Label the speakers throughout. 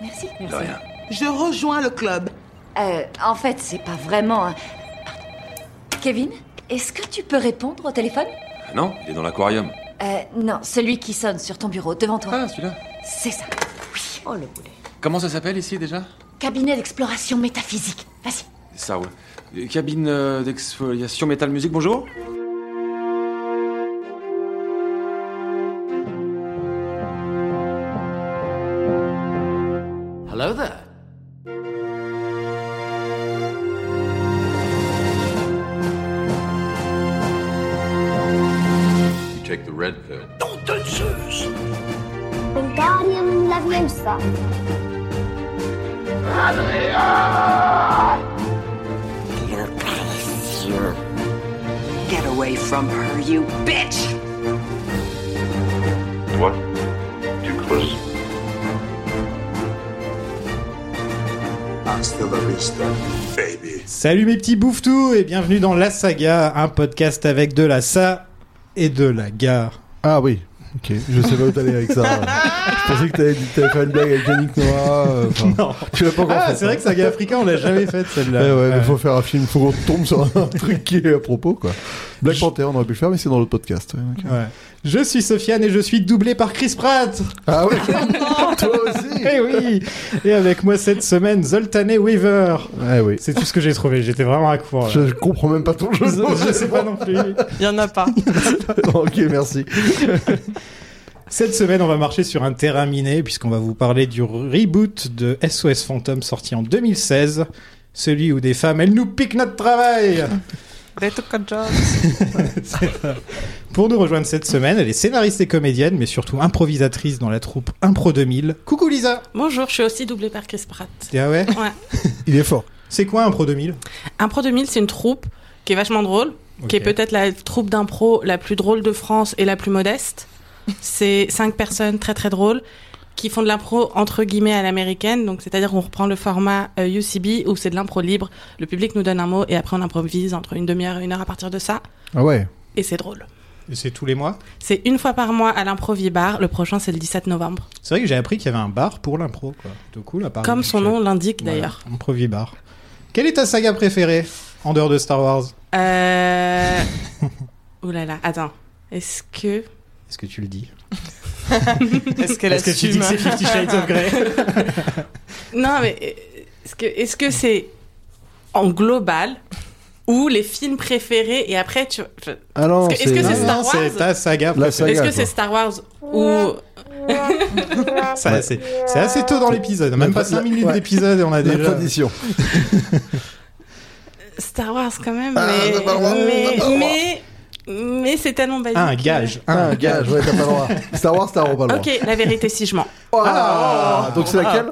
Speaker 1: Merci.
Speaker 2: De rien.
Speaker 3: Je rejoins le club.
Speaker 1: Euh, en fait, c'est pas vraiment. un- Pardon. Kevin, est-ce que tu peux répondre au téléphone
Speaker 2: Ah Non, il est dans l'aquarium.
Speaker 1: Euh, non, celui qui sonne sur ton bureau, devant toi.
Speaker 2: Ah, celui-là.
Speaker 1: C'est ça. Oui. Oh le boulet.
Speaker 2: Comment ça s'appelle ici déjà
Speaker 1: Cabinet d'exploration métaphysique. Vas-y.
Speaker 2: Ça, ouais. Euh, Cabine euh, d'exfoliation métal musique, bonjour
Speaker 4: Hello there.
Speaker 5: You take the red pill.
Speaker 6: Guardian Leviosa.
Speaker 7: Get away from her, you bitch!
Speaker 5: What? Too close.
Speaker 7: Hasta la vista, baby.
Speaker 8: Salut mes petits bouffetous et bienvenue dans La Saga, un podcast avec de la sa et de la gare.
Speaker 9: Ah oui, ok. Je sais pas où t'allais avec ça. je pensais que t'allais t'allais faire une blague avec Yannick Noah. euh, enfin,
Speaker 8: Non.
Speaker 9: Tu l'as pas encore
Speaker 8: Ah,
Speaker 9: fait.
Speaker 8: c'est vrai que Saga Africa, on l'a jamais faite
Speaker 9: Ouais,
Speaker 8: celle-là.
Speaker 9: ouais, mais
Speaker 8: Euh,
Speaker 9: faut faire un film, faut qu'on tombe sur un truc qui est à propos, quoi. Black Panther, on aurait pu le faire, mais c'est dans l'autre podcast. ouais, ok.
Speaker 8: ouais. Je suis Sofiane et je suis doublé par Chris Pratt.
Speaker 9: Ah ouais Toi aussi
Speaker 8: Eh oui Et avec moi cette semaine, Zoltane Weaver.
Speaker 9: Ah oui.
Speaker 8: C'est tout ce que j'ai trouvé, j'étais vraiment à court. là.
Speaker 9: Je, je comprends même pas ton jeu. de mots.
Speaker 8: Je sais pas non plus.
Speaker 10: Il y en a pas.
Speaker 9: ok, merci.
Speaker 8: Cette semaine, on va marcher sur un terrain miné puisqu'on va vous parler du reboot de SOS Fantôme sorti en 2016. Celui où des femmes, elles nous piquent notre travail
Speaker 10: They took a job.
Speaker 8: Pour nous rejoindre cette semaine, elle est scénariste et comédienne, mais surtout improvisatrice dans la troupe Impro 2000. Coucou Lisa
Speaker 10: Bonjour, je suis aussi doublée par Chris Pratt.
Speaker 8: Et Ah ouais
Speaker 10: Ouais.
Speaker 9: Il est fort.
Speaker 8: C'est quoi Impro 2000
Speaker 10: Impro 2000, c'est une troupe qui est vachement drôle, qui est
Speaker 8: Ok.
Speaker 10: peut-être la troupe d'impro la plus drôle de France et la plus modeste. C'est cinq personnes très très drôles qui font de l'impro entre guillemets à l'américaine, donc c'est-à-dire qu'on reprend le format euh, UCB où c'est de l'impro libre, le public nous donne un mot et après on improvise entre une demi-heure et une heure à partir de ça,
Speaker 9: Ah ouais
Speaker 10: et c'est drôle.
Speaker 8: Et C'est tous les mois
Speaker 10: C'est une fois par mois à l'improvi bar, le prochain c'est le 17 novembre,
Speaker 8: C'est vrai que j'ai appris qu'il y avait un bar pour l'impro, quoi. Plutôt cool, à Paris.
Speaker 10: comme son
Speaker 8: Je-
Speaker 10: nom l'indique
Speaker 8: Voilà,
Speaker 10: d'ailleurs.
Speaker 8: Improvi bar. Quelle est ta saga préférée en dehors de Star Wars
Speaker 10: Euh... Ouh là là, attends. Est-ce que...
Speaker 8: Est-ce que tu le dis
Speaker 10: Est-ce qu'elle
Speaker 8: Est-ce que tu dis que c'est Fifty Shades of Grey
Speaker 10: Non, mais euh, est-ce que est-ce que c'est en global ou les films préférés et après tu... je-
Speaker 9: Ah non,
Speaker 10: Est-ce que- est-ce que
Speaker 8: Non,
Speaker 10: c'est Star
Speaker 8: non,
Speaker 10: Wars
Speaker 8: c'est ta saga
Speaker 9: La
Speaker 8: préférée.
Speaker 9: saga,
Speaker 10: Est-ce que
Speaker 9: quoi.
Speaker 10: c'est Star Wars ou...
Speaker 8: Ça, C'est c'est assez tôt dans l'épisode, même
Speaker 9: La-
Speaker 8: pas 5
Speaker 9: la-
Speaker 8: minutes
Speaker 9: ouais.
Speaker 8: d'épisode et on a
Speaker 9: La
Speaker 8: déjà.
Speaker 9: tradition.
Speaker 10: Star Wars quand même,
Speaker 9: Ah,
Speaker 10: mais...
Speaker 9: on n'a pas le droit, on n'a
Speaker 10: mais...
Speaker 9: pas le droit.
Speaker 10: mais... mais c'est tellement basique.
Speaker 8: Un gage,
Speaker 9: Ah,
Speaker 8: un
Speaker 9: un gage, ouais, t'as pas le droit. Star Wars, Star Wars, pas le droit.
Speaker 10: Ok, la vérité si je mens.
Speaker 9: Ah, donc c'est laquelle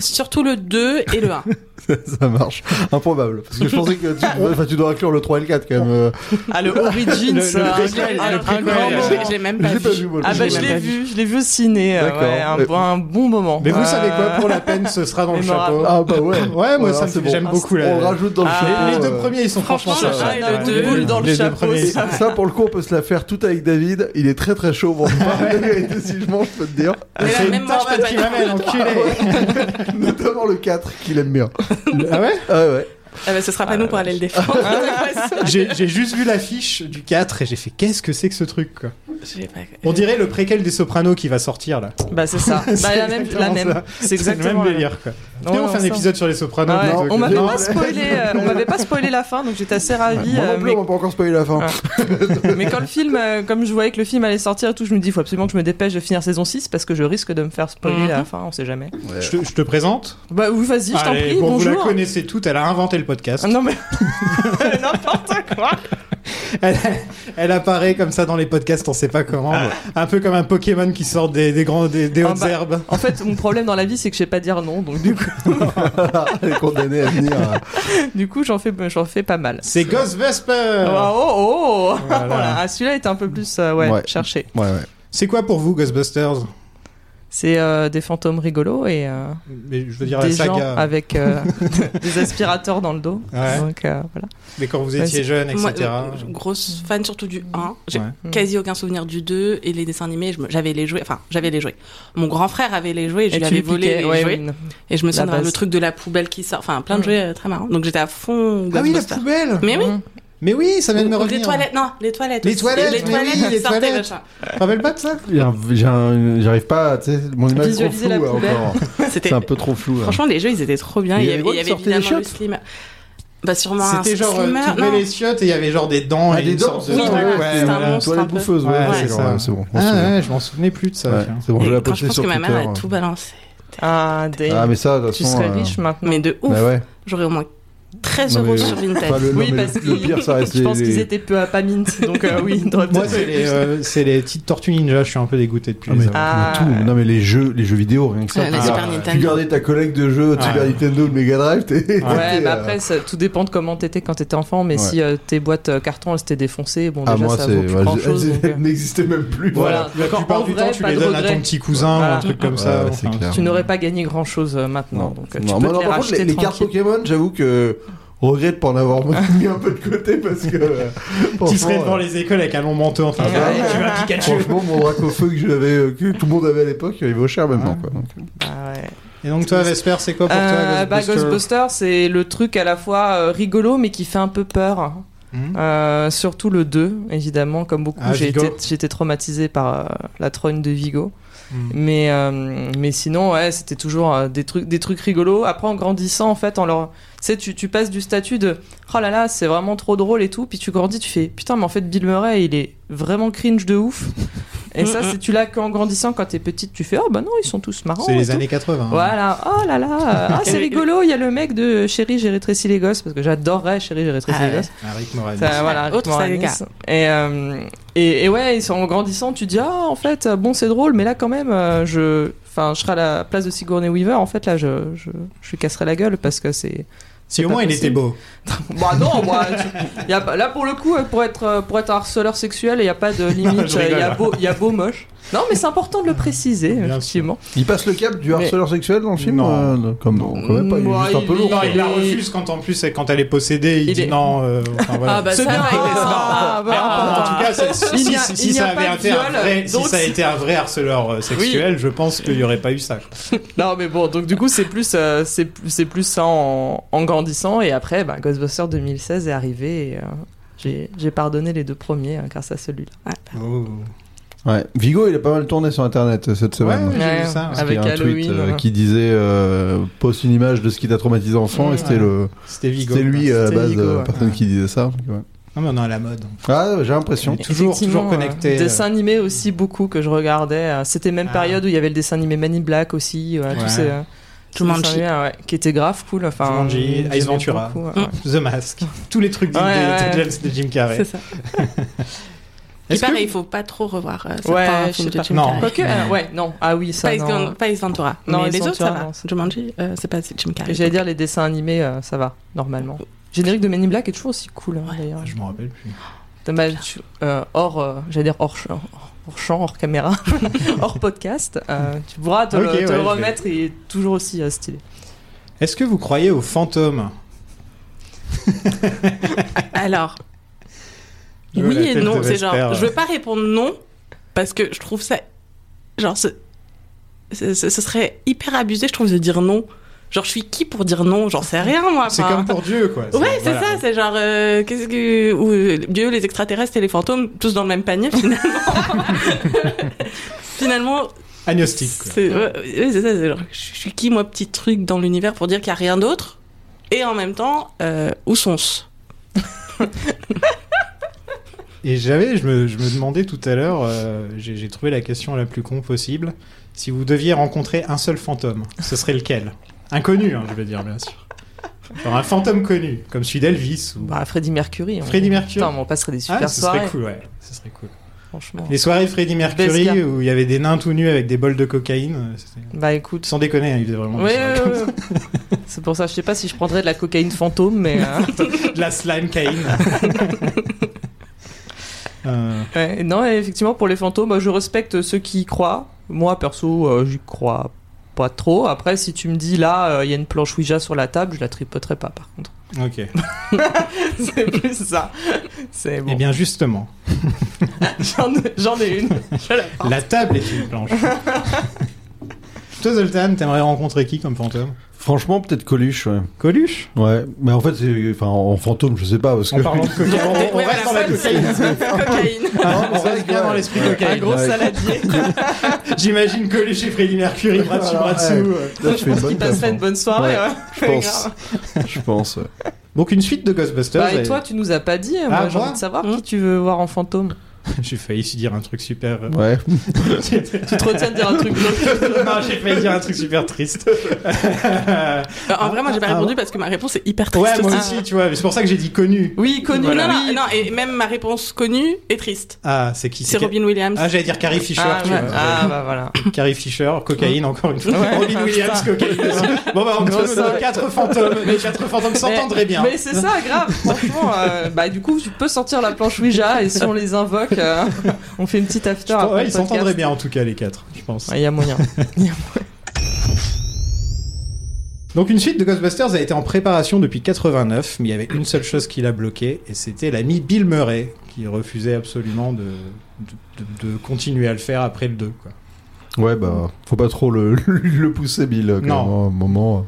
Speaker 10: Surtout le 2 et le 1.
Speaker 9: Ça marche. Improbable. Parce que je pensais que tu, enfin, tu dois inclure le 3 et le 4 quand même. euh.
Speaker 10: Ah, le
Speaker 8: Le-
Speaker 10: Origin,
Speaker 8: le ça, un
Speaker 10: Ah,
Speaker 8: préquel, grand- le Ah, un préquel. grand moment.
Speaker 10: Je l'ai même pas
Speaker 9: Je l'ai pas
Speaker 10: vu.
Speaker 9: vu, moi, le
Speaker 10: Ah bah
Speaker 9: préquel.
Speaker 10: je
Speaker 9: Je
Speaker 10: l'ai
Speaker 9: l'ai
Speaker 10: vu, je l'ai vu au ciné.
Speaker 9: euh, D'accord. ouais, un Mais- bon-
Speaker 10: moment.
Speaker 8: Mais vous savez quoi Pour la peine, ce sera dans le
Speaker 10: Ah. Mémorable.
Speaker 8: chapeau.
Speaker 9: Ah bah ouais.
Speaker 8: Ouais, moi
Speaker 9: Voilà,
Speaker 8: ça me
Speaker 9: c'est
Speaker 8: fait- j'aime
Speaker 10: Ah,
Speaker 8: beaucoup
Speaker 9: On le
Speaker 8: la.
Speaker 9: rajoute dans le
Speaker 10: Ah,
Speaker 9: chapeau,
Speaker 8: Les deux
Speaker 9: euh.
Speaker 8: premiers, ils sont franchement
Speaker 10: Franchement,
Speaker 8: sympas.
Speaker 10: le un et le
Speaker 8: Ouais.
Speaker 10: deux, dans le
Speaker 8: Les deux
Speaker 10: chapeau,
Speaker 8: premiers.
Speaker 10: ça.
Speaker 9: Et ça, pour le coup, on peut se la faire tout avec David. Il est très très chaud. Bon, la vérité, si je mens, je peux te dire.
Speaker 10: Mais là,
Speaker 8: C'est
Speaker 10: même
Speaker 8: une
Speaker 10: moi, je
Speaker 8: tornade
Speaker 10: peux
Speaker 8: qui
Speaker 10: pas
Speaker 8: m'amène, hein, enculé
Speaker 9: Notamment le 4 qu'il aime bien.
Speaker 8: Ah ouais
Speaker 9: Ah ouais.
Speaker 10: Ah bah ce sera pas nous pour aller le défendre.
Speaker 8: J'ai j'ai juste vu l'affiche du 4 et j'ai fait qu'est-ce que c'est que ce truc quoi
Speaker 10: Je l'ai pas-
Speaker 8: On dirait le préquel des Sopranos qui va sortir là.
Speaker 7: Bah, c'est ça.
Speaker 8: C'est
Speaker 7: Bah, la même. La
Speaker 8: exactement
Speaker 7: même.
Speaker 8: ça.
Speaker 7: C'est
Speaker 8: le
Speaker 7: exactement
Speaker 8: même
Speaker 7: la
Speaker 8: délire quoi.
Speaker 7: Non,
Speaker 8: Viens, on
Speaker 7: non,
Speaker 8: fait un
Speaker 7: ça.
Speaker 8: épisode sur les Sopranos.
Speaker 7: Ah ouais,
Speaker 8: plutôt que-
Speaker 7: on m'avait
Speaker 8: Non.
Speaker 7: pas spoilé, euh, on m'avait pas spoilé la fin, donc j'étais assez ravie.
Speaker 9: Moi
Speaker 7: euh,
Speaker 9: non plus, on m'a pas encore spoilé la fin.
Speaker 7: Ah. mais, mais quand le film, euh, comme je voyais que le film allait sortir et tout, je me dis, faut absolument que je me dépêche de finir saison 6 parce que je risque de me faire spoiler
Speaker 10: Mhm.
Speaker 7: à la fin, on sait jamais.
Speaker 8: Je te, je te présente.
Speaker 7: Bah oui, vas-y, je t'en
Speaker 8: Allez,
Speaker 7: prie,
Speaker 8: bon, vous la
Speaker 7: bonjour.
Speaker 8: connaissez toutes, elle a inventé le podcast.
Speaker 7: Ah, non mais n'importe quoi.
Speaker 8: Elle, elle apparaît comme ça dans les podcasts, on sait pas comment. Un peu comme un Pokémon qui sort des, des, grands, des, des
Speaker 7: Ah
Speaker 8: hautes
Speaker 7: bah.
Speaker 8: herbes.
Speaker 7: En fait, mon problème dans la vie, c'est que je sais pas dire non, donc du coup,
Speaker 9: Elle est condamnée à venir. euh.
Speaker 7: du coup, j'en fais, j'en fais pas mal.
Speaker 8: C'est Ghostbusters
Speaker 7: Ah, oh oh
Speaker 8: Voilà.
Speaker 7: Voilà. Ah, celui-là était un peu plus euh, ouais,
Speaker 9: Ouais.
Speaker 7: cherché.
Speaker 9: Ouais, ouais.
Speaker 8: C'est quoi pour vous Ghostbusters
Speaker 7: C'est euh, des fantômes rigolos et euh,
Speaker 8: Mais je veux dire,
Speaker 7: des
Speaker 8: la
Speaker 7: gens
Speaker 8: saga.
Speaker 7: avec euh, des aspirateurs dans le dos.
Speaker 8: Ouais.
Speaker 7: Donc euh, voilà.
Speaker 8: Mais quand vous
Speaker 7: Ouais,
Speaker 8: étiez
Speaker 7: c'est-
Speaker 8: jeune, etc.
Speaker 10: Moi, euh, grosse fan surtout du 1. J'ai
Speaker 7: Mm.
Speaker 8: Ouais.
Speaker 10: quasi aucun souvenir du 2 et les dessins animés, je me- j'avais les jouets. Enfin, j'avais les jouets. Mon grand frère avait les jouets et je lui avais volé les
Speaker 7: ouais,
Speaker 10: jouets.
Speaker 7: une-
Speaker 10: Et je me souviens
Speaker 7: base.
Speaker 10: le truc de la poubelle qui sort. Enfin, plein de
Speaker 7: Mm.
Speaker 10: jouets euh, très marrants. Donc j'étais à fond.
Speaker 8: ah oui, la
Speaker 10: Ghostbusters.
Speaker 8: poubelle
Speaker 10: Mais oui.
Speaker 7: Mm.
Speaker 8: Mais oui, ça vient de me
Speaker 10: Ou- ou
Speaker 8: revenir.
Speaker 10: Les toilettes, non, les toilettes.
Speaker 8: Les
Speaker 10: aussi.
Speaker 8: toilettes,
Speaker 10: les
Speaker 8: mais
Speaker 10: toilettes,
Speaker 8: oui, les
Speaker 10: sortaient,
Speaker 8: toilettes.
Speaker 10: machin.
Speaker 8: Tu te rappelles pas de ça
Speaker 9: Il y a un- j'ai un- J'arrive pas, à- tu sais, mon image est trop
Speaker 7: Visualiser
Speaker 9: floue
Speaker 7: la
Speaker 9: là,
Speaker 7: poubelle.
Speaker 9: encore.
Speaker 10: C'était
Speaker 9: C'est un peu trop flou. hein. là.
Speaker 10: Franchement, les jeux, ils étaient trop bien.
Speaker 9: Mais
Speaker 10: Il
Speaker 9: il
Speaker 10: y
Speaker 9: y
Speaker 10: avait,
Speaker 9: avait
Speaker 10: il y avait
Speaker 9: quoi qui sortait des
Speaker 10: évidemment le
Speaker 9: chiottes
Speaker 10: slimmer. Bah, sûrement un
Speaker 8: C'était genre, euh, tu
Speaker 10: slimmer.
Speaker 8: levais
Speaker 10: non.
Speaker 8: les chiottes et il y avait genre des dents
Speaker 9: Ah,
Speaker 8: et
Speaker 9: des
Speaker 8: une
Speaker 9: dents
Speaker 8: sorte de...
Speaker 10: oui,
Speaker 8: truc.
Speaker 10: voilà,
Speaker 8: ouais,
Speaker 10: c'est
Speaker 8: ouais.
Speaker 10: un monstre,
Speaker 9: Toilette
Speaker 10: un peu.
Speaker 9: bouffeuse, ouais,
Speaker 8: Ouais,
Speaker 9: ouais,
Speaker 8: c'est
Speaker 9: Ah, c'est
Speaker 8: ça.
Speaker 9: genre, ouais, c'est bon. on se
Speaker 8: Ah
Speaker 9: souvient.
Speaker 8: ouais, je m'en souvenais plus de ça.
Speaker 9: Ouais,
Speaker 8: tiens.
Speaker 9: C'est bon,
Speaker 10: Et
Speaker 9: je l'ai
Speaker 10: quand
Speaker 9: posté
Speaker 10: je pense
Speaker 9: sur
Speaker 10: que ma
Speaker 9: Twitter. hein.
Speaker 10: mère a tout balancé.
Speaker 7: Ah, des-
Speaker 9: Ah, mais ça, de toute
Speaker 7: tu
Speaker 9: façon.
Speaker 7: serais
Speaker 9: euh,
Speaker 7: riche maintenant.
Speaker 10: Mais de ouf,
Speaker 9: Bah ouais.
Speaker 10: j'aurais au moins 13
Speaker 9: Non, mais-
Speaker 10: euros sur
Speaker 9: Enfin,
Speaker 10: Vinted.
Speaker 9: le, non,
Speaker 7: oui,
Speaker 9: mais
Speaker 7: parce
Speaker 9: le, le
Speaker 7: qu'ils-
Speaker 9: pire, ça reste
Speaker 7: Je pense
Speaker 9: les-
Speaker 7: qu'ils étaient peu à pas mint, donc euh, oui, ils auraient
Speaker 8: Moi,
Speaker 7: peut-être
Speaker 8: c'est les, euh, c'est les petites tortues ninja, je suis un peu dégoûté depuis
Speaker 9: Ah, mais,
Speaker 8: les
Speaker 9: mais
Speaker 8: années.
Speaker 7: Ah.
Speaker 9: tout. Non, mais les jeux, les jeux vidéo, rien que ça.
Speaker 10: Ouais, la
Speaker 9: hein.
Speaker 8: Ah,
Speaker 9: tu
Speaker 10: Super
Speaker 9: gardes- Tu
Speaker 10: Nintendo.
Speaker 9: gardais ta collègue de jeux,
Speaker 8: Ah.
Speaker 9: Super Nintendo, le Mega Drive, t'es. t'étais,
Speaker 7: Ouais, mais
Speaker 9: euh,
Speaker 7: après, ça- tout dépend de comment t'étais quand t'étais enfant. Mais
Speaker 9: Ouais.
Speaker 7: si euh, tes boîtes euh, carton elles s'étaient défoncées, bon,
Speaker 9: Ah,
Speaker 7: déjà
Speaker 9: moi,
Speaker 7: ça
Speaker 9: c'est.
Speaker 7: vaut plus
Speaker 9: ouais,
Speaker 7: grand
Speaker 9: je-
Speaker 7: chose.
Speaker 9: elles n'existaient même plus.
Speaker 7: Voilà.
Speaker 8: La
Speaker 7: Quand-
Speaker 8: plupart
Speaker 7: en
Speaker 8: du
Speaker 7: vrai,
Speaker 8: temps, tu
Speaker 7: pas
Speaker 8: les
Speaker 7: de
Speaker 8: donnes à
Speaker 7: regret.
Speaker 8: ton petit cousin ou un
Speaker 7: Voilà.
Speaker 8: truc comme ça.
Speaker 9: Ouais,
Speaker 8: enfin.
Speaker 9: c'est clair.
Speaker 7: Tu n'aurais pas gagné grand chose maintenant. Donc, euh, tu
Speaker 9: Non,
Speaker 7: peux
Speaker 9: moi,
Speaker 7: te
Speaker 9: non,
Speaker 7: les
Speaker 9: par contre, les,
Speaker 7: racheter
Speaker 9: les cartes
Speaker 7: tranquille.
Speaker 9: Pokémon, j'avoue que regrette pas en avoir mis un peu de côté parce que. euh,
Speaker 8: Qui
Speaker 9: franchement,
Speaker 8: serait devant
Speaker 9: euh,
Speaker 8: les écoles avec un long manteau en train de
Speaker 7: Ouais.
Speaker 8: Ah, tu vas Pikachu.
Speaker 9: Franchement, mon drac au feu que j'avais, euh, que tout le monde avait à l'époque, il vaut cher maintenant. Quoi. Donc,
Speaker 7: Ah, ouais.
Speaker 8: Et donc, toi, Vesper, c'est quoi pour toi
Speaker 7: Euh, bah,
Speaker 8: Ghostbusters
Speaker 7: Ghostbusters, c'est le truc à la fois euh, rigolo mais qui fait un peu peur.
Speaker 8: Mhm.
Speaker 7: Euh, surtout le 2, évidemment, comme beaucoup,
Speaker 8: Ah,
Speaker 7: j'ai
Speaker 8: Vigo.
Speaker 7: été, j'ai été traumatisée par euh, la trogne de Vigo.
Speaker 8: Mhm.
Speaker 7: Mais, euh, mais sinon, ouais, c'était toujours euh, des, trucs, des trucs rigolos. Après, en grandissant, en fait, en leur... tu, sais, tu, tu passes du statut de oh là là, c'est vraiment trop drôle et tout, puis tu grandis, tu fais putain, mais en fait, Bill Murray, il est vraiment cringe de ouf. et
Speaker 10: Mm,
Speaker 7: ça, c'est tu l'as qu'en grandissant, quand t'es petite, tu fais oh bah non, ils sont tous marrants.
Speaker 8: C'est
Speaker 7: et
Speaker 8: les
Speaker 7: tout.
Speaker 8: années 80. hein.
Speaker 7: Voilà, oh là là, ah, c'est rigolo, il y a le mec de Chérie, j'ai rétréci les gosses, parce que j'adorerais Chérie, j'ai rétréci
Speaker 10: Ah
Speaker 7: les
Speaker 10: ouais.
Speaker 7: gosses.
Speaker 8: Ah, Rick Moranis.
Speaker 7: Ça, voilà, Rick
Speaker 10: Autre
Speaker 7: Moranis.
Speaker 10: saga.
Speaker 7: Et, euh, et, et ouais, ils sont en grandissant, tu te dis, ah, en fait, euh, bon, c'est drôle, mais là, quand même, euh, je, enfin, je serai à la place de Sigourney Weaver, en fait, là, je, je, je lui casserai la gueule, parce que c'est.
Speaker 8: Si au moins il était beau.
Speaker 7: Bah non, moi, tu- y a pas- là pour le coup, euh, pour être, euh, pour être un harceleur sexuel, il n'y a pas de
Speaker 8: Non,
Speaker 7: limite,
Speaker 8: je
Speaker 7: il y, a
Speaker 8: rigole.
Speaker 7: beau- y a beau moche. Non, mais c'est important de le préciser,
Speaker 8: Bien sûr.
Speaker 7: effectivement.
Speaker 9: Il passe le cap du harceleur sexuel dans le film
Speaker 8: Non.
Speaker 9: euh, Comme non, quand même pas, il
Speaker 7: Moi,
Speaker 9: est juste un peu
Speaker 7: il-
Speaker 9: lourd.
Speaker 8: Non, il la
Speaker 7: Et-
Speaker 8: refuse quand en plus, quand elle est possédée, il,
Speaker 7: Il
Speaker 8: dit
Speaker 7: est-
Speaker 8: non. euh, enfin, voilà.
Speaker 10: Ah bah ça,
Speaker 7: C'est bien.
Speaker 10: avec les
Speaker 7: Ah,
Speaker 10: smartphones.
Speaker 7: bah,
Speaker 8: En
Speaker 7: attends.
Speaker 8: tout cas, c'est- si,
Speaker 7: Il n'y
Speaker 8: si,
Speaker 7: a-
Speaker 8: si
Speaker 7: il n'y a
Speaker 8: ça
Speaker 7: pas
Speaker 8: avait
Speaker 7: de
Speaker 8: été un
Speaker 7: viol,
Speaker 8: vrai, si
Speaker 7: donc
Speaker 8: ça a
Speaker 7: c'est-
Speaker 8: été un vrai harceleur euh, sexuel, je pense qu'il n'y aurait pas eu ça. quoi.
Speaker 7: Non, mais bon, donc du coup, c'est plus, euh, c'est plus- c'est plus ça en, en grandissant. Et après, bah, Ghostbusters 2016 est arrivé. et, euh, j'ai j'ai pardonné les deux premiers euh, grâce à celui-là. oh,
Speaker 9: Ouais. Vigo, il a pas mal tourné sur internet euh, cette semaine.
Speaker 8: Ouais, j'ai vu ça.
Speaker 9: Parce
Speaker 8: ouais.
Speaker 7: Avec
Speaker 9: qu'il y a un tweet
Speaker 7: Halloween, hein.
Speaker 9: euh,
Speaker 7: ouais.
Speaker 9: qui disait euh, poste une image de ce qui t'a traumatisé enfant
Speaker 7: Mmh.
Speaker 9: et c'était le
Speaker 8: C'était Vigo.
Speaker 9: c'était lui
Speaker 8: quoi.
Speaker 9: euh, à la
Speaker 7: C'était
Speaker 9: base
Speaker 7: Vigo,
Speaker 9: euh,
Speaker 7: ouais.
Speaker 9: personne
Speaker 8: Ouais.
Speaker 9: qui disait ça. donc, ouais.
Speaker 8: Ah, mais on est à la mode.
Speaker 9: Ah ouais, j'ai l'impression.
Speaker 8: Et toujours-
Speaker 7: Effectivement,
Speaker 8: toujours connecté,
Speaker 7: euh, dessin animé aussi beaucoup que je regardais. euh, C'était même
Speaker 8: Ah.
Speaker 7: période où il y avait le dessin animé Man in Black aussi. voilà, tous
Speaker 8: Ouais.
Speaker 7: ces, euh, tous ces
Speaker 10: Jumanji.
Speaker 7: dessins animés, ouais, qui était grave cool. Enfin, euh,
Speaker 8: Jumanji,
Speaker 7: j'aimais
Speaker 8: Ace Ventura.
Speaker 7: beaucoup, ouais.
Speaker 10: Hum.
Speaker 8: The Mask. Tous les trucs de,
Speaker 7: Ouais, ouais.
Speaker 8: de James de Jim
Speaker 10: C'est
Speaker 8: Carrey.
Speaker 10: ça. Il
Speaker 8: Est-ce
Speaker 10: paraît,
Speaker 8: que-
Speaker 10: il faut pas trop revoir euh,
Speaker 7: Ouais,
Speaker 10: certains
Speaker 7: je
Speaker 10: films
Speaker 7: sais
Speaker 10: de
Speaker 7: pas.
Speaker 10: Jim
Speaker 8: Non.
Speaker 10: Carrey.
Speaker 7: Quoique, euh, ouais, non. Ah oui, ça.
Speaker 10: Pas Ace
Speaker 7: non.
Speaker 10: Gun- Pas Ace Ventura.
Speaker 7: Non,
Speaker 10: Mais
Speaker 7: Ace
Speaker 10: les autres, ça
Speaker 7: Ventura,
Speaker 10: va.
Speaker 7: non, c'est-
Speaker 10: Jumanji, euh, c'est pas Jim Carrey.
Speaker 7: J'allais dire les dessins animés, euh, ça va, normalement. Générique de Men in Black est toujours aussi cool, hein, d'ailleurs.
Speaker 8: Ah, Je m'en rappelle plus.
Speaker 7: Dommage, tu- euh, hors, euh, j'allais dire hors, ch- hors- hors champ, hors caméra, hors podcast. euh, tu pourras te, le-
Speaker 8: Ok,
Speaker 7: te
Speaker 8: ouais,
Speaker 7: le
Speaker 8: je vais.
Speaker 7: remettre, il est toujours aussi euh, stylé.
Speaker 8: Est-ce que vous croyez aux fantômes
Speaker 10: Alors,
Speaker 8: Je veux la
Speaker 10: oui et
Speaker 8: tête de
Speaker 10: non. C'est
Speaker 8: Vesper, euh.
Speaker 10: genre, je veux pas répondre non parce que je trouve ça. Genre, ce, ce, ce- ce serait hyper abusé, je trouve, de dire non. Genre, je suis qui pour dire non J'en sais rien,
Speaker 7: Ah
Speaker 10: moi.
Speaker 8: C'est
Speaker 7: bah.
Speaker 10: enfin.
Speaker 8: comme pour Dieu, quoi.
Speaker 10: Ouais, c'est
Speaker 8: voilà.
Speaker 10: ça, c'est genre, euh, qu'est-ce que. Ou, euh, Dieu, les extraterrestres et les fantômes, tous dans le même panier, finalement. finalement,
Speaker 8: Agnostique, quoi.
Speaker 10: c'est ouais, ouais, c'est ça, c'est genre, je suis qui, moi, petit truc dans l'univers pour dire qu'il n'y a rien d'autre Et en même temps, euh, où sont-ce
Speaker 8: Et j'avais, je me, je me demandais tout à l'heure, euh, j'ai j'ai trouvé la question la plus con possible. Si vous deviez rencontrer un seul fantôme, ce serait lequel Inconnu, hein, je veux dire, bien sûr. Genre un fantôme connu, comme celui d'Elvis ou
Speaker 7: Bah, Freddie Mercury. on-
Speaker 8: Freddie Mercury.
Speaker 7: Putain, mais on passerait des
Speaker 8: Ah,
Speaker 7: super
Speaker 8: ce
Speaker 7: soirées,
Speaker 8: serait cool, ouais. Ce serait cool.
Speaker 7: franchement.
Speaker 8: Les soirées Freddie Mercury
Speaker 7: Besca. où
Speaker 8: où il y avait des nains tout nus avec des bols de cocaïne. euh,
Speaker 7: Bah, écoute.
Speaker 8: Sans déconner, hein, il faisait vraiment
Speaker 7: Ouais, ouais, ouais, ouais. c'est pour ça, je sais pas si je prendrais de la cocaïne fantôme, mais. euh,
Speaker 8: de la slime caïne. Euh,
Speaker 7: Ouais, non, et effectivement, pour les fantômes, je respecte ceux qui y croient. Moi, perso, euh, j'y crois pas trop. Après, si tu me dis là, euh, il y a une planche Ouija sur la table, je la tripoterai pas, par contre.
Speaker 8: Ok.
Speaker 7: C'est plus ça. C'est bon.
Speaker 8: Eh bien, justement,
Speaker 7: J'en ai- J'en ai une. Je la prends.
Speaker 8: la table est une planche. Toi, Zoltan, t'aimerais rencontrer qui comme fantôme
Speaker 9: Franchement, peut-être Coluche, ouais.
Speaker 8: Coluche
Speaker 9: Ouais, mais en fait, c'est- enfin, en fantôme, je sais pas, parce
Speaker 8: En
Speaker 9: que.
Speaker 8: parlant de cocaïne, on, on
Speaker 10: Ouais,
Speaker 8: reste dans
Speaker 10: voilà,
Speaker 8: la cocaïne.
Speaker 10: Cocaïne.
Speaker 8: Ah, on reste bien dans l'esprit
Speaker 7: Un
Speaker 8: cocaïne.
Speaker 7: gros
Speaker 9: Ouais.
Speaker 7: saladier.
Speaker 8: J'imagine Coluche et Freddie Mercury, bras dessus, bras
Speaker 9: Voilà,
Speaker 8: dessous. euh.
Speaker 9: Là, je fais
Speaker 7: Qui
Speaker 9: bonne
Speaker 7: passerait une
Speaker 9: table.
Speaker 7: bonne soirée.
Speaker 9: Ouais,
Speaker 7: ouais.
Speaker 9: Je pense.
Speaker 8: hein.
Speaker 9: Je pense, ouais.
Speaker 8: Donc, une suite de Ghostbusters.
Speaker 7: Bah, et
Speaker 8: et-
Speaker 7: toi, tu nous as pas dit. hein. Moi,
Speaker 8: Ah,
Speaker 7: j'ai
Speaker 8: moi
Speaker 7: envie de savoir
Speaker 10: Mmh.
Speaker 7: qui tu veux voir en fantôme.
Speaker 8: J'ai failli dire un truc super. euh,
Speaker 9: Ouais.
Speaker 7: Tu te retiens de dire un truc glauque.
Speaker 8: non, j'ai failli dire un truc super triste.
Speaker 10: Euh, En vrai, moi, j'ai pas
Speaker 8: Ah,
Speaker 10: répondu parce que ma réponse est hyper triste.
Speaker 8: ouais, moi
Speaker 10: aussi.
Speaker 8: aussi, tu vois. mais C'est pour ça que j'ai dit connu.
Speaker 7: Oui, connu.
Speaker 8: Voilà.
Speaker 10: Non, non,
Speaker 7: oui.
Speaker 10: non, et même ma réponse connue est triste.
Speaker 8: Ah, c'est qui
Speaker 10: C'est Robin Williams.
Speaker 8: Ah, j'allais dire Carrie Fisher.
Speaker 7: Ah,
Speaker 8: tu
Speaker 7: ouais.
Speaker 8: vois.
Speaker 7: Ah, bah voilà.
Speaker 8: Carrie Fisher, cocaïne encore une fois.
Speaker 7: Ouais.
Speaker 8: Robin Williams, cocaïne. aussi. bon bah entre
Speaker 7: Grosse
Speaker 8: nous, nos
Speaker 7: soirée.
Speaker 8: quatre fantômes, les quatre fantômes s'entendraient bien.
Speaker 7: Mais c'est ça, grave. Franchement, euh, bah du coup, tu peux sortir la planche Ouija et si on les invoque, euh, on fait une petite after.
Speaker 8: Ouais,
Speaker 7: après le
Speaker 8: ils
Speaker 7: podcast.
Speaker 8: s'entendraient bien en tout cas les quatre, je pense.
Speaker 7: Ouais, Il y a moyen.
Speaker 8: Donc une suite de Ghostbusters a été en préparation depuis 89, mais il y avait une seule chose qui l'a bloqué, et c'était l'ami Bill Murray, qui refusait absolument de, de, de- de continuer à le faire après le 2. Quoi.
Speaker 9: Ouais, bah, faut pas trop le, le pousser, Bill.
Speaker 8: Non.
Speaker 9: Quand Même, hein, à un moment.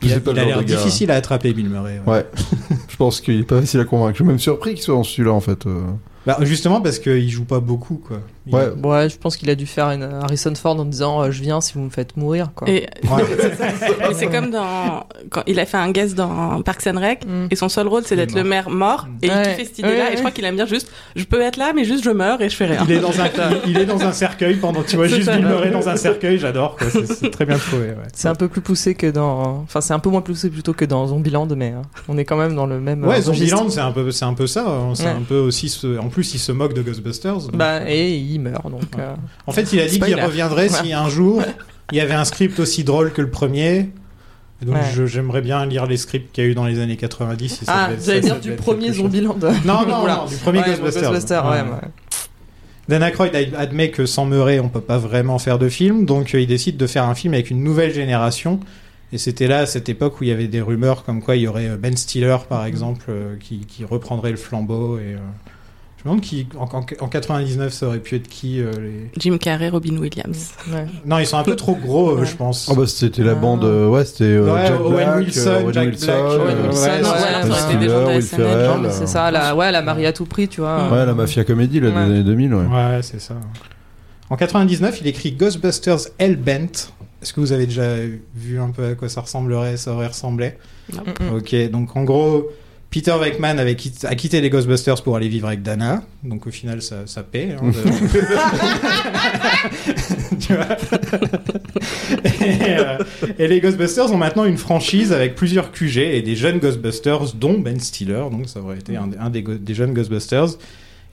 Speaker 8: Il a
Speaker 9: C'est pas
Speaker 8: il
Speaker 9: le
Speaker 8: a
Speaker 9: genre
Speaker 8: l'air
Speaker 9: de gars.
Speaker 8: difficile à attraper Bill Murray. ouais.
Speaker 9: Ouais. je pense qu'il est pas facile à convaincre. Je suis même surpris qu'il soit en celui-là, en fait. euh.
Speaker 8: Bah, justement parce qu'il joue pas beaucoup. Quoi. Il-
Speaker 9: Ouais.
Speaker 7: Ouais, je pense qu'il a dû faire une Harrison Ford en disant euh, Je viens si vous me faites mourir. Quoi.
Speaker 10: Et
Speaker 8: Ouais.
Speaker 10: et c'est comme dans quand il a fait un guest dans Parks and Rec
Speaker 7: Mm.
Speaker 10: et son seul rôle c'est
Speaker 8: Il est
Speaker 10: d'être le maire mort et
Speaker 7: Ouais.
Speaker 10: il kiffe cette idée là
Speaker 7: Ouais, ouais.
Speaker 10: et je crois qu'il aime bien juste je peux être là mais juste je meurs et je fais rien.
Speaker 8: Il est dans un, il- il est dans un cercueil pendant, tu vois,
Speaker 7: C'est
Speaker 8: juste
Speaker 7: ça.
Speaker 8: Bill Murray dans un cercueil, j'adore, quoi. C'est- C'est très bien trouvé, ouais.
Speaker 7: C'est un peu plus poussé que dans. Enfin, c'est un peu moins poussé plutôt que dans Zombieland, mais euh, on est quand même dans le même. euh,
Speaker 8: Ouais,
Speaker 7: registre.
Speaker 8: Zombieland, c'est un peu, c'est un peu ça. hein. C'est
Speaker 7: Ouais.
Speaker 8: un peu aussi. ce- En plus, il se moque de Ghostbusters. donc-
Speaker 7: Bah, et il meurt donc.
Speaker 8: Ouais.
Speaker 7: euh,
Speaker 8: En fait, il a dit qu'il
Speaker 7: Spoiler.
Speaker 8: reviendrait si un jour il y avait un script aussi drôle que le premier. Et donc,
Speaker 7: Ouais.
Speaker 8: je- j'aimerais bien lire les scripts qu'il y a eu dans les années 90. et ça
Speaker 7: Ah,
Speaker 8: devait- ça-
Speaker 7: j'allais
Speaker 8: ça
Speaker 7: dire
Speaker 8: devait
Speaker 7: du
Speaker 8: être
Speaker 7: premier
Speaker 8: quelque chose.
Speaker 7: Zombieland.
Speaker 8: Non, non,
Speaker 7: Voilà.
Speaker 8: non, du premier
Speaker 7: Ouais,
Speaker 8: Ghostbusters.
Speaker 7: Ghostbusters, ouais, ouais.
Speaker 8: Dan Aykroyd ad- admet que sans Murray, on peut pas vraiment faire de film, donc euh, il décide de faire un film avec une nouvelle génération. Et c'était là, à cette époque, où il y avait des rumeurs comme quoi il y aurait euh, Ben Stiller,
Speaker 9: Mhm.
Speaker 8: par exemple, euh, qui, qui reprendrait le flambeau. Et, euh, je me demande qui, en, en- en 99, ça aurait pu être qui euh, les-
Speaker 10: Jim Carrey, Robin Williams.
Speaker 7: Ouais.
Speaker 8: Non, ils sont un peu trop gros, euh,
Speaker 10: Ouais.
Speaker 8: je pense.
Speaker 9: Ah bah, c'était la
Speaker 7: Ah.
Speaker 9: bande. euh, ouais, c'était. euh,
Speaker 8: Ouais,
Speaker 9: Jack
Speaker 8: Owen
Speaker 9: Black,
Speaker 8: Wilson,
Speaker 9: euh, Owen
Speaker 8: Jack
Speaker 9: Wilson,
Speaker 8: Black,
Speaker 9: euh,
Speaker 8: Owen Wilson,
Speaker 9: Ben
Speaker 8: ouais,
Speaker 10: ça aurait été
Speaker 9: Stiller,
Speaker 10: des gens de
Speaker 9: Will
Speaker 10: SNL,
Speaker 9: Ferrell,
Speaker 7: Non, mais
Speaker 9: euh,
Speaker 7: c'est ça, la, ouais, la Marie à tout prix, tu vois.
Speaker 9: Ouais, la mafia comédie là,
Speaker 7: Ouais.
Speaker 9: des années 2000, ouais.
Speaker 8: Ouais, c'est ça. En 99, il écrit Ghostbusters Hellbent. Est-ce que vous avez déjà vu un peu à quoi ça ressemblerait, ça aurait ressemblé
Speaker 7: Mm, mm.
Speaker 8: Ok, donc en gros, Peter Venkman avait quitt- a quitté les Ghostbusters pour aller vivre avec Dana. Donc au final, ça, ça paie. hein, de- tu vois et, euh, et les Ghostbusters ont maintenant une franchise avec plusieurs QG et des jeunes Ghostbusters, dont Ben Stiller. Donc ça aurait été un, des- un des, go- des jeunes Ghostbusters.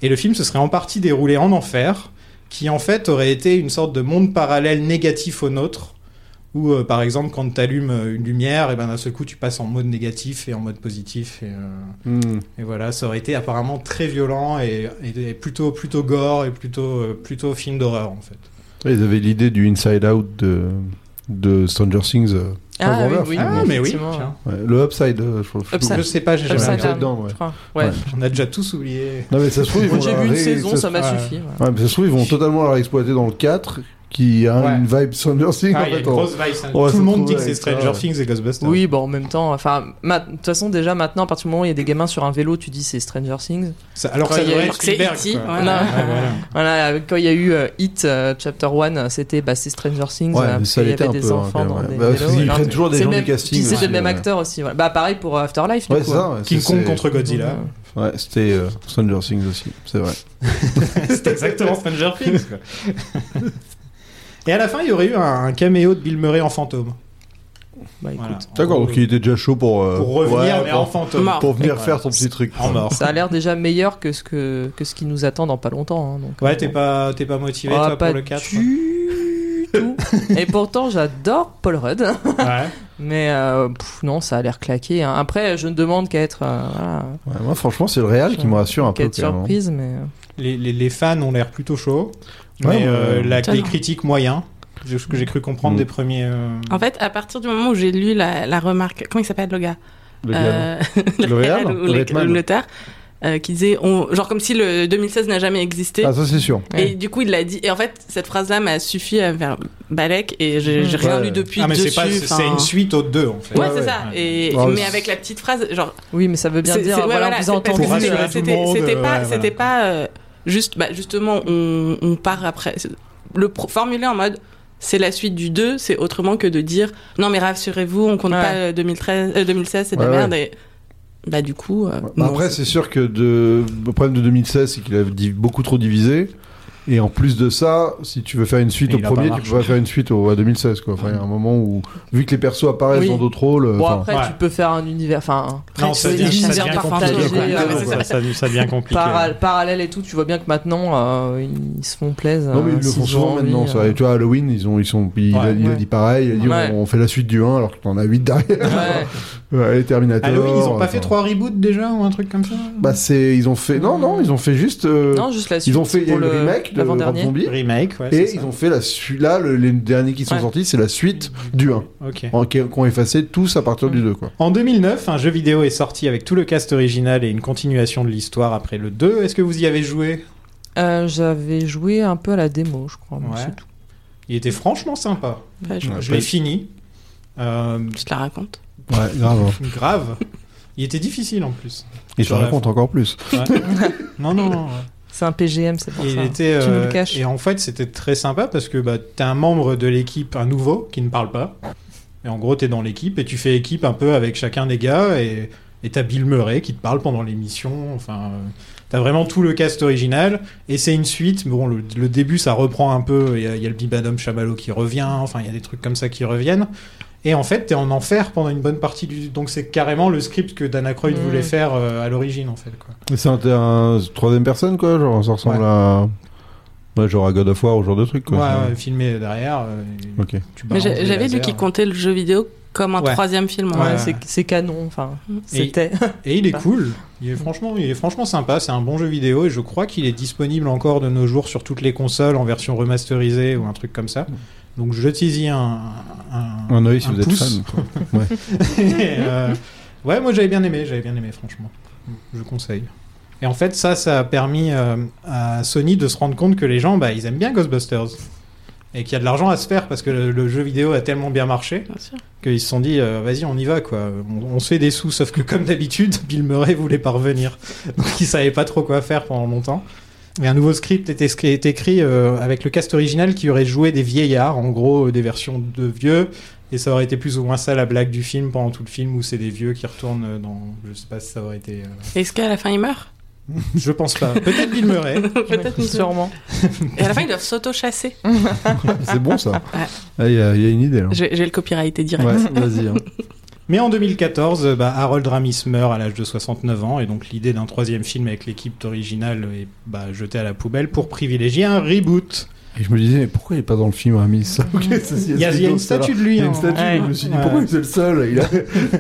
Speaker 8: Et le film se serait en partie déroulé en enfer, qui en fait aurait été une sorte de monde parallèle négatif au nôtre. Où, euh, par exemple, quand tu allumes une lumière, et ben d'un seul coup, tu passes en mode négatif et en mode positif. Et, euh,
Speaker 9: Hmm.
Speaker 8: et voilà, ça aurait été apparemment très violent et, et- et plutôt, plutôt gore et plutôt, euh, plutôt film d'horreur en fait.
Speaker 9: Ouais, Ils avaient l'idée du Inside Out de, de Stranger Things. euh,
Speaker 7: Ah,
Speaker 9: avant
Speaker 7: oui,
Speaker 9: l'heure,
Speaker 7: oui.
Speaker 9: finalement.
Speaker 8: Ah, mais oui,
Speaker 7: effectivement.
Speaker 8: tiens.
Speaker 9: Ouais, le Upside, euh, je trouve.
Speaker 7: Upside.
Speaker 8: Je sais pas, j'ai jamais
Speaker 7: Upside
Speaker 8: regardé.
Speaker 7: down.
Speaker 9: dedans, ouais.
Speaker 7: Je crois. Ouais.
Speaker 9: Ouais.
Speaker 8: On a déjà tous oublié.
Speaker 9: Non, mais ça se trouve, ils
Speaker 7: Moi,
Speaker 9: vont
Speaker 7: j'ai
Speaker 9: la
Speaker 7: vu une
Speaker 9: ré-
Speaker 7: saison,
Speaker 9: se-
Speaker 7: ça m'a
Speaker 8: ouais.
Speaker 7: suffi. ouais.
Speaker 9: Ouais, mais ça se trouve, ils vont totalement la réexploiter dans le 4, qui a
Speaker 8: Ouais.
Speaker 9: une vibe Stranger Things. en
Speaker 8: Ah, il y a
Speaker 9: fait,
Speaker 8: une
Speaker 9: en-
Speaker 8: grosse vibe. ça.
Speaker 9: on va
Speaker 8: Tout
Speaker 9: se
Speaker 8: le monde
Speaker 9: retrouver
Speaker 8: dit que c'est
Speaker 9: avec ça,
Speaker 8: Stranger
Speaker 9: ouais.
Speaker 8: Things et Ghostbusters.
Speaker 7: Oui, bon, en même temps, enfin, ma- de toute façon, déjà maintenant, à partir du moment où il y a des gamins sur un vélo, tu dis c'est Stranger Things.
Speaker 8: Ça- alors que
Speaker 7: Quand
Speaker 8: ça
Speaker 7: il y a E
Speaker 8: devrait
Speaker 7: eu-
Speaker 8: être
Speaker 10: c'est
Speaker 8: Spielberg.
Speaker 10: E.T.,
Speaker 8: quoi.
Speaker 10: voilà.
Speaker 8: Ouais, voilà.
Speaker 7: Voilà, quand il y a eu euh, Hit euh, Chapter 1, c'était bah, c'est Stranger Things.
Speaker 9: Ouais,
Speaker 7: euh,
Speaker 9: mais ça
Speaker 7: il y
Speaker 9: l'était
Speaker 7: avait
Speaker 9: un
Speaker 7: des
Speaker 9: peu, hein,
Speaker 7: enfants
Speaker 9: quand
Speaker 7: dans
Speaker 9: même,
Speaker 7: des
Speaker 9: ouais. Bah,
Speaker 7: vélos.
Speaker 9: ils
Speaker 7: alors,
Speaker 9: prennent toujours des
Speaker 7: c'est
Speaker 9: gens
Speaker 7: le
Speaker 9: du
Speaker 7: même-
Speaker 9: casting
Speaker 7: Puis c'est
Speaker 9: aussi,
Speaker 7: le même
Speaker 9: ouais.
Speaker 7: acteur aussi. voilà. Bah, pareil pour Afterlife. du
Speaker 9: Ouais,
Speaker 7: coup,
Speaker 9: c'est
Speaker 7: hein.
Speaker 9: ça. ouais,
Speaker 8: King
Speaker 9: c'est-
Speaker 8: Kong
Speaker 9: c'est-
Speaker 8: contre Godzilla.
Speaker 9: Ouais, c'était euh, Stranger Things aussi, c'est vrai.
Speaker 8: C'était exactement Stranger Things. quoi. Et à la fin, il y aurait eu un, un caméo de Bill Murray en fantôme.
Speaker 7: Bah, écoute.
Speaker 8: Voilà.
Speaker 9: D'accord, donc il était déjà chaud pour. euh,
Speaker 8: Pour revenir,
Speaker 9: ouais,
Speaker 8: mais
Speaker 9: pour-
Speaker 8: en fantôme.
Speaker 10: Mort.
Speaker 9: Pour venir
Speaker 8: Voilà.
Speaker 9: faire son petit truc.
Speaker 8: En mort.
Speaker 7: Ça a l'air déjà meilleur que ce, que, que ce qui nous attend dans pas longtemps. hein, donc,
Speaker 8: Ouais,
Speaker 7: euh,
Speaker 8: t'es
Speaker 7: bon.
Speaker 8: pas, t'es pas motivé,
Speaker 9: Oh,
Speaker 7: Ah,
Speaker 8: toi,
Speaker 7: pas
Speaker 8: pour le 4
Speaker 7: du tout. Et pourtant, j'adore Paul Rudd.
Speaker 8: Ouais.
Speaker 7: Mais euh, pff, non, ça a l'air claqué. hein. Après, je ne demande qu'à être, euh, voilà,
Speaker 9: Ouais, moi, franchement, c'est le réel qui me rassure un
Speaker 7: qu'à
Speaker 9: peu.
Speaker 7: être euh,
Speaker 9: quand même, hein.
Speaker 7: surprise, mais
Speaker 8: Les, les- les fans ont l'air plutôt chauds.
Speaker 9: Ouais,
Speaker 8: mais euh,
Speaker 9: ouais.
Speaker 8: la-
Speaker 10: Tiens,
Speaker 8: les
Speaker 10: non.
Speaker 8: critiques moyens, de ce que j'ai cru comprendre
Speaker 9: Mm.
Speaker 8: des premiers. euh,
Speaker 10: En fait, à partir du moment où j'ai lu la, la remarque, comment il s'appelle le gars
Speaker 9: Le gars.
Speaker 10: Euh,
Speaker 9: Le réal,
Speaker 10: réal ou
Speaker 9: le
Speaker 10: le-
Speaker 9: Redman.
Speaker 10: ou l'auteur, euh, qui disait, on- genre comme si le 2016 n'a jamais existé.
Speaker 9: Ah, ça c'est sûr.
Speaker 10: Et du coup, il l'a dit. Et en fait, cette phrase-là m'a suffi à me faire balèque et j'ai j'ai rien
Speaker 9: Ouais.
Speaker 10: lu depuis.
Speaker 8: Ah, mais c'est
Speaker 10: dessus,
Speaker 8: pas, c'est
Speaker 10: enfin.
Speaker 8: c'est une suite aux deux en fait.
Speaker 10: Ouais,
Speaker 9: Ouais,
Speaker 10: c'est
Speaker 9: ouais.
Speaker 10: ça. Et,
Speaker 9: Ouais.
Speaker 10: mais avec la petite phrase, genre.
Speaker 7: Oui, mais ça veut bien
Speaker 10: c'est-
Speaker 7: dire,
Speaker 10: c'est- ouais,
Speaker 7: voilà,
Speaker 10: voilà,
Speaker 7: on vous
Speaker 10: c'est
Speaker 7: a
Speaker 10: parce
Speaker 7: entendu.
Speaker 10: que
Speaker 8: Pour rassurer
Speaker 10: c'était-
Speaker 8: tout le
Speaker 10: C'était
Speaker 8: monde,
Speaker 10: c'était
Speaker 8: euh,
Speaker 10: pas,
Speaker 8: ouais,
Speaker 10: c'était
Speaker 8: voilà.
Speaker 10: pas euh, juste. Bah, justement, on, on part après. Le pro- formuler en mode. C'est la suite du 2, c'est autrement que de dire non, mais rassurez-vous, on compte
Speaker 7: Ouais.
Speaker 10: pas euh, 2013, euh, 2016, c'est de la
Speaker 9: Ouais,
Speaker 10: merde. Et bah, du coup. euh,
Speaker 9: Bah,
Speaker 10: non,
Speaker 9: après, c'est sûr que de... le problème de 2016, c'est qu'il a div- beaucoup trop divisé. Et en plus de ça, si tu veux faire une suite
Speaker 8: Et
Speaker 9: au
Speaker 8: il a
Speaker 9: premier,
Speaker 8: pas
Speaker 9: tu peux
Speaker 8: marché.
Speaker 9: pas faire une suite au, à 2016. Quoi. Enfin, il y a un moment où, vu que les persos apparaissent
Speaker 7: Oui.
Speaker 9: dans d'autres rôles, euh,
Speaker 7: Bon,
Speaker 9: enfin,
Speaker 7: après,
Speaker 8: Ouais.
Speaker 7: tu peux faire un univers. Enfin,
Speaker 8: Non,
Speaker 10: tu
Speaker 8: ça
Speaker 10: veux
Speaker 8: devient,
Speaker 10: dire
Speaker 8: ça
Speaker 10: Tinder
Speaker 8: devient
Speaker 10: par
Speaker 8: compliqué.
Speaker 10: fantasy,
Speaker 8: quoi.
Speaker 10: euh,
Speaker 8: Ouais,
Speaker 10: ouais, c'est
Speaker 8: ça, ça devient compliqué.
Speaker 7: paral- parallèle et tout, tu vois bien que maintenant, euh, ils se font plaisir. hein,
Speaker 9: Non mais ils le font souvent maintenant. Ça.
Speaker 7: euh.
Speaker 9: Et tu vois Halloween, ils ont, ils sont, il,
Speaker 8: Ouais.
Speaker 9: a, il a
Speaker 7: Ouais.
Speaker 9: dit pareil. Il a dit
Speaker 7: Ouais.
Speaker 9: on, on fait la suite du 1 alors que t'en as 8 derrière.
Speaker 7: Ouais.
Speaker 9: Ouais, les Terminator.
Speaker 8: Halloween, ils ont pas fait
Speaker 9: enfin.
Speaker 8: trois reboots déjà ou un truc comme ça
Speaker 9: Oh, Bah c'est, ils ont fait. Non non, ils ont fait juste. euh,
Speaker 7: Non, juste la suite.
Speaker 9: ils ont fait il y a
Speaker 7: pour
Speaker 9: eu le remake de Rob
Speaker 7: l'avant-dernier.
Speaker 9: Zombie.
Speaker 8: Remake, ouais.
Speaker 9: Et
Speaker 8: c'est
Speaker 9: ils
Speaker 8: ça.
Speaker 9: ont fait la celui-là, le- les derniers qui sont
Speaker 7: Ouais.
Speaker 9: sortis, c'est la suite du 1,
Speaker 8: Ok.
Speaker 9: en, qui, qui ont effacé tous à partir
Speaker 7: Mm.
Speaker 9: du 2 quoi.
Speaker 8: En 2009, un jeu vidéo est sorti avec tout le cast original et une continuation de l'histoire après le 2. Est-ce que vous y avez joué
Speaker 7: Euh, J'avais joué un peu à la démo, je crois. mais
Speaker 8: Ouais.
Speaker 7: c'est tout.
Speaker 8: Il était franchement sympa.
Speaker 10: enfin, je,
Speaker 9: Ouais,
Speaker 8: Je l'ai
Speaker 9: pas-
Speaker 8: fini. Euh,
Speaker 10: je te la raconte.
Speaker 9: Ouais, grave.
Speaker 8: grave. Il était difficile en plus.
Speaker 9: Et je
Speaker 8: Sur la
Speaker 9: raconte encore plus.
Speaker 8: Ouais. non, non, non. ouais.
Speaker 7: C'est un PGM, c'est pour
Speaker 8: Et il
Speaker 7: ça.
Speaker 8: était,
Speaker 7: Tu nous
Speaker 8: euh,
Speaker 7: le caches.
Speaker 8: Et en fait, c'était très sympa parce que bah, t'es un membre de l'équipe, un nouveau, qui ne parle pas. Et en gros, t'es dans l'équipe et tu fais équipe un peu avec chacun des gars. Et et t'as Bill Murray qui te parle pendant l'émission. Enfin, euh, t'as vraiment tout le cast original. Et c'est une suite. Bon, le, le début, ça reprend un peu. Il y, a- il y a le Bibadom Chamallow qui revient. Enfin, il y a des trucs comme ça qui reviennent. Et en fait, t'es en enfer pendant une bonne partie du. Donc, c'est carrément le script que Dan Aykroyd
Speaker 7: Mm.
Speaker 8: voulait faire euh, à l'origine, en fait. Quoi.
Speaker 9: Mais c'est un, un- troisième personne quoi, genre ça ressemble
Speaker 8: Ouais.
Speaker 9: à. Ouais, genre à God of War ou ce genre de truc quoi.
Speaker 8: Ouais,
Speaker 9: Ça-
Speaker 8: ouais, filmé derrière. euh, et
Speaker 9: Ok.
Speaker 8: tu
Speaker 10: Mais
Speaker 8: balances
Speaker 10: j'ai-
Speaker 8: des
Speaker 10: j'avais lu
Speaker 8: lasers.
Speaker 10: qu'il comptait le jeu vidéo comme un
Speaker 8: Ouais.
Speaker 10: troisième film. hein.
Speaker 7: Ouais,
Speaker 8: Ouais.
Speaker 7: c'est- C'est canon, enfin, c'était.
Speaker 8: Et il est
Speaker 7: Bah.
Speaker 8: cool. Il est franchement, il est franchement sympa. C'est un bon jeu vidéo et je crois qu'il est disponible encore de nos jours sur toutes les consoles en version remasterisée ou un truc comme ça. Donc je teasy un, un,
Speaker 9: Un œil si
Speaker 8: un
Speaker 9: vous êtes
Speaker 8: pouce.
Speaker 9: fan. quoi.
Speaker 8: Et, euh, ouais, moi j'avais bien aimé, j'avais bien aimé franchement. Je conseille. Et en fait, ça, ça a permis euh, à Sony de se rendre compte que les gens, bah, ils aiment bien Ghostbusters. Et qu'il y a de l'argent à se faire parce que le- le jeu vidéo a tellement bien marché
Speaker 10: Bien sûr.
Speaker 8: qu'ils se sont dit euh, vas-y on y va quoi on, on se fait des sous sauf que comme d'habitude Bill Murray voulait pas revenir donc il savait pas trop quoi faire pendant longtemps mais un nouveau script est, escri- est écrit euh, avec le cast original qui aurait joué des vieillards en gros euh, des versions de vieux et ça aurait été plus ou moins ça la blague du film pendant tout le film où c'est des vieux qui retournent euh, dans je sais pas si ça aurait été euh,
Speaker 10: Est-ce qu'à la fin, il meurt
Speaker 8: je pense pas peut-être Bill Murray
Speaker 10: Peut-être
Speaker 7: Ouais,
Speaker 10: une seconde.
Speaker 7: sûrement.
Speaker 10: Et à la fin, ils doivent s'auto-chasser.
Speaker 7: Mm.
Speaker 9: c'est bon ça. Ah, Il y, a il y a une idée là.
Speaker 10: Je vais- J'ai le copyrighté direct.
Speaker 9: Ouais, vas-y. hein.
Speaker 8: Mais en 2014, euh, bah, Harold Ramis meurt à l'âge de 69 ans, et donc l'idée d'un troisième film avec l'équipe originale est bah, jetée à la poubelle pour privilégier un reboot.
Speaker 9: Et je me disais, mais pourquoi il est pas dans le film, Ramis Ok, ça, c'est-
Speaker 8: Il y a, il y a une statue de
Speaker 9: Il
Speaker 8: lui.
Speaker 9: y a
Speaker 8: hein.
Speaker 9: une statue,
Speaker 7: Ouais.
Speaker 9: je me suis dit,
Speaker 8: Ouais.
Speaker 9: pourquoi c'est le seul il a...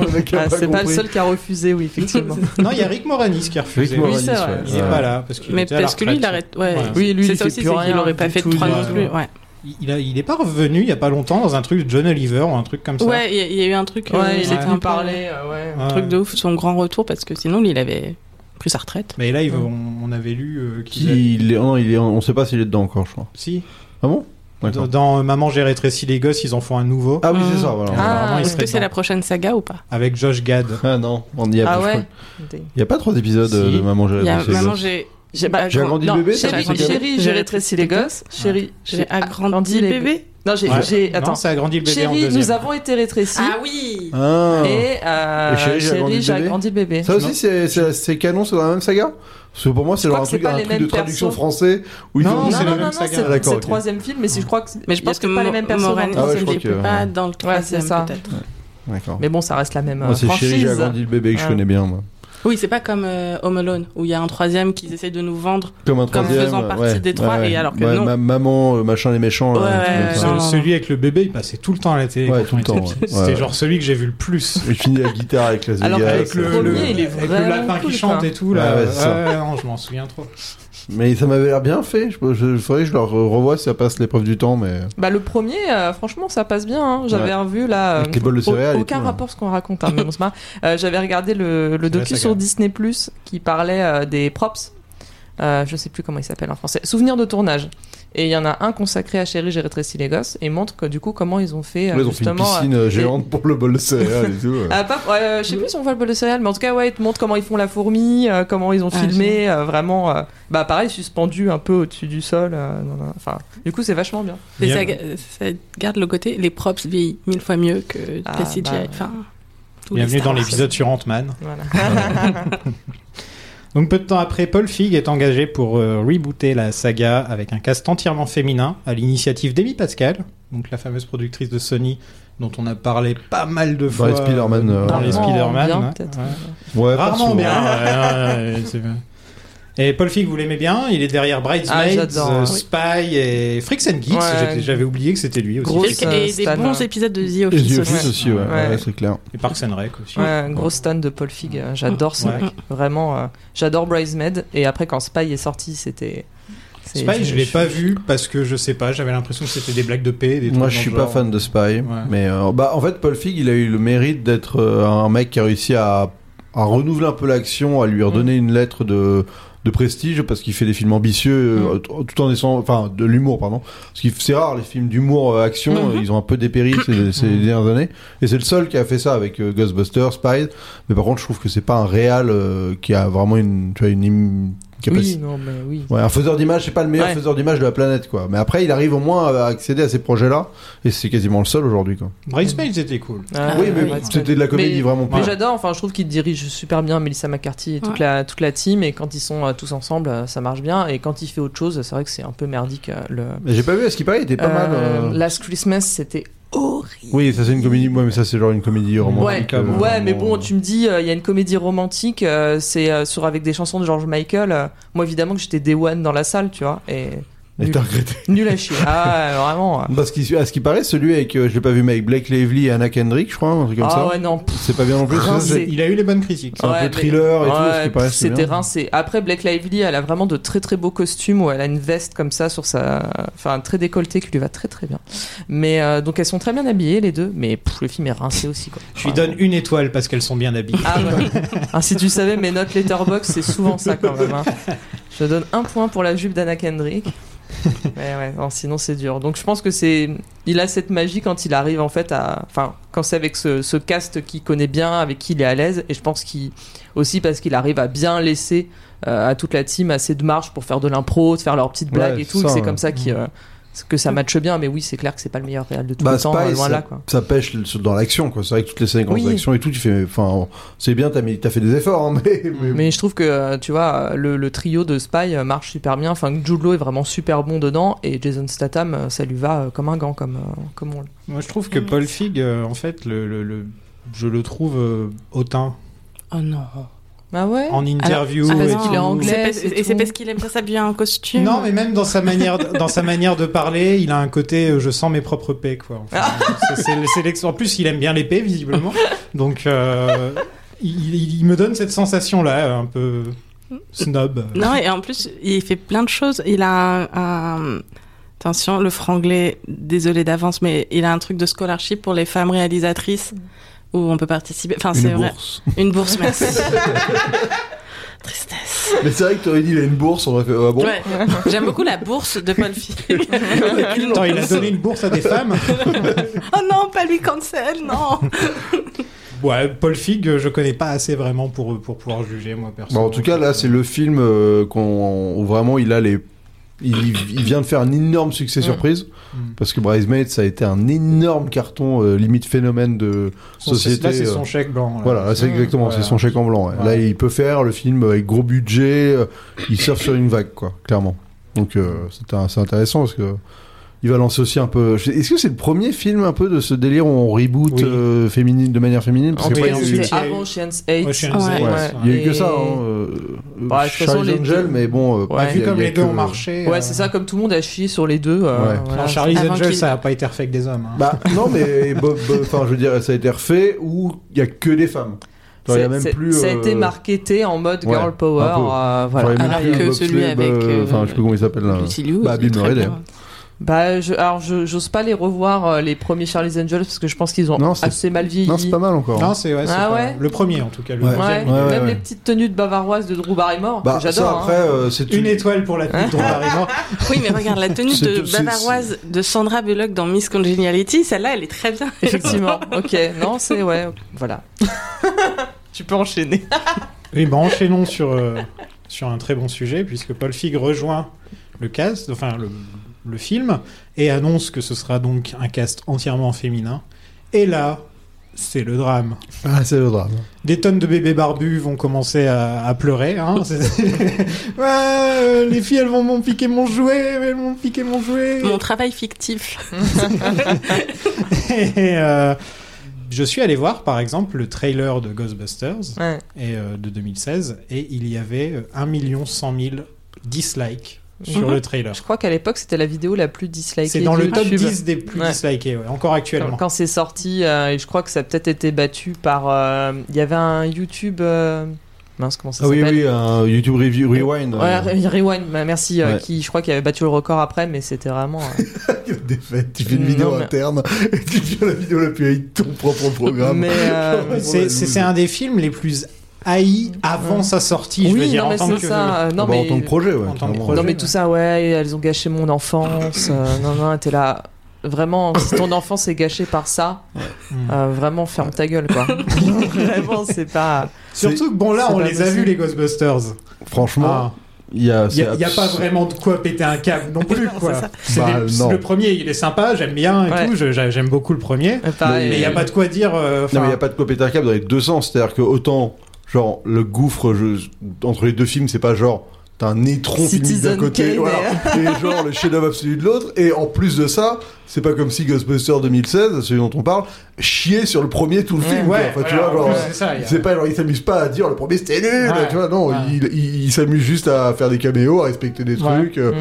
Speaker 9: le mec a
Speaker 7: Ah,
Speaker 9: pas
Speaker 7: c'est pas le
Speaker 9: compris.
Speaker 7: seul qui a refusé, oui, effectivement.
Speaker 8: Non, il y a Rick Moranis qui a refusé.
Speaker 9: Rick Moranis,
Speaker 7: Oui, c'est vrai.
Speaker 9: ouais.
Speaker 8: Il n'est
Speaker 9: Ouais.
Speaker 8: pas là parce qu'il
Speaker 10: Mais
Speaker 8: était à la
Speaker 10: parce que lui, il
Speaker 8: retraite.
Speaker 10: arrête. Ouais.
Speaker 8: Ouais.
Speaker 7: Oui, lui,
Speaker 10: c'est
Speaker 7: il
Speaker 10: ça
Speaker 7: fait
Speaker 10: aussi,
Speaker 7: plus
Speaker 10: c'est qu'il
Speaker 7: rien
Speaker 10: aurait pas
Speaker 7: du
Speaker 10: fait de
Speaker 7: tout, euh,
Speaker 10: trois
Speaker 7: il
Speaker 10: non
Speaker 7: a-
Speaker 10: plus. Ouais,
Speaker 8: Il- Il, a- il est pas revenu il y a pas longtemps dans un truc de John Oliver ou un truc comme ça.
Speaker 10: ouais il y a- il y, a eu un truc. euh,
Speaker 7: Ouais, il
Speaker 10: c'était
Speaker 7: est
Speaker 10: un
Speaker 7: venu
Speaker 10: peu-
Speaker 7: parler, euh, ouais.
Speaker 9: Ah,
Speaker 8: Ouais.
Speaker 10: Un truc de ouf, son grand retour, parce que sinon, lui, il avait pris sa retraite.
Speaker 8: Mais là, il veut- on, on avait lu euh, qu'il a-
Speaker 9: Qui, il est... oh, Non, il est... on sait pas s'il est dedans encore, je crois.
Speaker 8: Si.
Speaker 9: Ah bon
Speaker 8: Dans,
Speaker 9: D'accord.
Speaker 8: dans Maman, j'ai rétréci les gosses, ils en font un nouveau
Speaker 9: Ah oui,
Speaker 10: Ah.
Speaker 9: c'est ça, voilà.
Speaker 7: Ah.
Speaker 8: Apparemment, il
Speaker 10: Est-ce
Speaker 8: serait
Speaker 10: que c'est
Speaker 8: dedans.
Speaker 10: la prochaine saga ou pas
Speaker 8: avec Josh Gad.
Speaker 9: Ah non, on y a
Speaker 7: Ah
Speaker 9: plus, je
Speaker 7: ouais
Speaker 9: crois. Il y a pas trois épisodes euh,
Speaker 8: Si.
Speaker 9: de Maman, j'ai
Speaker 10: Il y a
Speaker 9: rétréci les
Speaker 10: maman,
Speaker 9: gosses.
Speaker 10: j'ai.
Speaker 7: J'ai
Speaker 10: bah,
Speaker 9: J'ai agrandi
Speaker 10: non,
Speaker 9: le bébé, ça,
Speaker 7: Chérie,
Speaker 9: c'est bien.
Speaker 7: chérie, j'ai rétréci les gosses. Chérie,
Speaker 10: J'ai agrandi
Speaker 7: agrandi
Speaker 10: les
Speaker 7: les
Speaker 10: bébés.
Speaker 7: Non, j'ai.
Speaker 8: Ouais.
Speaker 7: j'ai-
Speaker 8: Non,
Speaker 7: Attends.
Speaker 8: ça a grandi le bébé en
Speaker 7: Chérie,
Speaker 8: deuxième.
Speaker 7: nous avons été rétrécis.
Speaker 10: Ah oui
Speaker 9: Ah.
Speaker 7: Et, euh,
Speaker 9: Et Chérie, j'ai agrandi
Speaker 7: Chérie,
Speaker 9: le
Speaker 7: j'ai
Speaker 9: bébé.
Speaker 7: agrandi le bébé.
Speaker 9: Ça aussi, c'est- c'est c'est canon, c'est dans la même saga Parce que pour moi, c'est
Speaker 7: Je
Speaker 9: genre
Speaker 7: crois
Speaker 9: un
Speaker 7: que c'est
Speaker 9: truc,
Speaker 7: pas
Speaker 9: un
Speaker 7: les
Speaker 9: truc de
Speaker 7: mêmes
Speaker 9: traduction
Speaker 7: persos.
Speaker 9: français où ils
Speaker 8: Non,
Speaker 9: ont
Speaker 7: Non,
Speaker 9: dit-
Speaker 8: c'est
Speaker 7: non,
Speaker 8: la même
Speaker 7: non,
Speaker 8: saga.
Speaker 7: c'est
Speaker 9: Ah, d'accord,
Speaker 7: c'est le
Speaker 9: ok.
Speaker 7: troisième film, mais si je crois que.
Speaker 10: Mais je
Speaker 7: il y a
Speaker 10: pense que
Speaker 7: peut-être pas les mêmes personnes.
Speaker 10: Morani,
Speaker 9: Ah ouais, je
Speaker 10: il
Speaker 9: crois
Speaker 10: était
Speaker 9: que-
Speaker 10: pas dans le troisième,
Speaker 7: c'est ça.
Speaker 10: peut-être.
Speaker 9: D'accord.
Speaker 7: Mais bon, ça reste la même
Speaker 9: Moi,
Speaker 7: euh,
Speaker 9: c'est Chérie,
Speaker 7: franchise.
Speaker 9: j'ai agrandi le bébé que je
Speaker 7: Ah.
Speaker 9: connais bien, moi.
Speaker 10: Oui, c'est pas comme euh, Home Alone, où il y a un troisième qu'ils essayent de nous vendre.
Speaker 9: Comme un
Speaker 10: Comme
Speaker 9: troisième.
Speaker 10: faisant partie
Speaker 9: ouais,
Speaker 10: des trois,
Speaker 9: ouais,
Speaker 10: et alors que
Speaker 9: ouais,
Speaker 10: non.
Speaker 9: ma- maman, euh, machin, les méchants. là,
Speaker 10: Ouais,
Speaker 9: un truc
Speaker 10: ouais,
Speaker 9: comme
Speaker 10: ouais,
Speaker 9: ça.
Speaker 10: non,
Speaker 8: Ce- Celui avec le bébé, il passait tout le temps à la télé.
Speaker 9: Ouais,
Speaker 8: quand
Speaker 9: tout
Speaker 8: on
Speaker 9: le temps,
Speaker 8: était
Speaker 9: ouais.
Speaker 8: petit.
Speaker 9: Ouais,
Speaker 8: C'était
Speaker 9: ouais.
Speaker 8: genre celui que j'ai vu le plus.
Speaker 9: Il finit la guitare avec Las Vegas. euh,
Speaker 7: Alors
Speaker 8: Avec
Speaker 7: Le
Speaker 8: le,
Speaker 7: premier,
Speaker 8: le-
Speaker 7: il est
Speaker 8: avec le
Speaker 7: vraiment
Speaker 8: lapin
Speaker 7: cool,
Speaker 8: qui chante
Speaker 7: quoi.
Speaker 8: et tout là.
Speaker 9: Ouais, ouais, c'est ça.
Speaker 8: Ouais, ouais, non, je m'en souviens trop.
Speaker 9: Mais ça m'avait l'air bien fait. Je, je, il faudrait que je leur revoie si ça passe l'épreuve du temps, mais.
Speaker 7: Bah le premier, euh, franchement, ça passe bien. hein. J'avais
Speaker 9: Ouais.
Speaker 7: revu là.
Speaker 9: Avec les bols de
Speaker 7: au-
Speaker 9: céréales et
Speaker 7: Aucun
Speaker 9: tout, hein.
Speaker 7: rapport à ce qu'on raconte, hein, mais on se marre. Euh, J'avais regardé le, le docu
Speaker 8: saga.
Speaker 7: sur Disney Plus qui parlait euh, des props. Euh, je sais plus comment il s'appelle en français. Souvenirs de tournage. Et il y en a un consacré à Chérie, j'ai rétréci les gosses et montre que du coup comment ils ont fait euh,
Speaker 9: Ouais, ils ont fait une
Speaker 7: justement.
Speaker 9: piscine
Speaker 7: euh,
Speaker 9: euh, géante pour le bol de céréales et tout. ouais.
Speaker 7: les- Ah, pas- ouais, euh, je sais plus si on voit le bol de céréales, mais en tout cas, ouais, ils te montrent comment ils font la fourmi, euh, comment ils ont
Speaker 10: Ah,
Speaker 7: filmé, euh, vraiment, euh, bah pareil, suspendu un peu au-dessus du sol. euh, dans la- Enfin, du coup, c'est vachement bien.
Speaker 10: Mais
Speaker 8: Bien.
Speaker 10: ça, ga- ça garde le côté, les props vieillent mille fois mieux que
Speaker 7: Ah,
Speaker 10: la CGI.
Speaker 7: bah ouais.
Speaker 10: Enfin, tous les
Speaker 8: Bienvenue
Speaker 10: Star
Speaker 8: dans
Speaker 10: Wars.
Speaker 8: l'épisode sur Ant-Man.
Speaker 7: Voilà.
Speaker 8: Donc peu de temps après, Paul Fig est engagé pour euh, rebooter la saga avec un cast entièrement féminin à l'initiative d'Amy Pascal, donc la fameuse productrice de Sony dont on a parlé pas mal de fois
Speaker 9: les Spider-Man,
Speaker 8: euh, dans
Speaker 9: ouais.
Speaker 8: les
Speaker 7: Rarement
Speaker 8: Spider-Man,
Speaker 7: bien,
Speaker 8: ouais.
Speaker 7: peut-être.
Speaker 8: Ouais.
Speaker 9: Ouais, pas
Speaker 8: Rarement
Speaker 9: souvent.
Speaker 8: bien. ouais, ouais, ouais, c'est vrai. et Paul Fig, vous l'aimez bien Il est derrière
Speaker 7: Ah,
Speaker 8: Bridesmaids,
Speaker 7: j'adore,
Speaker 8: euh,
Speaker 7: oui.
Speaker 8: Spy et Freaks and Geeks.
Speaker 7: Ouais.
Speaker 8: J'étais- J'avais oublié que c'était lui aussi.
Speaker 7: Gros-
Speaker 10: Et- et
Speaker 7: Stan, hein.
Speaker 10: des bons
Speaker 7: ouais.
Speaker 10: épisodes de The
Speaker 9: Et
Speaker 10: Office,
Speaker 9: The
Speaker 10: aussi.
Speaker 9: Office aussi, ouais,
Speaker 7: Ouais.
Speaker 9: ouais, c'est clair.
Speaker 8: Et Parks and Rec aussi.
Speaker 7: Ouais, un gros stand de Paul Fig, euh, j'adore ce
Speaker 8: Ouais.
Speaker 7: mec. Vraiment, euh, j'adore Bridesmaid. Et après, quand Spy est sorti, c'était. c'est-
Speaker 8: Spy, je l'ai
Speaker 7: suis-
Speaker 8: pas vu parce que je sais pas, j'avais l'impression que c'était des blagues de paix. Des
Speaker 9: Moi,
Speaker 8: trucs
Speaker 9: je
Speaker 8: dans
Speaker 9: suis
Speaker 8: le
Speaker 9: pas
Speaker 8: genre.
Speaker 9: fan de Spy, mais euh, bah en fait, Paul Fig, il a eu le mérite d'être euh, un mec qui a réussi à, à renouveler un peu l'action, à lui redonner
Speaker 8: Mm.
Speaker 9: une lettre de de prestige parce qu'il fait des films
Speaker 8: Mm.
Speaker 9: ambitieux euh, t- tout en essayant enfin de l'humour pardon parce que c'est rare les films d'humour euh, action
Speaker 10: Mhm.
Speaker 8: Mm-hmm.
Speaker 9: euh, ils ont un peu dépéri ces, ces
Speaker 8: Mm.
Speaker 9: dernières années et c'est le seul qui a fait ça avec euh, Ghostbusters Spy mais par contre je trouve que c'est pas un réal euh, qui a vraiment une tu vois, une im- capacité
Speaker 7: Oui, non, mais oui.
Speaker 9: Ouais, un faiseur d'image, c'est pas le meilleur
Speaker 7: Ouais.
Speaker 9: faiseur d'image de la planète, quoi. Mais après, il arrive au moins à accéder à ces projets-là, et c'est quasiment le seul aujourd'hui, quoi.
Speaker 8: Bridesmaids était cool.
Speaker 7: Ah,
Speaker 9: oui, mais
Speaker 7: Bridesmaid.
Speaker 9: c'était de la comédie
Speaker 7: Mais-
Speaker 9: vraiment
Speaker 7: Mais
Speaker 9: pas.
Speaker 7: j'adore, enfin, je trouve qu'il dirige super bien Melissa McCarthy et toute,
Speaker 10: Ouais.
Speaker 7: la, toute la team. Et quand ils sont euh, tous ensemble, euh, ça marche bien. Et quand il fait autre chose, c'est vrai que c'est un peu merdique. euh, le...
Speaker 9: Mais J'ai pas vu, est-ce qu'il paraît, il était pas
Speaker 7: Euh,
Speaker 9: mal. euh,
Speaker 7: Last Christmas, c'était horrible.
Speaker 9: Oui, ça c'est une comédie, ouais, mais ça c'est genre une comédie romantique.
Speaker 7: Ouais,
Speaker 9: euh,
Speaker 7: ouais, mais
Speaker 9: vraiment,
Speaker 7: bon, tu me dis, euh, il y a une comédie romantique, euh, c'est euh, sur avec des chansons de George Michael. euh, moi, évidemment, que j'étais Day One dans la salle, tu vois, et
Speaker 9: euh, Et
Speaker 7: nul,
Speaker 9: t'as regretté.
Speaker 7: nul à chier. Ah, ouais, vraiment.
Speaker 9: Parce qu'il- à ce qui paraît, celui avec, euh, je l'ai pas vu, mais avec Blake Lively et Anna Kendrick, je crois, un truc comme
Speaker 7: ah
Speaker 9: ça.
Speaker 7: ouais, Ah, non. pff,
Speaker 9: C'est pas bien non plus.
Speaker 7: Rincé.
Speaker 9: ça, c'est-
Speaker 8: Il a eu les bonnes critiques.
Speaker 9: C'est un
Speaker 7: Ouais,
Speaker 9: peu
Speaker 7: mais-
Speaker 9: thriller et tout, à ce qui
Speaker 7: ouais,
Speaker 9: paraît. c'est
Speaker 7: c'était
Speaker 9: bien.
Speaker 7: rincé. Après, Black Lively, elle a vraiment de très très beaux costumes où elle a une veste comme ça sur sa, enfin très décolletée qui lui va très très bien. Mais euh, donc elles sont très bien habillées les deux, mais pff, le film est rincé aussi quoi.
Speaker 8: Je lui donne une étoile parce qu'elles sont bien habillées.
Speaker 7: Ah ouais. Ah, si tu savais, mes notes Letterbox, c'est souvent ça quand même. hein. Je donne un point pour la jupe d'Anna Kendrick. Mais ouais, non, sinon c'est dur. Donc je pense que c'est, il a cette magie quand il arrive en fait à, enfin quand c'est avec ce, ce cast qu'il connaît bien, avec qui il est à l'aise, et je pense qu'il aussi parce qu'il arrive à bien laisser euh, à toute la team assez de marge pour faire de l'impro, de faire leurs petites blagues
Speaker 9: Ouais,
Speaker 7: et tout.
Speaker 9: ça,
Speaker 7: et c'est
Speaker 9: ouais.
Speaker 7: comme ça qu'il, euh, que ça matche bien. Mais oui, c'est clair que c'est pas le meilleur réal de tout
Speaker 9: Bah,
Speaker 7: le temps,
Speaker 9: Spy,
Speaker 7: loin
Speaker 9: ça,
Speaker 7: de là quoi.
Speaker 9: ça pêche sur- dans l'action, quoi. C'est vrai que toutes les séquences
Speaker 7: Oui.
Speaker 9: d'action et tout, tu fais, enfin, c'est bien, t'as mis- t'as fait des efforts, hein, mais, mais
Speaker 7: Mais je trouve que, euh, tu vois, le, le trio de Spy euh, marche super bien. Enfin, Jude Law est vraiment super bon dedans. Et Jason Statham, euh, ça lui va euh, comme un gant, comme, euh, comme on le...
Speaker 8: Moi, je trouve que Paul Fig, euh, en fait, le, le- le- je le trouve euh, hautain
Speaker 10: Oh non.
Speaker 7: Ah ouais
Speaker 8: en interview.
Speaker 7: Ah,
Speaker 8: et
Speaker 7: parce
Speaker 8: tout.
Speaker 7: qu'il est anglais.
Speaker 10: C'est parce-
Speaker 7: c'est
Speaker 10: Et c'est
Speaker 7: tout.
Speaker 10: parce qu'il aime bien s'habiller en costume.
Speaker 8: Non, mais même dans sa manière, de- dans sa manière de parler, il a un côté euh, je sens mes propres paix quoi. Enfin,
Speaker 7: Ah.
Speaker 8: c'est- c'est- c'est l'ex- en plus, il aime bien l'épée visiblement, donc euh, il, il- il me donne cette sensation là, un peu snob.
Speaker 10: Non, et en plus, il fait plein de choses. Il a un. un- Attention, le franglais, désolé d'avance, mais il a un truc de scholarship pour les femmes réalisatrices où on peut participer. Enfin, c'est
Speaker 9: une
Speaker 10: vrai.
Speaker 9: bourse.
Speaker 10: Une bourse, merci. Tristesse.
Speaker 9: Mais c'est vrai que t'aurais dit, il a une bourse, on aurait fait, ah bon?
Speaker 10: Ouais. J'aime beaucoup la bourse de Paul Fig.
Speaker 8: Attends, il a donné
Speaker 7: euh,
Speaker 8: une bourse à des femmes.
Speaker 10: oh non, pas lui cancel, non.
Speaker 8: Ouais, Paul Fig, euh, je connais pas assez vraiment pour euh, pour pouvoir juger moi
Speaker 9: Bon,
Speaker 8: personnellement.
Speaker 9: Bah, en tout cas, là, c'est le film euh, qu'on, où vraiment il a les. Il, il vient de faire un énorme succès surprise
Speaker 8: Mm.
Speaker 9: parce que Bridesmaid ça a été un énorme carton euh, limite phénomène de
Speaker 8: Son-
Speaker 9: société.
Speaker 8: Là, c'est
Speaker 9: euh,
Speaker 8: son chèque blanc. là.
Speaker 9: Voilà, là, c'est
Speaker 8: Mm.
Speaker 9: exactement,
Speaker 8: Voilà.
Speaker 9: c'est son chèque en blanc. ouais.
Speaker 8: Voilà.
Speaker 9: Là, il peut faire le film avec gros budget, euh, il surfe sur une vague, quoi, clairement. Donc, euh, c'est un- c'est intéressant parce que il va lancer aussi un peu. je sais- Est-ce que c'est le premier film un peu de ce délire où on reboot
Speaker 8: Oui.
Speaker 9: euh, féminine de manière féminine
Speaker 7: En
Speaker 9: Parce
Speaker 7: tout
Speaker 9: qu'après,
Speaker 7: cas,
Speaker 8: oui,
Speaker 9: il y a eu-
Speaker 7: c'était
Speaker 8: ensuite, il y a eu-
Speaker 7: avant Ocean's 8.
Speaker 8: Ocean's
Speaker 10: Ouais.
Speaker 8: Eight,
Speaker 9: Ouais,
Speaker 8: ouais.
Speaker 9: il y a eu que
Speaker 7: Et-
Speaker 9: ça. Hein, euh, euh,
Speaker 7: Bah, de toute façon,
Speaker 9: Charlie's
Speaker 7: les
Speaker 9: Angel,
Speaker 7: deux-
Speaker 9: mais bon. euh,
Speaker 7: Ouais.
Speaker 9: pareil,
Speaker 8: Vu
Speaker 9: il y a-
Speaker 8: comme
Speaker 9: il y a
Speaker 8: les deux
Speaker 9: que-
Speaker 8: ont marché. euh,
Speaker 7: Ouais, c'est ça, comme tout le monde a chié sur les deux. euh,
Speaker 9: hein. Ouais.
Speaker 7: voilà.
Speaker 8: Enfin, Charlie's
Speaker 10: Avant
Speaker 8: Angel,
Speaker 10: qu'il-
Speaker 8: ça a pas été refait que des hommes. hein.
Speaker 9: Bah non, mais Bob, Bob- enfin, je veux dire, ça a été refait où il y a que des femmes. Genre, il y a
Speaker 7: C'est-
Speaker 9: même
Speaker 7: c'est-
Speaker 9: plus,
Speaker 7: Ça a
Speaker 9: euh,
Speaker 7: été marketé en mode
Speaker 9: ouais,
Speaker 7: girl power.
Speaker 9: un peu.
Speaker 7: euh, voilà.
Speaker 9: Enfin, il y a même
Speaker 10: Alors
Speaker 9: plus
Speaker 10: que
Speaker 9: Bob
Speaker 10: celui
Speaker 9: Slay,
Speaker 10: avec,
Speaker 9: bah,
Speaker 10: euh,
Speaker 9: Enfin, je sais plus comment il s'appelle là.
Speaker 10: Lucy Liu,
Speaker 9: Bah,
Speaker 10: c'est
Speaker 9: Bill
Speaker 10: très
Speaker 9: Murray,
Speaker 10: bien.
Speaker 9: d'ailleurs.
Speaker 7: Bah, je, alors je j'ose pas les revoir euh, les premiers Charlie's Angels parce que je pense qu'ils ont
Speaker 9: Non, c'est-
Speaker 7: assez mal vieilli.
Speaker 9: Non, c'est pas mal encore.
Speaker 8: Non, c'est ouais, c'est
Speaker 7: Ah
Speaker 8: pas-
Speaker 7: ouais
Speaker 8: le premier en tout cas. le
Speaker 9: Ouais.
Speaker 7: Ouais,
Speaker 8: deuxième.
Speaker 9: Ouais, ouais,
Speaker 7: même
Speaker 9: ouais.
Speaker 7: les petites tenues de bavaroise de Drew Barrymore,
Speaker 9: Bah,
Speaker 7: que j'adore.
Speaker 9: ça après,
Speaker 7: hein.
Speaker 9: euh, c'est
Speaker 8: Une étoile pour la pute dont Barrymore.
Speaker 10: Oui, mais regarde, la tenue
Speaker 9: C'est
Speaker 10: de
Speaker 9: tout- c'est-
Speaker 10: bavaroise de Sandra Bullock dans Miss Congeniality, celle-là, elle est très bien.
Speaker 7: Effectivement, ok, non, c'est ouais, voilà. tu peux enchaîner.
Speaker 8: Oui, bah enchaînons sur, euh, sur un très bon sujet, puisque Paul Fig rejoint le cast, enfin le, le film, et annonce que ce sera donc un cast entièrement féminin. Et là, c'est le drame.
Speaker 9: Ah, c'est le drame.
Speaker 8: Des tonnes de bébés barbus vont commencer à, à pleurer. Hein. C'est- Ouais, euh, les filles, elles vont m'ont piqué mon jouet, elles m'ont piqué mon jouet.
Speaker 10: Mon travail fictif.
Speaker 8: Et, euh, je suis allé voir, par exemple, le trailer de Ghostbusters.
Speaker 7: Ouais.
Speaker 8: et, euh, de 2016 et il y avait euh, 1 100 000 dislikes sur
Speaker 7: Mhm.
Speaker 8: le trailer.
Speaker 7: Je crois qu'à l'époque c'était la vidéo la plus dislikée.
Speaker 8: C'est dans
Speaker 7: de
Speaker 8: le top
Speaker 7: YouTube.
Speaker 8: 10 des plus
Speaker 7: Ouais.
Speaker 8: dislikés, ouais, encore
Speaker 7: Quand,
Speaker 8: actuellement.
Speaker 7: quand c'est sorti, euh, et je crois que ça a peut-être été battu par. euh, Il y avait un YouTube. euh, mince, comment ça
Speaker 9: Ah oui,
Speaker 7: s'appelle
Speaker 9: oui, un YouTube Review Rewind.
Speaker 7: Ouais,
Speaker 9: euh,
Speaker 7: Re- Rewind, bah, merci, euh,
Speaker 9: Ouais.
Speaker 7: qui je crois qu'il avait battu le record après, mais c'était vraiment. euh,
Speaker 9: défaite, tu fais une
Speaker 7: Non,
Speaker 9: vidéo
Speaker 7: mais-
Speaker 9: interne et tu fais la vidéo la plus haïe de ton propre programme.
Speaker 7: mais euh,
Speaker 9: Ouais,
Speaker 8: C'est c'est- c'est un des films les plus haïs avant
Speaker 7: Ouais.
Speaker 8: sa sortie, je veux
Speaker 7: oui,
Speaker 8: dire,
Speaker 7: non,
Speaker 8: en
Speaker 7: mais
Speaker 8: tant
Speaker 7: c'est
Speaker 8: que...
Speaker 7: ça. euh, non,
Speaker 9: Ah bah,
Speaker 7: mais,
Speaker 9: En tant que projet, ouais.
Speaker 8: En tant que
Speaker 9: clairement.
Speaker 8: projet.
Speaker 7: non, mais tout ça, ouais, elles ont gâché mon enfance. euh, non, non, t'es là. Vraiment, si ton enfance est gâchée par ça, euh, vraiment ferme ta gueule, quoi. vraiment, c'est pas.
Speaker 8: Surtout que bon, là,
Speaker 7: c'est
Speaker 8: on
Speaker 7: pas
Speaker 8: les a vus,
Speaker 7: possible.
Speaker 8: les Ghostbusters.
Speaker 9: Franchement, il y a.
Speaker 8: Ah. Il n'y a,
Speaker 9: c'est
Speaker 8: y a
Speaker 9: abs-
Speaker 8: pas vraiment de quoi péter un câble non plus,
Speaker 10: Non,
Speaker 8: quoi.
Speaker 10: c'est ça.
Speaker 8: C'est
Speaker 9: Bah,
Speaker 8: des-
Speaker 9: non.
Speaker 8: le premier, il est sympa, j'aime bien et
Speaker 7: Ouais.
Speaker 8: tout, je- j'a- j'aime beaucoup le premier.
Speaker 7: euh, pareil.
Speaker 8: Mais il n'y a pas de quoi dire... euh,
Speaker 9: Non, mais il n'y
Speaker 8: enfin,
Speaker 9: a pas de copé câble dans les deux sens. C'est-à-dire que autant, genre, le gouffre je- entre les deux films, c'est pas genre. T'as un étron filmique d'un
Speaker 7: Citizen
Speaker 9: côté,
Speaker 7: Kane,
Speaker 9: voilà, et genre le chef-d'œuvre absolu de l'autre. Et en plus de ça, c'est pas comme si Ghostbusters 2016, celui dont on parle, chiait sur le premier tout le film. quoi.
Speaker 8: Ouais,
Speaker 9: Enfin, tu
Speaker 8: voilà,
Speaker 9: vois,
Speaker 8: en
Speaker 9: genre,
Speaker 8: plus, c'est ça, il y a-
Speaker 9: c'est pas genre il s'amuse pas à dire le premier c'était nul,
Speaker 8: Ouais,
Speaker 9: tu vois. Non,
Speaker 8: ouais.
Speaker 9: il, il- il s'amuse juste à faire des caméos, à respecter des
Speaker 8: Ouais.
Speaker 9: trucs. euh,
Speaker 7: Mm.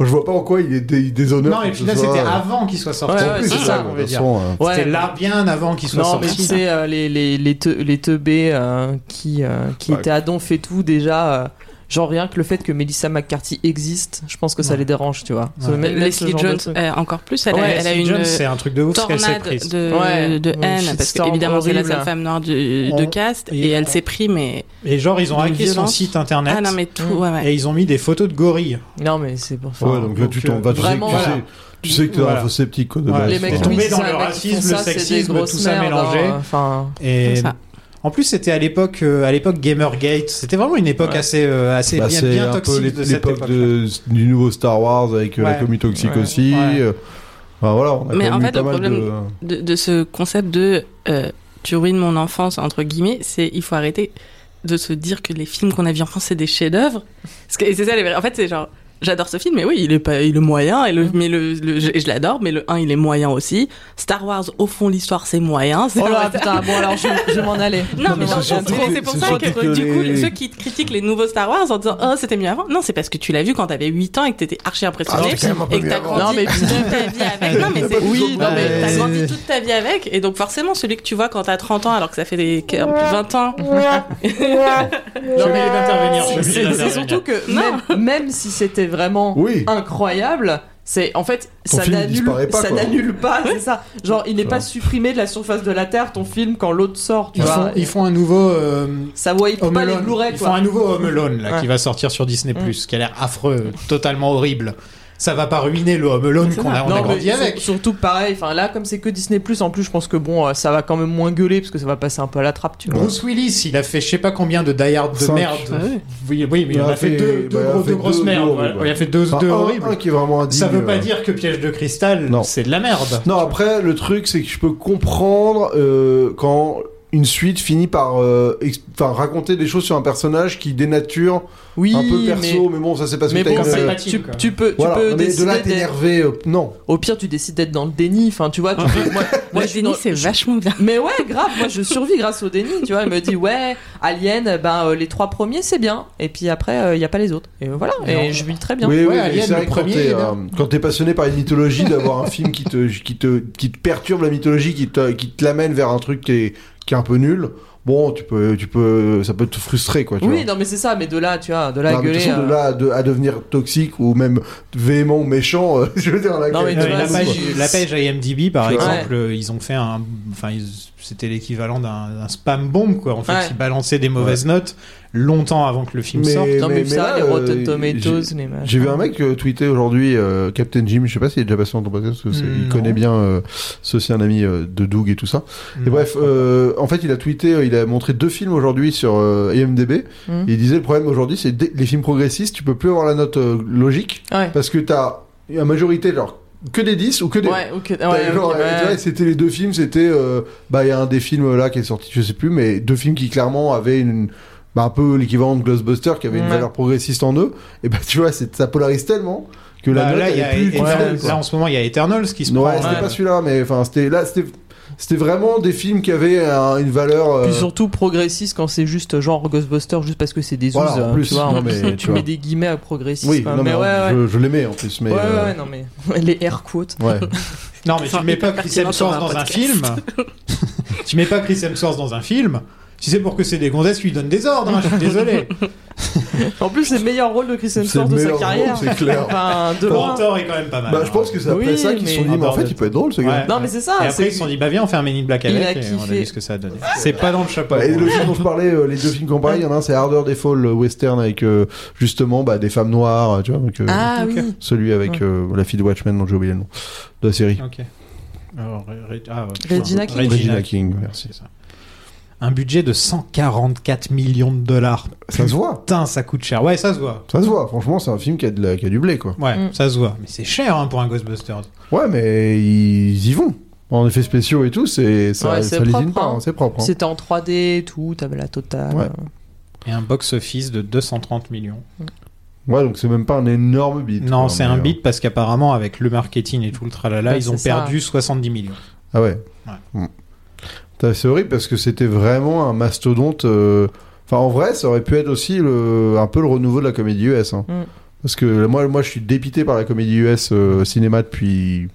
Speaker 9: Je vois pas en quoi il est dé- il déshonore.
Speaker 8: Non,
Speaker 9: quoi
Speaker 8: et
Speaker 9: que
Speaker 8: puis
Speaker 9: ce
Speaker 8: là,
Speaker 9: soit. euh,
Speaker 8: c'était avant euh, qu'il soit sorti.
Speaker 7: Ouais,
Speaker 9: En
Speaker 7: ouais,
Speaker 9: plus,
Speaker 7: c'est
Speaker 9: c'est
Speaker 7: ça,
Speaker 9: ça,
Speaker 8: on
Speaker 9: de
Speaker 8: veut
Speaker 9: toute
Speaker 8: dire.
Speaker 9: façon, euh,
Speaker 7: Ouais,
Speaker 8: C'était là bien avant qu'il soit
Speaker 7: Non, mais
Speaker 8: sorti.
Speaker 7: tu sais, euh, les, les, les, te- les teubés euh, qui, euh, qui
Speaker 9: Ouais.
Speaker 7: étaient à donf et tout, déjà, euh, genre rien que le fait que Melissa McCarthy existe, je pense que ça
Speaker 8: Ouais.
Speaker 7: les dérange, tu vois. Ça
Speaker 8: Ouais.
Speaker 7: met- met ce
Speaker 10: Leslie
Speaker 7: genre de
Speaker 10: Jones,
Speaker 7: truc.
Speaker 10: euh, encore plus, elle, a,
Speaker 7: Ouais,
Speaker 10: elle a
Speaker 8: Steve
Speaker 10: une
Speaker 8: Jobs, c'est un truc de ouf ce qu'elle s'est
Speaker 10: tornade
Speaker 8: prise.
Speaker 10: de,
Speaker 7: Ouais.
Speaker 10: de
Speaker 7: Ouais,
Speaker 10: haine, parce
Speaker 7: shitstorm
Speaker 10: qu'évidemment, c'est la
Speaker 7: horrible.
Speaker 10: seule femme noire du- de
Speaker 8: On-
Speaker 10: cast,
Speaker 8: et
Speaker 10: et elle
Speaker 8: on-
Speaker 10: s'est pris, mais.
Speaker 8: Et genre, ils ont
Speaker 10: D'une
Speaker 8: hacké son
Speaker 10: violence.
Speaker 8: site internet
Speaker 10: Ah non, mais tout,
Speaker 7: Mm.
Speaker 10: ouais, ouais.
Speaker 8: et ils ont mis des photos de gorilles.
Speaker 7: Non, mais c'est pour ça.
Speaker 9: Ouais, donc là, tu
Speaker 8: donc,
Speaker 9: tombes. bah, tu, sais,
Speaker 7: vraiment,
Speaker 9: tu sais-
Speaker 8: voilà.
Speaker 9: tu sais que t'es
Speaker 8: Voilà.
Speaker 9: un faux sceptique, quoi, de
Speaker 8: Ouais,
Speaker 9: base.
Speaker 7: les
Speaker 8: ils
Speaker 9: quoi.
Speaker 7: mecs
Speaker 8: sont
Speaker 7: qui
Speaker 8: tombés
Speaker 7: disent
Speaker 8: dans
Speaker 7: ça,
Speaker 8: le
Speaker 7: les mecs qui
Speaker 8: racisme,
Speaker 7: font
Speaker 8: le
Speaker 7: ça, c'est des
Speaker 8: sexisme,
Speaker 7: grosses
Speaker 8: tout ça
Speaker 7: merdes,
Speaker 8: mélangé.
Speaker 7: hein, Enfin,
Speaker 8: Et
Speaker 10: C'est ça.
Speaker 8: en plus, c'était à l'époque, euh, à l'époque Gamergate. C'était vraiment une époque
Speaker 7: Ouais.
Speaker 8: assez, euh, assez
Speaker 9: Bah,
Speaker 8: bien,
Speaker 9: c'est
Speaker 8: bien
Speaker 9: un peu
Speaker 8: toxique
Speaker 9: l'ép-
Speaker 8: de cette
Speaker 9: l'époque
Speaker 8: époque.
Speaker 9: de- du nouveau Star Wars avec euh, la
Speaker 8: Ouais.
Speaker 9: commu toxique
Speaker 7: Ouais.
Speaker 9: aussi.
Speaker 8: Ouais.
Speaker 9: euh, enfin, voilà, on a
Speaker 10: Mais
Speaker 9: quand
Speaker 10: en
Speaker 9: même eu
Speaker 10: fait,
Speaker 9: pas
Speaker 10: le
Speaker 9: mal de-
Speaker 10: de, de ce concept de euh, tu ruines mon enfance entre guillemets, c'est il faut arrêter de se dire que les films qu'on a vus enfant c'est des chefs-d'œuvre. Parce que et c'est ça les vrais- En fait, c'est genre j'adore ce film, mais oui, il est pas, il est moyen. Et
Speaker 9: Mm.
Speaker 10: le, mais le, le- je, je l'adore, mais le 1 il est moyen aussi. Star Wars, au fond, l'histoire c'est moyen. c'est-
Speaker 7: oh là, putain, bon, alors je, je vais m'en aller.
Speaker 9: Non,
Speaker 10: Non, mais
Speaker 9: mais
Speaker 10: dans-
Speaker 9: c'est surtout
Speaker 10: mais
Speaker 9: que-
Speaker 10: c'est pour
Speaker 9: c'est
Speaker 10: ça que,
Speaker 9: surtout que
Speaker 10: du coup,
Speaker 9: les-
Speaker 10: ceux qui critiquent les nouveaux Star Wars en disant Oh, c'était mieux avant. Non, c'est parce que tu l'as vu quand t'avais 8 ans et que t'étais archi
Speaker 9: Ah non,
Speaker 10: impressionné
Speaker 9: c'est quand même un peu
Speaker 10: et que
Speaker 9: mieux
Speaker 10: t'as
Speaker 9: avant.
Speaker 10: grandi
Speaker 7: Non, mais
Speaker 10: toute ta vie avec. Non, mais c'est.
Speaker 7: Oui,
Speaker 10: Non, mais
Speaker 8: Ouais,
Speaker 10: t'as
Speaker 8: c'est-
Speaker 10: grandi toute ta vie avec, et donc forcément, celui que tu vois quand t'as 30 ans, alors que ça fait des 20 ans.
Speaker 8: J'ai oublié d'intervenir. j'ai
Speaker 7: C'est-
Speaker 8: oublié
Speaker 7: C'est
Speaker 8: d'intervenir.
Speaker 7: surtout que même, même si c'était vraiment
Speaker 9: Oui.
Speaker 7: incroyable, c'est en fait
Speaker 9: Ton
Speaker 7: ça
Speaker 9: film
Speaker 7: n'annule
Speaker 9: disparaît pas,
Speaker 7: ça
Speaker 9: quoi.
Speaker 7: n'annule pas, c'est ça. Genre il n'est pas supprimé de la surface de la terre ton film quand l'autre sort, tu
Speaker 8: Ils
Speaker 7: vois.
Speaker 8: font, ils font un nouveau euh,
Speaker 7: Ça wipe
Speaker 8: Home
Speaker 7: pas les
Speaker 8: Alone.
Speaker 7: Blu-ray
Speaker 8: Ils font
Speaker 7: quoi.
Speaker 8: un nouveau Home Alone là,
Speaker 7: Ouais.
Speaker 8: qui va sortir sur Disney+, qui a l'air affreux, totalement horrible. Ça va pas ruiner le Home Alone qu'on a, on a
Speaker 7: Non, mais
Speaker 8: grandi
Speaker 7: sur-
Speaker 8: avec.
Speaker 7: surtout que pareil, enfin là comme c'est que Disney en plus je pense que bon euh, ça va quand même moins gueuler parce que ça va passer un peu à la trappe, tu vois.
Speaker 8: Bruce Willis, il a fait je sais pas combien de Die Hard de
Speaker 9: Cinq.
Speaker 8: merde. Oui, oui, mais il, en a fait, deux, deux
Speaker 9: bah, il a
Speaker 8: gros-
Speaker 9: fait
Speaker 8: deux grosses
Speaker 9: deux-
Speaker 8: merdes.
Speaker 9: deux
Speaker 8: voilà.
Speaker 9: horribles.
Speaker 8: Il a fait deux,
Speaker 9: Enfin,
Speaker 8: deux
Speaker 9: un-
Speaker 8: horribles.
Speaker 9: un qui est vraiment indigne,
Speaker 8: Ça veut pas
Speaker 9: euh,
Speaker 8: dire que Piège de Cristal,
Speaker 9: Non.
Speaker 8: c'est de la merde.
Speaker 9: Non, après, le truc, c'est que je peux comprendre euh, quand une suite finit par euh, exp- enfin, raconter des choses sur un personnage qui dénature
Speaker 7: Oui,
Speaker 9: un peu le
Speaker 7: mais-
Speaker 9: perso, mais, bon, ça c'est parce
Speaker 7: mais
Speaker 9: que t'as
Speaker 7: bon,
Speaker 9: une- euh,
Speaker 8: comme
Speaker 7: c'est-
Speaker 8: la
Speaker 7: tu,
Speaker 8: patine,
Speaker 7: tu peux, tu
Speaker 9: Voilà,
Speaker 7: peux
Speaker 9: non, mais de là
Speaker 7: décider d'être-
Speaker 9: t'énerver, euh, non.
Speaker 7: Au pire, tu décides d'être dans le déni. Enfin, tu vois, tu dis, moi, moi, je suis dans-
Speaker 10: vachement bien.
Speaker 7: Mais ouais, grave, moi je survis grâce au déni, tu vois. Elle me dit, ouais, Alien, ben euh, les trois premiers c'est bien, et puis après, il n'y a pas les autres. Et voilà, et je vis très bien.
Speaker 9: Oui, oui,
Speaker 8: Ouais,
Speaker 9: mais
Speaker 8: Alien,
Speaker 9: c'est vrai
Speaker 8: le
Speaker 9: que quand
Speaker 8: premier,
Speaker 9: t'es,
Speaker 8: il est bien.
Speaker 9: euh, quand t'es passionné par une mythologie, d'avoir un film qui te, qui te, qui te perturbe la mythologie, qui te, qui te l'amène vers un truc qui est, qui est un peu nul. bon, tu peux, tu peux, ça peut te frustrer, quoi. Tu
Speaker 7: Oui,
Speaker 9: vois.
Speaker 7: non, mais c'est ça, mais de là, tu vois, de là à
Speaker 9: Non, mais de
Speaker 7: gueuler.
Speaker 9: toute façon, de
Speaker 7: euh,
Speaker 9: là à, de- à devenir toxique ou même véhément ou méchant, euh, je veux dire, la
Speaker 7: Non, mais
Speaker 9: gueule,
Speaker 7: tu
Speaker 9: euh,
Speaker 7: vois,
Speaker 8: la,
Speaker 7: c'est-
Speaker 8: page, la page IMDb, par
Speaker 9: Ouais.
Speaker 8: exemple, euh, ils ont fait un. Enfin, ils- c'était l'équivalent d'un d'un spam bomb, quoi. En fait,
Speaker 7: Ouais.
Speaker 8: ils balançaient des mauvaises notes longtemps avant que le film sorte.
Speaker 7: Non, mais, ça,
Speaker 9: là,
Speaker 7: les Rotten
Speaker 9: euh,
Speaker 7: Tomatoes,
Speaker 9: j'ai-
Speaker 7: les machins.
Speaker 9: J'ai vu un mec euh, tweeter aujourd'hui, euh, Captain Jim, je sais pas s'il est déjà passé dans ton podcast, parce que c'est-
Speaker 7: Hmm,
Speaker 9: il
Speaker 8: Non.
Speaker 9: connaît bien, euh, c'est aussi un ami euh, de Doug et tout ça. Et
Speaker 8: Mm.
Speaker 9: bref, euh, en fait, il a tweeté, euh, il a montré deux films aujourd'hui sur euh, IMDb.
Speaker 7: Mm.
Speaker 9: Il disait le problème aujourd'hui, c'est dès- les films progressistes, tu peux plus avoir la note euh, logique
Speaker 7: Ouais.
Speaker 9: parce que t'as la majorité, genre que des 10 ou que des.
Speaker 7: Ouais, ok.
Speaker 9: T'as
Speaker 7: ouais,
Speaker 9: genre,
Speaker 7: ok,
Speaker 9: euh, tu
Speaker 7: ouais.
Speaker 9: vois, c'était les deux films, c'était euh, bah il y a un des films là qui est sorti, je sais plus, mais deux films qui clairement avaient une bah, un peu l'équivalent de Ghostbusters qui avait une
Speaker 7: Ouais.
Speaker 9: valeur progressiste en eux. Et bah tu vois, c'est ça polarise tellement que la
Speaker 8: Bah,
Speaker 9: note
Speaker 8: là,
Speaker 9: elle
Speaker 8: il y
Speaker 9: est
Speaker 8: a-
Speaker 9: plus
Speaker 8: et-
Speaker 9: du
Speaker 8: là,
Speaker 9: film, quoi.
Speaker 8: là, en ce moment, il y a Eternals qui se
Speaker 9: Ouais,
Speaker 8: prend.
Speaker 9: c'était
Speaker 8: euh,
Speaker 9: pas celui-là, mais enfin, c'était là, c'était, c'était vraiment des films qui avaient un- une valeur. euh,
Speaker 7: Puis surtout progressiste quand c'est juste genre Ghostbusters, juste parce que c'est des
Speaker 9: Voilà,
Speaker 7: ouzes,
Speaker 9: en
Speaker 7: euh,
Speaker 9: plus,
Speaker 7: tu vois.
Speaker 9: non,
Speaker 7: en
Speaker 9: mais,
Speaker 7: plus,
Speaker 9: tu
Speaker 7: tu
Speaker 9: vois.
Speaker 7: mets des guillemets à progressiste.
Speaker 9: oui,
Speaker 7: quoi.
Speaker 9: non, mais,
Speaker 7: hein, mais ouais,
Speaker 9: alors,
Speaker 7: ouais.
Speaker 9: je, je l'aimais en plus, mais.
Speaker 7: ouais, ouais,
Speaker 9: euh,
Speaker 7: ouais, non, mais les air quotes.
Speaker 9: ouais.
Speaker 8: Non, mais tu
Speaker 10: Enfin,
Speaker 8: mets pas
Speaker 10: hyper
Speaker 8: Chris Hemsworth
Speaker 10: pertinent
Speaker 8: dans
Speaker 10: sur un
Speaker 8: un
Speaker 10: podcast.
Speaker 8: film. tu mets pas Chris Hemsworth dans un film. Si c'est pour que c'est des gonzesses qui lui donnent des ordres, hein, je suis désolé.
Speaker 7: En plus, c'est le meilleur rôle de Chris
Speaker 9: le
Speaker 7: Hemsworth de sa
Speaker 9: meilleur rôle,
Speaker 7: carrière.
Speaker 9: c'est clair.
Speaker 7: Enfin, de loin.
Speaker 8: Mentor est quand même pas mal.
Speaker 9: Bah, je pense que c'est après
Speaker 7: Oui,
Speaker 9: ça qu'ils se sont
Speaker 7: mais-
Speaker 9: dit, mais en
Speaker 8: Ah,
Speaker 9: fait,
Speaker 8: bordel.
Speaker 9: il peut être drôle ce
Speaker 8: Ouais.
Speaker 9: gars.
Speaker 7: Non, mais c'est ça.
Speaker 8: Et
Speaker 7: Ah, c'est-
Speaker 8: après, ils se sont dit, bah viens, on fait un Men in Black
Speaker 7: Il
Speaker 8: avec.
Speaker 7: a
Speaker 8: et on a
Speaker 7: kiffé.
Speaker 8: vu ce que ça a donné. C'est pas dans le chapeau.
Speaker 9: Bah, Et le
Speaker 8: Ouais.
Speaker 9: film dont je parlais, euh, les deux films qu'on parlait, il y en a un, c'est Harder They Fall, le western avec euh, justement bah, des femmes noires, tu vois, donc, euh,
Speaker 7: Ah oui.
Speaker 9: celui avec euh, la fille de Watchmen dont j'ai oublié le nom de la série.
Speaker 8: Ok. Alors, Re- Re- ah, putain.
Speaker 7: Regina King.
Speaker 9: Regina King, merci.
Speaker 8: C'est ça. Un budget de 144 millions de dollars.
Speaker 9: Ça se voit,
Speaker 8: Putain, ça coûte cher. Ouais, ça se voit.
Speaker 9: ça se voit. Franchement, c'est un film qui a, de la- qui a du blé, quoi.
Speaker 8: Ouais,
Speaker 7: Mm.
Speaker 8: ça se voit. Mais c'est cher hein, pour un Ghostbusters.
Speaker 9: Ouais, mais ils y vont. En effets spéciaux et tout, c'est ça,
Speaker 7: Ouais, c'est
Speaker 9: ça lésine
Speaker 7: propre,
Speaker 9: pas,
Speaker 7: hein.
Speaker 9: hein, c'est propre. hein.
Speaker 7: C'était en 3D et tout, t'avais la totale.
Speaker 9: Ouais.
Speaker 8: Et un box-office de 230 millions.
Speaker 9: Ouais, donc c'est même pas un énorme beat.
Speaker 8: non,
Speaker 9: quoi,
Speaker 8: c'est
Speaker 9: mais,
Speaker 8: un
Speaker 9: euh,
Speaker 8: beat parce qu'apparemment, avec le marketing et tout le tralala,
Speaker 7: Ouais,
Speaker 8: ils ont
Speaker 7: c'est ça.
Speaker 8: perdu 70 millions.
Speaker 9: Ah ouais.
Speaker 8: Ouais.
Speaker 9: Mm. Putain, C'est horrible parce que c'était vraiment un mastodonte. euh, Enfin, en vrai, ça aurait pu être aussi le... un peu le renouveau de la comédie US. hein.
Speaker 7: Mm.
Speaker 9: Parce que moi, moi, je suis dépité par la comédie US euh, cinéma depuis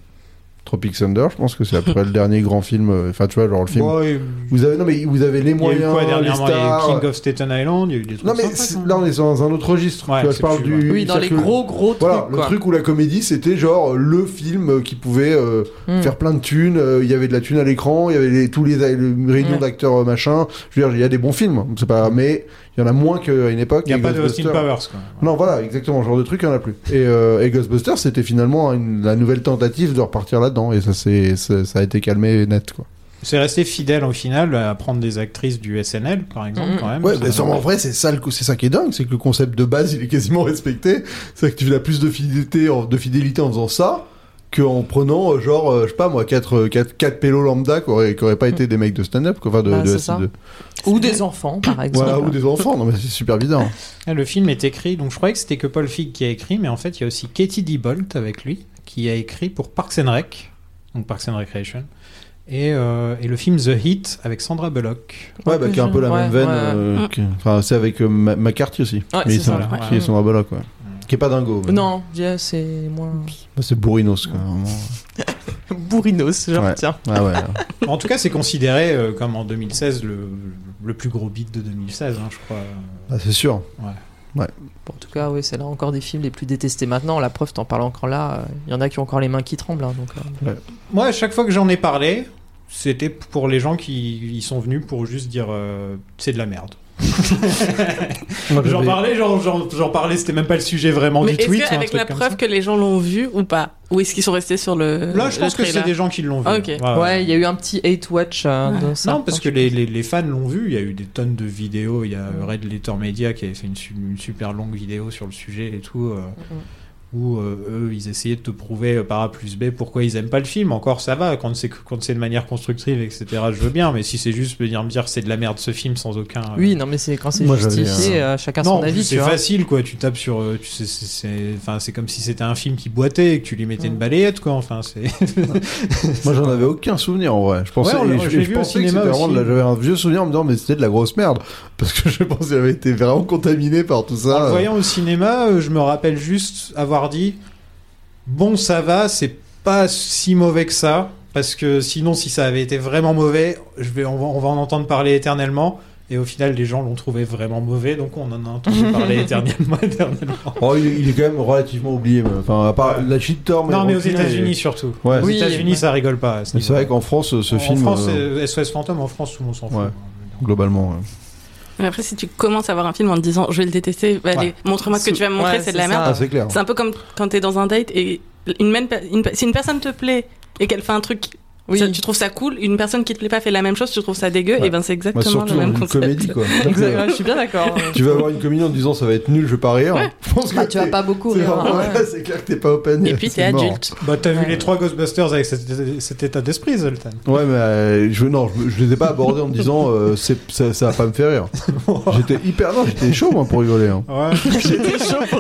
Speaker 9: Tropic Thunder. Je pense que c'est après le dernier grand film. euh, Enfin, tu vois, genre le film.
Speaker 8: Ouais,
Speaker 9: Vous avez non mais vous avez
Speaker 8: il
Speaker 9: les
Speaker 8: y a eu
Speaker 9: moyens,
Speaker 8: quoi
Speaker 9: les
Speaker 8: dernièrement Il y a eu
Speaker 9: stars.
Speaker 8: King of Staten Island, il y a eu des trucs.
Speaker 9: Non mais
Speaker 8: sympas, hein.
Speaker 9: c'est-
Speaker 8: quand même.
Speaker 9: là, on est dans un autre registre.
Speaker 8: Ouais,
Speaker 9: tu vois, je
Speaker 8: c'est
Speaker 9: parle
Speaker 8: plus,
Speaker 9: du.
Speaker 7: Oui, dans les
Speaker 9: c'est-à-dire que-
Speaker 7: gros gros trucs.
Speaker 9: Voilà, le
Speaker 7: quoi.
Speaker 9: truc où la comédie c'était genre euh, le film qui pouvait euh,
Speaker 7: Mm.
Speaker 9: faire plein de thunes. euh, Il y avait de la thune à l'écran, il y avait les- tous les, les réunions
Speaker 7: Ouais.
Speaker 9: d'acteurs euh, machin. Je veux dire, il y a des bons films, hein, c'est pas, mais il y en a moins qu'à une époque.
Speaker 8: Il n'y a
Speaker 9: et
Speaker 8: pas de Austin
Speaker 9: Ghostbusters-
Speaker 8: Powers, quoi.
Speaker 9: Non, voilà, exactement, ce genre de truc, il n'y en a plus. Et, euh, et Ghostbusters, c'était finalement une- la nouvelle tentative de repartir là-dedans, et ça, c'est, ça ça a été calmé net, quoi.
Speaker 8: C'est resté fidèle au final à prendre des actrices du SNL, par exemple,
Speaker 7: Mm.
Speaker 8: quand même.
Speaker 9: Ouais,
Speaker 8: Ça-
Speaker 9: mais sûrement, en vrai, c'est ça, le co- c'est ça qui est dingue, c'est que le concept de base, il est quasiment respecté. C'est que tu fais la plus de fidélité en, de fidélité en faisant ça qu'en prenant, euh, genre, euh, je sais pas moi, 4, 4, pélos lambda qui auraient, qui auraient pas été des mecs de stand-up, quoi, enfin de,
Speaker 7: Bah,
Speaker 9: de-
Speaker 7: c'est ça.
Speaker 9: de-
Speaker 7: Ou des enfants, par exemple.
Speaker 9: Voilà, ou des enfants, non mais c'est super bizarre.
Speaker 8: Ah, Le film est écrit, donc je croyais que c'était que Paul Feig qui a écrit, mais en fait, il y a aussi Katie DeBolt avec lui, qui a écrit pour Parks and Rec, donc Parks and Recreation, et, euh, et le film The Hit avec Sandra Bullock.
Speaker 9: Ouais, bah, qui a un peu la
Speaker 7: Ouais,
Speaker 9: même veine.
Speaker 7: ouais. Hmm.
Speaker 9: euh, que- Enfin, c'est avec euh, Ma- McCarthy aussi.
Speaker 7: Ouais,
Speaker 9: mais
Speaker 7: c'est
Speaker 9: ils sont
Speaker 7: ça,
Speaker 8: ouais.
Speaker 9: qui sont là-bas, là, quoi. Qui est pas dingo. mais-
Speaker 7: Non, yeah, c'est moins.
Speaker 9: Bah, c'est bourrinos, quoi. vraiment.
Speaker 7: Bourrinos, genre,
Speaker 9: Ouais.
Speaker 7: tiens.
Speaker 9: Ah ouais.
Speaker 8: En tout cas, c'est considéré euh, comme en 2016 le, le plus gros beat de 2016, hein, je crois.
Speaker 9: Ah, c'est sûr.
Speaker 7: En tout cas, oui, c'est là encore des films les plus détestés maintenant. La preuve, t'en parles encore là. Il y en a qui ont encore les mains qui tremblent. hein, donc, euh,
Speaker 8: Moi, à chaque fois que j'en ai parlé, c'était pour les gens qui y sont venus pour juste dire euh, c'est de la merde.
Speaker 7: Ah,
Speaker 9: Moi,
Speaker 8: J'en
Speaker 9: j'avais-
Speaker 8: parlais, genre, genre- j'en parlais, c'était même pas le sujet vraiment
Speaker 10: Mais
Speaker 8: du
Speaker 10: est-ce
Speaker 8: tweet. ou un
Speaker 10: qu'avec
Speaker 8: truc
Speaker 10: la
Speaker 8: comme
Speaker 10: preuve
Speaker 8: ça.
Speaker 10: que les gens l'ont vu ou pas Ou est-ce qu'ils sont restés sur le.
Speaker 8: Là, je
Speaker 10: le
Speaker 8: pense que c'est
Speaker 10: trailer
Speaker 8: des gens qui l'ont vu.
Speaker 10: Ah, ok.
Speaker 8: Ouais.
Speaker 7: Ouais, il y a eu un petit hate watch. euh,
Speaker 10: Ouais.
Speaker 7: dans ça.
Speaker 8: Non, parce que les, les- les fans l'ont vu, il y a eu des tonnes de vidéos, il y a euh, Red Letter Media qui avait fait une, su- une super longue vidéo sur le sujet et tout, euh, où euh, eux, ils essayaient de te prouver euh, par A plus B pourquoi ils aiment pas le film. Encore, ça va, quand c'est quand c'est de manière constructive, etc., je veux bien, mais si c'est juste venir me dire c'est de la merde ce film sans aucun... euh,
Speaker 7: Oui, non, mais c'est quand c'est
Speaker 9: Moi, j'avais,
Speaker 7: justifié, euh, chacun
Speaker 8: non,
Speaker 7: son avis, tu
Speaker 8: c'est
Speaker 7: vois.
Speaker 8: facile quoi. Tu tapes sur, euh, tu sais, c'est- c'est, enfin, c'est comme si c'était un film qui boitait et que tu lui mettais une balayette quoi. Enfin, c'est.
Speaker 9: Moi j'en avais aucun souvenir en vrai. Je pensais,
Speaker 8: Ouais, on l'a-
Speaker 9: et je,
Speaker 8: je l'ai
Speaker 9: et je
Speaker 8: vu au
Speaker 9: pensais que
Speaker 8: cinéma
Speaker 9: c'était vraiment de la-
Speaker 8: aussi.
Speaker 9: j'avais un vieux souvenir en me disant mais c'était de la grosse merde parce que je pense que j'avais été vraiment contaminé par tout
Speaker 8: En le
Speaker 9: ça.
Speaker 8: voyant au cinéma, euh, je me rappelle juste avoir dit bon, ça va, c'est pas si mauvais que ça. parce que sinon, si ça avait été vraiment mauvais, je vais, on, va, on va en entendre parler éternellement. Et au final, les gens l'ont trouvé vraiment mauvais, donc on en a entendu parler éternellement, éternellement.
Speaker 9: Oh, il, il est quand même relativement oublié. mais, Enfin, à part la shitstorm.
Speaker 8: Non, mais aux
Speaker 9: Tarantino, il est-
Speaker 8: États-Unis surtout.
Speaker 9: Ouais.
Speaker 8: Aux
Speaker 7: Oui,
Speaker 8: États-Unis,
Speaker 7: ouais.
Speaker 8: ça rigole pas. à ce
Speaker 9: Mais C'est
Speaker 8: niveau-là.
Speaker 9: vrai qu'en France, ce
Speaker 8: en
Speaker 9: film,
Speaker 8: France,
Speaker 9: euh,
Speaker 8: euh, SOS Fantôme, en France, tout le monde s'en fout.
Speaker 9: Ouais. globalement. ouais.
Speaker 10: Mais après, si tu commences à voir un film en te disant je vais le détester, bah, allez, montre-moi ce que tu vas me montrer,
Speaker 7: Ouais,
Speaker 10: c'est de la
Speaker 7: c'est
Speaker 10: merde.
Speaker 7: Ah.
Speaker 9: Ah, c'est clair.
Speaker 10: C'est un peu comme quand t'es dans un date et une même pe- une pe- si une personne te plaît et qu'elle fait un truc,
Speaker 7: Oui.
Speaker 10: ça- tu trouves ça cool, une personne qui te plaît pas fait la même chose, tu trouves ça dégueu,
Speaker 9: Ouais.
Speaker 10: et ben c'est
Speaker 9: Bah,
Speaker 10: exactement
Speaker 9: surtout
Speaker 10: le même
Speaker 9: une
Speaker 10: concept.
Speaker 9: comédie, quoi.
Speaker 7: Exact, ouais, euh, je suis bien d'accord.
Speaker 9: Tu vas voir une comédie en te disant ça va être nul, je vais pas rire. Je pense que
Speaker 7: Bah, tu vas
Speaker 9: t'es-
Speaker 7: pas beaucoup
Speaker 9: c'est
Speaker 7: rire.
Speaker 9: vraiment-
Speaker 7: hein, ouais.
Speaker 9: ouais, c'est clair que t'es pas open.
Speaker 10: Et puis t'es
Speaker 9: Euh, c'est mort.
Speaker 10: adulte.
Speaker 8: Bah, t'as vu les trois Ghostbusters avec cet, cet état d'esprit, Zoltan.
Speaker 9: Ouais, mais euh, je, non, je, je les ai pas abordés en me disant euh, c'est- ça, ça va pas me faire rire. J'étais hyper. Non, j'étais chaud, moi, pour rigoler. hein.
Speaker 8: Ouais.
Speaker 9: J'étais chaud pour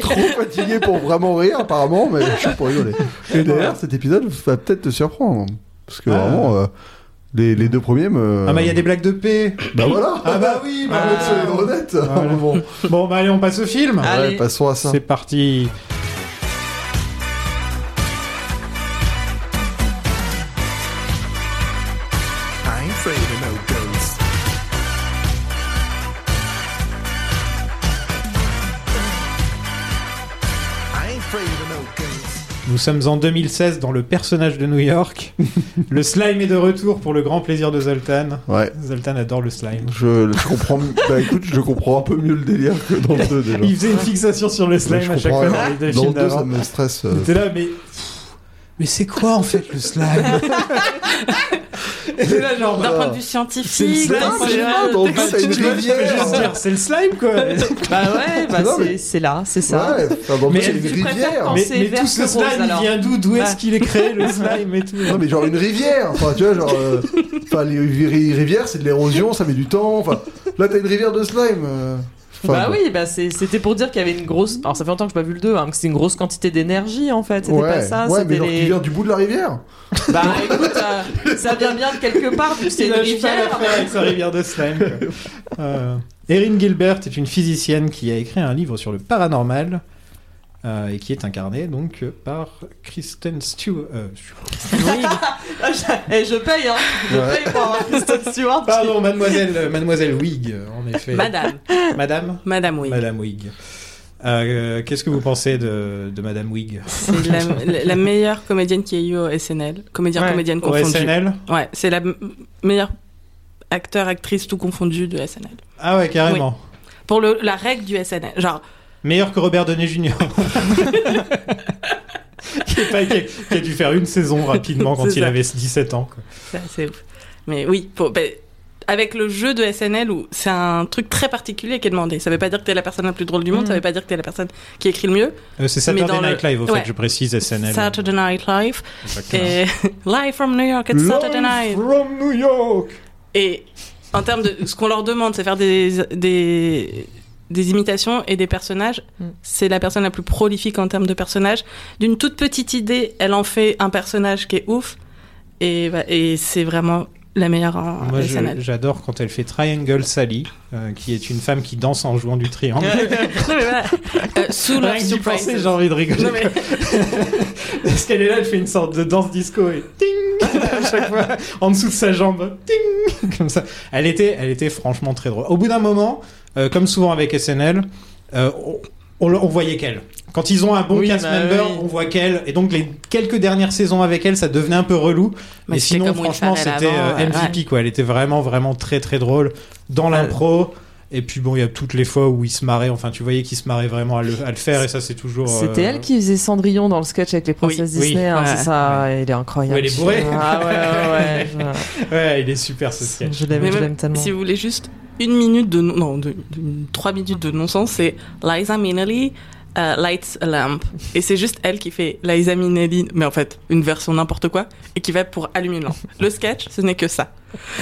Speaker 9: Trop fatigué pour vraiment rire, apparemment, mais chaud pour rigoler. Et d'ailleurs, cet épisode va peut-être te surprendre. Parce que
Speaker 8: Ah.
Speaker 9: vraiment, euh, les, les deux premiers me.
Speaker 8: Ah, bah, il y a des blagues de paix.
Speaker 9: Bah voilà
Speaker 8: Ah, bah oui, bah,
Speaker 9: Arrête sur les
Speaker 8: voilà.
Speaker 9: grenettes.
Speaker 8: Voilà.
Speaker 9: Bon.
Speaker 8: Bon, bah, allez, on passe au film.
Speaker 7: Allez.
Speaker 9: Ouais, passons à ça.
Speaker 8: C'est parti.
Speaker 4: I ain't afraid of no ghosts. I ain't afraid of no ghosts.
Speaker 8: Nous sommes en 2016 dans le personnage de New York. le slime est de retour pour le grand plaisir de Zoltan.
Speaker 9: Ouais.
Speaker 8: Zoltan adore le slime.
Speaker 9: Je, je comprends. bah écoute, je comprends un peu mieux le délire que dans le 2 déjà.
Speaker 8: Il faisait une fixation sur le slime
Speaker 9: je
Speaker 8: à chaque
Speaker 9: comprends
Speaker 8: fois dans
Speaker 9: rien.
Speaker 8: les deux hein.
Speaker 9: Dans
Speaker 8: films
Speaker 9: le 2, ça
Speaker 8: d'avant.
Speaker 9: me stresse. euh,
Speaker 8: T'es là, mais. Ah, Mais c'est quoi en fait le slime Et t'es là, genre.
Speaker 10: D'un
Speaker 8: bah,
Speaker 10: point de vue
Speaker 8: C'est le
Speaker 10: scientifique,
Speaker 8: slime,
Speaker 10: d'un point de
Speaker 8: c'est
Speaker 10: vue-
Speaker 8: là,
Speaker 9: dans le dos, t'as une
Speaker 8: Tu vois, tu peux
Speaker 9: rivière.
Speaker 8: juste dire, c'est le slime quoi
Speaker 7: Bah ouais, bah
Speaker 9: Non, mais-
Speaker 7: c'est- c'est là, c'est ça.
Speaker 9: Ouais, enfin, dans le
Speaker 8: Mais
Speaker 9: deux, c'est
Speaker 8: elle-
Speaker 9: une
Speaker 7: tu préfères
Speaker 9: rivière.
Speaker 7: quand
Speaker 8: Mais,
Speaker 7: C'est
Speaker 8: mais
Speaker 7: vert
Speaker 8: tout ce
Speaker 7: que
Speaker 8: slime,
Speaker 7: rose, alors.
Speaker 8: il vient d'où D'où est-ce
Speaker 7: Ah.
Speaker 8: qu'il est créé le slime et tout
Speaker 9: Non mais genre une rivière, enfin tu vois genre, euh, enfin les ri- rivières c'est de l'érosion, ça met du temps, enfin là t'as une rivière de slime. euh, enfin,
Speaker 7: Bah
Speaker 9: bon.
Speaker 7: oui, bah c'est- c'était pour dire qu'il y avait une grosse. Alors ça fait longtemps que j'ai pas vu le 2, hein, que c'est une grosse quantité d'énergie en fait. C'était
Speaker 9: ouais,
Speaker 7: pas ça,
Speaker 9: ouais,
Speaker 7: c'était
Speaker 9: mais genre
Speaker 7: les.
Speaker 9: qui vient du bout de la rivière.
Speaker 7: Bah écoute, euh, ça vient bien de quelque part, puis c'est
Speaker 8: Il
Speaker 7: une
Speaker 8: a juste à la
Speaker 7: rivière.
Speaker 8: faire avec sa rivière de slime. quoi. Euh, Erin Gilbert est une physicienne qui a écrit un livre sur le paranormal euh, et qui est incarnée donc euh, par Kristen Stewart. euh, Stewart.
Speaker 7: Ah, je- Eh, je paye, hein. Je
Speaker 9: Ouais.
Speaker 7: paye pour avoir Kristen Stewart.
Speaker 8: Pardon, mademoiselle, euh, mademoiselle Wig, euh, en effet.
Speaker 10: Madame,
Speaker 8: Madame
Speaker 10: Madame, oui.
Speaker 8: Madame Wig. Euh, Qu'est-ce que vous pensez de, de Madame Wig
Speaker 10: C'est la, la- la meilleure comédienne qui ait eu au SNL, comédien
Speaker 7: Ouais,
Speaker 10: comédienne
Speaker 8: Au
Speaker 10: confondue.
Speaker 8: SNL
Speaker 10: Ouais, c'est la m- meilleure acteur actrice tout confondu de SNL.
Speaker 8: Ah ouais, carrément.
Speaker 10: Pour le, la règle du SNL, genre
Speaker 8: Meilleur que Robert Downey Jr. qui, est pas- qui a, qui a dû faire une saison rapidement quand
Speaker 10: C'est
Speaker 8: il
Speaker 10: ça.
Speaker 8: avait 17 ans. quoi.
Speaker 10: Ça, c'est ouf. Mais oui, pour- ben, avec le jeu de SNL, où c'est un truc très particulier qui est demandé. Ça veut pas dire que t'es la personne la plus drôle du monde,
Speaker 7: Mm.
Speaker 10: ça veut pas dire que t'es la personne qui écrit le mieux.
Speaker 8: Euh, c'est
Speaker 10: Mais
Speaker 8: Saturday
Speaker 10: dans le-
Speaker 8: Night Live, au
Speaker 10: Ouais.
Speaker 8: fait, je précise, SNL.
Speaker 10: Saturday Night Live.
Speaker 8: Exactement.
Speaker 10: Et... Live from New York, it's Saturday Night.
Speaker 8: from New York
Speaker 10: Et en termes de ce qu'on leur demande, c'est faire des, des, des imitations et des personnages.
Speaker 7: Mm.
Speaker 10: C'est la personne la plus prolifique en termes de personnages. D'une toute petite idée, elle en fait un personnage qui est ouf. Et, bah, et c'est vraiment la meilleure en
Speaker 8: Moi, je-
Speaker 10: SNL.
Speaker 8: j'adore quand elle fait Triangle Sally, euh, qui est une femme qui danse en jouant du triangle.
Speaker 10: non, mais voilà. Euh, sous
Speaker 8: Rien
Speaker 10: Love
Speaker 8: que d'y
Speaker 10: Surprises.
Speaker 8: penser, j'ai envie de rigoler.
Speaker 10: Non, mais-
Speaker 8: Parce qu'elle est là, elle fait une sorte de danse disco et ting à chaque fois en dessous de sa jambe, ting comme ça. Elle était, elle était franchement très drôle. Au bout d'un moment, euh, comme souvent avec SNL, euh, on, on le- on voyait qu'elle. Quand ils ont un bon
Speaker 7: Oui,
Speaker 8: cast
Speaker 7: bah
Speaker 8: member,
Speaker 7: oui.
Speaker 8: on voit qu'elle. Et donc les quelques dernières saisons avec elle, ça devenait un peu relou.
Speaker 10: Mais
Speaker 8: Mais
Speaker 10: c'était
Speaker 8: sinon,
Speaker 10: comme Will
Speaker 8: franchement,
Speaker 10: Ferrell
Speaker 8: c'était
Speaker 10: avant,
Speaker 8: euh,
Speaker 10: ouais,
Speaker 8: MVP quoi. Elle était vraiment, vraiment très, très drôle dans l'impro. Et puis bon, il y a toutes les fois où il se marrait. Enfin, tu voyais qu'il se marrait vraiment à le, à le faire. Et ça, c'est toujours. euh,
Speaker 7: C'était elle qui faisait Cendrillon dans le sketch avec les princesses
Speaker 8: Oui, oui,
Speaker 7: Disney, hein,
Speaker 10: ouais.
Speaker 7: c'est ça, il est incroyable.
Speaker 8: Ouais, elle est bourrée.
Speaker 7: Ah ouais, ouais, ouais.
Speaker 8: Ouais, il est super ce
Speaker 7: Je,
Speaker 8: sketch.
Speaker 7: je l'aime,
Speaker 10: Mais
Speaker 7: je
Speaker 10: même
Speaker 7: l'aime tellement.
Speaker 10: Si vous voulez juste une minute de non- non, de- de- trois minutes de non-sens, c'est Liza Minnelli euh, lights a lamp et c'est juste elle qui fait Liza Minnelli, mais en fait une version n'importe quoi et qui va pour allumer une lampe. Le sketch, ce n'est que ça.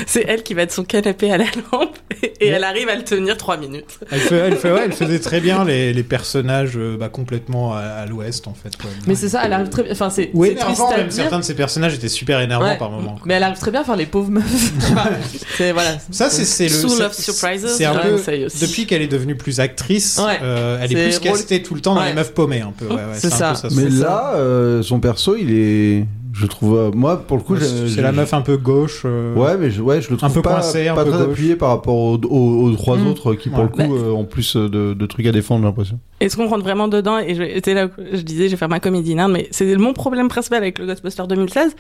Speaker 10: C'est elle qui va de son canapé à la lampe et, et
Speaker 8: Ouais.
Speaker 10: elle arrive à le tenir trois minutes.
Speaker 8: Elle, fait- elle fait- ouais, elle faisait très bien les, les personnages euh, bah, complètement à, à l'ouest en fait. quoi.
Speaker 7: Mais c'est ça, elle arrive très bien. Enfin, c'est
Speaker 8: Ou
Speaker 7: c'est
Speaker 8: énervant,
Speaker 7: triste à
Speaker 8: même
Speaker 7: dire.
Speaker 8: certains de ces personnages étaient super énervants
Speaker 7: Ouais.
Speaker 8: par moment. quoi.
Speaker 7: Mais elle arrive très bien à faire les pauvres meufs. Enfin, c'est voilà.
Speaker 8: Ça, c'est c'est le.
Speaker 10: Sous
Speaker 8: c'est-
Speaker 10: Love Surprises,
Speaker 8: c'est un
Speaker 10: je
Speaker 8: peu.
Speaker 10: l'essaye aussi.
Speaker 8: Depuis qu'elle est devenue plus actrice,
Speaker 7: Ouais.
Speaker 8: euh, elle est,
Speaker 7: C'est
Speaker 8: plus
Speaker 7: rôle-
Speaker 8: castée tout le temps dans
Speaker 7: Ouais.
Speaker 8: les meufs paumées un peu. ouais, ouais,
Speaker 7: C'est ça.
Speaker 8: un peu
Speaker 9: Mais
Speaker 7: C'est
Speaker 9: là, euh, son perso il est Je trouve. euh, moi, pour le coup, j'ai-
Speaker 8: C'est
Speaker 9: j'ai-
Speaker 8: la meuf un peu gauche. euh,
Speaker 9: Ouais, mais je, ouais, je le trouve
Speaker 8: peu
Speaker 9: pas,
Speaker 8: coincé, un
Speaker 9: pas
Speaker 8: peu
Speaker 9: très
Speaker 8: gauche.
Speaker 9: appuyé par rapport aux, aux- aux trois
Speaker 7: Mm.
Speaker 9: autres qui, pour
Speaker 8: Ouais.
Speaker 9: le coup,
Speaker 10: Bah,
Speaker 9: euh, ont plus euh, de, de trucs à défendre, j'ai l'impression.
Speaker 10: Est-ce qu'on rentre vraiment dedans Et je- c'est là où je disais, je vais faire ma comédie nerd, mais c'est mon problème principal avec le Ghostbuster 2016,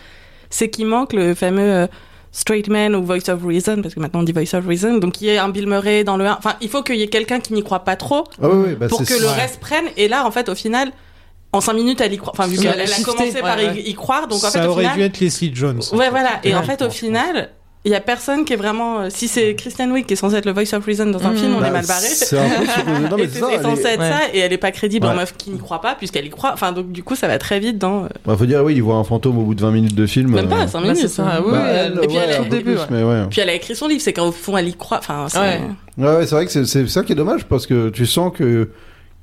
Speaker 10: c'est qu'il manque le fameux euh, straight man ou voice of reason, parce que maintenant on dit voice of reason, donc il y a un Bill Murray dans le 1. Enfin, il faut qu'il y ait quelqu'un qui n'y croit pas trop
Speaker 9: Ah ouais, ouais, bah,
Speaker 10: pour
Speaker 9: c'est
Speaker 10: que le
Speaker 9: ouais.
Speaker 10: reste prenne. Et là, en fait, au final, en 5 minutes, elle y croit. Enfin, vu
Speaker 7: Oui,
Speaker 10: qu'elle
Speaker 7: elle
Speaker 10: elle
Speaker 7: a
Speaker 10: a
Speaker 7: shifté,
Speaker 10: commencé par
Speaker 7: ouais,
Speaker 10: y-
Speaker 7: ouais.
Speaker 10: y croire, donc en fait,
Speaker 8: ça
Speaker 10: au
Speaker 8: aurait
Speaker 10: final.
Speaker 8: dû être Leslie Jones. en
Speaker 10: Ouais,
Speaker 8: fait.
Speaker 10: voilà. Et en
Speaker 8: Ouais,
Speaker 10: fait,
Speaker 8: je
Speaker 10: au
Speaker 8: pense.
Speaker 10: final, il y a personne qui est vraiment. euh, Si c'est Christian Wiig qui est censé être le voice of reason dans un
Speaker 7: Mhm.
Speaker 10: film, on
Speaker 9: Bah,
Speaker 10: est mal barré.
Speaker 9: C'est un peu supposé- non, mais
Speaker 10: et
Speaker 9: c'est
Speaker 10: c'est
Speaker 9: ça,
Speaker 10: c'est
Speaker 9: elle est-
Speaker 10: censé être
Speaker 7: Ouais.
Speaker 10: ça, et elle est pas crédible
Speaker 9: Ouais.
Speaker 10: en meuf qui n'y croit pas, puisqu'elle y croit. Enfin, donc du coup, ça va très vite dans. euh,
Speaker 9: Bah, faut dire, oui, il voit un fantôme au bout de 20 minutes de film.
Speaker 10: Même
Speaker 9: euh,
Speaker 10: pas 5
Speaker 7: Ouais,
Speaker 10: minutes.
Speaker 7: c'est ça,
Speaker 10: hein.
Speaker 7: oui,
Speaker 9: bah,
Speaker 7: oui, elle-
Speaker 9: ouais,
Speaker 10: et puis elle,
Speaker 9: un
Speaker 10: a...
Speaker 9: peu
Speaker 7: début,
Speaker 9: plus,
Speaker 7: ouais.
Speaker 9: mais ouais.
Speaker 10: puis elle a écrit son livre, c'est qu'au fond, elle y croit. Enfin, c'est-
Speaker 7: Ouais.
Speaker 9: Ouais, ouais, c'est vrai que c'est- c'est ça qui est dommage parce que tu sens que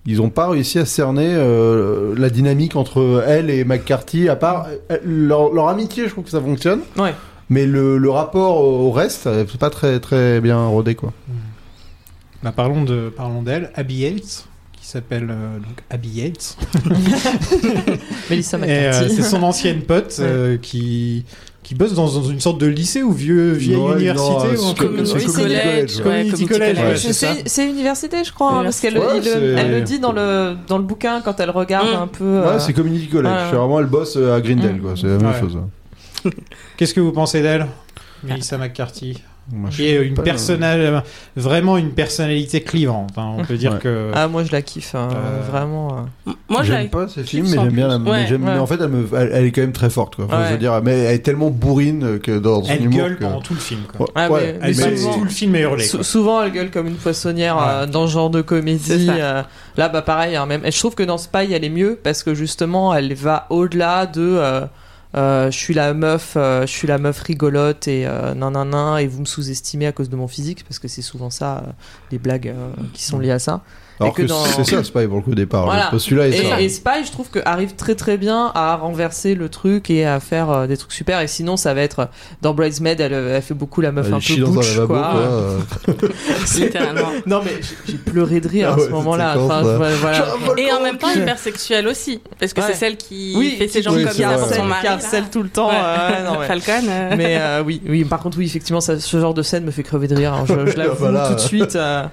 Speaker 9: ils ont pas réussi à cerner euh, la dynamique entre elle et McCarthy. À part euh, leur, leur amitié, je trouve que ça fonctionne.
Speaker 7: Ouais.
Speaker 9: Mais le, le rapport au au reste, euh, c'est pas très très bien rodé quoi.
Speaker 8: Bah, parlons de parlons d'elle, Abby Yates, qui s'appelle euh, donc Abby Yates.
Speaker 7: Melissa
Speaker 8: Et, euh,
Speaker 7: McCarthy.
Speaker 8: c'est son ancienne pote euh, qui qui bosse dans, dans une sorte de lycée ou vieux vieille
Speaker 9: Ouais, non,
Speaker 8: université
Speaker 9: c'est
Speaker 8: ou un truc
Speaker 9: comme-
Speaker 8: comme ça.
Speaker 9: c'est
Speaker 7: community college,
Speaker 9: community college,
Speaker 7: ouais,
Speaker 8: community
Speaker 7: community
Speaker 8: college,
Speaker 7: college.
Speaker 8: ouais,
Speaker 7: Je
Speaker 8: c'est
Speaker 7: sais-
Speaker 8: ça.
Speaker 7: C'est université, je crois, hein, parce qu'elle
Speaker 9: Ouais,
Speaker 7: il le-
Speaker 9: c'est-
Speaker 7: elle le dit dans le, dans le bouquin quand elle regarde
Speaker 10: Mm.
Speaker 7: un peu. euh,
Speaker 9: Ouais, c'est community college.
Speaker 7: ouais, ouais.
Speaker 9: C'est vraiment le boss euh, à Grindel
Speaker 7: Mm.
Speaker 9: quoi. C'est la même
Speaker 8: Ouais.
Speaker 9: chose. hein.
Speaker 8: Qu'est-ce que vous pensez d'elle,
Speaker 7: Ah.
Speaker 8: Melissa McCarthy,
Speaker 9: Moi, je-
Speaker 8: qui est une
Speaker 9: pas, euh,
Speaker 8: personnage vraiment une personnalité clivante. hein, on peut dire
Speaker 9: Ouais.
Speaker 8: que
Speaker 7: Ah, moi je la kiffe, hein,
Speaker 8: Euh,
Speaker 7: vraiment. euh.
Speaker 10: Moi, je la-
Speaker 9: j'aime pas ces films,
Speaker 10: kiffe
Speaker 9: mais
Speaker 10: sans
Speaker 9: j'aime bien. La,
Speaker 10: plus.
Speaker 9: mais
Speaker 10: Ouais,
Speaker 9: j'aime-
Speaker 7: ouais.
Speaker 9: mais en fait, elle, me- elle, elle est quand même très forte quoi. Enfin, Je
Speaker 7: Ouais.
Speaker 9: veux dire, mais elle est tellement bourrine que dans son
Speaker 8: elle
Speaker 9: humour
Speaker 8: gueule
Speaker 9: que-
Speaker 8: pendant tout le film. quoi.
Speaker 9: Ouais,
Speaker 7: Ah,
Speaker 9: ouais,
Speaker 7: mais-
Speaker 8: Elle
Speaker 7: mais
Speaker 8: passe
Speaker 7: souvent-
Speaker 8: tout le film à hurler.
Speaker 7: Sou-
Speaker 8: quoi.
Speaker 7: souvent elle gueule comme une poissonnière
Speaker 8: Ouais.
Speaker 7: euh, dans ce genre de
Speaker 10: C'est
Speaker 7: comédie.
Speaker 10: ça.
Speaker 7: euh, là, bah pareil, hein, même. Et je trouve que dans Spy, elle est mieux parce que justement, elle va au-delà de. euh, euh, je suis la meuf, euh, je suis la meuf rigolote et euh, nan nan nan et vous me sous-estimez à cause de mon physique parce que c'est souvent ça euh, les blagues euh, qui sont liées à ça.
Speaker 9: Alors
Speaker 7: Et que
Speaker 9: que,
Speaker 7: dans-
Speaker 9: c'est ça, Spy, pour le coup, au départ.
Speaker 7: Voilà.
Speaker 9: Le postulat est ça.
Speaker 7: Et, et Spy, je trouve que arrive très très bien à renverser le truc et à faire euh, des trucs super. Et sinon, ça va être euh, dans Bridesmaid, elle, elle fait beaucoup la meuf
Speaker 9: Elle
Speaker 7: un
Speaker 9: chie
Speaker 7: peu
Speaker 9: dans un
Speaker 7: butch,
Speaker 9: lavabo,
Speaker 7: quoi.
Speaker 9: quoi, euh.
Speaker 7: C'est-
Speaker 10: littéralement.
Speaker 7: non mais j'ai- j'ai pleuré de rire
Speaker 9: Ah
Speaker 7: à ce
Speaker 9: ouais,
Speaker 7: moment-là.
Speaker 9: cette séquence,
Speaker 7: Enfin,
Speaker 9: ouais.
Speaker 7: voilà, voilà.
Speaker 10: Et en même temps,
Speaker 7: cul.
Speaker 10: hyper sexuelle aussi, parce que
Speaker 7: Ouais.
Speaker 10: c'est celle qui
Speaker 7: Oui,
Speaker 10: fait ses jambes
Speaker 9: oui,
Speaker 10: comme
Speaker 9: c'est
Speaker 10: ça
Speaker 9: vrai,
Speaker 10: pour son
Speaker 9: ouais.
Speaker 10: mari.
Speaker 7: Car
Speaker 10: là.
Speaker 7: celle tout le temps.
Speaker 10: Ouais.
Speaker 7: euh, ouais, non, ouais.
Speaker 10: Falcon. euh,
Speaker 7: Mais euh, oui, oui. Par contre, oui, effectivement, ça- ce genre de scène me fait crever de rire. hein. Je, je l'avoue
Speaker 9: Voilà.
Speaker 7: tout de suite. euh,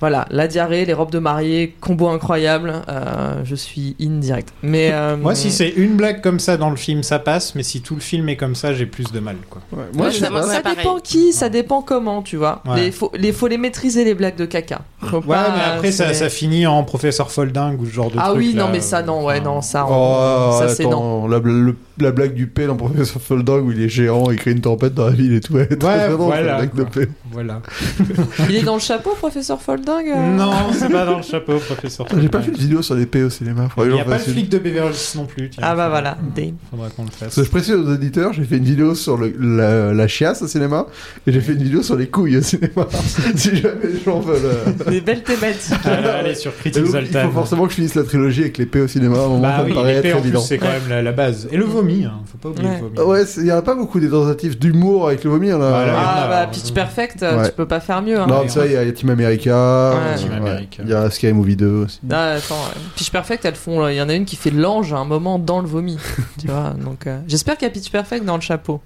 Speaker 7: voilà, la diarrhée, les robes de mariée, combo incroyable. euh, je suis in direct. Mais euh,
Speaker 8: Moi, si c'est une blague comme ça dans le film, ça passe, mais si tout le film est comme ça, j'ai plus de mal. Quoi.
Speaker 9: Ouais,
Speaker 10: Ouais,
Speaker 9: Moi, je sais
Speaker 10: ça
Speaker 9: pas.
Speaker 10: m'en-
Speaker 7: ça
Speaker 10: pareil.
Speaker 7: dépend qui, ça dépend comment, tu vois.
Speaker 8: Ouais.
Speaker 7: Les, faut, les, faut les maîtriser les blagues de caca. Faut
Speaker 8: Ouais,
Speaker 7: pas,
Speaker 8: mais après,
Speaker 7: euh,
Speaker 8: ça,
Speaker 7: c'est-
Speaker 8: ça finit en professeur Folding ou ce genre de
Speaker 7: Ah
Speaker 8: truc.
Speaker 7: oui,
Speaker 8: là.
Speaker 7: non, mais ça non, ouais,
Speaker 8: Enfin,
Speaker 7: non, ça, on-
Speaker 9: Oh,
Speaker 7: ça c'est non.
Speaker 9: attends, la, bl- le- la blague du P dans Professeur Folding où il est géant, il crée une tempête dans la ville et tout. Elle est très
Speaker 8: Ouais,
Speaker 9: vraiment,
Speaker 8: voilà,
Speaker 9: la blague de
Speaker 8: quoi.
Speaker 9: P.
Speaker 8: Voilà.
Speaker 7: Il est dans le chapeau, professeur Folding. euh
Speaker 8: Non, c'est pas dans le chapeau, professeur
Speaker 9: J'ai
Speaker 8: Folding.
Speaker 9: pas vu de vidéo sur les P au cinéma. faudrait
Speaker 8: Il
Speaker 9: que
Speaker 8: n'y a
Speaker 9: j'en
Speaker 8: pas le
Speaker 9: fasse une.
Speaker 8: flic de Beverly Hills non plus. tiens.
Speaker 7: Ah bah voilà. Des-
Speaker 8: Faudra qu'on le fasse.
Speaker 9: Parce que je précise aux auditeurs, j'ai fait une vidéo sur le- la, la chiasse au cinéma et j'ai fait une vidéo sur les couilles au cinéma. si jamais les gens veulent. euh,
Speaker 7: Des belles thématiques.
Speaker 8: Allez, allez, Ah, sur
Speaker 9: et
Speaker 8: Critique
Speaker 9: donc, il faut
Speaker 8: Zoltan.
Speaker 9: forcément que je finisse la trilogie avec les P au cinéma. À un moment,
Speaker 8: Bah
Speaker 9: ça me
Speaker 8: oui,
Speaker 9: paraît
Speaker 8: les
Speaker 9: être
Speaker 8: P en plus,
Speaker 9: évident. Ah
Speaker 8: c'est quand même la, la base. Et le vomi, hein. faut pas oublier
Speaker 7: Ouais.
Speaker 8: le vomi.
Speaker 9: Ouais, il n'y en a pas beaucoup des tentatives d'humour avec le vomi. on a-
Speaker 8: Voilà.
Speaker 7: Ah
Speaker 8: Ouais.
Speaker 7: bah Pitch Perfect, euh,
Speaker 9: Ouais.
Speaker 7: tu peux pas faire mieux. Hein.
Speaker 9: Non, mais ça, il y, a- il y a Team America. euh,
Speaker 8: Team
Speaker 9: ouais.
Speaker 8: America.
Speaker 9: Il y a Sky Movie 2 aussi.
Speaker 7: Ah, attends, euh, Pitch Perfect, elles font. euh, Il y en a une qui fait l'ange à un moment dans le vomi. tu vois, donc euh, j'espère qu'il y a Pitch Perfect dans le chapeau.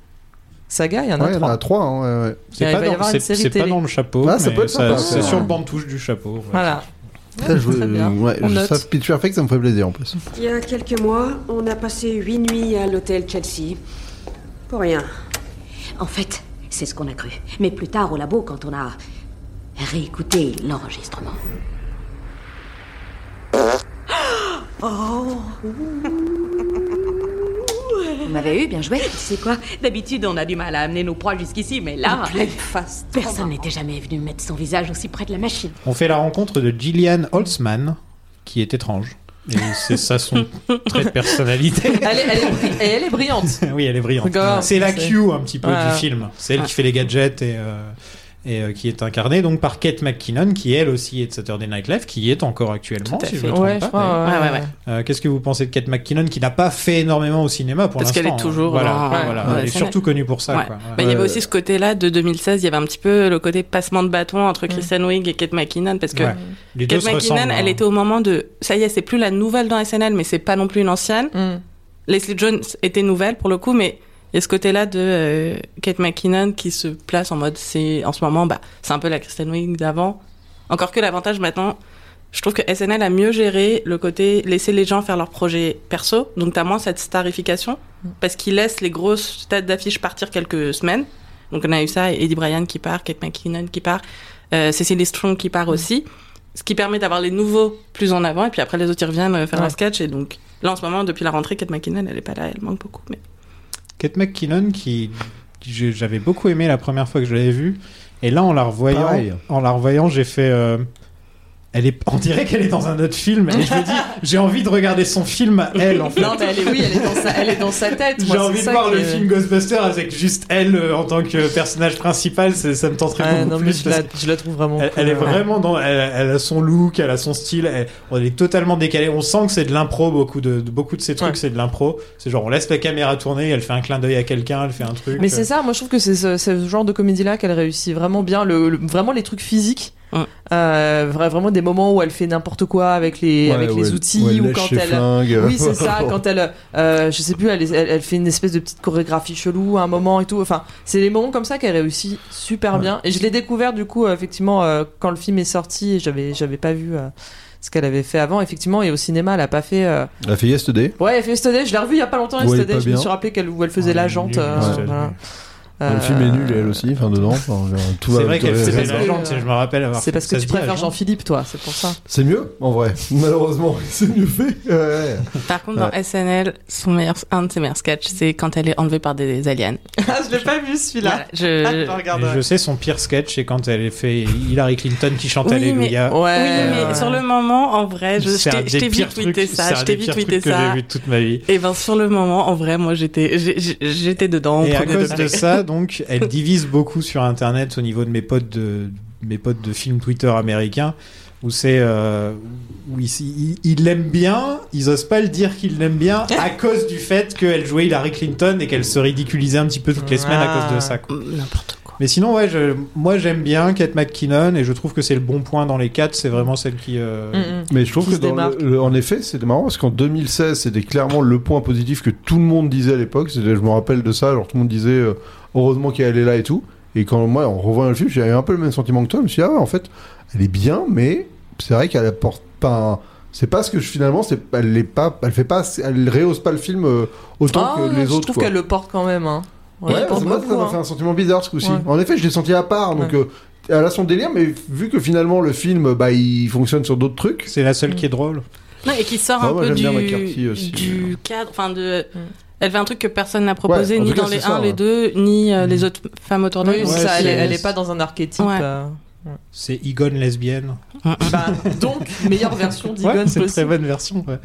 Speaker 7: Saga, il y en a
Speaker 9: Ouais, il y en
Speaker 7: trois.
Speaker 9: a trois. hein, ouais, ouais.
Speaker 8: C'est
Speaker 7: Il
Speaker 8: pas,
Speaker 7: va y
Speaker 8: dans-
Speaker 7: avoir une
Speaker 8: c'est-
Speaker 7: série
Speaker 8: c'est pas
Speaker 7: télé.
Speaker 8: dans le chapeau,
Speaker 9: Ah, ça
Speaker 8: mais
Speaker 9: peut être
Speaker 8: ça-
Speaker 9: sympa,
Speaker 8: c'est
Speaker 9: ça.
Speaker 8: sur le bantouche du chapeau. ouais.
Speaker 7: Voilà.
Speaker 9: Ça, je,
Speaker 7: Très bien.
Speaker 9: ouais,
Speaker 7: On
Speaker 9: je-
Speaker 7: note.
Speaker 9: ça, Pitch Perfect, ça me fait plaisir en plus.
Speaker 11: Il y a quelques mois, on a passé huit nuits à l'hôtel Chelsea. Pour rien.
Speaker 1: En fait, c'est ce qu'on a cru. Mais plus tard, au labo, quand on a réécouté l'enregistrement. Oh Vous m'avez eu, bien joué.
Speaker 11: C'est quoi D'habitude, on a du mal à amener nos proies jusqu'ici, mais
Speaker 1: Oh,
Speaker 11: là. pleine face.
Speaker 1: Personne n'était jamais venu mettre son visage aussi près de la machine.
Speaker 8: On fait la rencontre de Gillian Holtzman, qui est étrange. Et c'est ça son trait de personnalité.
Speaker 7: Elle est, elle est bri- et elle est brillante.
Speaker 8: oui, elle est brillante.
Speaker 7: D'accord,
Speaker 8: C'est la
Speaker 7: c'est-
Speaker 8: Q un petit peu
Speaker 7: Ouais.
Speaker 8: du film. C'est
Speaker 10: Ah.
Speaker 8: elle qui fait les gadgets et, euh, et euh, qui est incarnée donc par Kate McKinnon, qui elle aussi est de Saturday Night Live, qui y est encore actuellement,
Speaker 10: Tout à
Speaker 8: si je
Speaker 10: fait.
Speaker 8: me trompe
Speaker 7: Ouais, je
Speaker 8: pas.
Speaker 7: crois.
Speaker 10: Ouais, ouais, ouais.
Speaker 8: Euh, Qu'est-ce que vous pensez de Kate McKinnon, qui n'a pas fait énormément au cinéma pour l'instant
Speaker 10: Parce qu'elle est
Speaker 8: hein.
Speaker 10: toujours
Speaker 8: Voilà,
Speaker 10: dans-
Speaker 8: ouais,
Speaker 10: ouais,
Speaker 8: voilà.
Speaker 10: ouais,
Speaker 8: elle est
Speaker 10: c'est
Speaker 8: surtout connue pour ça.
Speaker 10: Ouais.
Speaker 8: quoi.
Speaker 10: Bah, il y avait
Speaker 9: Ouais.
Speaker 10: aussi ce côté-là de 2016, il y avait un petit peu le côté passement de bâton entre Christian Wiig et Kate McKinnon parce que
Speaker 8: Ouais. Les deux
Speaker 10: Kate
Speaker 8: se ressemblent.
Speaker 10: McKinnon,
Speaker 8: hein.
Speaker 10: elle était au moment de ça y est, c'est plus la nouvelle dans SNL mais c'est pas non plus une ancienne.
Speaker 7: Mm.
Speaker 10: Leslie Jones était nouvelle pour le coup, mais il y a ce côté-là de euh, Kate McKinnon qui se place en mode c'est en ce moment bah c'est un peu la Kristen Wiig d'avant. Encore que l'avantage maintenant, je trouve que SNL a mieux géré le côté laisser les gens faire leurs projets perso, donc t'as moins cette starification parce qu'ils laissent les grosses têtes d'affiche partir quelques semaines. Donc on a eu ça, Eddie Bryan qui part, Kate McKinnon qui part, euh, Cecily Strong qui part aussi, ce qui permet d'avoir les nouveaux plus en avant et puis après les autres ils reviennent euh, faire
Speaker 7: Ouais.
Speaker 10: leur sketch et donc là en ce moment depuis la rentrée Kate McKinnon elle est pas là, elle manque beaucoup mais
Speaker 8: Kate McKinnon qui qui j'ai- j'avais beaucoup aimé la première fois que je l'avais vue et là en la revoyant
Speaker 9: Pareil.
Speaker 8: en la revoyant j'ai fait euh, elle est on dirait qu'elle est dans un autre film et je me dis j'ai envie de regarder son film à elle en fait
Speaker 7: Non, mais elle est, oui, elle est dans sa, elle est dans sa tête.
Speaker 8: j'ai
Speaker 7: Moi, c'est
Speaker 8: envie de
Speaker 7: ça
Speaker 8: voir
Speaker 7: qui
Speaker 8: le
Speaker 7: est-
Speaker 8: film Ghostbuster avec juste elle euh, en tant que personnage principal c'est- ça me tenterait
Speaker 7: Ouais,
Speaker 8: beaucoup
Speaker 7: non, mais
Speaker 8: plus
Speaker 7: je
Speaker 8: parce
Speaker 7: la, je la trouve vraiment.
Speaker 8: Elle,
Speaker 7: cool,
Speaker 8: elle est
Speaker 7: ouais.
Speaker 8: vraiment dans. Elle, elle a son look, elle a son style. Elle, on est totalement décalé. On sent que c'est de l'impro. Beaucoup de, de- beaucoup de ces trucs,
Speaker 7: Ouais.
Speaker 8: c'est de l'impro. C'est genre on laisse la caméra tourner, elle fait un clin d'œil à quelqu'un, elle fait un truc. euh,
Speaker 7: Mais c'est ça, moi je trouve que c'est ce, ce genre de comédie-là qu'elle réussit vraiment bien, le, le- vraiment les trucs physiques,
Speaker 10: Ouais.
Speaker 7: Euh, vra- vraiment des moments où elle fait n'importe quoi avec les,
Speaker 9: Ouais,
Speaker 7: avec
Speaker 9: ouais,
Speaker 7: les outils
Speaker 9: ouais,
Speaker 7: ou
Speaker 9: lèche
Speaker 7: quand
Speaker 9: ses
Speaker 7: elle...
Speaker 9: flingues.
Speaker 7: Oui, c'est ça, quand elle, euh, je sais plus, elle, elle, elle fait une espèce de petite chorégraphie chelou à un moment et tout. Enfin, c'est les moments comme ça qu'elle réussit super bien. Et je l'ai découvert du coup, euh, effectivement, euh, quand le film est sorti, et j'avais, j'avais pas vu euh, ce qu'elle avait fait avant, effectivement, et au cinéma, elle a pas fait. euh,
Speaker 9: Elle a fait Yesterday.
Speaker 7: Ouais, elle fait Yesterday, je l'ai revue il y a pas longtemps,
Speaker 9: Ouais, il est
Speaker 7: Yesterday,
Speaker 9: pas
Speaker 7: je me
Speaker 9: bien.
Speaker 7: suis rappelé qu'elle, où elle faisait
Speaker 8: Ouais,
Speaker 7: la
Speaker 8: il est
Speaker 7: jante.
Speaker 8: nul,
Speaker 7: euh,
Speaker 8: ouais.
Speaker 7: voilà.
Speaker 9: Bah, Le film
Speaker 7: Euh,
Speaker 9: est nul, elle aussi, enfin dedans. enfin, genre, tout
Speaker 8: C'est
Speaker 9: va-
Speaker 8: vrai
Speaker 9: tout
Speaker 8: qu'elle
Speaker 9: va-
Speaker 8: faisait
Speaker 7: raison.
Speaker 8: la jante, je me rappelle avoir.
Speaker 7: C'est parce que
Speaker 8: ça
Speaker 7: tu
Speaker 8: se dit, ah, la
Speaker 7: préfères
Speaker 8: jante.
Speaker 7: Jean-Philippe, toi, c'est pour ça.
Speaker 9: C'est mieux, en vrai. Malheureusement, c'est mieux fait. Ouais.
Speaker 10: Par contre, dans SNL, son meilleur, un de ses meilleurs sketchs, c'est quand elle est enlevée par des, des aliens.
Speaker 7: ah, je l'ai pas vu celui-là.
Speaker 8: Ah,
Speaker 10: Voilà, je...
Speaker 8: Et
Speaker 7: Euh,
Speaker 8: je sais son pire sketch, c'est quand elle fait Hillary Clinton qui chante
Speaker 10: Oui,
Speaker 8: Alléluia.
Speaker 7: Ouais.
Speaker 10: Oui, mais
Speaker 7: ouais.
Speaker 10: sur le moment, en vrai, je, je
Speaker 8: Euh, C'est un
Speaker 10: t'ai- je
Speaker 8: des
Speaker 10: t'ai vu
Speaker 8: pires
Speaker 10: tweeter
Speaker 8: trucs.
Speaker 10: ça,
Speaker 8: C'est
Speaker 10: je
Speaker 8: un
Speaker 10: t'ai
Speaker 8: des
Speaker 10: vu
Speaker 8: pires
Speaker 10: tweeter
Speaker 8: trucs que j'ai
Speaker 10: ça.
Speaker 8: vu de toute ma vie.
Speaker 10: Et ben sur le moment, en vrai, moi j'étais, j'ai- j'ai- j'étais dedans. au
Speaker 8: Et à
Speaker 10: premier
Speaker 8: cause
Speaker 10: degré.
Speaker 8: de ça, donc, elle divise beaucoup sur Internet au niveau de mes potes de mes potes de films Twitter américains, où c'est euh, où ils- ils ils l'aiment bien, ils osent pas le dire qu'ils l'aiment bien à cause du fait qu'elle jouait Hillary Clinton et qu'elle se ridiculisait un petit peu toutes les semaines à
Speaker 10: Ah.
Speaker 8: cause de ça. quoi.
Speaker 10: Mm, N'importe quoi.
Speaker 8: Mais sinon, ouais, je- moi j'aime bien Kate McKinnon et je trouve que c'est le bon point dans les quatre. C'est vraiment celle qui. euh,
Speaker 7: Mm, mm.
Speaker 9: Mais je trouve
Speaker 7: Qui
Speaker 9: que,
Speaker 7: se
Speaker 9: dans
Speaker 7: démarque.
Speaker 9: le- le- en effet, c'est marrant parce qu'en 2016, c'était clairement le point positif que tout le monde disait à l'époque. C'était- Je me rappelle de ça, genre tout le monde disait euh, heureusement qu'elle est là et tout. Et quand moi, en revoyant le film, j'avais un peu le même sentiment que toi. Je me suis dit, ah, en fait, elle est bien, mais c'est vrai qu'elle apporte pas un- C'est pas ce que je, finalement, c'est, elle est pas, elle fait pas, elle rehausse pas le film euh, autant
Speaker 7: Ah,
Speaker 9: que les
Speaker 7: je
Speaker 9: autres.
Speaker 7: trouve
Speaker 9: quoi.
Speaker 7: qu'elle le porte quand même. Hein.
Speaker 9: Ouais,
Speaker 7: Elle
Speaker 9: parce
Speaker 7: porte
Speaker 9: que moi, ça
Speaker 7: beaucoup,
Speaker 9: m'a
Speaker 7: hein.
Speaker 9: fait un sentiment bizarre ce coup-ci.
Speaker 7: Ouais.
Speaker 9: En effet, je l'ai senti à part, donc euh, elle a son délire, mais vu que finalement le film, bah, il fonctionne sur d'autres trucs.
Speaker 8: C'est la
Speaker 7: Mm.
Speaker 8: seule qui est drôle.
Speaker 10: Non, et qui sort
Speaker 9: Ah,
Speaker 10: un
Speaker 9: moi,
Speaker 10: peu
Speaker 9: j'aime
Speaker 10: du,
Speaker 9: bien McCarthy aussi,
Speaker 10: du
Speaker 9: mais-
Speaker 10: cadre, enfin de.
Speaker 7: Mm.
Speaker 10: Elle fait un truc que personne n'a proposé,
Speaker 9: Ouais, en
Speaker 10: ni
Speaker 9: tout cas,
Speaker 10: dans les
Speaker 9: c'est ça,
Speaker 10: 1, les
Speaker 9: ouais.
Speaker 10: 2, ni euh, les autres femmes autour de
Speaker 7: Oui,
Speaker 10: nous.
Speaker 7: c'est
Speaker 8: Mm. Ouais,
Speaker 7: ça, elle, est,
Speaker 8: c'est-
Speaker 7: elle est pas dans un archétype.
Speaker 10: Ouais.
Speaker 7: euh.
Speaker 8: C'est Egon lesbienne.
Speaker 7: Bah, donc, meilleure version d'Egon
Speaker 8: Ouais, c'est une
Speaker 7: possible.
Speaker 8: très bonne version. ouais.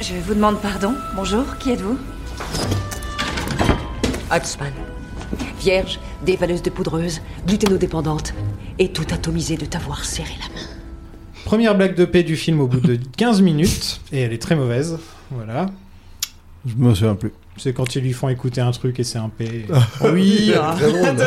Speaker 1: Je vous demande pardon. Bonjour, qui êtes-vous
Speaker 11: Huntsman. Vierge, dévaleuse de poudreuse, gluténodépendante, et tout atomisé de t'avoir serré la main.
Speaker 8: Première blague de paix du film au bout de 15 minutes, et elle est très mauvaise. Voilà.
Speaker 9: Je me souviens plus.
Speaker 8: C'est quand ils lui font écouter un truc et c'est un P.
Speaker 9: Ah,
Speaker 7: Oui, hein.
Speaker 9: Très drôle.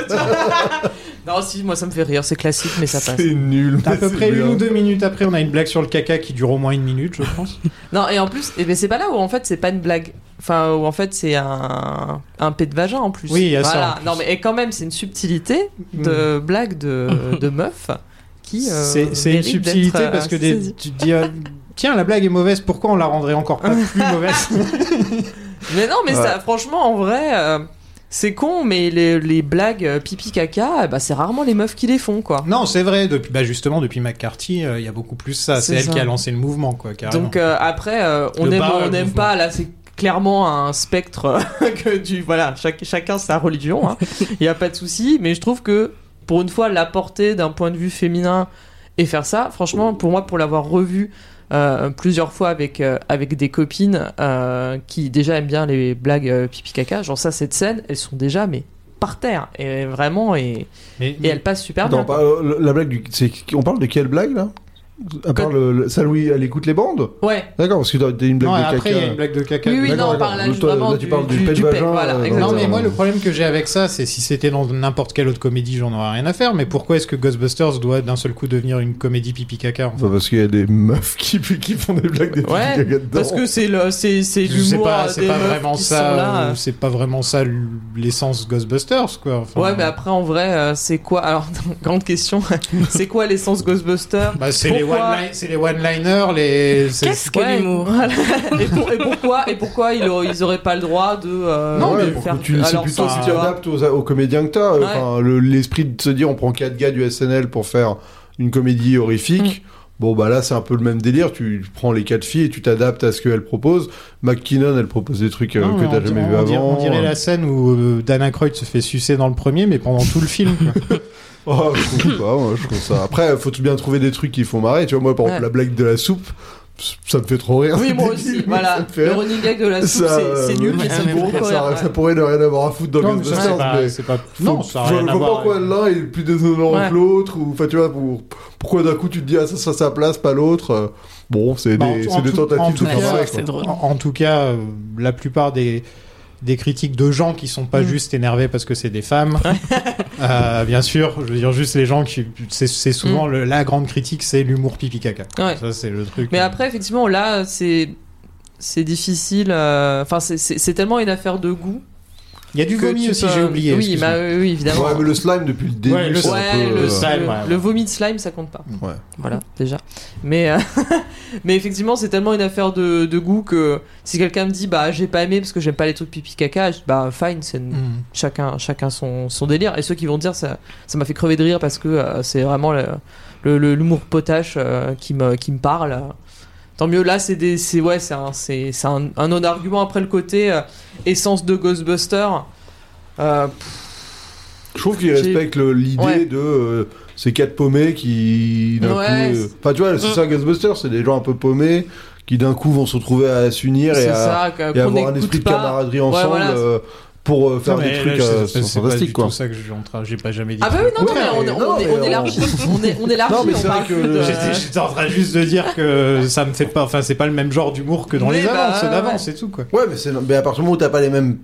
Speaker 7: non, si, moi ça me fait rire, c'est classique, mais ça passe.
Speaker 9: C'est nul.
Speaker 8: à
Speaker 9: mais
Speaker 8: peu
Speaker 9: c'est
Speaker 8: près une
Speaker 9: bien.
Speaker 8: ou deux minutes après, on a une blague sur le caca qui dure au moins une minute, je pense.
Speaker 7: Non, et en plus, eh ben, c'est pas là où en fait c'est pas une blague. Enfin, où en fait c'est un, un pet de vagin en plus.
Speaker 8: Oui, il y a ça,
Speaker 7: Voilà.
Speaker 8: en plus.
Speaker 7: Non, mais et quand même, c'est une subtilité de blague de, de meuf qui. euh,
Speaker 8: c'est c'est une
Speaker 7: mérite d'être,
Speaker 8: subtilité
Speaker 7: euh,
Speaker 8: parce que des-
Speaker 7: saisie.
Speaker 8: tu te dis, euh, tiens, la blague est mauvaise, pourquoi on la rendrait encore pas plus mauvaise
Speaker 7: Mais non, mais
Speaker 9: Ouais.
Speaker 7: ça, franchement, en vrai, euh, c'est con, mais les, les blagues euh, pipi caca, eh ben, c'est rarement les meufs qui les font, quoi.
Speaker 8: Non, c'est vrai, depuis, bah justement, depuis McCarthy, euh, il y a beaucoup plus ça.
Speaker 7: C'est
Speaker 8: C'est elle
Speaker 7: ça.
Speaker 8: qui a lancé le mouvement, quoi, carrément.
Speaker 7: Donc euh, après, euh, on
Speaker 8: Le
Speaker 7: aime,
Speaker 8: bar,
Speaker 7: on
Speaker 8: le
Speaker 7: n'aime
Speaker 8: mouvement.
Speaker 7: pas. Là, c'est clairement un spectre euh, que du voilà. chaque- chacun sa religion. hein. Il n'y a pas de souci. Mais je trouve que pour une fois, la portée d'un point de vue féminin et faire ça, franchement, pour moi, pour l'avoir revu. euh, plusieurs fois avec euh, avec des copines euh, qui déjà aiment bien les blagues euh, pipi caca genre ça cette scène elles sont déjà mais par terre et vraiment et,
Speaker 8: Mais- Mm.
Speaker 7: et elles passent super bien
Speaker 9: Attends, pas- euh, la blague du. c'est- On parle de quelle blague là À part le, le- ça, Louis, elle écoute les bandes
Speaker 7: Ouais.
Speaker 9: D'accord, parce que t'as t'as une blague
Speaker 8: Non,
Speaker 9: de
Speaker 8: après, il y
Speaker 9: caca.
Speaker 8: a une blague de caca.
Speaker 7: Oui, oui,
Speaker 9: D'accord,
Speaker 7: non, on
Speaker 9: d'accord.
Speaker 7: parle là,
Speaker 9: Nous, toi,
Speaker 7: vraiment
Speaker 9: là, tu
Speaker 7: du-
Speaker 9: parles du,
Speaker 7: du-
Speaker 9: pet
Speaker 7: du
Speaker 9: de
Speaker 7: pet,
Speaker 9: vagin.
Speaker 7: voilà,
Speaker 9: euh,
Speaker 7: exactement.
Speaker 8: Non, mais
Speaker 9: euh,
Speaker 8: moi, le problème que j'ai avec ça, c'est si c'était dans n'importe quelle autre comédie, j'en aurais rien à faire. Mais pourquoi est-ce que Ghostbusters doit d'un seul coup devenir une comédie pipi-caca en fait
Speaker 9: Enfin, parce qu'il y a des meufs qui, qui font des blagues de
Speaker 7: Ouais,
Speaker 9: caca dedans.
Speaker 7: Parce que c'est le, c'est, c'est
Speaker 8: Je sais
Speaker 7: l'humour
Speaker 8: pas,
Speaker 7: euh,
Speaker 8: c'est
Speaker 7: des
Speaker 8: pas
Speaker 7: meufs
Speaker 8: vraiment
Speaker 7: qui
Speaker 8: ça.
Speaker 7: sont là.
Speaker 8: euh, C'est pas vraiment ça l'essence Ghostbusters, quoi. Enfin,
Speaker 7: Ouais, mais après en vrai, euh, c'est quoi Alors, grande question. c'est quoi l'essence Ghostbuster
Speaker 8: bah, c'est les
Speaker 7: Pourquoi
Speaker 8: one-li- c'est les one-liners, les. c'est-
Speaker 10: Qu'est-ce que
Speaker 7: Ouais.
Speaker 10: l'humour
Speaker 7: Voilà. et, pour- et pourquoi Et pourquoi ils auraient, ils auraient pas le droit de euh,
Speaker 8: Non,
Speaker 9: Ouais,
Speaker 8: mais
Speaker 7: de
Speaker 9: pour
Speaker 7: faire
Speaker 9: que tu c'est
Speaker 7: alors,
Speaker 9: plutôt
Speaker 7: ça,
Speaker 9: si
Speaker 7: tu
Speaker 9: tu
Speaker 7: vois.
Speaker 9: adaptes aux, aux comédiens que t'as. Euh,
Speaker 7: Ouais.
Speaker 9: Enfin, le- l'esprit de se dire on prend quatre gars du SNL pour faire une comédie horrifique.
Speaker 7: Mm.
Speaker 9: Bon bah là c'est un peu le même délire. Tu prends les quatre filles et tu t'adaptes à ce qu'elles proposent. McKinnon elle propose des trucs euh,
Speaker 8: Non,
Speaker 9: que
Speaker 8: mais
Speaker 9: t'as
Speaker 8: on-
Speaker 9: jamais
Speaker 8: on
Speaker 9: vu
Speaker 8: dirait-
Speaker 9: avant.
Speaker 8: On dirait la scène où euh, Dana Croyd se fait sucer dans le premier, mais pendant tout le film. quoi.
Speaker 9: Oh, je trouve pas, moi, je trouve ça. Après faut tout bien trouver des trucs qui font marrer. Tu vois moi par exemple
Speaker 7: Ouais.
Speaker 9: la blague de la soupe, ça me fait trop rire.
Speaker 7: Oui,
Speaker 9: C'est
Speaker 7: moi
Speaker 9: débile,
Speaker 7: aussi.
Speaker 9: mais
Speaker 7: Voilà.
Speaker 9: ça me fait
Speaker 7: Le
Speaker 9: rire.
Speaker 7: running gag de la soupe,
Speaker 9: Ça,
Speaker 7: c'est- c'est nul,
Speaker 9: euh,
Speaker 7: mais ça me fait
Speaker 9: bon,
Speaker 7: beaucoup
Speaker 9: ça,
Speaker 7: rire,
Speaker 9: ça
Speaker 7: ouais.
Speaker 9: pourrait ne rien avoir à foutre dans
Speaker 8: Non, mais ça,
Speaker 9: Ghostbusters,
Speaker 8: c'est pas-
Speaker 9: mais-
Speaker 8: c'est pas. Non, ça a
Speaker 9: je
Speaker 8: rien à
Speaker 9: vois pas
Speaker 8: voir.
Speaker 9: pourquoi l'un est plus déshonorant
Speaker 7: Ouais.
Speaker 9: que l'autre, ou enfin tu vois, pour- pourquoi d'un coup tu te dis ah ça ça sa place, pas l'autre. euh, Bon, c'est
Speaker 8: Bah,
Speaker 9: des,
Speaker 8: en-
Speaker 9: c'est
Speaker 8: en
Speaker 9: des
Speaker 8: tout- en
Speaker 9: tentatives
Speaker 8: tout
Speaker 9: de faire
Speaker 8: cas,
Speaker 9: ça,
Speaker 10: c'est
Speaker 9: quoi.
Speaker 10: drôle.
Speaker 8: En, en tout cas, euh, la plupart des, des critiques de gens qui sont
Speaker 7: Mm.
Speaker 8: pas juste énervés parce que c'est des femmes, euh, bien sûr, je veux dire juste les gens qui. C'est c'est souvent le- la grande critique, c'est l'humour pipi caca.
Speaker 7: Mm. Ouais.
Speaker 8: Ça, c'est le truc.
Speaker 7: Mais
Speaker 8: euh,
Speaker 7: après, effectivement, là, c'est c'est difficile. euh, Enfin, c'est- c'est c'est tellement une affaire de goût.
Speaker 8: Il y a du
Speaker 7: que
Speaker 8: vomi
Speaker 7: tu
Speaker 8: aussi,
Speaker 7: peux-
Speaker 8: j'ai oublié.
Speaker 7: Oui,
Speaker 8: excuse-moi. Mm.
Speaker 7: bah, oui, oui, évidemment.
Speaker 9: Ouais, mais le slime depuis le début,
Speaker 8: Ouais, le
Speaker 9: c'est un
Speaker 8: slime,
Speaker 7: Ouais,
Speaker 9: peu,
Speaker 7: le,
Speaker 9: euh,
Speaker 8: slime,
Speaker 7: le-
Speaker 8: ouais, ouais.
Speaker 7: le vomi de slime, ça compte pas.
Speaker 9: Ouais.
Speaker 7: Voilà, déjà. Mais, euh, mais effectivement, c'est tellement une affaire de, de goût que si quelqu'un me dit bah j'ai pas aimé parce que j'aime pas les trucs pipi caca, je dis, bah fine, c'est une-
Speaker 8: Mm.
Speaker 7: chacun, chacun son, son délire. Et ceux qui vont dire ça ça m'a fait crever de rire parce que euh, c'est vraiment le- le- le- l'humour potache euh, qui, me, qui me parle. euh, Tant mieux, là c'est des- c'est ouais, c'est un, c'est- c'est un, un non-argument après le côté euh, essence de Ghostbuster. Euh,
Speaker 9: Je trouve qu'il
Speaker 7: J'ai-
Speaker 9: respecte le- l'idée
Speaker 7: Ouais.
Speaker 9: de euh, ces quatre paumés qui. d'un
Speaker 7: Ouais,
Speaker 9: coup, euh,
Speaker 7: c'est- Mm.
Speaker 9: Enfin, tu vois, c'est ça Ghostbusters, c'est des gens un peu paumés qui d'un coup vont se retrouver à s'unir et
Speaker 7: c'est
Speaker 9: à,
Speaker 7: ça, qu'on
Speaker 9: et avoir un
Speaker 7: n'écoute
Speaker 9: esprit de
Speaker 7: pas.
Speaker 9: camaraderie ensemble.
Speaker 7: voilà.
Speaker 9: euh, pour euh, faire
Speaker 8: Non,
Speaker 9: des
Speaker 8: mais
Speaker 9: trucs
Speaker 8: là,
Speaker 9: euh,
Speaker 8: c'est- c'est- c'est pas
Speaker 9: fantastiques
Speaker 8: du
Speaker 9: quoi.
Speaker 8: tout ça que j'ai en train- j'ai pas jamais dit.
Speaker 7: Ah bah oui, non, non, mais on,
Speaker 9: Ouais,
Speaker 7: on,
Speaker 9: non,
Speaker 7: on est,
Speaker 9: mais
Speaker 7: on
Speaker 9: on-
Speaker 7: élargit, on est, on élargit,
Speaker 9: Non, mais
Speaker 7: on
Speaker 9: c'est
Speaker 7: parle
Speaker 9: vrai que
Speaker 7: plus de-
Speaker 9: le-
Speaker 8: J'étais j'étais en train juste de dire que ça me fait pas. Enfin, c'est pas le même genre d'humour que dans
Speaker 7: Mais
Speaker 8: les
Speaker 7: bah,
Speaker 8: avances, ceux d'avant,
Speaker 7: ouais.
Speaker 8: c'est tout quoi.
Speaker 9: Ouais, mais, c'est, mais à partir du moment où t'as pas les mêmes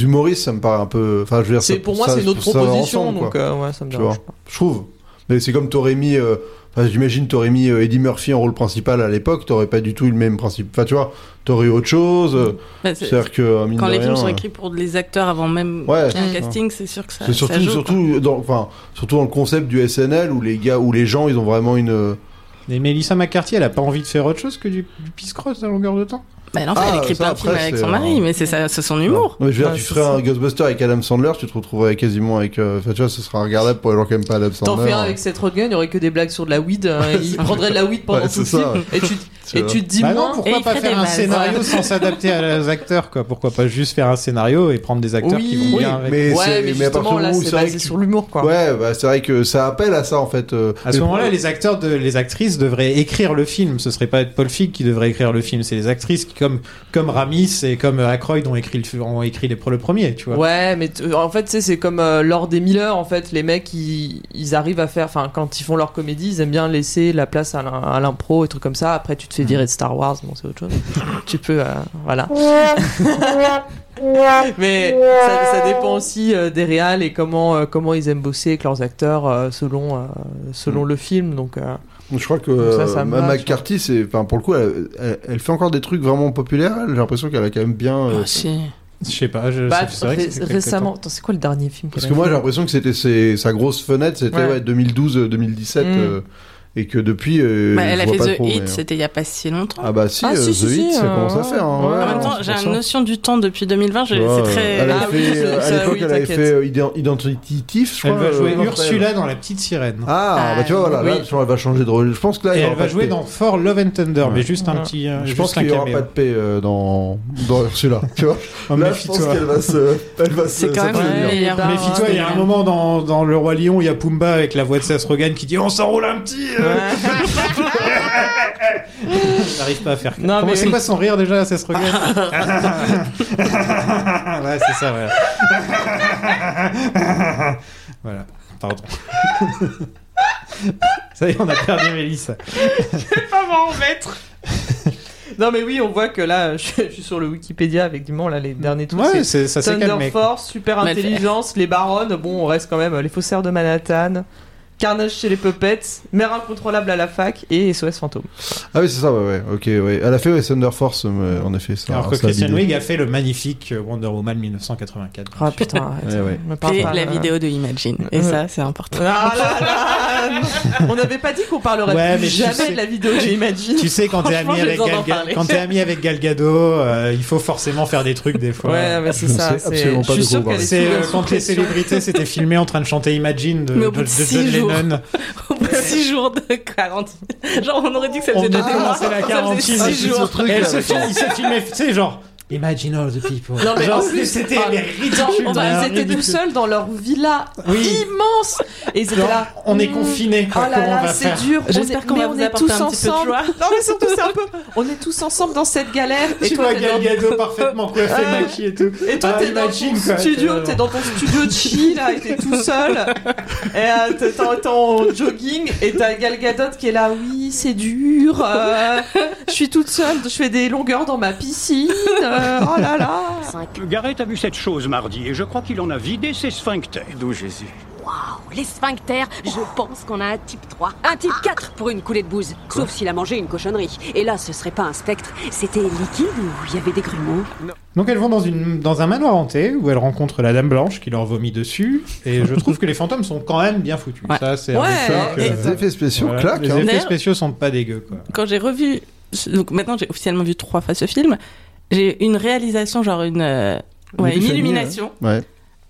Speaker 9: humoristes, ça me paraît un peu. Enfin, je veux dire,
Speaker 7: C'est
Speaker 9: ça-
Speaker 7: pour moi
Speaker 9: ça-
Speaker 7: c'est une autre
Speaker 9: ça va
Speaker 7: proposition,
Speaker 9: ensemble,
Speaker 7: donc
Speaker 9: quoi.
Speaker 7: euh, ouais, ça me
Speaker 9: Tu
Speaker 7: dérange
Speaker 9: vois.
Speaker 7: pas.
Speaker 9: Je trouve. Mais c'est comme t'aurais mis. euh, Enfin, j'imagine t'aurais mis euh, Eddie Murphy en rôle principal à l'époque, t'aurais pas du tout eu le même principe. Enfin, tu vois, t'aurais eu autre chose. euh,
Speaker 10: Bah, c'est-
Speaker 9: C'est-à-dire que euh, mine
Speaker 10: Quand
Speaker 9: de
Speaker 10: les films
Speaker 9: rien,
Speaker 10: sont
Speaker 9: euh,
Speaker 10: écrits pour les acteurs avant même
Speaker 9: Ouais.
Speaker 10: qu'il y ait
Speaker 7: Mm.
Speaker 10: un casting, c'est sûr que ça.
Speaker 9: C'est
Speaker 10: ça
Speaker 9: surtout,
Speaker 10: joue, quoi.
Speaker 9: surtout, dans, enfin, surtout dans le concept du SNL où les gars, où les gens, ils ont vraiment une. euh,
Speaker 8: Mais Mélissa McCarthy, elle a pas envie de faire autre chose que du, du pisse-crosse à longueur de temps
Speaker 10: Bah, elle en fait,
Speaker 9: Ah,
Speaker 10: elle écrit
Speaker 9: ça,
Speaker 10: plein de
Speaker 9: après,
Speaker 10: films avec
Speaker 9: c'est, Ah,
Speaker 10: son
Speaker 9: euh,
Speaker 10: mari, mais c'est ça- c'est son humour.
Speaker 9: Non, mais je veux dire,
Speaker 7: Ouais,
Speaker 9: tu
Speaker 7: c'est
Speaker 9: ferais
Speaker 7: ça.
Speaker 9: un Ghostbuster avec Adam Sandler, tu te retrouverais quasiment avec. euh, Enfin, tu vois, ce sera regardable pour les gens qui aiment pas Adam Sandler. hein.
Speaker 7: T'en fais un avec cette Rogen, il y aurait que des blagues sur de la weed, hein, et il prendrait de la weed pendant
Speaker 9: Ouais,
Speaker 7: tout le
Speaker 9: c'est ça,
Speaker 7: film, et tu,
Speaker 9: C'est
Speaker 7: et
Speaker 9: vrai.
Speaker 7: tu te dis
Speaker 8: Bah
Speaker 7: moins.
Speaker 8: non,
Speaker 10: Et
Speaker 8: pourquoi
Speaker 10: il
Speaker 8: pas
Speaker 10: ferait
Speaker 8: faire
Speaker 10: des
Speaker 8: un
Speaker 10: vases.
Speaker 8: scénario sans s'adapter à les acteurs quoi Pourquoi pas juste faire un scénario et prendre des acteurs
Speaker 7: Oui,
Speaker 8: qui vont
Speaker 7: oui,
Speaker 8: bien avec
Speaker 9: mais
Speaker 7: ouais,
Speaker 9: c'est-
Speaker 7: mais
Speaker 9: mais à partir
Speaker 7: justement
Speaker 9: du
Speaker 7: là
Speaker 9: moment où
Speaker 7: c'est
Speaker 9: c'est vrai
Speaker 7: basé
Speaker 9: que tu-
Speaker 7: sur l'humour quoi.
Speaker 9: Ouais, bah, c'est vrai que ça appelle à ça en fait. euh,
Speaker 8: À ce
Speaker 9: et-
Speaker 8: moment-là, les acteurs, de, les actrices devraient écrire le film. Ce serait pas Paul Feig qui devrait écrire le film, c'est les actrices qui, comme comme Ramis et comme Aykroyd ont écrit le ont écrit les le premier, tu vois.
Speaker 7: Ouais, mais t- en fait, tu sais, c'est comme euh, lors des Miller, en fait, les mecs, ils, ils arrivent à faire, enfin, quand ils font leur comédie, ils aiment bien laisser la place à l'im- à l'impro et trucs comme ça. Après, tu
Speaker 9: Mm.
Speaker 7: te fais virer de Star Wars, bon, c'est autre chose. tu peux, euh, voilà. mais ça, ça dépend aussi euh, des réals et comment, euh, comment ils aiment bosser avec leurs acteurs euh, selon, euh,
Speaker 8: Mm.
Speaker 7: selon le film. Donc, euh,
Speaker 9: Je crois que
Speaker 7: Comme ça,
Speaker 9: euh,
Speaker 7: ça me
Speaker 9: Ma-
Speaker 7: va, tu
Speaker 9: McCarthy, c'est, enfin, pour le coup, elle, elle- elle fait encore des trucs vraiment populaires. elle. J'ai l'impression qu'elle a quand même bien. euh,
Speaker 10: Ah, si.
Speaker 8: Je sais pas. Je,
Speaker 7: bah,
Speaker 8: c'est vrai que
Speaker 7: ré-
Speaker 8: ça fait quelque
Speaker 7: récemment,
Speaker 8: temps.
Speaker 7: Attends, c'est quoi le dernier film
Speaker 9: Parce que
Speaker 7: qu'elle a
Speaker 9: moi, j'ai
Speaker 7: fait
Speaker 9: l'impression que c'était ses- sa grosse fenêtre, c'était
Speaker 7: Ouais.
Speaker 9: euh, 2012-2017,
Speaker 7: Mm.
Speaker 9: et que depuis, euh,
Speaker 10: Bah,
Speaker 9: je
Speaker 10: elle a
Speaker 9: vois
Speaker 10: fait
Speaker 9: pas
Speaker 10: The
Speaker 9: trop, mais,
Speaker 10: Hit,
Speaker 9: euh,
Speaker 10: c'était il y a pas si longtemps.
Speaker 9: Ah bah si,
Speaker 7: Ah,
Speaker 9: euh,
Speaker 7: si,
Speaker 9: The
Speaker 7: si, si,
Speaker 9: Hit, ça
Speaker 7: euh,
Speaker 9: commence à faire. hein,
Speaker 7: ouais.
Speaker 9: ouais,
Speaker 10: en même
Speaker 9: ouais,
Speaker 10: temps,
Speaker 9: c'est
Speaker 10: j'ai
Speaker 9: pour
Speaker 10: une
Speaker 9: ça.
Speaker 10: notion du temps depuis 2020, je-
Speaker 9: Tu vois,
Speaker 10: c'est très.
Speaker 9: Elle
Speaker 7: Ah
Speaker 9: avait
Speaker 7: oui,
Speaker 9: fait,
Speaker 7: ça-
Speaker 9: euh, à
Speaker 7: ça,
Speaker 9: l'époque,
Speaker 7: oui,
Speaker 9: elle avait
Speaker 7: t'inquiète.
Speaker 9: fait euh, Ident- Identity Thief, je crois.
Speaker 8: Elle va
Speaker 9: euh,
Speaker 8: jouer
Speaker 9: après,
Speaker 8: Ursula
Speaker 9: elle.
Speaker 8: dans La Petite Sirène.
Speaker 9: Ah,
Speaker 10: Ah,
Speaker 9: bah tu vois, voilà,
Speaker 7: oui.
Speaker 9: là, de toute façon, elle va changer de rôle. Je pense que là,
Speaker 8: et
Speaker 9: il y
Speaker 8: elle
Speaker 9: aura
Speaker 8: va
Speaker 9: pas de
Speaker 8: jouer
Speaker 9: paix.
Speaker 8: dans Fort Love and Thunder, mais
Speaker 9: Ouais.
Speaker 8: juste un
Speaker 7: Ouais.
Speaker 8: petit. euh,
Speaker 9: Je
Speaker 8: juste
Speaker 9: pense
Speaker 8: un
Speaker 9: qu'il y aura
Speaker 8: caméo.
Speaker 9: pas de paix euh, dans dans Ursula, tu vois.
Speaker 8: Oh,
Speaker 9: Là, je
Speaker 8: méfie-toi.
Speaker 9: pense qu'elle va se, elle va se.
Speaker 10: C'est quand
Speaker 9: ça
Speaker 10: même
Speaker 9: peut
Speaker 10: le
Speaker 9: venir.
Speaker 7: Ouais,
Speaker 10: meilleur.
Speaker 7: bah,
Speaker 8: Méfie-toi, il y a un moment dans, dans Le Roi Lion, il y a Pumba avec la voix de Seth Rogen qui dit On s'enroule un petit euh.
Speaker 7: Ouais.
Speaker 8: J'arrive pas à faire.
Speaker 7: Non,
Speaker 8: Comment
Speaker 7: mais
Speaker 8: c'est
Speaker 7: oui.
Speaker 8: quoi son rire déjà, Seth Rogen Ouais, c'est ça, voilà. voilà, pardon. Ça y est, on a perdu Mélissa.
Speaker 7: pas m'en remettre. non mais oui, on voit que là, je, je suis sur le Wikipédia avec du là les derniers trucs.
Speaker 8: Ouais,
Speaker 7: c'est
Speaker 8: c'est- ça s'est
Speaker 7: Thunder
Speaker 8: calmé. quoi.
Speaker 7: Force, Super
Speaker 12: Mal fait.
Speaker 7: Intelligence, les Baronnes. Bon, on reste quand même euh, les faussaires de Manhattan. Carnage chez les Puppets, Mère incontrôlable à la fac et SOS Fantôme.
Speaker 9: Ah oui, c'est ça, ouais, ouais. Ok, ouais. Elle a fait ouais, Thunder Force, euh, en effet. Ça,
Speaker 8: Alors que
Speaker 9: ça a
Speaker 8: Christian
Speaker 9: bidé.
Speaker 8: Wig a fait le magnifique euh, Wonder Woman 1984.
Speaker 7: Ah putain, arrête.
Speaker 9: Ouais, ouais.
Speaker 7: Me parle
Speaker 10: Et
Speaker 7: pas, euh,
Speaker 10: la
Speaker 7: là.
Speaker 10: vidéo de Imagine. Et
Speaker 7: Ouais.
Speaker 10: ça, c'est important.
Speaker 7: Ah là là On n'avait pas dit qu'on parlerait
Speaker 8: Ouais,
Speaker 7: plus
Speaker 8: mais tu
Speaker 7: jamais
Speaker 8: sais-
Speaker 7: de la vidéo, j'imagine.
Speaker 8: Tu sais, quand t'es
Speaker 7: Franchement,
Speaker 8: ami,
Speaker 7: j'ai
Speaker 8: avec
Speaker 7: besoin d'en
Speaker 8: Gal Ga-
Speaker 7: parler.
Speaker 8: quand t'es ami avec Gal Gadot, euh, il faut forcément faire des trucs des fois.
Speaker 7: Ouais, mais c'est
Speaker 9: Je
Speaker 7: ça.
Speaker 9: sais
Speaker 7: c'est-
Speaker 9: absolument pas
Speaker 7: je
Speaker 9: de
Speaker 7: suis sûr
Speaker 9: quoi
Speaker 7: qu'elle est
Speaker 8: C'est
Speaker 7: sous-
Speaker 8: euh,
Speaker 7: sous
Speaker 8: quand les
Speaker 7: pression.
Speaker 8: célébrités s'étaient filmées en train de chanter Imagine de,
Speaker 10: Mais au
Speaker 8: de-
Speaker 10: bout de
Speaker 8: de
Speaker 10: six
Speaker 8: John
Speaker 10: jours.
Speaker 8: Lennon.
Speaker 10: Au bout de 6 jours de quarantine. Genre, on aurait dit que ça
Speaker 8: On
Speaker 10: faisait
Speaker 8: a
Speaker 10: déjà des mois.
Speaker 8: commencé la
Speaker 10: Ça
Speaker 8: quarantine.
Speaker 10: faisait
Speaker 9: c'est
Speaker 10: six
Speaker 9: ce
Speaker 10: jours.
Speaker 9: truc, euh,
Speaker 8: Et elle
Speaker 9: là,
Speaker 8: se
Speaker 9: attends.
Speaker 8: filme, il se filmait, tu sais, genre Imagine all the people.
Speaker 10: Non, mais en
Speaker 8: genre,
Speaker 10: plus,
Speaker 8: c'était
Speaker 10: ah,
Speaker 8: mais ridicule.
Speaker 7: On va-
Speaker 8: mais
Speaker 7: Ils étaient
Speaker 8: ridicule.
Speaker 7: tout seuls dans leur villa
Speaker 8: Oui.
Speaker 7: immense et ils étaient
Speaker 8: Genre,
Speaker 7: là.
Speaker 8: on est
Speaker 7: hmm,
Speaker 8: confinés,
Speaker 7: Oh
Speaker 8: quoi,
Speaker 7: là
Speaker 8: comment on
Speaker 7: là,
Speaker 8: va
Speaker 7: c'est
Speaker 8: faire
Speaker 7: dur.
Speaker 10: J'espère
Speaker 7: on est-
Speaker 10: qu'on va
Speaker 7: mais
Speaker 10: vous
Speaker 7: on est
Speaker 10: apporter
Speaker 7: tous
Speaker 10: un petit peu de
Speaker 7: ensemble.
Speaker 10: joie.
Speaker 7: Non mais surtout c'est un peu. On est tous ensemble dans cette galère.
Speaker 8: Tu
Speaker 7: Et toi,
Speaker 8: vois
Speaker 7: t'es dans-
Speaker 8: Gal Gadot parfaitement coiffé,
Speaker 7: Ah.
Speaker 8: maquillé et tout.
Speaker 7: Et toi,
Speaker 8: Ah,
Speaker 7: t'es dans
Speaker 8: imagine,
Speaker 7: ton
Speaker 8: quoi,
Speaker 7: studio,
Speaker 8: t'es
Speaker 7: t'es dans ton studio de chi, là, et t'es tout seul. Et euh, t'es- t'es en- t'es en jogging, et t'as Gal Gadot qui est là, oui, c'est dur, euh, je suis toute seule, je fais des longueurs dans ma piscine, euh, oh là là.
Speaker 12: Garrett a vu cette chose mardi et je crois qu'il en a vidé ses sphincters.
Speaker 2: D'où Jésus Oh.
Speaker 11: Les sphincters, je pense qu'on a un type 3. Un type
Speaker 2: Ah.
Speaker 11: 4 pour une coulée de bouse. Sauf s'il a mangé une cochonnerie. Et là, ce serait pas un spectre. C'était liquide ou il y avait des grumeaux
Speaker 8: Donc elles vont dans, une, dans un manoir hanté où elles rencontrent la Dame Blanche qui leur vomit dessus et je trouve que les fantômes sont quand même bien foutus.
Speaker 10: Ouais.
Speaker 8: Ça c'est un
Speaker 10: Ouais,
Speaker 8: truc,
Speaker 10: et-
Speaker 8: euh,
Speaker 9: Les effets spéciaux
Speaker 8: voilà.
Speaker 9: claquent.
Speaker 8: Les
Speaker 9: hein.
Speaker 8: effets
Speaker 10: D'ailleurs-
Speaker 8: spéciaux sont pas dégueux quoi.
Speaker 10: Quand j'ai revu. Donc maintenant, j'ai officiellement vu trois fois ce film. J'ai une réalisation, genre une. euh, Ouais, une
Speaker 9: Épiphanie,
Speaker 10: illumination.
Speaker 9: Ouais.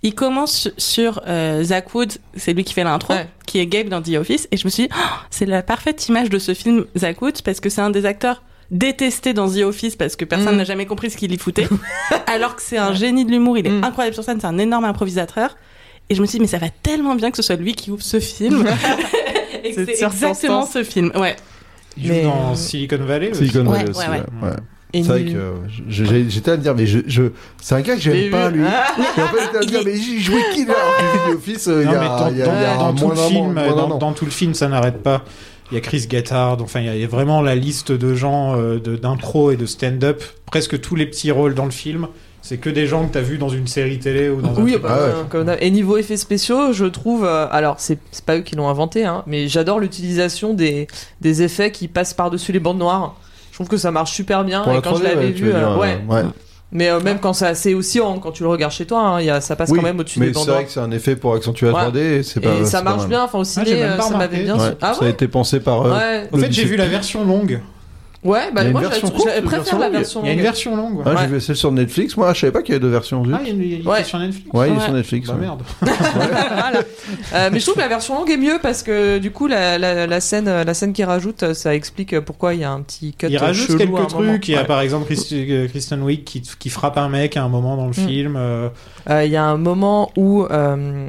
Speaker 10: Il commence su- sur euh, Zach Wood, c'est lui qui fait l'intro,
Speaker 7: Ouais.
Speaker 10: qui est Gabe dans The Office, et je me suis dit, Oh, c'est la parfaite image de ce film Zach Wood, parce que c'est un des acteurs détestés dans The Office, parce que personne
Speaker 7: Mm.
Speaker 10: n'a jamais compris ce qu'il y foutait, alors que c'est un génie de l'humour, il est
Speaker 7: Mm.
Speaker 10: incroyable sur scène, c'est un énorme improvisateur, et je me suis dit, mais ça va tellement bien que ce soit lui qui ouvre ce film, et que
Speaker 7: Cette
Speaker 10: c'est exactement
Speaker 7: circonstance.
Speaker 10: ce film, ouais.
Speaker 8: Ils jouent
Speaker 7: Mais,
Speaker 8: dans
Speaker 7: euh,
Speaker 8: Silicon Valley. aussi.
Speaker 9: Silicon Valley
Speaker 10: Ouais,
Speaker 9: aussi.
Speaker 10: ouais,
Speaker 9: ouais,
Speaker 8: ouais.
Speaker 9: ouais.
Speaker 7: Et
Speaker 9: C'est vrai
Speaker 7: nul.
Speaker 9: que euh, je- j'ai- j'étais à me dire, mais je, je- c'est un gars que
Speaker 7: J'ai
Speaker 9: j'aime pas
Speaker 7: vu.
Speaker 9: lui.
Speaker 7: Ah.
Speaker 9: Et en fait, j'étais à me dire, mais j'y jouais qui là Alors, du Office, euh, il
Speaker 8: Non,
Speaker 9: y
Speaker 8: mais
Speaker 9: a,
Speaker 8: dans,
Speaker 9: il y a-
Speaker 8: dans-
Speaker 9: il y a
Speaker 8: dans tout
Speaker 9: moins
Speaker 8: le
Speaker 9: d'un
Speaker 8: film,
Speaker 9: an, moins d'un
Speaker 8: dans,
Speaker 9: an.
Speaker 8: dans tout le film, ça n'arrête pas. Il y a Chris Gattard, enfin il y a- il y a vraiment la liste de gens euh, de- d'impro et de stand-up. Presque tous les petits rôles dans le film, c'est que des gens que t'as vu dans une série télé ou dans un
Speaker 7: Oui,
Speaker 8: truc.
Speaker 7: bah,
Speaker 9: Ah ouais.
Speaker 7: euh, comme d'hab. et niveau effets spéciaux, je trouve. euh, alors, c'est c'est pas eux qui l'ont inventé, hein, mais j'adore l'utilisation des, des effets qui passent par-dessus les bandes noires. Je trouve que ça marche super bien.
Speaker 9: Pour
Speaker 7: et
Speaker 9: la
Speaker 7: quand
Speaker 9: 3D,
Speaker 7: je l'avais
Speaker 9: ouais, tu
Speaker 7: vu,
Speaker 9: veux
Speaker 7: euh,
Speaker 9: dire,
Speaker 7: ouais.
Speaker 9: ouais.
Speaker 7: Mais euh, même quand c'est assez oscillant, quand tu le regardes chez toi, hein, il y a, ça passe
Speaker 9: Oui,
Speaker 7: quand même au-dessus
Speaker 9: mais
Speaker 7: des bandes
Speaker 9: c'est vrai
Speaker 7: noires.
Speaker 9: que c'est un effet pour accentuer la
Speaker 7: Ouais.
Speaker 9: 3D. et c'est pas-
Speaker 7: Et ça
Speaker 9: c'est pas
Speaker 7: marche
Speaker 9: mal.
Speaker 7: bien, enfin au
Speaker 8: Ah, j'ai
Speaker 7: ciné,
Speaker 8: même
Speaker 7: euh,
Speaker 8: pas
Speaker 7: ça m'avait
Speaker 8: remarqué.
Speaker 7: bien
Speaker 9: Ouais,
Speaker 7: su- Ah
Speaker 9: ça a
Speaker 7: ouais
Speaker 9: été pensé par. euh,
Speaker 7: Ouais,
Speaker 8: En fait, j'ai vu la version longue.
Speaker 7: ouais bah
Speaker 9: Il y a
Speaker 7: moi
Speaker 9: une
Speaker 7: je la-
Speaker 9: version
Speaker 7: je
Speaker 9: courte,
Speaker 7: la
Speaker 9: une
Speaker 7: préfère
Speaker 9: version
Speaker 7: la
Speaker 9: longue.
Speaker 7: version
Speaker 8: Il y a une
Speaker 7: longue.
Speaker 8: version longue. ouais.
Speaker 9: hein,
Speaker 7: Ouais.
Speaker 9: J'ai vu celle sur Netflix. Moi, je savais pas qu'il y avait deux versions. zut.
Speaker 8: Ah, il y a une- il y a une
Speaker 7: Ouais.
Speaker 8: sur Netflix.
Speaker 9: Ouais, il est
Speaker 10: Ouais.
Speaker 9: sur Netflix.
Speaker 8: Bah
Speaker 9: ouais.
Speaker 8: merde.
Speaker 7: Voilà. Euh, mais je trouve que la version longue est mieux parce que du coup la, la, la scène euh, la scène qui rajoute ça explique pourquoi il y a un petit cut
Speaker 8: Il rajoute
Speaker 7: chelou à un
Speaker 8: quelques
Speaker 7: moment.
Speaker 8: trucs. Il y a
Speaker 7: Ouais.
Speaker 8: par exemple Christi- euh, Kristen Wiig qui, qui frappe un mec à un moment dans le
Speaker 7: Hmm.
Speaker 8: film. euh,
Speaker 7: Euh, il y a un moment où euh,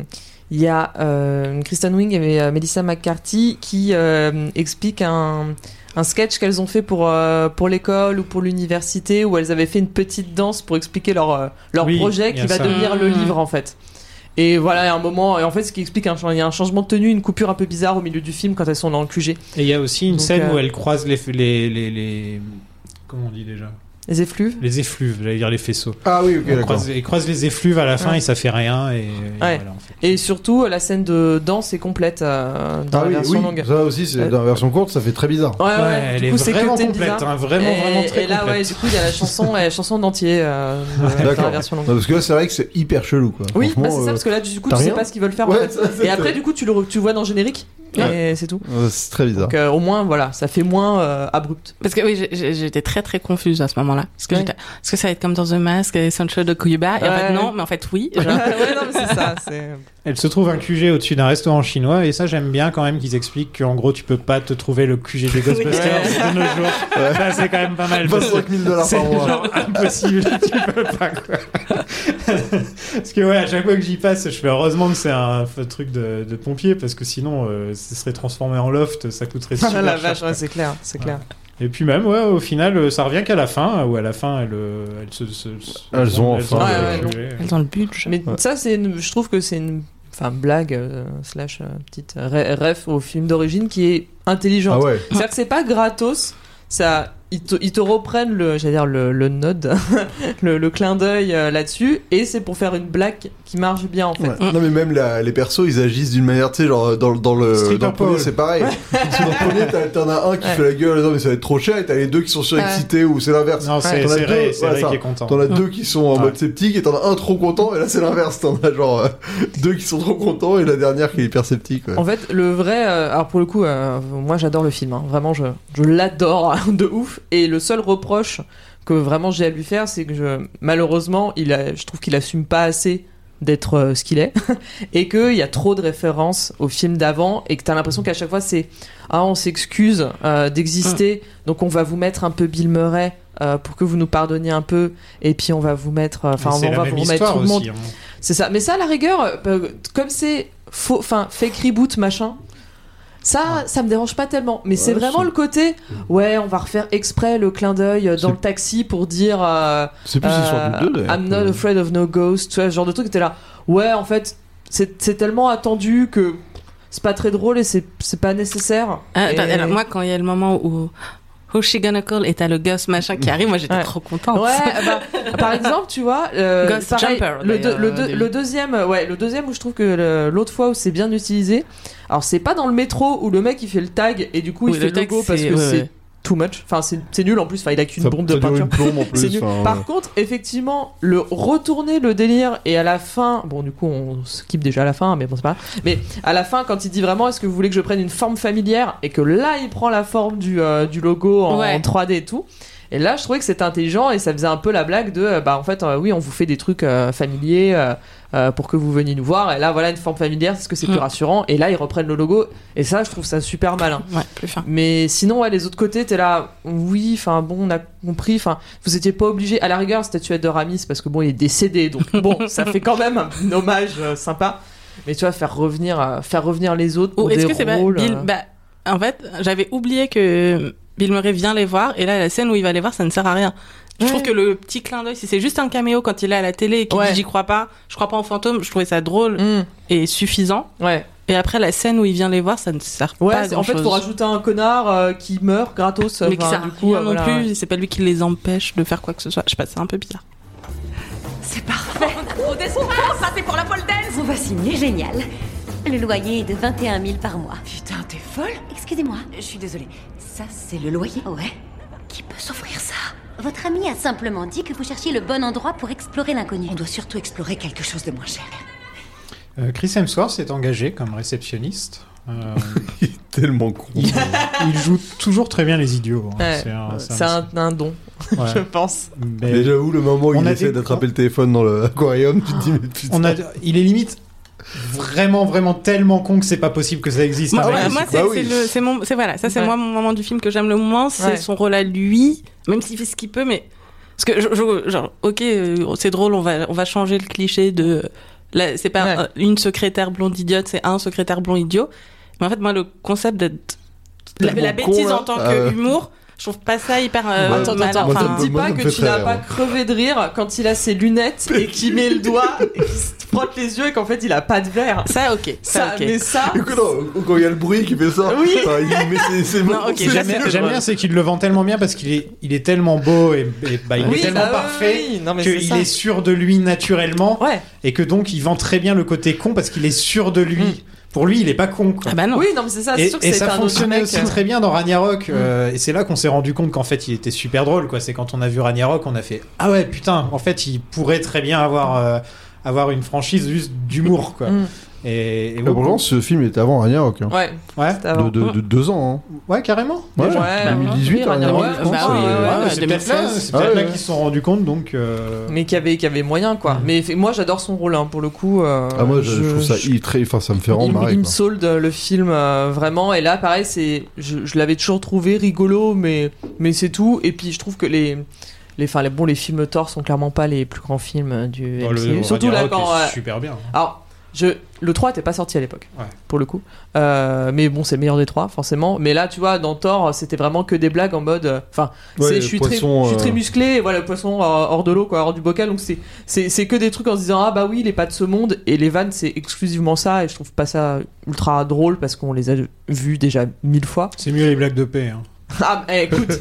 Speaker 7: il y a euh, Kristen Wing et euh, Melissa McCarthy qui euh, expliquent un, un sketch qu'elles ont fait pour, euh, pour l'école ou pour l'université où elles avaient fait une petite danse pour expliquer leur, euh, leur
Speaker 8: Oui,
Speaker 7: projet
Speaker 8: il y
Speaker 7: qui
Speaker 8: a
Speaker 7: va
Speaker 8: ça.
Speaker 7: devenir le
Speaker 10: Mmh.
Speaker 7: livre en fait. Et voilà, il y a un moment, et en fait, ce qui explique, un, il y a un changement de tenue, une coupure un peu bizarre au milieu du film quand elles sont dans le QG.
Speaker 8: Et il y a aussi une
Speaker 7: Donc,
Speaker 8: scène
Speaker 7: euh,
Speaker 8: où elle croise les, les, les, les- Comment on dit déjà
Speaker 7: Les effluves.
Speaker 8: Les effluves, j'allais dire les faisceaux.
Speaker 9: Ah oui, ok,
Speaker 8: Elle
Speaker 9: d'accord.
Speaker 8: croise, elle croise les effluves à la fin
Speaker 7: Ouais.
Speaker 8: et ça fait rien. Et, et voilà, en fait.
Speaker 7: Et surtout, la scène de danse est complète euh, dans
Speaker 9: Ah
Speaker 7: la
Speaker 9: oui,
Speaker 7: version
Speaker 9: oui,
Speaker 7: longue.
Speaker 9: ça aussi, c'est
Speaker 7: Euh,
Speaker 9: dans la version courte, ça fait très bizarre.
Speaker 7: Ah Ouais, ouais,
Speaker 8: Ouais,
Speaker 7: du
Speaker 8: elle
Speaker 7: coup,
Speaker 8: est
Speaker 7: c'est
Speaker 8: vraiment
Speaker 7: côté
Speaker 8: complète,
Speaker 7: bizarre.
Speaker 8: hein, vraiment,
Speaker 7: et,
Speaker 8: vraiment très
Speaker 7: et là,
Speaker 8: complète.
Speaker 7: ouais, du coup, il y a la chanson, la chanson d'entier euh, de- dans la
Speaker 9: D'accord.
Speaker 7: version
Speaker 9: Non,
Speaker 7: longue.
Speaker 9: Parce que là, c'est vrai que c'est hyper chelou, quoi.
Speaker 7: Oui, bah,
Speaker 9: Franchement,
Speaker 7: c'est ça,
Speaker 9: euh,
Speaker 7: parce que là, du coup, tu
Speaker 9: t'as
Speaker 7: sais
Speaker 9: rien
Speaker 7: pas ce qu'ils veulent faire. en
Speaker 9: Ouais,
Speaker 7: fait.
Speaker 9: ça, c'est-
Speaker 7: Et après, du coup, tu le re- tu le vois dans le générique, et c'est tout.
Speaker 9: euh, c'est très bizarre.
Speaker 7: Donc, euh, au moins, voilà, ça fait moins euh, abrupt.
Speaker 10: Parce que oui, j'ai- j'ai- j'étais très très confuse à ce moment-là. Parce que
Speaker 7: Ouais.
Speaker 10: j'étais, est-ce que ça va être comme dans The Mask, et Sancho de Cuba Et en
Speaker 7: Ouais.
Speaker 10: fait, non, mais en fait, oui.
Speaker 7: ouais,
Speaker 10: Genre,
Speaker 7: non, mais c'est ça. c'est-
Speaker 8: Elle se trouve un QG au-dessus d'un restaurant chinois et ça j'aime bien quand même qu'ils expliquent qu'en gros tu peux pas te trouver le QG des Ghostbusters de nos jours.
Speaker 7: euh,
Speaker 8: Ça c'est quand même pas mal. parce que
Speaker 9: 25 000 dollars
Speaker 8: C'est
Speaker 9: par mois.
Speaker 8: genre impossible, tu peux pas quoi. parce que ouais, à chaque fois que j'y passe, je fais heureusement que c'est un f- truc de, de pompier parce que sinon, euh, ce serait transformé en loft, ça coûterait super
Speaker 7: Ah, la
Speaker 8: cher,
Speaker 7: vache,
Speaker 8: quoi.
Speaker 7: ouais, c'est clair, c'est clair.
Speaker 8: Et puis même, ouais, au final, euh, ça revient qu'à la fin, où à la fin, elles, euh, elles se, se- se-
Speaker 9: Elles ont enfin
Speaker 7: le-
Speaker 8: le QG.
Speaker 10: Elles ont le budget.
Speaker 7: Mais ça, c'est, une- je trouve que c'est une enfin blague euh, slash euh, petite re- ref au film d'origine qui est intelligente.
Speaker 9: Ah ouais.
Speaker 7: C'est-à-dire que c'est pas gratos. Ça, ils te, ils te reprennent le, j'allais dire le, le nod, le, le clin d'œil euh, là-dessus, et c'est pour faire une blague qui marche bien en fait.
Speaker 9: Ouais. Non mais même la- les persos ils agissent d'une manière tu sais genre dans, dans le
Speaker 8: Street
Speaker 9: dans le premier
Speaker 8: Paul.
Speaker 9: c'est pareil dans le premier t'as- t'en as un qui
Speaker 7: Ouais.
Speaker 9: fait la gueule non mais ça va être trop cher et t'as les deux qui sont surexcités ou c'est l'inverse
Speaker 8: Non, c'est-
Speaker 9: T'en as
Speaker 8: c'est
Speaker 9: deux,
Speaker 8: Ray- c'est
Speaker 9: voilà
Speaker 8: Ray
Speaker 9: ça.
Speaker 8: qui est content.
Speaker 9: t'en as deux qui sont en
Speaker 8: Ouais.
Speaker 9: mode sceptique et t'en as un trop content et là c'est l'inverse t'en as genre euh, deux qui sont trop contents et la dernière qui est hyper sceptique ouais.
Speaker 7: En fait, le vrai. euh, alors, pour le coup, euh, moi, j'adore le film. hein. Vraiment, je, je l'adore de ouf. Et le seul reproche que vraiment j'ai à lui faire, c'est que je, malheureusement, il a, je trouve qu'il assume pas assez d'être euh, ce qu'il est. et qu'il y a trop de références au film d'avant. Et que t'as l'impression qu'à chaque fois, c'est. Ah, on s'excuse euh, d'exister.
Speaker 8: Mmh.
Speaker 7: Donc, on va vous mettre un peu Bill Murray. euh, pour que vous nous pardonniez un peu, et puis on va vous mettre, euh, enfin,
Speaker 8: Mais
Speaker 7: on
Speaker 8: c'est la
Speaker 7: va
Speaker 8: même
Speaker 7: vous remettre
Speaker 8: histoire
Speaker 7: tout le monde.
Speaker 8: aussi, hein.
Speaker 7: C'est ça. Mais ça, à la rigueur, euh, comme c'est faux, enfin, fake reboot, machin. Ça, ça me dérange pas tellement. Mais c'est
Speaker 9: Ouais,
Speaker 7: vraiment
Speaker 9: c'est-
Speaker 7: le côté, ouais, on va refaire exprès le clin d'œil euh, dans
Speaker 9: C'est-
Speaker 7: le taxi pour dire. euh,
Speaker 9: C'est plus l'histoire
Speaker 7: euh,
Speaker 9: du deux, d'ailleurs.
Speaker 7: I'm not afraid of no ghost, tu vois, ce genre de truc. T'es là, ouais, en fait, c'est c'est tellement attendu que c'est pas très drôle et c'est c'est pas nécessaire.
Speaker 10: Ah,
Speaker 7: Et-
Speaker 10: attends, alors, moi, quand il y a le moment où Who's she gonna call et t'as le gosse machin qui arrive, moi j'étais
Speaker 7: Ouais.
Speaker 10: trop contente.
Speaker 7: Ouais, bah, par exemple, tu vois, euh,
Speaker 10: ah Ghost
Speaker 7: pareil,
Speaker 10: Jumper,
Speaker 7: le, deux-
Speaker 10: d'ailleurs,
Speaker 7: le
Speaker 10: au
Speaker 7: deux-
Speaker 10: début.
Speaker 7: le deuxième, euh, ouais, le deuxième où je trouve que le- l'autre fois où c'est bien utilisé, alors c'est pas dans le métro où le mec il fait le tag et du coup il
Speaker 10: Oui,
Speaker 7: fait
Speaker 10: le
Speaker 7: le
Speaker 10: tag,
Speaker 7: logo parce
Speaker 10: c'est-
Speaker 7: que
Speaker 10: ouais,
Speaker 7: c'est
Speaker 10: ouais.
Speaker 7: too much, enfin c'est c'est nul en plus, enfin il a qu'une
Speaker 9: Ça-
Speaker 7: bombe
Speaker 9: ça
Speaker 7: de
Speaker 9: dure
Speaker 7: peinture.
Speaker 9: une plombe en plus,
Speaker 7: C'est nul.
Speaker 9: enfin,
Speaker 7: Par contre, effectivement, le retourner le délire et à la fin, bon, du coup, on skip déjà à la fin, mais bon, c'est pas grave. Mais à la fin, quand il dit vraiment, est-ce que vous voulez que je prenne une forme familière et que là, il prend la forme du, euh, du logo en,
Speaker 10: Ouais.
Speaker 7: en 3D et tout. Et là, je trouvais que c'était intelligent et ça faisait un peu la blague de, euh, bah, en fait, euh, oui, on vous fait des trucs euh, familiers euh, euh, pour que vous veniez nous voir. Et là, voilà, une forme familière, c'est ce que c'est plus
Speaker 10: Mm.
Speaker 7: rassurant. Et là, ils reprennent le logo. Et ça, je trouve ça super malin.
Speaker 10: Ouais, plus fin.
Speaker 7: Mais sinon, ouais, les autres côtés, t'es là, oui, enfin bon, on a compris, enfin, vous étiez pas obligé, à la rigueur, statuette de Ramis, parce que bon, il est décédé, donc bon, ça fait quand même un hommage euh, sympa. Mais tu vois, faire revenir, euh, faire revenir les autres pour
Speaker 10: Ou Oh, est-ce
Speaker 7: des
Speaker 10: que c'est pas
Speaker 7: rôles,
Speaker 10: Bill
Speaker 7: euh,
Speaker 10: bah, En fait, j'avais oublié que Bill Murray vient les voir, et là, la scène où il va les voir, ça ne sert à rien. Je trouve que le petit clin d'œil, si c'est juste un caméo quand il est à la télé et qu'il
Speaker 7: Ouais.
Speaker 10: dit j'y crois pas, je crois pas en fantôme, je trouvais ça drôle
Speaker 7: hmm,
Speaker 10: et suffisant.
Speaker 7: ouais,
Speaker 10: Et après, la scène où il vient les voir, ça ne sert
Speaker 7: ouais.
Speaker 10: pas à
Speaker 7: c'est- en fait,
Speaker 10: grand-chose.
Speaker 7: faut rajouter un connard euh, qui meurt gratos,
Speaker 10: mais qui
Speaker 7: enfin,
Speaker 10: sert à
Speaker 7: du coup,
Speaker 10: rien
Speaker 7: euh,
Speaker 10: non
Speaker 7: voilà.
Speaker 10: plus, c'est pas lui qui les empêche de faire quoi que ce soit. Je sais pas, c'est un peu bizarre.
Speaker 1: C'est parfait.
Speaker 11: Oh, Trop d'espoir, ça c'est pour la pole dance
Speaker 1: On va signer, génial. Le loyer est de 21 000 par mois.
Speaker 11: Putain, t'es folle
Speaker 1: Excusez-moi,
Speaker 11: Je suis désolée. Ça, c'est
Speaker 1: c'est le loyer Ouais. Qui peut s'offrir ça Votre ami a simplement dit que vous cherchiez le bon endroit pour explorer l'inconnu. On doit surtout explorer quelque chose de moins cher.
Speaker 8: Euh, Chris Hemsworth est engagé comme réceptionniste. Euh,
Speaker 9: il est tellement con
Speaker 8: il, il joue toujours très bien les idiots. hein.
Speaker 7: Ouais,
Speaker 8: C'est un- c'est
Speaker 7: C'est
Speaker 8: un-
Speaker 7: un, un don,
Speaker 8: ouais.
Speaker 7: je pense.
Speaker 8: Mais-
Speaker 9: mais j'avoue le moment où
Speaker 8: On
Speaker 9: il
Speaker 8: a
Speaker 9: essaie
Speaker 8: des
Speaker 9: d'attraper le téléphone dans l'aquarium tu te dis mais putain
Speaker 8: On a, il est limite vraiment, vraiment tellement con que c'est pas possible que ça existe.
Speaker 10: Moi,
Speaker 8: hein,
Speaker 10: ouais,
Speaker 8: mais-
Speaker 10: moi,
Speaker 9: c'est-
Speaker 10: c'est
Speaker 9: bah
Speaker 10: c'est
Speaker 9: oui.
Speaker 10: le- c'est mon, c'est voilà, ça c'est
Speaker 7: Ouais.
Speaker 10: moi mon moment du film que j'aime le moins, c'est
Speaker 7: Ouais.
Speaker 10: son rôle à lui, même s'il fait ce qu'il peut, mais parce que je- je- genre, ok, euh, c'est drôle, on va, on va changer le cliché de, là, c'est pas
Speaker 7: Ouais.
Speaker 10: euh, une secrétaire blonde idiote, c'est un secrétaire blond idiot. Mais en fait, moi, le concept d'être la,
Speaker 9: Tellement
Speaker 10: la
Speaker 9: con,
Speaker 10: bêtise
Speaker 9: là.
Speaker 10: en tant
Speaker 9: Ah
Speaker 10: que
Speaker 9: ouais.
Speaker 10: humour, je trouve pas ça hyper. euh,
Speaker 9: Bah,
Speaker 7: hein. Euh. Attends,
Speaker 10: malin.
Speaker 7: attends,
Speaker 9: moi,
Speaker 10: Enfin,
Speaker 9: ça me-
Speaker 7: dis
Speaker 9: moi,
Speaker 7: pas
Speaker 9: ça me
Speaker 7: que
Speaker 9: fait
Speaker 7: tu n'as
Speaker 9: très
Speaker 7: pas
Speaker 9: rire.
Speaker 7: crevé de rire quand il a ses lunettes et qu'il met le doigt et qu'il se frotte les yeux et qu'en fait il a pas de verre.
Speaker 10: ça, ok, ça,
Speaker 7: Ça,
Speaker 10: ok.
Speaker 7: mais ça,
Speaker 9: Écoute, non, quand il y a le bruit qui fait ça,
Speaker 7: Oui.
Speaker 9: enfin, il met ses, ses mains.
Speaker 10: Non, ok,
Speaker 9: sous les
Speaker 10: j'aime-
Speaker 9: yeux.
Speaker 8: J'aime j'aime bien, c'est qu'il le vend tellement bien parce qu'il est, il est tellement beau et, et, bah, il
Speaker 7: Oui,
Speaker 8: est tellement
Speaker 7: bah oui,
Speaker 8: parfait
Speaker 7: oui, non, mais c'est
Speaker 8: qu'il
Speaker 7: ça.
Speaker 8: est sûr de lui naturellement
Speaker 7: Ouais.
Speaker 8: et que donc il vend très bien le côté con parce qu'il est sûr de lui. Pour lui, il est pas con. Quoi.
Speaker 10: Ah bah non.
Speaker 7: Oui, non, mais c'est Mm. ça. C'est
Speaker 8: Et,
Speaker 7: sûr que
Speaker 8: et
Speaker 7: c'est
Speaker 8: ça
Speaker 7: un autre mec.
Speaker 8: fonctionnait
Speaker 7: euh. Mm.
Speaker 8: aussi très bien dans Ragnarok. euh, et c'est là qu'on s'est rendu compte qu'en fait, il était super drôle. quoi. C'est quand on a vu Ragnarok, on a fait Ah ouais, putain, en fait, il pourrait très bien avoir, euh, avoir une franchise juste d'humour. quoi.
Speaker 7: Mm.
Speaker 8: Et, et
Speaker 9: Mais pourtant, Euh, ce film était avant Ragnarok. Hein.
Speaker 7: Ouais,
Speaker 8: ouais,
Speaker 7: c'était avant.
Speaker 9: De, de, de deux ans. Hein.
Speaker 8: ouais, carrément.
Speaker 9: Ouais, hein,
Speaker 8: déjà.
Speaker 7: Ah, Ouais,
Speaker 9: 2018,
Speaker 7: oui, Ragnarok,
Speaker 8: Ragnarok,
Speaker 7: je
Speaker 10: bah
Speaker 7: pense,
Speaker 10: oui,
Speaker 7: ouais,
Speaker 9: euh,
Speaker 10: ouais,
Speaker 7: ouais.
Speaker 10: ouais.
Speaker 8: Ouais, c'est peut-être là,
Speaker 10: 2016.
Speaker 8: c'est peut-être
Speaker 9: Ah
Speaker 8: là
Speaker 9: ouais.
Speaker 8: qu'ils se sont rendus compte donc. euh,
Speaker 7: Mais qui avait, qui avait moyen, quoi. Mais fait- moi, j'adore son rôle, hein, pour le coup. euh,
Speaker 9: Mm. ah, moi, je, je trouve ça
Speaker 7: je-
Speaker 9: il est très. Enfin, ça me fait vraiment
Speaker 7: il,
Speaker 9: marrer.
Speaker 7: il me
Speaker 9: quoi.
Speaker 7: solde le film euh, vraiment et là pareil c'est je, je l'avais toujours trouvé rigolo mais mais c'est tout et puis je trouve que les les enfin les bon les films
Speaker 9: Oh,
Speaker 7: Thor sont clairement pas les plus grands films euh, du
Speaker 8: bon, le-
Speaker 7: MCU.
Speaker 8: le
Speaker 7: surtout là
Speaker 8: Ragnarok
Speaker 7: quand
Speaker 8: est
Speaker 7: euh,
Speaker 8: super bien.
Speaker 7: alors je Le 3 était pas sorti à l'époque, pour le coup. Euh, mais bon, c'est le meilleur des trois, forcément. Mais là, tu vois, dans Thor, c'était vraiment que des blagues en mode. euh, Enfin,
Speaker 9: Ouais,
Speaker 7: c'est
Speaker 9: le
Speaker 7: je suis très,
Speaker 9: poisson,
Speaker 7: je suis très
Speaker 9: euh,
Speaker 7: musclé, et voilà, le poisson euh, hors de l'eau, quoi, hors du bocal. Donc c'est- c'est c'est que des trucs en se disant, ah bah oui, il est pas de ce monde. Et les vannes, c'est exclusivement ça. Et je trouve pas ça ultra drôle parce qu'on les a vus déjà mille fois.
Speaker 8: C'est mieux les blagues de paix. hein.
Speaker 7: Ah, eh, écoute,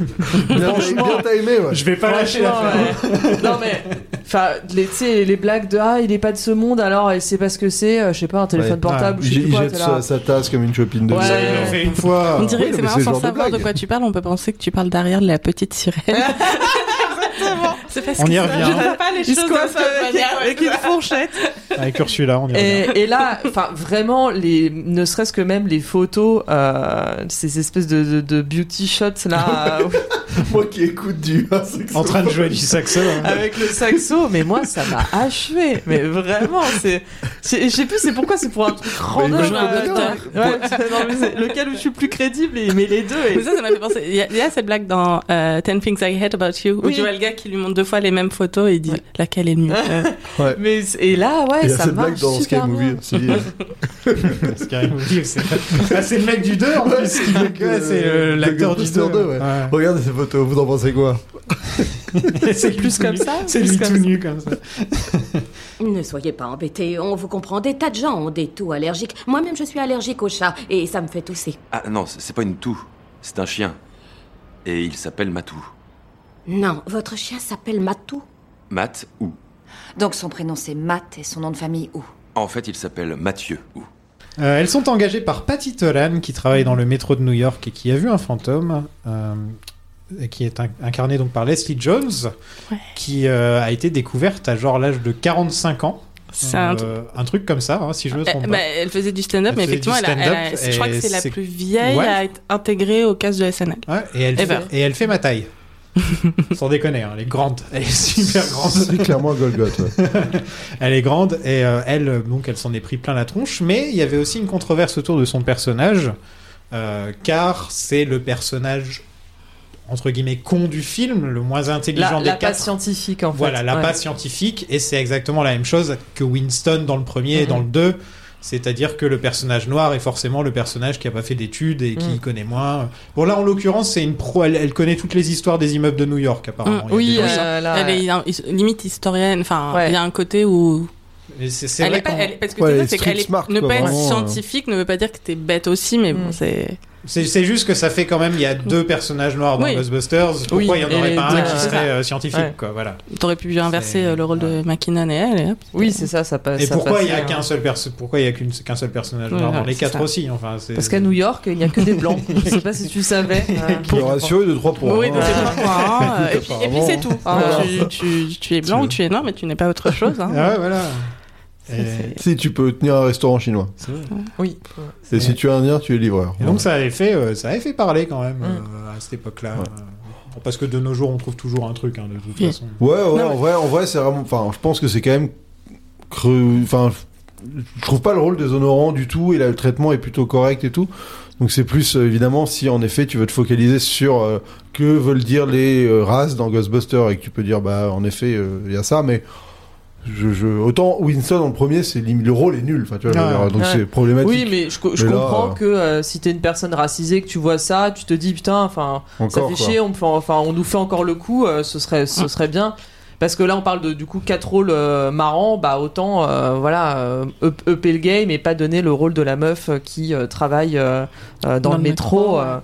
Speaker 9: Franchement, bien timé, ouais.
Speaker 8: Je vais pas lâcher l'affaire.
Speaker 7: Franchement, ouais. non mais, enfin, les, tu sais, les blagues de ah il est pas de ce monde alors c'est parce que c'est, euh, je sais pas, un téléphone
Speaker 9: Ouais.
Speaker 7: portable ou je sais
Speaker 9: Il
Speaker 7: plus quoi.
Speaker 9: jette
Speaker 7: t'es là.
Speaker 9: sa, sa tasse comme une chopine de
Speaker 7: Ouais.
Speaker 9: bière.
Speaker 7: Il l'a fait
Speaker 8: une fois.
Speaker 10: On dirait
Speaker 9: Ah, Oui,
Speaker 10: que c'est
Speaker 9: mais
Speaker 10: marrant
Speaker 9: ce genre
Speaker 10: sans
Speaker 9: de
Speaker 10: savoir de,
Speaker 9: blague.
Speaker 10: quoi tu parles, on peut penser que tu parles derrière la petite sirène. c'est parce
Speaker 8: On
Speaker 10: que
Speaker 8: y
Speaker 10: ça-
Speaker 8: revient.
Speaker 10: Je vois pas les
Speaker 7: Il
Speaker 10: choses de
Speaker 7: squatte
Speaker 10: cette
Speaker 7: avec,
Speaker 10: manière.
Speaker 7: avec une fourchette.
Speaker 8: Avec Ursula, on y revient.
Speaker 7: Et, et là, enfin, vraiment, les, ne serait-ce que même les photos, euh, ces espèces de, de- de beauty shots là, euh,
Speaker 9: Moi qui écoute du.
Speaker 8: En train de jouer du saxo. hein.
Speaker 7: avec le saxo, mais moi ça m'a achevé. Mais vraiment, c'est. Je je sais plus, c'est pourquoi, c'est pour un truc random.
Speaker 10: joue un
Speaker 7: euh,
Speaker 10: docteur.
Speaker 7: ouais, non, mais c'est lequel où je suis plus crédible, et- mais les deux. et-
Speaker 10: Mais ça, ça m'a fait penser. Il y, a- il y a cette blague dans euh, Ten Things I Hate About You où
Speaker 7: Oui.
Speaker 10: tu vois le gars qui lui montre deux fois les mêmes photos et il dit laquelle est le mieux. Euh,
Speaker 7: Mais c- et là, ouais,
Speaker 9: Il y a
Speaker 7: ça
Speaker 9: cette blague
Speaker 7: marche
Speaker 9: dans Sky
Speaker 7: super
Speaker 9: Movie
Speaker 7: bien.
Speaker 9: aussi.
Speaker 8: Parce qu'à Movie, c'est Ah, c'est le mec du 2 en plus. qui- ouais, c'est euh,
Speaker 9: de
Speaker 8: l'acteur du
Speaker 9: Ghostbusters
Speaker 8: 2.
Speaker 9: 2, ouais. Regardez ces photos, vous en pensez quoi
Speaker 7: C'est
Speaker 8: lui
Speaker 7: plus
Speaker 8: tout
Speaker 7: comme
Speaker 8: nu.
Speaker 7: ça,
Speaker 8: C'est
Speaker 7: plus
Speaker 8: lui
Speaker 7: comme
Speaker 8: tout
Speaker 7: ça.
Speaker 8: nu comme ça.
Speaker 11: Ne soyez pas embêtés, on vous comprend. Des tas de gens ont des toux allergiques. Moi-même, je suis allergique aux chats et ça me fait tousser.
Speaker 2: Ah non, c'est c'est pas une toux, c'est un chien. Et il s'appelle Matou.
Speaker 11: Non, votre chien s'appelle Matou.
Speaker 2: Matt ou.
Speaker 1: Donc son prénom c'est Matt et son nom de famille ou.
Speaker 2: En fait, il s'appelle Mathieu ou.
Speaker 8: Euh, elles sont engagées par Patty Tolan, qui travaille dans le métro de New York et qui a vu un fantôme, euh, et qui est inc- incarné donc par Leslie Jones,
Speaker 10: Ouais.
Speaker 8: qui euh, a été découverte à genre l'âge de 45 ans.
Speaker 10: C'est un
Speaker 8: Euh,
Speaker 10: truc-
Speaker 8: un truc comme ça, hein, si je me
Speaker 10: elle,
Speaker 8: trompe
Speaker 10: bah,
Speaker 8: pas.
Speaker 10: elle faisait du stand-up,
Speaker 8: Elle
Speaker 10: mais
Speaker 8: faisait
Speaker 10: effectivement,
Speaker 8: du
Speaker 10: elle a- elle a-
Speaker 8: stand-up
Speaker 10: je crois
Speaker 8: et
Speaker 10: que c'est la
Speaker 8: c'est-
Speaker 10: plus vieille
Speaker 8: Ouais.
Speaker 10: à être intégrée au cast de SNL.
Speaker 8: Ouais, et, elle fait,
Speaker 10: Eh ben.
Speaker 8: et elle fait ma taille. Sans déconner, hein, elle est grande. Elle est super grande.
Speaker 9: C'est clairement un Golgoth. ouais.
Speaker 8: Elle est grande et euh, elle, euh, donc, elle s'en est pris plein la tronche. Mais il y avait aussi une controverse autour de son personnage, euh, car c'est le personnage entre guillemets con du film, le moins
Speaker 7: La, la
Speaker 8: intelligent des
Speaker 7: passe
Speaker 8: quatre.
Speaker 7: scientifique, en fait.
Speaker 8: Voilà, la
Speaker 7: Ouais.
Speaker 8: passe scientifique, et c'est exactement la même chose que Winston dans le premier et dans
Speaker 7: Mhm.
Speaker 8: le deux. C'est-à-dire que le personnage noir est forcément le personnage qui a pas fait d'études et qui
Speaker 7: Mhm.
Speaker 8: connaît moins. Bon là en l'occurrence c'est une pro, elle, elle connaît toutes les histoires des immeubles de New York apparemment. Il
Speaker 10: Mm,
Speaker 8: y a des
Speaker 7: Oui,
Speaker 8: gens-
Speaker 7: euh, là,
Speaker 10: Elle est un- limite historienne. Enfin,
Speaker 7: Ouais.
Speaker 10: il y a un côté où
Speaker 8: Et c'est- c'est
Speaker 10: elle
Speaker 8: vrai
Speaker 10: est pas,
Speaker 8: qu'en-
Speaker 10: elle- parce que
Speaker 9: Ouais,
Speaker 10: c'est
Speaker 9: elle
Speaker 10: ça,
Speaker 9: est
Speaker 10: c'est qu'elle
Speaker 9: street
Speaker 10: est-
Speaker 9: smart,
Speaker 10: ne
Speaker 9: quoi,
Speaker 10: pas être
Speaker 9: vraiment, euh.
Speaker 10: scientifique ne veut pas dire que t'es bête aussi, mais bon,
Speaker 7: Mm.
Speaker 10: c'est.
Speaker 8: C'est c'est juste que ça fait quand même, il y a deux personnages noirs dans
Speaker 10: Oui.
Speaker 8: Ghostbusters. Pourquoi
Speaker 7: Oui,
Speaker 8: il y en
Speaker 7: et
Speaker 8: aurait
Speaker 7: les
Speaker 8: pas
Speaker 7: deux,
Speaker 8: un qui
Speaker 7: euh,
Speaker 8: serait
Speaker 10: c'est
Speaker 8: euh, scientifique,
Speaker 7: Ouais.
Speaker 8: quoi, voilà.
Speaker 10: T'aurais pu inverser
Speaker 8: C'est-
Speaker 10: euh, le rôle de McKinnon et elle. et hop.
Speaker 7: Oui, c'est ça, ça
Speaker 10: Bah,
Speaker 7: passe.
Speaker 8: Et
Speaker 7: ça
Speaker 8: pourquoi
Speaker 7: passe,
Speaker 8: il y a
Speaker 7: euh,
Speaker 8: qu'un seul perso- pourquoi il y a qu'une- qu'un seul personnage
Speaker 10: Ouais,
Speaker 8: noir dans
Speaker 10: ouais,
Speaker 8: les
Speaker 10: hein. c'est
Speaker 8: quatre
Speaker 10: ça.
Speaker 8: aussi, enfin. c'est-
Speaker 7: Parce qu'à New York, il n'y a que des blancs. Je sais pas si tu savais. euh,
Speaker 9: Qui le ratio est de 3 points.
Speaker 10: Oui, donc c'est
Speaker 7: Ouais.
Speaker 10: trois points, hein. Et puis, et puis c'est tout. hein.
Speaker 7: Voilà.
Speaker 10: Tu, tu- tu es blanc ou tu es noir, mais tu n'es pas autre chose. hein.
Speaker 8: Ah ouais, voilà.
Speaker 10: Ça,
Speaker 8: Et-
Speaker 10: c'est-
Speaker 9: Si tu peux tenir un restaurant chinois.
Speaker 7: Oui.
Speaker 9: Et si tu es indien, tu es livreur.
Speaker 8: Et donc ça avait fait, euh, ça avait fait parler quand même
Speaker 7: Mm.
Speaker 8: euh, à cette époque-là.
Speaker 9: Ouais.
Speaker 8: Euh, Parce que de nos jours, on trouve toujours un truc, hein, de toute
Speaker 10: Oui.
Speaker 8: façon.
Speaker 9: Ouais, ouais, en vrai, en vrai, c'est vraiment. Enfin, je pense que c'est quand même creux. Enfin, je trouve pas le rôle déshonorant du tout et là, le traitement est plutôt correct et tout. Donc c'est plus euh, évidemment si en effet tu veux te focaliser sur euh, que veulent dire les euh, races dans Ghostbusters et que tu peux dire bah en effet euh, il y a ça mais je, je- autant Winston en premier c'est lim- le rôle est nul enfin tu vois je veux
Speaker 8: Ah,
Speaker 9: dire, donc
Speaker 7: ouais.
Speaker 9: c'est problématique
Speaker 7: Oui, mais je, co- je
Speaker 9: Mais là,
Speaker 7: comprends
Speaker 9: euh,
Speaker 7: que euh, si t'es une personne racisée, que tu vois ça, tu te dis putain, enfin, ça
Speaker 9: Encore,
Speaker 7: fait
Speaker 9: quoi.
Speaker 7: chier, on, me fait- enfin, on nous fait encore le coup, euh, ce, serait, ce serait bien. Parce que là, on parle de, du coup quatre rôles euh, marrants, bah autant euh, voilà, euh, up- upper le game et pas donner le rôle de la meuf euh, qui euh, travaille euh, euh, dans, le métro, euh,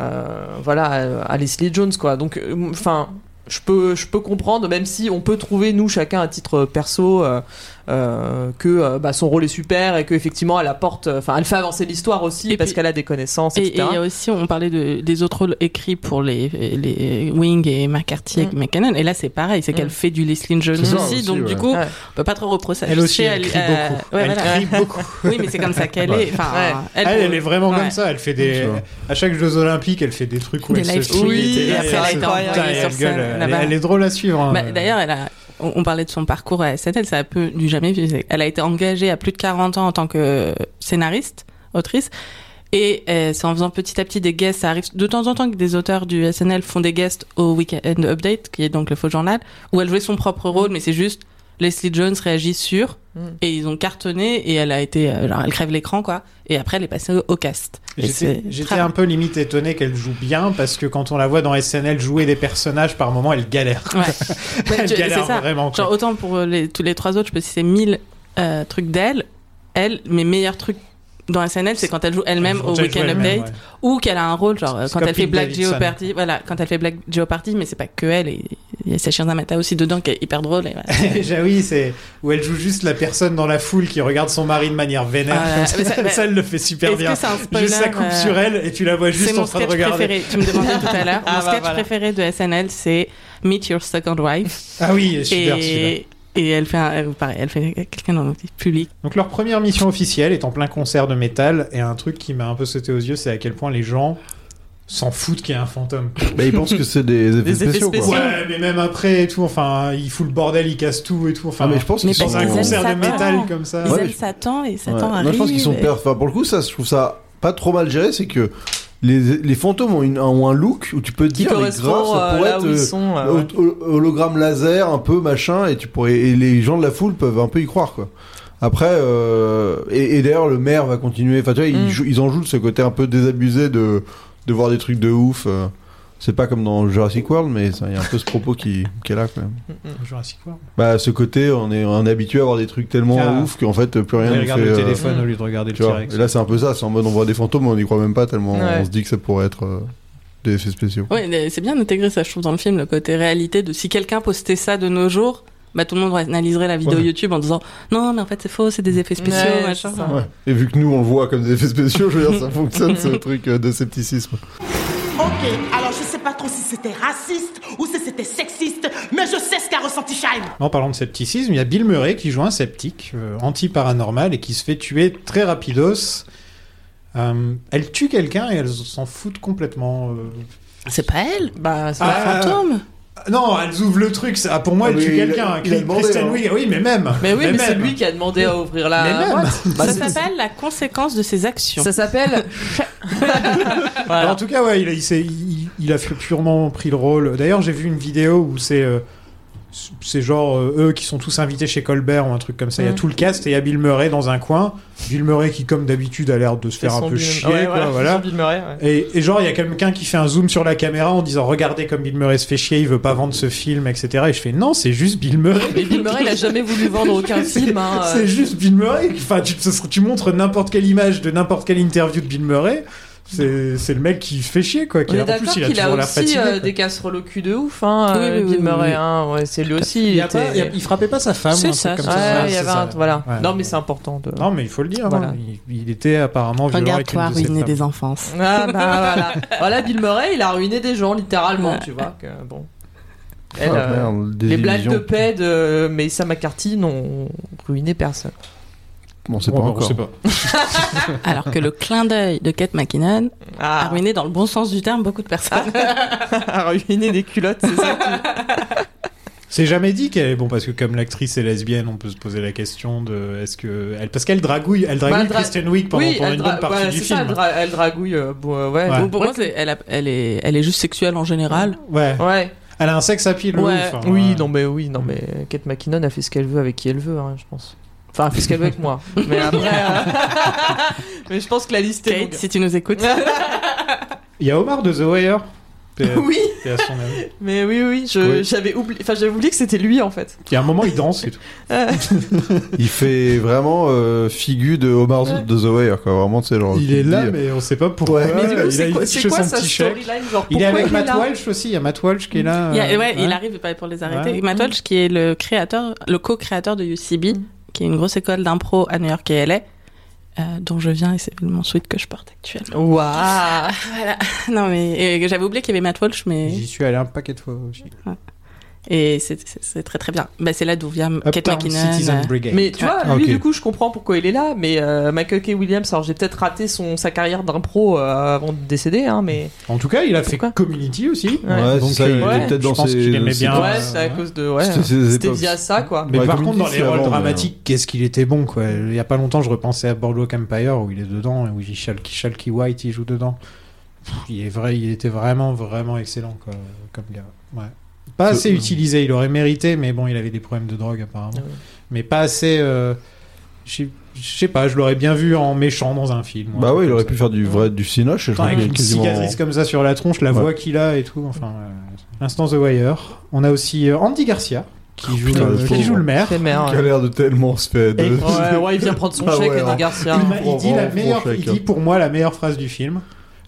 Speaker 7: euh, voilà, à- à Leslie Jones, quoi. Donc, euh, enfin. je peux, je peux comprendre, même si on peut trouver, nous, chacun à titre perso, euh, euh, que euh, bah, son rôle est super et qu'effectivement, elle apporte, euh, enfin, elle fait avancer l'histoire aussi
Speaker 10: Et
Speaker 7: parce
Speaker 10: puis-
Speaker 7: qu'elle a des connaissances,
Speaker 10: Et et il y
Speaker 7: etc.
Speaker 10: a aussi, on parlait de, des autres rôles écrits pour les, les Wing et McCarthy et
Speaker 7: Mm.
Speaker 10: McKinnon. Et là, c'est pareil, c'est
Speaker 7: Mm.
Speaker 10: qu'elle fait du Leslie Jones
Speaker 9: C'est
Speaker 10: aussi,
Speaker 9: ça aussi,
Speaker 10: Donc,
Speaker 9: ouais.
Speaker 10: du coup,
Speaker 7: Ouais.
Speaker 10: on peut pas trop reprocher.
Speaker 8: Elle aussi, elle
Speaker 10: à-
Speaker 8: crie
Speaker 10: à-
Speaker 8: beaucoup.
Speaker 10: ouais,
Speaker 8: elle
Speaker 10: voilà.
Speaker 8: crie beaucoup.
Speaker 10: Oui, mais c'est comme ça qu'elle
Speaker 9: Ouais.
Speaker 10: est. Enfin,
Speaker 7: Ouais.
Speaker 8: Elle, elle, est vraiment
Speaker 10: ouais.
Speaker 8: comme ça. Elle fait des.
Speaker 9: Tu vois.
Speaker 8: À chaque Jeux Olympiques, elle fait des trucs où
Speaker 10: Des
Speaker 8: elle
Speaker 10: live
Speaker 8: se
Speaker 10: streams,
Speaker 8: Oui,
Speaker 7: et
Speaker 8: elle
Speaker 7: après,
Speaker 8: se-
Speaker 7: elle est
Speaker 8: putain,
Speaker 7: incroyable,
Speaker 8: elle
Speaker 10: elle est sur
Speaker 8: gueule,
Speaker 10: scène,
Speaker 8: elle-
Speaker 10: là-bas.
Speaker 8: Elle est drôle à suivre. hein.
Speaker 10: Bah, D'ailleurs, elle a. On on parlait de son parcours à SNL, ça a peu du jamais vu. Elle a été engagée à plus de 40 ans en tant que euh, scénariste, autrice, et euh, c'est en faisant petit à petit des guests. Ça arrive de temps en temps que des auteurs du SNL font des guests au
Speaker 8: Mm.
Speaker 10: Weekend Update, qui est donc le faux journal, où elle jouait son propre rôle, mais c'est juste Leslie Jones réagit sur Et ils ont cartonné et elle a été, euh, genre, elle crève l'écran quoi. Et après elle est passée au, au cast. Et
Speaker 8: J'étais
Speaker 10: c'est
Speaker 8: j'étais
Speaker 10: très-
Speaker 8: un peu limite étonné qu'elle joue bien parce que quand on la voit dans SNL jouer des personnages, par moment elle galère.
Speaker 10: Ouais,
Speaker 8: elle
Speaker 10: tu-
Speaker 8: galère
Speaker 10: c'est ça.
Speaker 8: vraiment. quoi.
Speaker 10: Genre, autant pour euh, les- tous les trois autres, je peux citer 1000 euh, trucs d'elle. Elle, mes meilleurs trucs dans SNL, c'est quand elle joue elle-même
Speaker 7: Quand
Speaker 10: au
Speaker 7: elle joue
Speaker 10: Weekend
Speaker 7: elle-même,
Speaker 10: Update
Speaker 7: ouais.
Speaker 10: ou qu'elle a un rôle, genre euh, quand
Speaker 7: comme
Speaker 10: elle fait
Speaker 7: Pete
Speaker 10: Black
Speaker 7: Davidson.
Speaker 10: Geoparty, voilà, quand elle fait Black Geoparty, mais c'est pas que elle, et il y a Sacha Zamata aussi dedans qui est hyper drôle. et voilà.
Speaker 8: Déjà, oui, c'est où elle joue juste la personne dans la foule qui regarde son mari de manière vénère.
Speaker 10: Ah,
Speaker 8: comme ça,
Speaker 10: mais ça- mais-
Speaker 8: ça, elle le fait super
Speaker 10: Est-ce que
Speaker 8: bien.
Speaker 10: c'est un spoiler,
Speaker 8: juste ça coupe
Speaker 10: euh,
Speaker 8: sur elle et tu la vois
Speaker 10: C'est
Speaker 8: juste
Speaker 10: mon
Speaker 8: en train de
Speaker 10: sketch
Speaker 8: regarder.
Speaker 10: préféré. Tu me demandais tout à l'heure.
Speaker 8: Ah,
Speaker 10: mon
Speaker 8: bah,
Speaker 10: sketch
Speaker 8: voilà.
Speaker 10: préféré de SNL, c'est Meet Your Second Wife.
Speaker 8: Ah oui, super,
Speaker 10: et,
Speaker 8: celui-là.
Speaker 10: et elle fait, un- euh, pareil, elle fait quelqu'un dans le public.
Speaker 8: Donc leur première mission officielle est en plein concert de métal et un truc qui m'a un peu sauté aux yeux, c'est à quel point les gens s'en foutent qu'il y ait un fantôme.
Speaker 9: Bah, ils pensent que c'est des effets
Speaker 8: Des
Speaker 9: spéciaux, quoi.
Speaker 8: Ouais, mais même après et tout, enfin, il fout le bordel, il casse tout et tout. Enfin,
Speaker 9: Ah, mais je pense qu'ils
Speaker 8: dans
Speaker 9: sont-
Speaker 8: un
Speaker 9: Ils aiment
Speaker 8: concert de
Speaker 9: Satan.
Speaker 8: métal comme ça.
Speaker 10: Ils
Speaker 9: Euh, Ouais,
Speaker 10: aiment
Speaker 9: mais je-
Speaker 10: Satan et
Speaker 9: Ouais.
Speaker 10: Satan
Speaker 9: Moi,
Speaker 10: arrive.
Speaker 9: je pense qu'ils sont
Speaker 10: et-
Speaker 9: pères. Enfin, pour le coup, ça, je trouve ça pas trop mal géré. C'est que les, les fantômes ont, une- ont un look où tu peux te
Speaker 7: Qui
Speaker 9: dire, mais
Speaker 7: correspond,
Speaker 9: grave, ça
Speaker 7: euh,
Speaker 9: pourrait
Speaker 7: là
Speaker 9: être
Speaker 7: où ils sont, euh,
Speaker 9: ho-
Speaker 7: ouais.
Speaker 9: ho- hologramme laser, un peu machin, et tu pourrais et les gens de la foule peuvent un peu y croire, quoi. Après, euh, et, et d'ailleurs, le maire va continuer. Enfin, tu vois,
Speaker 7: Mm.
Speaker 9: ils, jouent- ils en jouent de ce côté un peu désabusé de, de voir des trucs de ouf. euh. C'est pas comme dans Jurassic World, mais ça, il y a un peu ce propos qui, qui est là, quand même.
Speaker 8: Jurassic World.
Speaker 9: Bah, ce côté, on est, on est habitué à voir des trucs tellement
Speaker 8: Ah.
Speaker 9: ouf qu'en fait, plus rien
Speaker 8: On
Speaker 9: nous
Speaker 8: regarde
Speaker 9: fait,
Speaker 8: le
Speaker 9: euh,
Speaker 8: téléphone au lieu de regarder le
Speaker 9: tu vois.
Speaker 8: T-Rex.
Speaker 9: Et là, c'est un peu ça, c'est en mode on voit des fantômes, mais on n'y croit même pas tellement
Speaker 10: Ouais.
Speaker 9: on se dit que ça pourrait être euh, des effets spéciaux.
Speaker 10: Ouais, mais c'est bien intégré ça, je trouve, dans le film, le côté réalité de si quelqu'un postait ça de nos jours, bah tout le monde analyserait la vidéo
Speaker 9: Ouais.
Speaker 10: YouTube en disant non, mais en fait c'est faux, c'est des effets spéciaux,
Speaker 7: Ouais,
Speaker 10: machin.
Speaker 7: c'est ça.
Speaker 9: Ouais. Et vu que nous, on le voit comme des effets spéciaux, je veux dire, ça fonctionne ce truc euh, de scepticisme.
Speaker 3: Ok, alors je sais pas trop si c'était raciste ou si c'était sexiste, mais je sais ce qu'a ressenti Shine.
Speaker 8: En parlant de scepticisme, il y a Bill Murray qui joue un sceptique euh, anti-paranormal et qui se fait tuer très rapidos. Euh, elle tue quelqu'un et elle s'en fout complètement. euh.
Speaker 10: C'est pas elle Bah, c'est
Speaker 8: Ah,
Speaker 10: un fantôme
Speaker 8: Non, elles ouvrent le truc. c'est- ah, pour moi,
Speaker 9: Ah,
Speaker 8: elle
Speaker 9: mais
Speaker 8: tue
Speaker 9: il-
Speaker 8: quelqu'un.
Speaker 9: il a demandé,
Speaker 8: Kristen
Speaker 9: hein.
Speaker 8: Wiig, oui, mais même.
Speaker 7: Mais oui, mais, c'est
Speaker 8: même.
Speaker 7: lui qui a demandé à ouvrir la.
Speaker 8: Mais même.
Speaker 7: boîte. Bah,
Speaker 10: Ça
Speaker 7: c'est-
Speaker 10: s'appelle la conséquence de ses actions.
Speaker 7: ça s'appelle.
Speaker 8: En tout cas, ouais, il, a- il s'est- il- il a fait purement pris le rôle. D'ailleurs, j'ai vu une vidéo où c'est. euh, c'est genre euh, eux qui sont tous invités chez Colbert ou un truc comme ça. Il y a
Speaker 7: Mm.
Speaker 8: tout le cast et il y a Bill Murray dans un coin. Bill Murray qui, comme d'habitude, a l'air de se faire un
Speaker 7: son
Speaker 8: peu
Speaker 7: Bill-
Speaker 8: chier.
Speaker 7: ouais,
Speaker 8: quoi,
Speaker 7: voilà,
Speaker 8: voilà.
Speaker 7: son Bill Murray, ouais.
Speaker 8: Et, et genre, il y a quelqu'un qui fait un zoom sur la caméra en disant Regardez comme Bill Murray se fait chier, il veut pas vendre ce film, etc. Et je fais Non, c'est juste Bill Murray.
Speaker 7: Mais Bill Murray, il a jamais voulu vendre aucun
Speaker 8: C'est-
Speaker 7: film. hein, euh.
Speaker 8: C'est juste Bill Murray. Enfin, tu, ce serait- tu montres n'importe quelle image de n'importe quelle interview de Bill Murray. C'est c'est le mec qui fait chier, quoi.
Speaker 7: On
Speaker 8: Qui,
Speaker 7: est
Speaker 8: en plus,
Speaker 7: d'accord
Speaker 8: il a
Speaker 7: qu'il a,
Speaker 8: toujours l'air
Speaker 7: aussi
Speaker 8: fatigué.
Speaker 7: euh,
Speaker 8: quoi.
Speaker 7: des casseroles au cul de ouf, hein,
Speaker 10: Oui,
Speaker 7: euh,
Speaker 10: oui, oui,
Speaker 7: Bill
Speaker 10: oui,
Speaker 7: Murray.
Speaker 10: oui.
Speaker 7: hein, ouais, c'est lui aussi.
Speaker 8: Il,
Speaker 7: Il
Speaker 8: a pas-
Speaker 7: était-
Speaker 8: il a- il frappait pas sa femme.
Speaker 10: C'est
Speaker 8: ou un truc
Speaker 10: ça,
Speaker 8: comme
Speaker 10: c'est
Speaker 8: ça.
Speaker 10: ça.
Speaker 7: Ouais, il y
Speaker 8: C'est
Speaker 7: avait
Speaker 8: ça.
Speaker 7: un- Voilà.
Speaker 8: Ouais.
Speaker 7: Non, mais c'est important de.
Speaker 8: Non, mais il faut le dire.
Speaker 7: Voilà.
Speaker 8: hein. Il, il était apparemment violent avec une
Speaker 10: Regarde-toi
Speaker 8: de ses
Speaker 10: ruiner
Speaker 8: femmes.
Speaker 10: des enfances.
Speaker 7: Ah bah voilà. voilà, Bill Murray, il a ruiné des gens littéralement, tu vois. que, bon. Elle,
Speaker 9: Ah,
Speaker 7: euh,
Speaker 9: merde, des
Speaker 7: les blagues de
Speaker 9: illusions.
Speaker 7: paix de Melissa McCarthy n'ont ruiné personne.
Speaker 9: Bon, c'est
Speaker 8: Oh,
Speaker 9: pas
Speaker 8: bah, on
Speaker 9: encore.
Speaker 8: sait pas.
Speaker 10: Alors que le clin d'œil de Kate McKinnon a
Speaker 7: Ah,
Speaker 10: ruiné dans le bon sens du terme beaucoup de personnes.
Speaker 7: a ruiné des culottes, c'est ça
Speaker 8: C'est jamais dit qu'elle est bon parce que comme l'actrice est lesbienne, on peut se poser la question de est-ce que elle parce qu'elle dragouille, elle
Speaker 7: Bah,
Speaker 8: dragouille
Speaker 7: elle dra-
Speaker 8: Kristen Wiig pendant,
Speaker 7: Oui,
Speaker 8: pendant
Speaker 7: elle
Speaker 8: une
Speaker 7: dra-
Speaker 8: bonne partie
Speaker 7: voilà,
Speaker 8: du
Speaker 7: c'est ça,
Speaker 8: film.
Speaker 7: elle, dra- elle dragouille, euh, bon, euh, ouais.
Speaker 8: Ah. Ouais.
Speaker 10: Bon, pour moi, c'est- elle, a- elle est, elle est juste sexuelle en général.
Speaker 8: Ouais.
Speaker 7: Ouais.
Speaker 8: Elle a un sexe à pile.
Speaker 7: Ouais.
Speaker 8: ouf, hein.
Speaker 7: oui, non mais oui, non mais Kate McKinnon a fait ce qu'elle veut avec qui elle veut, hein, je pense. Enfin, elle fait ce qu'elle veut avec moi. Mais après, euh, mais je pense que la liste est
Speaker 10: Kate, si tu nous écoutes.
Speaker 7: longue.
Speaker 8: Il y a Omar de The Wire. T'es-
Speaker 7: oui,
Speaker 8: t'es à son avis.
Speaker 7: mais oui, oui, je-
Speaker 9: Oui.
Speaker 7: j'avais oublié, enfin j'avais oublié que c'était lui en fait.
Speaker 8: Il y a un moment, il danse et tout.
Speaker 9: Il fait vraiment euh, figure de Omar de The Wire, quoi. Vraiment, c'est genre.
Speaker 8: Il
Speaker 9: Oh, tu
Speaker 8: est
Speaker 9: te
Speaker 8: là,
Speaker 9: dis,
Speaker 8: mais on sait pas pourquoi.
Speaker 9: Ouais.
Speaker 7: Mais du coup, c'est
Speaker 8: il
Speaker 7: quoi,
Speaker 8: a
Speaker 7: c'est quoi sa storyline genre,
Speaker 8: Il est
Speaker 7: pourquoi
Speaker 8: avec
Speaker 7: là
Speaker 8: Matt Walsh aussi. Il y a Matt Walsh qui est là.
Speaker 10: Il y a-
Speaker 8: euh,
Speaker 10: ouais,
Speaker 8: ouais.
Speaker 10: il arrive pas pour les arrêter.
Speaker 8: Ouais.
Speaker 10: Matt Walsh, qui est le créateur, le co-créateur de UCB,
Speaker 8: Mm.
Speaker 10: qui est une grosse école d'impro à New York et LA, euh, dont je viens et c'est mon sweat que je porte actuellement.
Speaker 7: Waouh
Speaker 10: Voilà. Non mais et j'avais oublié qu'il y avait Matt Walsh, mais
Speaker 8: J'y suis allé un paquet de fois aussi.
Speaker 10: et c'est- c'est c'est très très bien. Bah, c'est là d'où vient Kate
Speaker 8: Uptown
Speaker 10: McKinnon.
Speaker 8: Citizen
Speaker 10: euh,
Speaker 8: Brigade.
Speaker 7: Mais tu vois,
Speaker 8: Ah,
Speaker 7: lui
Speaker 8: ok.
Speaker 7: du coup, je comprends pourquoi il est là, mais euh, Michael K. Williams, alors j'ai peut-être raté son, sa carrière d'impro euh, avant de décéder, hein, mais.
Speaker 8: En tout cas, il a fait
Speaker 7: Pourquoi
Speaker 8: Community aussi. euh,
Speaker 9: Ouais,
Speaker 7: Ouais.
Speaker 9: c'est ça, il
Speaker 7: ouais,
Speaker 9: était peut-être
Speaker 8: je
Speaker 9: dans
Speaker 8: pense
Speaker 9: ses-
Speaker 8: qu'il aimait
Speaker 9: dans ses-
Speaker 8: bien.
Speaker 7: ouais,
Speaker 8: euh,
Speaker 7: c'est à
Speaker 8: ouais.
Speaker 7: cause de. Ouais,
Speaker 9: C'était ces
Speaker 7: c'était
Speaker 9: époques.
Speaker 7: via ça quoi.
Speaker 8: Mais
Speaker 9: Ouais,
Speaker 8: par
Speaker 9: comme
Speaker 8: contre,
Speaker 9: il
Speaker 8: dans
Speaker 9: dit,
Speaker 8: les
Speaker 9: c'est
Speaker 8: rôles
Speaker 9: avant, mais- euh,
Speaker 8: dramatiques, qu'est-ce qu'il était bon, quoi. Il y a pas longtemps, je repensais à Boardwalk Empire, où il est dedans, et où il- Shal- Shalky White, il joue dedans. Pff, il est vrai, il était vraiment, vraiment excellent, quoi, comme gars. Ouais. Pas
Speaker 9: C'est-
Speaker 8: assez utilisé, il aurait mérité, mais bon, il avait des problèmes de drogue, apparemment. mais pas assez. euh, je sais- je sais pas, je l'aurais bien vu en méchant dans un film.
Speaker 9: Bah ouais, il aurait pu faire du vrai du cinoche. et je
Speaker 8: Attends,
Speaker 9: crois
Speaker 8: avec
Speaker 9: qu'il
Speaker 8: une
Speaker 9: est quasiment-
Speaker 8: cicatrice comme ça sur la tronche, la
Speaker 9: Ouais.
Speaker 8: voix qu'il a et tout. Enfin, euh, l'instance The Wire. On a aussi euh, Andy Garcia qui joue,
Speaker 9: Oh, putain,
Speaker 8: le,
Speaker 9: le
Speaker 8: qui
Speaker 9: pauvre.
Speaker 8: joue le maire.
Speaker 7: Le maire,
Speaker 9: Qui a l'air de tellement se faire. De...
Speaker 8: Et-
Speaker 7: Ouais, ouais, il vient prendre son
Speaker 9: Ah
Speaker 7: chèque,
Speaker 9: ouais,
Speaker 7: Andy
Speaker 9: hein.
Speaker 7: Garcia.
Speaker 8: Il m'a- il dit la
Speaker 9: Franchement,
Speaker 8: meilleure, il
Speaker 9: chacun.
Speaker 8: dit pour moi la meilleure phrase du film.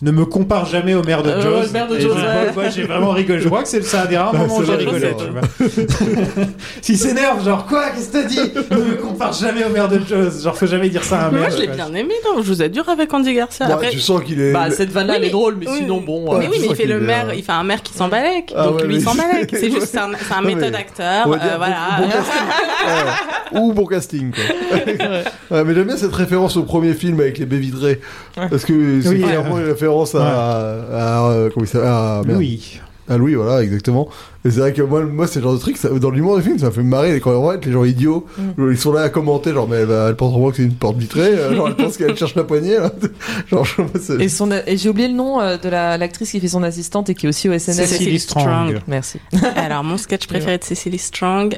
Speaker 8: Ne me compare jamais au maire de
Speaker 7: Euh,
Speaker 8: Jaws.
Speaker 7: au maire de
Speaker 8: Et
Speaker 7: Jaws,
Speaker 8: je-
Speaker 7: ouais.
Speaker 8: moi, j'ai vraiment rigolé. Je crois que c'est ça un des rares
Speaker 9: Bah,
Speaker 8: moments où
Speaker 9: c'est
Speaker 8: j'ai
Speaker 9: vrai,
Speaker 8: rigolé.
Speaker 9: c'est
Speaker 8: tu vois. S'il s'énerve, genre quoi Qu'est-ce que t'as dit Ne me compare jamais au maire de Jaws. Genre faut jamais dire ça à un maire.
Speaker 10: Moi, je
Speaker 8: tu
Speaker 10: l'ai
Speaker 8: vois.
Speaker 10: bien aimé, non Je vous adore avec Andy Garcia.
Speaker 9: Bah,
Speaker 10: Après-
Speaker 9: tu sens qu'il est.
Speaker 7: Bah, cette vanne-là,
Speaker 10: Oui,
Speaker 7: elle est
Speaker 10: mais-
Speaker 7: drôle, mais
Speaker 10: oui,
Speaker 7: sinon,
Speaker 10: oui.
Speaker 7: bon.
Speaker 10: mais
Speaker 7: euh,
Speaker 10: oui, mais
Speaker 9: crois
Speaker 10: il fait
Speaker 9: qu'il
Speaker 10: le
Speaker 9: est,
Speaker 10: maire,
Speaker 9: euh,
Speaker 10: il fait un maire qui s'en balèque.
Speaker 9: Ah
Speaker 10: donc
Speaker 9: ouais,
Speaker 10: lui, il
Speaker 9: mais-
Speaker 10: s'en balèque. C'est juste, c'est un, c'est un
Speaker 9: Non, mais-
Speaker 10: méthode acteur.
Speaker 9: on va dire,
Speaker 10: euh, voilà.
Speaker 9: bon casting. Ouais. Ou bon casting, quoi. Ouais, mais j'aime bien cette référence au premier film avec les baies vitrées. Parce que c'est
Speaker 8: Oui,
Speaker 9: clairement
Speaker 8: euh,
Speaker 9: une référence à. à, euh, comment il s'appelle à, merde.
Speaker 8: Oui.
Speaker 9: Ah oui, voilà, exactement. Et c'est vrai que moi, moi c'est le genre de truc, ça- dans l'humour du film, ça me fait marrer quand on voit les gens idiots, ils sont là à commenter, genre, mais elle, va- elle pense vraiment que c'est une porte vitrée, euh, genre, elle pense qu'elle cherche la poignée, là. Genre, je- moi, c'est-
Speaker 7: Et, son, et j'ai oublié le nom euh, de la, l'actrice qui fait son assistante et qui est aussi au SNL.
Speaker 10: Cécile
Speaker 8: Cécile Strong.
Speaker 10: Strong.
Speaker 7: Merci.
Speaker 10: Alors, mon sketch préféré de Cecily Strong,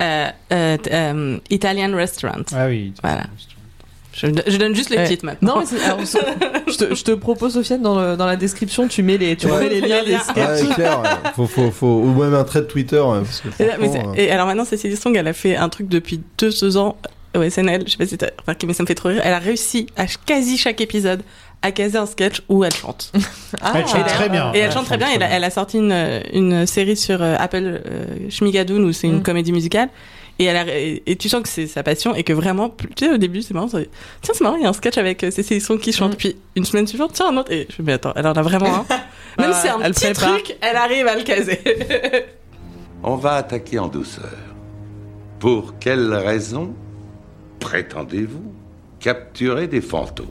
Speaker 10: euh, euh, t- euh, Italian Restaurant.
Speaker 8: Ah oui.
Speaker 10: Voilà. Je, je donne juste les
Speaker 7: Ouais.
Speaker 10: titres maintenant.
Speaker 7: Non, mais c'est- alors, so- je, te, je te propose, Sofiane, dans, le- dans la description, tu mets les, tu
Speaker 9: Ouais.
Speaker 7: mets les liens des sketchs.
Speaker 9: Ah, c'est clair, ouais. faut, faut, faut, ou même un trait de Twitter, hein. ouais, parce que
Speaker 10: Et, là, mais
Speaker 9: franchement,
Speaker 10: c'est- et alors maintenant, Cécile Strong, elle a fait un truc depuis deux, deux ans au SNL. Je sais pas si t'as remarqué, mais ça me fait trop rire. Elle a réussi à ch- quasi chaque épisode à caser un sketch où elle chante.
Speaker 7: Ah,
Speaker 8: Elle chante très bien.
Speaker 10: Et elle chante très bien. Elle a, elle a sorti une, une série sur euh, Apple euh, Schmigadoon où c'est une
Speaker 7: Mm.
Speaker 10: comédie musicale. Et, elle a- et- et tu sens que c'est sa passion et que vraiment, tu sais, au début, c'est marrant. ça- Tiens, c'est marrant, il y a un sketch avec euh, Cécile Strong qui chante. Puis une semaine suivante, tiens, un autre. Et je me dis, mais attends, elle en a vraiment un. Même
Speaker 7: Ouais,
Speaker 10: si c'est un
Speaker 7: elle
Speaker 10: petit
Speaker 7: prépare.
Speaker 10: truc, elle arrive à le caser.
Speaker 5: On va attaquer en douceur. Pour quelle raison prétendez-vous capturer des fantômes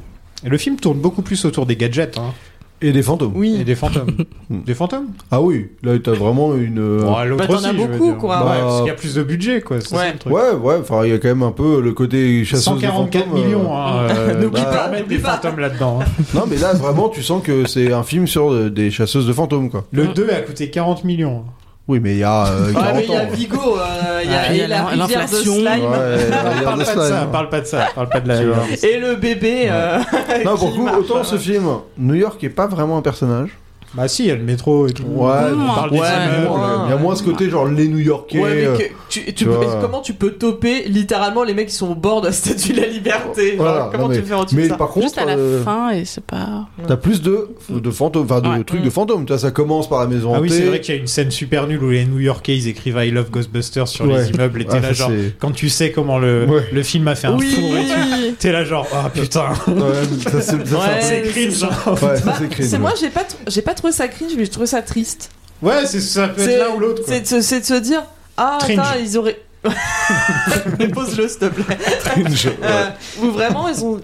Speaker 8: Et le film tourne beaucoup plus autour des gadgets hein,
Speaker 9: Et des fantômes.
Speaker 8: et des fantômes. des fantômes
Speaker 9: Ah oui, là, t'as vraiment une. euh,
Speaker 8: Bon,
Speaker 7: bah,
Speaker 8: l'autre
Speaker 7: t'en as
Speaker 8: aussi, je veux
Speaker 7: beaucoup,
Speaker 8: dire.
Speaker 7: quoi.
Speaker 8: Ouais,
Speaker 9: Bah,
Speaker 8: parce qu'il y a plus de budget, quoi. C'est ça,
Speaker 7: Ouais.
Speaker 8: le truc.
Speaker 9: Ouais, ouais, enfin, il y a quand même un peu le côté chasseuse de
Speaker 8: 144
Speaker 9: fantômes, euh,
Speaker 8: millions, hein, euh,
Speaker 9: N'oublie
Speaker 8: bah,
Speaker 9: pas,
Speaker 8: ils mettent
Speaker 7: n'oublie
Speaker 8: des
Speaker 7: pas.
Speaker 8: fantômes là-dedans. hein.
Speaker 9: Non, mais là, vraiment, tu sens que c'est un film sur euh, des chasseuses de fantômes, quoi.
Speaker 8: Le 2 a coûté 40 millions.
Speaker 9: Oui, mais il y a euh, 40
Speaker 7: Ouais, mais il y a
Speaker 9: ans.
Speaker 7: Vigo, euh, il y a,
Speaker 10: Ah,
Speaker 7: il y a
Speaker 10: il y a
Speaker 7: la
Speaker 10: l'in-
Speaker 7: rivière de
Speaker 10: l'inflation.
Speaker 7: slime.
Speaker 9: Ouais, la rivière
Speaker 8: parle
Speaker 9: de
Speaker 8: pas de ça,
Speaker 9: slime.
Speaker 8: parle pas de ça, parle pas de la.
Speaker 9: hein.
Speaker 8: hein.
Speaker 9: Tu vois.
Speaker 7: Et le bébé. euh,
Speaker 9: Non,
Speaker 7: qui
Speaker 9: pour le coup,
Speaker 7: marche.
Speaker 9: autant ce film, New York est pas vraiment un personnage.
Speaker 8: Bah si, il y a le métro et tout.
Speaker 9: Ouais,
Speaker 8: on parle des
Speaker 7: ouais,
Speaker 8: immeubles.
Speaker 7: moins.
Speaker 9: Il y a moins ce côté, genre, les New Yorkais.
Speaker 7: Ouais, mais
Speaker 9: euh,
Speaker 7: que- tu, tu
Speaker 9: tu
Speaker 7: peux-
Speaker 9: vois.
Speaker 7: comment tu peux toper littéralement les mecs qui sont au bord de la statue de la liberté genre,
Speaker 9: voilà,
Speaker 7: Comment
Speaker 9: non, mais,
Speaker 7: tu fais en
Speaker 9: Mais
Speaker 7: ça
Speaker 9: par contre,
Speaker 10: Juste à la
Speaker 9: euh,
Speaker 10: fin, et c'est pas.
Speaker 9: t'as plus de, de fantômes, enfin de
Speaker 10: Ouais.
Speaker 7: Mm.
Speaker 9: trucs de fantômes. Tu vois, ça commence par la
Speaker 8: Ah
Speaker 9: maison hantée.
Speaker 8: oui, c'est vrai qu'il y a une scène super nulle où les New Yorkais ils écrivent I love Ghostbusters sur
Speaker 9: Ouais.
Speaker 8: les immeubles et t'es
Speaker 9: Ah,
Speaker 8: là
Speaker 9: ça,
Speaker 8: genre
Speaker 9: c'est-
Speaker 8: quand tu sais comment le,
Speaker 9: Ouais.
Speaker 8: le film a fait un
Speaker 7: Oui.
Speaker 8: four et tout, t'es là genre ah putain,
Speaker 9: Ouais, ça, c'est- ça,
Speaker 7: Ouais,
Speaker 9: c'est-
Speaker 8: c'est cringe. hein.
Speaker 9: ouais, ça,
Speaker 7: Bah,
Speaker 9: c'est cringe.
Speaker 7: c'est moi, j'ai pas, tr- j'ai pas trouvé ça cringe, mais j'ai trouvé ça triste.
Speaker 8: Ouais, c'est ça peut
Speaker 7: C'est
Speaker 8: être l'un ou l'autre. quoi.
Speaker 7: C'est de, se- c'est de se dire, ah,
Speaker 8: Cringe.
Speaker 7: attends, ils auraient. Pose-le, s'il te plaît. Euh, Ou vraiment, ils ont.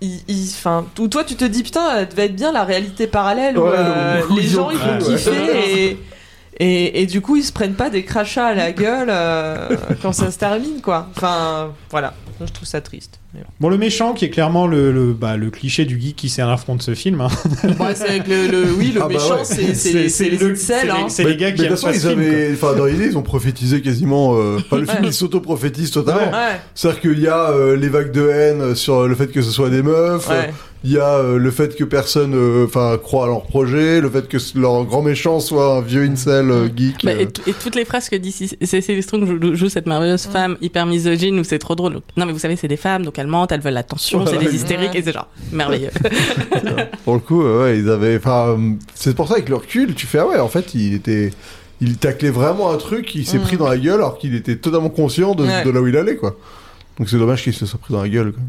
Speaker 7: Ils, ils- enfin, ou toi, tu te dis, putain, elle devait être bien la réalité parallèle où
Speaker 9: Ouais,
Speaker 7: euh,
Speaker 9: où
Speaker 7: les
Speaker 9: ils
Speaker 7: gens
Speaker 9: ont
Speaker 7: ils vont
Speaker 9: cru, ouais.
Speaker 7: kiffer et. Et, et du coup, ils se prennent pas des crachats à la gueule euh, quand ça se termine, quoi. Enfin, voilà. Je trouve ça triste. Mais bon.
Speaker 8: Bon, le méchant qui est clairement le, le, bah, le cliché du geek qui sert à l'affront de ce film. hein.
Speaker 7: Bon, c'est avec le, le- oui, le
Speaker 9: Ah bah
Speaker 7: méchant,
Speaker 9: ouais.
Speaker 7: c'est c'est- c'est les
Speaker 8: le-
Speaker 7: incels,
Speaker 8: c'est
Speaker 7: hein.
Speaker 8: les- C'est les gars qui
Speaker 9: mais de
Speaker 8: aiment
Speaker 9: toute façon,
Speaker 8: pas
Speaker 9: ils
Speaker 8: ce film, quoi.
Speaker 9: avaient, enfin, dans l'idée, ils ont prophétisé quasiment. euh, Enfin, le film,
Speaker 7: Ouais.
Speaker 9: il s'auto-prophétise totalement.
Speaker 7: Ouais.
Speaker 9: C'est-à-dire qu'il y a euh, les vagues de haine sur le fait que ce soit des meufs,
Speaker 7: Ouais.
Speaker 9: euh, il y a euh, le fait que personne euh, enfin croit à leur projet, le fait que s- leur grand méchant soit un vieux incel euh, geek.
Speaker 10: Bah,
Speaker 9: euh.
Speaker 10: et, t- et toutes les phrases que dit C- Cécile Strong joue, joue cette merveilleuse femme hyper misogyne où c'est trop drôle. Non mais vous savez c'est des femmes donc elles mentent, elles veulent l'attention, c'est
Speaker 9: Ouais.
Speaker 10: des hystériques et c'est genre merveilleux.
Speaker 9: Pour le coup, euh, ouais, ils avaient enfin euh, c'est pour ça avec le recul, tu fais ah ouais, en fait, il était il taclait vraiment un truc, il
Speaker 8: Mm.
Speaker 9: s'est pris dans la gueule alors qu'il était totalement conscient de,
Speaker 7: Ouais.
Speaker 9: de là où il allait quoi. Donc c'est dommage qu'il se soit pris dans la gueule. quoi.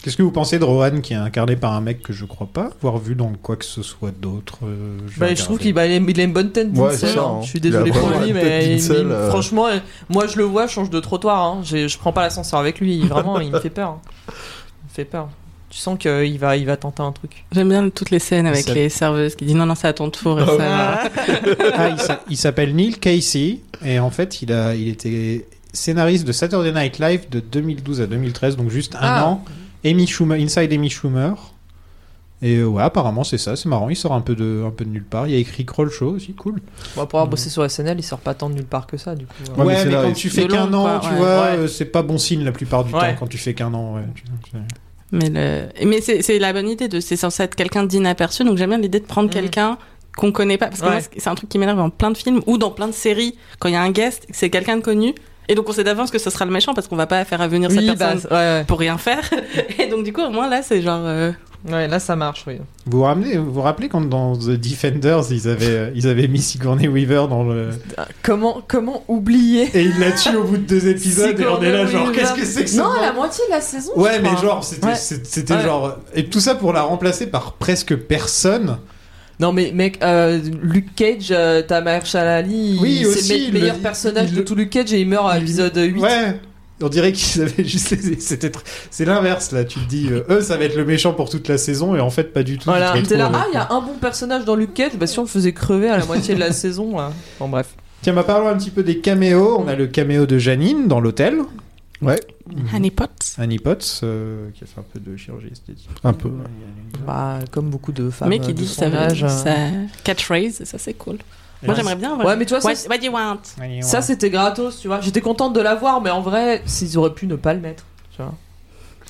Speaker 8: Qu'est-ce que vous pensez de Rohan qui est incarné par un mec que je crois pas avoir vu dans quoi que ce soit d'autre euh,
Speaker 7: Bah,
Speaker 8: vais
Speaker 7: je
Speaker 8: regarder.
Speaker 7: trouve qu'il bah, il a il a une bonne tête
Speaker 9: Ouais,
Speaker 7: d'incel.
Speaker 9: c'est ça,
Speaker 7: hein.
Speaker 9: hein.
Speaker 7: Je suis
Speaker 9: Il a
Speaker 7: désolé pour
Speaker 9: vraiment
Speaker 7: lui,
Speaker 9: une
Speaker 7: mais
Speaker 9: tête
Speaker 7: il-
Speaker 9: d'incel,
Speaker 7: il-
Speaker 9: euh.
Speaker 7: franchement, euh, moi je le vois, je change de trottoir. hein. J'ai- Je prends pas l'ascenseur avec lui. il- Vraiment, il me fait peur. hein. Il me fait peur. Tu sens qu'il va, il va tenter un truc.
Speaker 10: J'aime bien toutes les scènes avec
Speaker 8: Ça-
Speaker 10: les serveuses qui disent non non c'est à ton tour et ça.
Speaker 8: Ah, il s'a- il s'appelle Neil Casey et en fait il, a, il était scénariste de Saturday Night Live de 2012 à 2013, donc juste un
Speaker 7: Ah.
Speaker 8: an. Amy Schumer, Inside Amy Schumer. Et euh, ouais, apparemment, c'est ça, c'est marrant. Il sort un peu de, un peu de nulle part. Il y a écrit Crawl Show aussi, cool.
Speaker 7: Bon, pour avoir bossé sur SNL, il sort pas tant de nulle part que ça, du coup. hein.
Speaker 8: Ouais, mais, quand tu fais
Speaker 7: De
Speaker 8: qu'un
Speaker 7: Londres, quoi,
Speaker 8: an, tu
Speaker 7: ouais.
Speaker 8: vois,
Speaker 7: Ouais.
Speaker 8: euh, c'est pas bon signe la plupart du
Speaker 7: Ouais.
Speaker 8: temps quand tu fais qu'un an. ouais. Tu vois, c'est-
Speaker 10: Mais, le... mais c'est c'est la bonne idée, de... c'est censé être quelqu'un d'inaperçu, donc j'aime bien l'idée de prendre quelqu'un qu'on connaît pas, parce que
Speaker 7: Ouais.
Speaker 10: moi c'est- c'est un truc qui m'énerve dans plein de films ou dans plein de séries, quand il y a un guest, c'est quelqu'un de connu, et donc on sait d'avance que ce sera le méchant, parce qu'on va pas faire venir
Speaker 7: Oui,
Speaker 10: cette
Speaker 7: bah,
Speaker 10: personne pour rien faire, et donc du coup au moins là c'est genre... euh,
Speaker 7: Ouais, là ça marche, oui.
Speaker 8: Vous vous, ramenez, vous vous rappelez quand dans The Defenders, ils avaient, euh, ils avaient mis Sigourney Weaver dans le.
Speaker 7: Comment, comment oublier
Speaker 8: Et il l'a tué au bout de deux épisodes et on est là, genre, qu'est-ce que c'est que ça
Speaker 7: Non, la moitié de la saison. je
Speaker 8: Ouais, mais
Speaker 7: crois.
Speaker 8: genre, c'était
Speaker 7: Ouais.
Speaker 8: c'est- c'était
Speaker 7: Ouais.
Speaker 8: genre. Et tout ça pour la remplacer par presque personne.
Speaker 7: Non, mais mec, euh, Luke Cage, euh, Tamar Shalali,
Speaker 8: Oui,
Speaker 7: c'est
Speaker 8: aussi,
Speaker 7: le
Speaker 8: il
Speaker 7: me- meilleur
Speaker 8: le-
Speaker 7: personnage de tout Luke Cage et il meurt à l'épisode 8.
Speaker 8: Ouais. On dirait qu'ils avaient juste les... c'était tr- c'est l'inverse là, tu te dis euh, eux ça va être le méchant pour toute la saison et en fait pas du tout.
Speaker 7: Voilà,
Speaker 8: Tu te
Speaker 7: t'es là,
Speaker 8: retrouves euh,
Speaker 7: ah,
Speaker 8: avec-
Speaker 7: il y a un bon personnage dans Luke Cage, bah si on le faisait crever à la moitié de la saison, là. Bon, bref.
Speaker 8: Tiens, bah parlons un petit peu des caméos. On a le caméo de Janine dans l'hôtel.
Speaker 9: Ouais.
Speaker 7: Mm.
Speaker 10: Annie Potts.
Speaker 8: Annie Potts euh, qui a fait un peu de chirurgie esthétique.
Speaker 9: Un peu.
Speaker 7: Bah, comme beaucoup de femmes.
Speaker 10: mais qui
Speaker 7: euh, de
Speaker 10: dit
Speaker 7: son
Speaker 10: sa,
Speaker 7: âge, euh.
Speaker 10: sa catchphrase, et ça c'est cool. Moi
Speaker 7: Ouais.
Speaker 10: j'aimerais bien.
Speaker 7: Ouais, mais tu vois, ça,
Speaker 10: what,
Speaker 7: c'est-
Speaker 10: what do you want
Speaker 7: Ça, c'était gratos, tu vois. J'étais contente de l'avoir, mais en vrai, s'ils auraient pu ne pas le mettre, tu vois.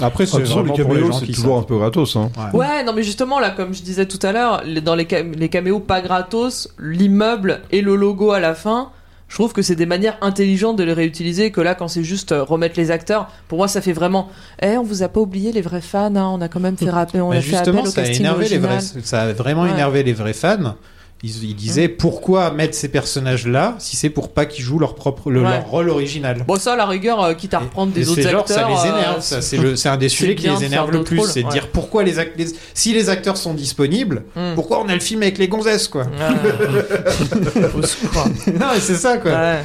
Speaker 8: Après
Speaker 9: Ah, de
Speaker 8: c'est
Speaker 9: toute façon,
Speaker 8: vraiment
Speaker 9: les
Speaker 8: pour les
Speaker 9: caméos,
Speaker 8: gens
Speaker 9: c'est
Speaker 8: qui
Speaker 9: toujours un peu gratos. Hein.
Speaker 7: Ouais. non, mais justement, là, comme je disais tout à l'heure, les- dans les, cam- les caméos pas gratos, l'immeuble et le logo à la fin, je trouve que c'est des manières intelligentes de les réutiliser. et Que là, quand c'est juste euh, remettre les acteurs, pour moi, ça fait vraiment. Eh, on vous a pas oublié les vrais fans, hein, on a quand même fait rappeler, on
Speaker 8: Bah,
Speaker 7: a fait appel
Speaker 8: justement,
Speaker 7: au
Speaker 8: ça a
Speaker 7: casting
Speaker 8: énervé
Speaker 7: original.
Speaker 8: les vrais, ça a vraiment
Speaker 7: Ouais. Mmh.
Speaker 8: énervé les vrais fans. Ils, ils disaient pourquoi mettre ces personnages là si c'est pour pas qu'ils jouent leur propre le-
Speaker 7: Ouais.
Speaker 8: leur rôle original.
Speaker 7: Bon, ça, à la rigueur, euh, quitte à reprendre
Speaker 8: Et
Speaker 7: des autres
Speaker 8: c'est genre,
Speaker 7: acteurs.
Speaker 8: ça les
Speaker 7: euh,
Speaker 8: énerve. ça. c'est le- c'est un des sujets qui
Speaker 7: bien de
Speaker 8: les
Speaker 7: faire
Speaker 8: énerve le
Speaker 7: d'autres
Speaker 8: plus,
Speaker 7: rôles,
Speaker 8: c'est de
Speaker 7: ouais.
Speaker 8: dire pourquoi les, act- les- si les acteurs sont disponibles,
Speaker 7: Mm.
Speaker 8: pourquoi on a le film avec les gonzesses quoi.
Speaker 7: Au secours.
Speaker 8: non, mais c'est ça quoi.
Speaker 7: Mmh. Ouais.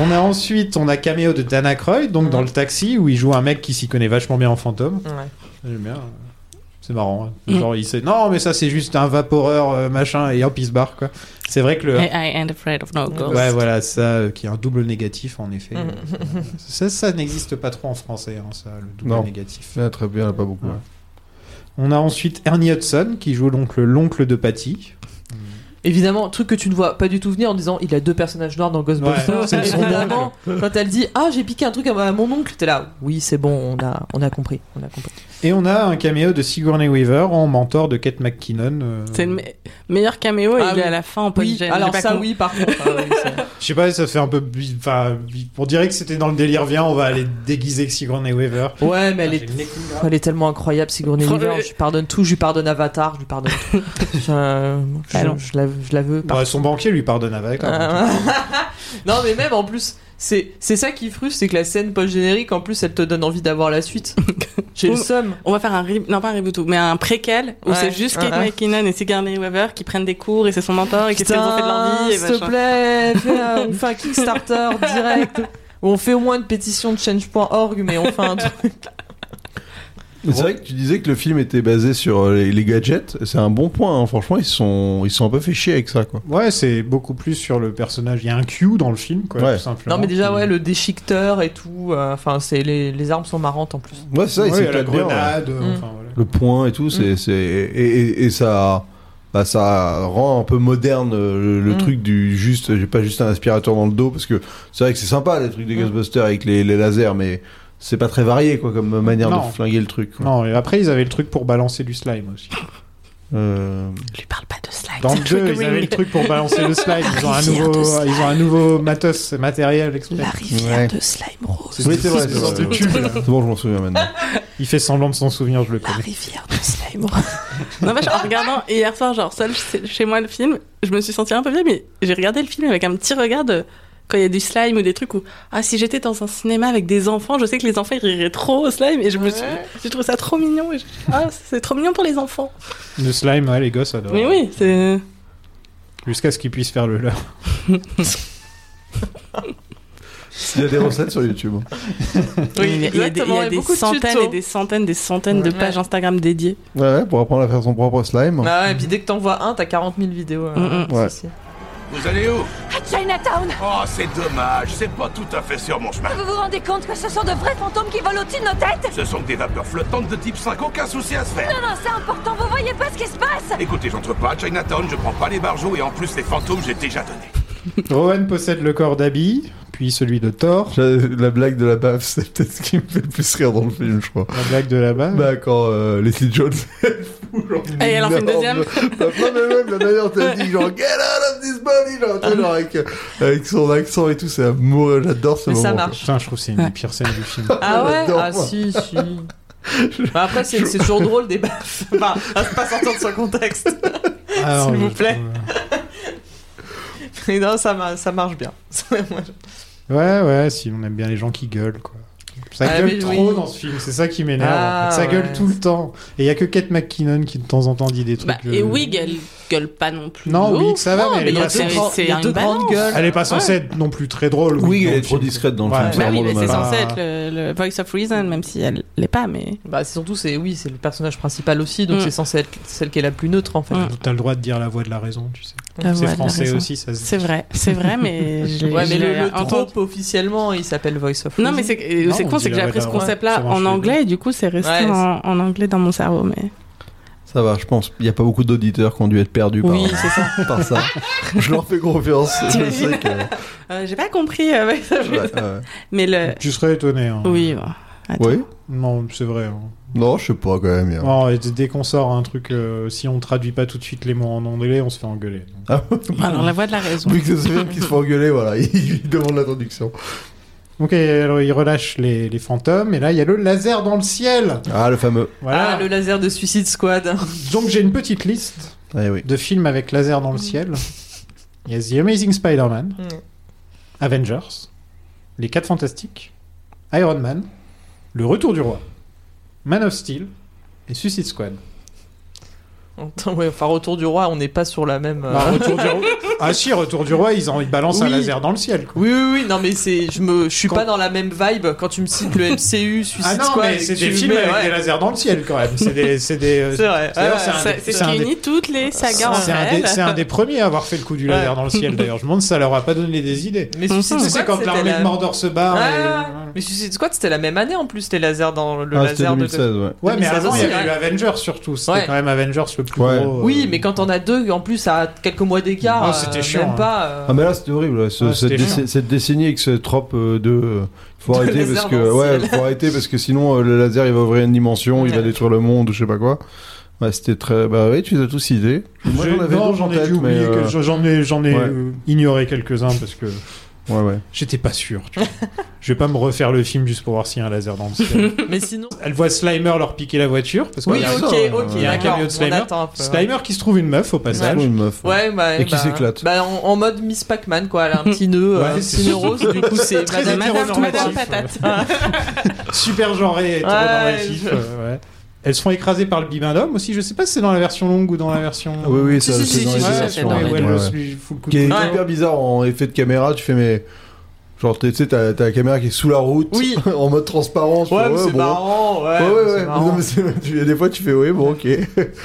Speaker 8: On a ensuite on a caméo de Dana Croy
Speaker 7: Mmh.
Speaker 8: donc dans le taxi où il joue un mec qui s'y connaît vachement bien en fantôme.
Speaker 7: Ouais.
Speaker 8: J'aime bien. hein. C'est marrant. hein.
Speaker 10: Mm.
Speaker 8: Genre, il sait, non, mais ça, c'est juste un vaporeur, euh, machin, et hop, il se barre, quoi. C'est vrai que le.
Speaker 10: I, I ain't afraid of no ghosts.
Speaker 8: Ouais, voilà, ça, euh, qui est un double négatif, en effet.
Speaker 10: Mm.
Speaker 8: Euh, ça, ça n'existe pas trop en français, hein, ça, le double
Speaker 9: Non.
Speaker 8: négatif.
Speaker 9: Ah, très bien, pas beaucoup.
Speaker 8: On a ensuite Ernie Hudson, qui joue donc le- l'oncle de Patty.
Speaker 7: Évidemment, truc que tu ne vois pas du tout venir en disant il a deux personnages noirs dans
Speaker 8: Ouais,
Speaker 7: Ghostbusters.
Speaker 8: c'est son
Speaker 7: Évidemment, quand elle dit ah j'ai piqué un truc à ma- à mon oncle, t'es là oui c'est bon on a on a compris on a compris.
Speaker 8: Et on a un caméo de Sigourney Weaver en mentor de Kate McKinnon. euh,
Speaker 10: C'est le me- meilleur caméo et
Speaker 7: Ah
Speaker 10: il
Speaker 7: oui.
Speaker 10: est à la fin en post
Speaker 7: Oui, alors ça oui par contre. ah oui, c'est-
Speaker 8: Je sais pas, ça fait un peu. bi- Enfin, bi- on dirait que c'était dans le délire, viens, on va aller déguiser Sigourney Weaver.
Speaker 7: Ouais, mais elle est, elle est tellement incroyable, Sigourney
Speaker 8: Fran-
Speaker 7: Weaver. Je lui pardonne tout, je lui pardonne Avatar, je lui pardonne tout. je, je-
Speaker 8: Alors.
Speaker 7: je la, je la veux.
Speaker 8: Bah, son banquier lui pardonne avec. hein.
Speaker 7: Ah, non, mais même en plus, c'est c'est ça qui frustre, c'est que la scène post-générique, en plus, elle te donne envie d'avoir la suite. J'ai le seum.
Speaker 10: On va faire un re- non pas un reboot tout, mais un préquel où
Speaker 7: Ouais. Uh-huh.
Speaker 10: c'est juste Kate
Speaker 7: Ouais.
Speaker 10: McKinnon et Sigourney Weaver qui prennent des cours et c'est son mentor et qu'est-ce qu'ils ont fait de leur vie et
Speaker 7: S'il te
Speaker 10: machin.
Speaker 7: plaît, fais un- on fait un Kickstarter direct. Ou On fait au moins une pétition de change.org, mais on fait un truc.
Speaker 9: Mais C'est vrai que tu disais que le film était basé sur euh, les, les gadgets. C'est un bon point. hein. Franchement, ils sont, ils sont un peu fait chier avec ça. Quoi.
Speaker 8: Ouais, c'est beaucoup plus sur le personnage. Il y a un Q dans le film, quoi,
Speaker 9: Ouais.
Speaker 8: tout simplement.
Speaker 7: Non, mais déjà, ouais, le déchiqueteur et tout. euh, Enfin, c'est les, les armes sont marrantes en plus.
Speaker 9: Ouais, c'est ça, ils
Speaker 8: Ouais,
Speaker 9: s'éclatent
Speaker 8: la
Speaker 9: bien, ouais.
Speaker 8: grenade, euh,
Speaker 7: Mm.
Speaker 8: enfin, voilà.
Speaker 9: Le point et tout,
Speaker 8: Mm.
Speaker 9: c'est, c'est- et, et- et ça, bah, ça rend un peu moderne euh, le, le
Speaker 7: Mm.
Speaker 9: truc du juste. J'ai pas juste un aspirateur dans le dos parce que c'est vrai que c'est sympa les trucs
Speaker 8: Mm.
Speaker 9: des Ghostbusters avec les, les lasers, mais c'est pas très varié quoi comme manière
Speaker 8: Non.
Speaker 9: de flinguer le truc. quoi.
Speaker 8: Non, et après, ils avaient le truc pour balancer du slime aussi.
Speaker 7: Oh,
Speaker 9: Euh,
Speaker 8: Dans le jeu, ils avaient le truc pour balancer le slime. Ils ont un nouveau, ils ont un nouveau matos matériel exprès.
Speaker 9: ouais.
Speaker 10: slime rose.
Speaker 9: Oui, c'est vrai, c'est vrai.
Speaker 8: C'est cul, là.
Speaker 9: C'est bon, je m'en souviens maintenant.
Speaker 8: Il fait semblant de s'en souvenir, je le connais.
Speaker 10: rivière de slime. non, vache, en regardant hier soir, genre seul chez chez moi le film, je me suis sentie un peu vieille, mais j'ai regardé le film avec un petit regard de quand il y a du slime ou des trucs où ah si j'étais dans un cinéma avec des enfants, je sais que les enfants ils riraient trop au slime et je me suis, j'ai trouvé ça trop mignon et je- ah c'est trop mignon pour les enfants.
Speaker 8: Le slime, ouais, les gosses adorent.
Speaker 10: Mais oui, c'est
Speaker 8: Jusqu'à ce qu'ils puissent faire le leur.
Speaker 9: Il y a des recettes sur YouTube. hein.
Speaker 10: il y a- il y a des, il y
Speaker 7: exactement,
Speaker 10: a
Speaker 7: il y a
Speaker 10: des
Speaker 7: beaucoup de
Speaker 10: centaines
Speaker 7: tutos.
Speaker 10: et des centaines des centaines de
Speaker 7: Ouais.
Speaker 10: pages Instagram dédiées.
Speaker 9: Ouais, ouais, pour apprendre à faire son propre slime.
Speaker 7: Bah ouais, et puis dès que t'en vois un, t'as 40 000 vidéos. euh,
Speaker 9: Mm, mm. Ouais.
Speaker 7: ceci.
Speaker 13: Vous allez où
Speaker 14: À Chinatown
Speaker 13: Oh, c'est dommage, c'est pas tout à fait sur mon chemin.
Speaker 14: Vous vous rendez compte que ce sont de vrais fantômes qui volent au-dessus de nos têtes
Speaker 13: Ce sont que des vapeurs flottantes de type 5, aucun souci à se faire.
Speaker 14: Non, non, c'est important, vous voyez pas ce qui se passe
Speaker 13: Écoutez, j'entre pas à Chinatown, Ah, je prends pas les barjots et en plus les fantômes, j'ai déjà donné.
Speaker 8: Rowan possède le corps d'Abby, puis celui de Thor.
Speaker 9: La blague de la baffe, c'est peut-être ce qui me fait le plus rire dans le film, je crois.
Speaker 8: La blague de la baffe
Speaker 9: Bah, quand euh, Leslie Jones. elle fout, genre,
Speaker 10: Mm. Et elle en fait une deuxième.
Speaker 9: Bah, non, mais même la manière dont elle dit, genre, get out of this body, genre, tu sais, genre, avec, euh, avec son accent et tout, c'est à mourir, j'adore ce
Speaker 7: Mais
Speaker 9: moment.
Speaker 7: ça
Speaker 9: quoi.
Speaker 7: marche.
Speaker 8: Putain, je trouve que c'est une des pires scènes du film.
Speaker 7: Ah ouais
Speaker 9: J'adore,
Speaker 7: Ah
Speaker 9: moi.
Speaker 7: si, si. Bah, après, c'est c'est toujours drôle des baffes. Enfin, à ne pas sortir de son contexte.
Speaker 8: Ah,
Speaker 7: S'il
Speaker 8: oui,
Speaker 7: vous
Speaker 8: je
Speaker 7: plaît. Mais non, ça, mar- ça marche bien. Moi, je-
Speaker 8: Ouais, ouais, si, on aime bien les gens qui gueulent, quoi. Ça
Speaker 7: Ah,
Speaker 8: gueule
Speaker 7: mais
Speaker 8: trop
Speaker 7: oui.
Speaker 8: dans ce film, c'est ça qui m'énerve.
Speaker 7: Ah,
Speaker 8: en fait. Ça gueule
Speaker 7: ouais.
Speaker 8: tout le temps. Et il y a que Kate McKinnon qui de temps en temps dit des trucs.
Speaker 10: Bah, et
Speaker 8: euh,
Speaker 10: Wig, elle gueule pas non plus.
Speaker 8: Non,
Speaker 10: beaucoup.
Speaker 8: Wig, ça va,
Speaker 10: Non,
Speaker 8: mais elle est
Speaker 10: il y a
Speaker 8: pas
Speaker 10: c'est-
Speaker 8: trop-
Speaker 10: c'est
Speaker 8: il y a
Speaker 10: une
Speaker 8: deux grandes
Speaker 10: balance.
Speaker 8: Elle est pas censée être non plus très drôle.
Speaker 9: Oui, elle
Speaker 8: dans
Speaker 9: est
Speaker 8: le
Speaker 9: trop
Speaker 8: film.
Speaker 9: discrète dans le
Speaker 8: Ouais.
Speaker 9: film, c'est
Speaker 10: Bah oui,
Speaker 9: vraiment
Speaker 10: mais c'est
Speaker 9: dommage.
Speaker 10: censé être le, le Voice of Reason, même si elle l'est pas, mais.
Speaker 7: Bah, c'est surtout, c'est oui, c'est le personnage principal aussi, donc
Speaker 10: Mm.
Speaker 7: c'est censé être celle qui est la plus neutre en fait.
Speaker 10: Mm.
Speaker 8: T'as le droit de dire la voix de la raison, tu sais.
Speaker 10: La voix
Speaker 8: c'est
Speaker 10: de la
Speaker 8: français
Speaker 10: raison.
Speaker 8: aussi, ça se dit.
Speaker 10: C'est vrai, c'est vrai, mais. je l'ai-
Speaker 7: Ouais, mais
Speaker 10: je
Speaker 7: le,
Speaker 10: l'ai
Speaker 7: le
Speaker 10: entendu.
Speaker 7: trope officiellement, il s'appelle Voice of
Speaker 10: Non,
Speaker 7: Reason.
Speaker 10: mais c'est euh,
Speaker 7: Non,
Speaker 10: c'est
Speaker 7: on
Speaker 10: con,
Speaker 7: dit
Speaker 10: c'est que
Speaker 7: la
Speaker 10: j'ai appris ce
Speaker 7: vraie raison.
Speaker 10: concept-là
Speaker 7: Ça marche
Speaker 10: en
Speaker 7: les
Speaker 10: anglais, et du coup, c'est resté
Speaker 7: Ouais, c'est-
Speaker 10: en, en anglais dans mon cerveau, mais.
Speaker 9: Ça va, je pense. Il n'y a pas beaucoup d'auditeurs qui ont dû être perdus
Speaker 10: Oui,
Speaker 9: par,
Speaker 10: c'est ça.
Speaker 9: par ça. Je leur fais confiance. Je sais que.
Speaker 10: Euh, j'ai pas compris euh, Voice of
Speaker 9: Ouais,
Speaker 10: Reason.
Speaker 9: ouais.
Speaker 10: Mais le.
Speaker 8: Tu serais étonné. hein.
Speaker 10: Oui, bon. Attends.
Speaker 9: Oui
Speaker 8: Non, c'est vrai. hein.
Speaker 9: Non, je sais pas quand même. hein.
Speaker 8: Non, et d- dès qu'on sort un truc, euh, si on traduit pas tout de suite les mots en anglais, on se fait engueuler.
Speaker 9: Ah,
Speaker 10: Bah, Alors, la voix de la raison.
Speaker 9: Vu que c'est ce film qui se fait engueuler, voilà, il demande la traduction.
Speaker 8: Ok, alors il relâche les, les fantômes, et là il y a le laser dans le ciel.
Speaker 9: Ah, le fameux.
Speaker 8: Voilà.
Speaker 7: Ah, le laser de Suicide Squad.
Speaker 8: Donc j'ai une petite liste
Speaker 9: Eh oui.
Speaker 8: de films avec laser dans le
Speaker 7: Mm.
Speaker 8: ciel. Il y a The Amazing Spider-Man,
Speaker 7: Mm.
Speaker 8: Avengers, Les 4 Fantastiques, Iron Man, Le Retour du Roi, Man of Steel et Suicide Squad.
Speaker 7: Attends, ouais, enfin, Retour du Roi, on n'est pas sur la même. euh,
Speaker 8: Bah, Retour du Roi- Ah si, Retour du Roi, ils, en, ils balancent un
Speaker 7: Oui.
Speaker 8: laser dans le ciel. quoi.
Speaker 7: Oui, oui, oui, non, mais c'est, je me, je suis pas dans la même vibe quand tu me cites le MCU, Suicide
Speaker 8: Ah non,
Speaker 7: Squad.
Speaker 8: mais
Speaker 7: et que
Speaker 8: c'est
Speaker 7: tu
Speaker 8: des
Speaker 7: me
Speaker 8: films
Speaker 7: mets,
Speaker 8: avec
Speaker 7: ouais.
Speaker 8: des lasers dans le ciel quand même. C'est des, c'est des. euh,
Speaker 7: C'est vrai,
Speaker 8: d'ailleurs,
Speaker 7: ouais,
Speaker 8: c'est un
Speaker 7: ouais.
Speaker 8: des-
Speaker 10: C'est ce
Speaker 8: c'est un
Speaker 10: qui
Speaker 8: des-
Speaker 10: unit toutes les sagas en
Speaker 8: C'est un, des,
Speaker 10: réel.
Speaker 8: c'est un des premiers à avoir fait le coup du laser
Speaker 7: Ouais.
Speaker 8: dans le ciel d'ailleurs. Je me demande si ça leur a pas donné des idées.
Speaker 7: Mais Suicide
Speaker 8: Tu sais,
Speaker 7: Squad,
Speaker 8: quand
Speaker 7: c'était
Speaker 8: l'armée
Speaker 7: la- Ah,
Speaker 8: de Mordor se barre.
Speaker 7: Ouais,
Speaker 8: et-
Speaker 7: Mhm. ouais. Mais Suicide Squad, c'était la même année en plus, les lasers dans le
Speaker 9: Ah, c'était
Speaker 7: laser
Speaker 9: 2016,
Speaker 7: de.
Speaker 9: ouais.
Speaker 8: Ouais, mais
Speaker 7: 2016
Speaker 8: avant, il
Speaker 7: aussi,
Speaker 8: y avait eu
Speaker 7: ouais.
Speaker 8: Avengers surtout. C'était
Speaker 7: Ouais.
Speaker 8: quand même Avengers le plus
Speaker 9: Ouais.
Speaker 8: gros. euh,
Speaker 7: Oui, mais quand on a deux, en plus à quelques mois d'écart,
Speaker 8: Ah, c'était
Speaker 7: euh,
Speaker 8: chiant,
Speaker 7: même
Speaker 8: hein.
Speaker 7: pas. euh,
Speaker 9: Ah mais là c'était horrible, ouais, ce-
Speaker 8: Ouais,
Speaker 9: cette,
Speaker 8: c'était
Speaker 9: déc-
Speaker 8: chiant.
Speaker 9: cette décennie avec ce trope euh, de... euh, faut
Speaker 7: De
Speaker 9: arrêter
Speaker 7: laser
Speaker 9: parce
Speaker 7: dans
Speaker 9: que...
Speaker 7: le
Speaker 9: Ouais,
Speaker 7: ciel.
Speaker 9: faut arrêter parce que sinon euh, le laser il va ouvrir une dimension, il va détruire le monde ou je sais pas quoi. Bah c'était très... Bah oui, tu les as tous idées. Moi
Speaker 8: j'ai-
Speaker 9: j'en avais
Speaker 8: non,
Speaker 9: d'autres en
Speaker 8: j'en ai
Speaker 9: tête,
Speaker 8: dû
Speaker 9: mais...
Speaker 8: oublier
Speaker 9: euh,
Speaker 8: que- j'en ai, j'en ai
Speaker 9: ouais.
Speaker 8: euh, ignoré quelques-uns parce que
Speaker 9: Ouais, ouais.
Speaker 8: j'étais pas sûr. tu vois. Je vais pas me refaire le film juste pour voir s'il y a un laser dans le ciel.
Speaker 7: Mais sinon.
Speaker 8: Elle voit Slimer leur piquer la voiture parce qu'il
Speaker 7: Oui,
Speaker 8: y a,
Speaker 7: ok,
Speaker 9: hein.
Speaker 7: ok,
Speaker 8: il y a un
Speaker 7: d'accord,
Speaker 8: camion de
Speaker 7: on
Speaker 8: Slimer.
Speaker 7: attend un peu, ouais.
Speaker 8: Slimer qui se trouve une meuf au
Speaker 9: C'est
Speaker 8: passage.
Speaker 9: une meuf.
Speaker 7: Ouais, bah,
Speaker 9: Et qui
Speaker 7: bah,
Speaker 9: s'éclate.
Speaker 7: Bah, en, en mode Miss Pac-Man, quoi. Elle a un petit nœud,
Speaker 8: Ouais,
Speaker 7: euh, un
Speaker 8: c'est
Speaker 7: petit nœud
Speaker 8: sûr.
Speaker 7: rose, du coup, c'est
Speaker 8: Très
Speaker 7: Madame,
Speaker 8: hétéronormatif,
Speaker 7: Madame
Speaker 8: ouais.
Speaker 7: Patate.
Speaker 8: Super genré, hétéronormatif.
Speaker 7: Ouais, je-
Speaker 8: euh, ouais. Elles se font écraser par le bibin d'homme aussi. Je sais pas si c'est dans la version longue ou dans la version.
Speaker 9: Oui, oui,
Speaker 10: Si,
Speaker 9: ça,
Speaker 10: si,
Speaker 9: c'est
Speaker 10: si,
Speaker 9: dans
Speaker 10: si,
Speaker 9: les
Speaker 10: si,
Speaker 9: versions,
Speaker 10: c'est dans
Speaker 9: ouais,
Speaker 10: les
Speaker 9: ouais,
Speaker 8: Ouais, le-
Speaker 9: ouais.
Speaker 8: lui fout le coup de
Speaker 9: Qui est
Speaker 8: couteau.
Speaker 9: hyper bizarre en effet de caméra, tu fais mais... Genre tu sais, t'as t'as la caméra qui est sous la route,
Speaker 7: Oui.
Speaker 9: en mode transparence.
Speaker 7: Ouais,
Speaker 9: tu
Speaker 7: mais
Speaker 9: vois,
Speaker 7: c'est
Speaker 9: bon.
Speaker 7: marrant. Ouais,
Speaker 9: Ouais, ouais,
Speaker 7: c'est
Speaker 9: ouais.
Speaker 7: marrant.
Speaker 9: Non, mais c'est- tu- des fois, tu fais, oui, bon, ok.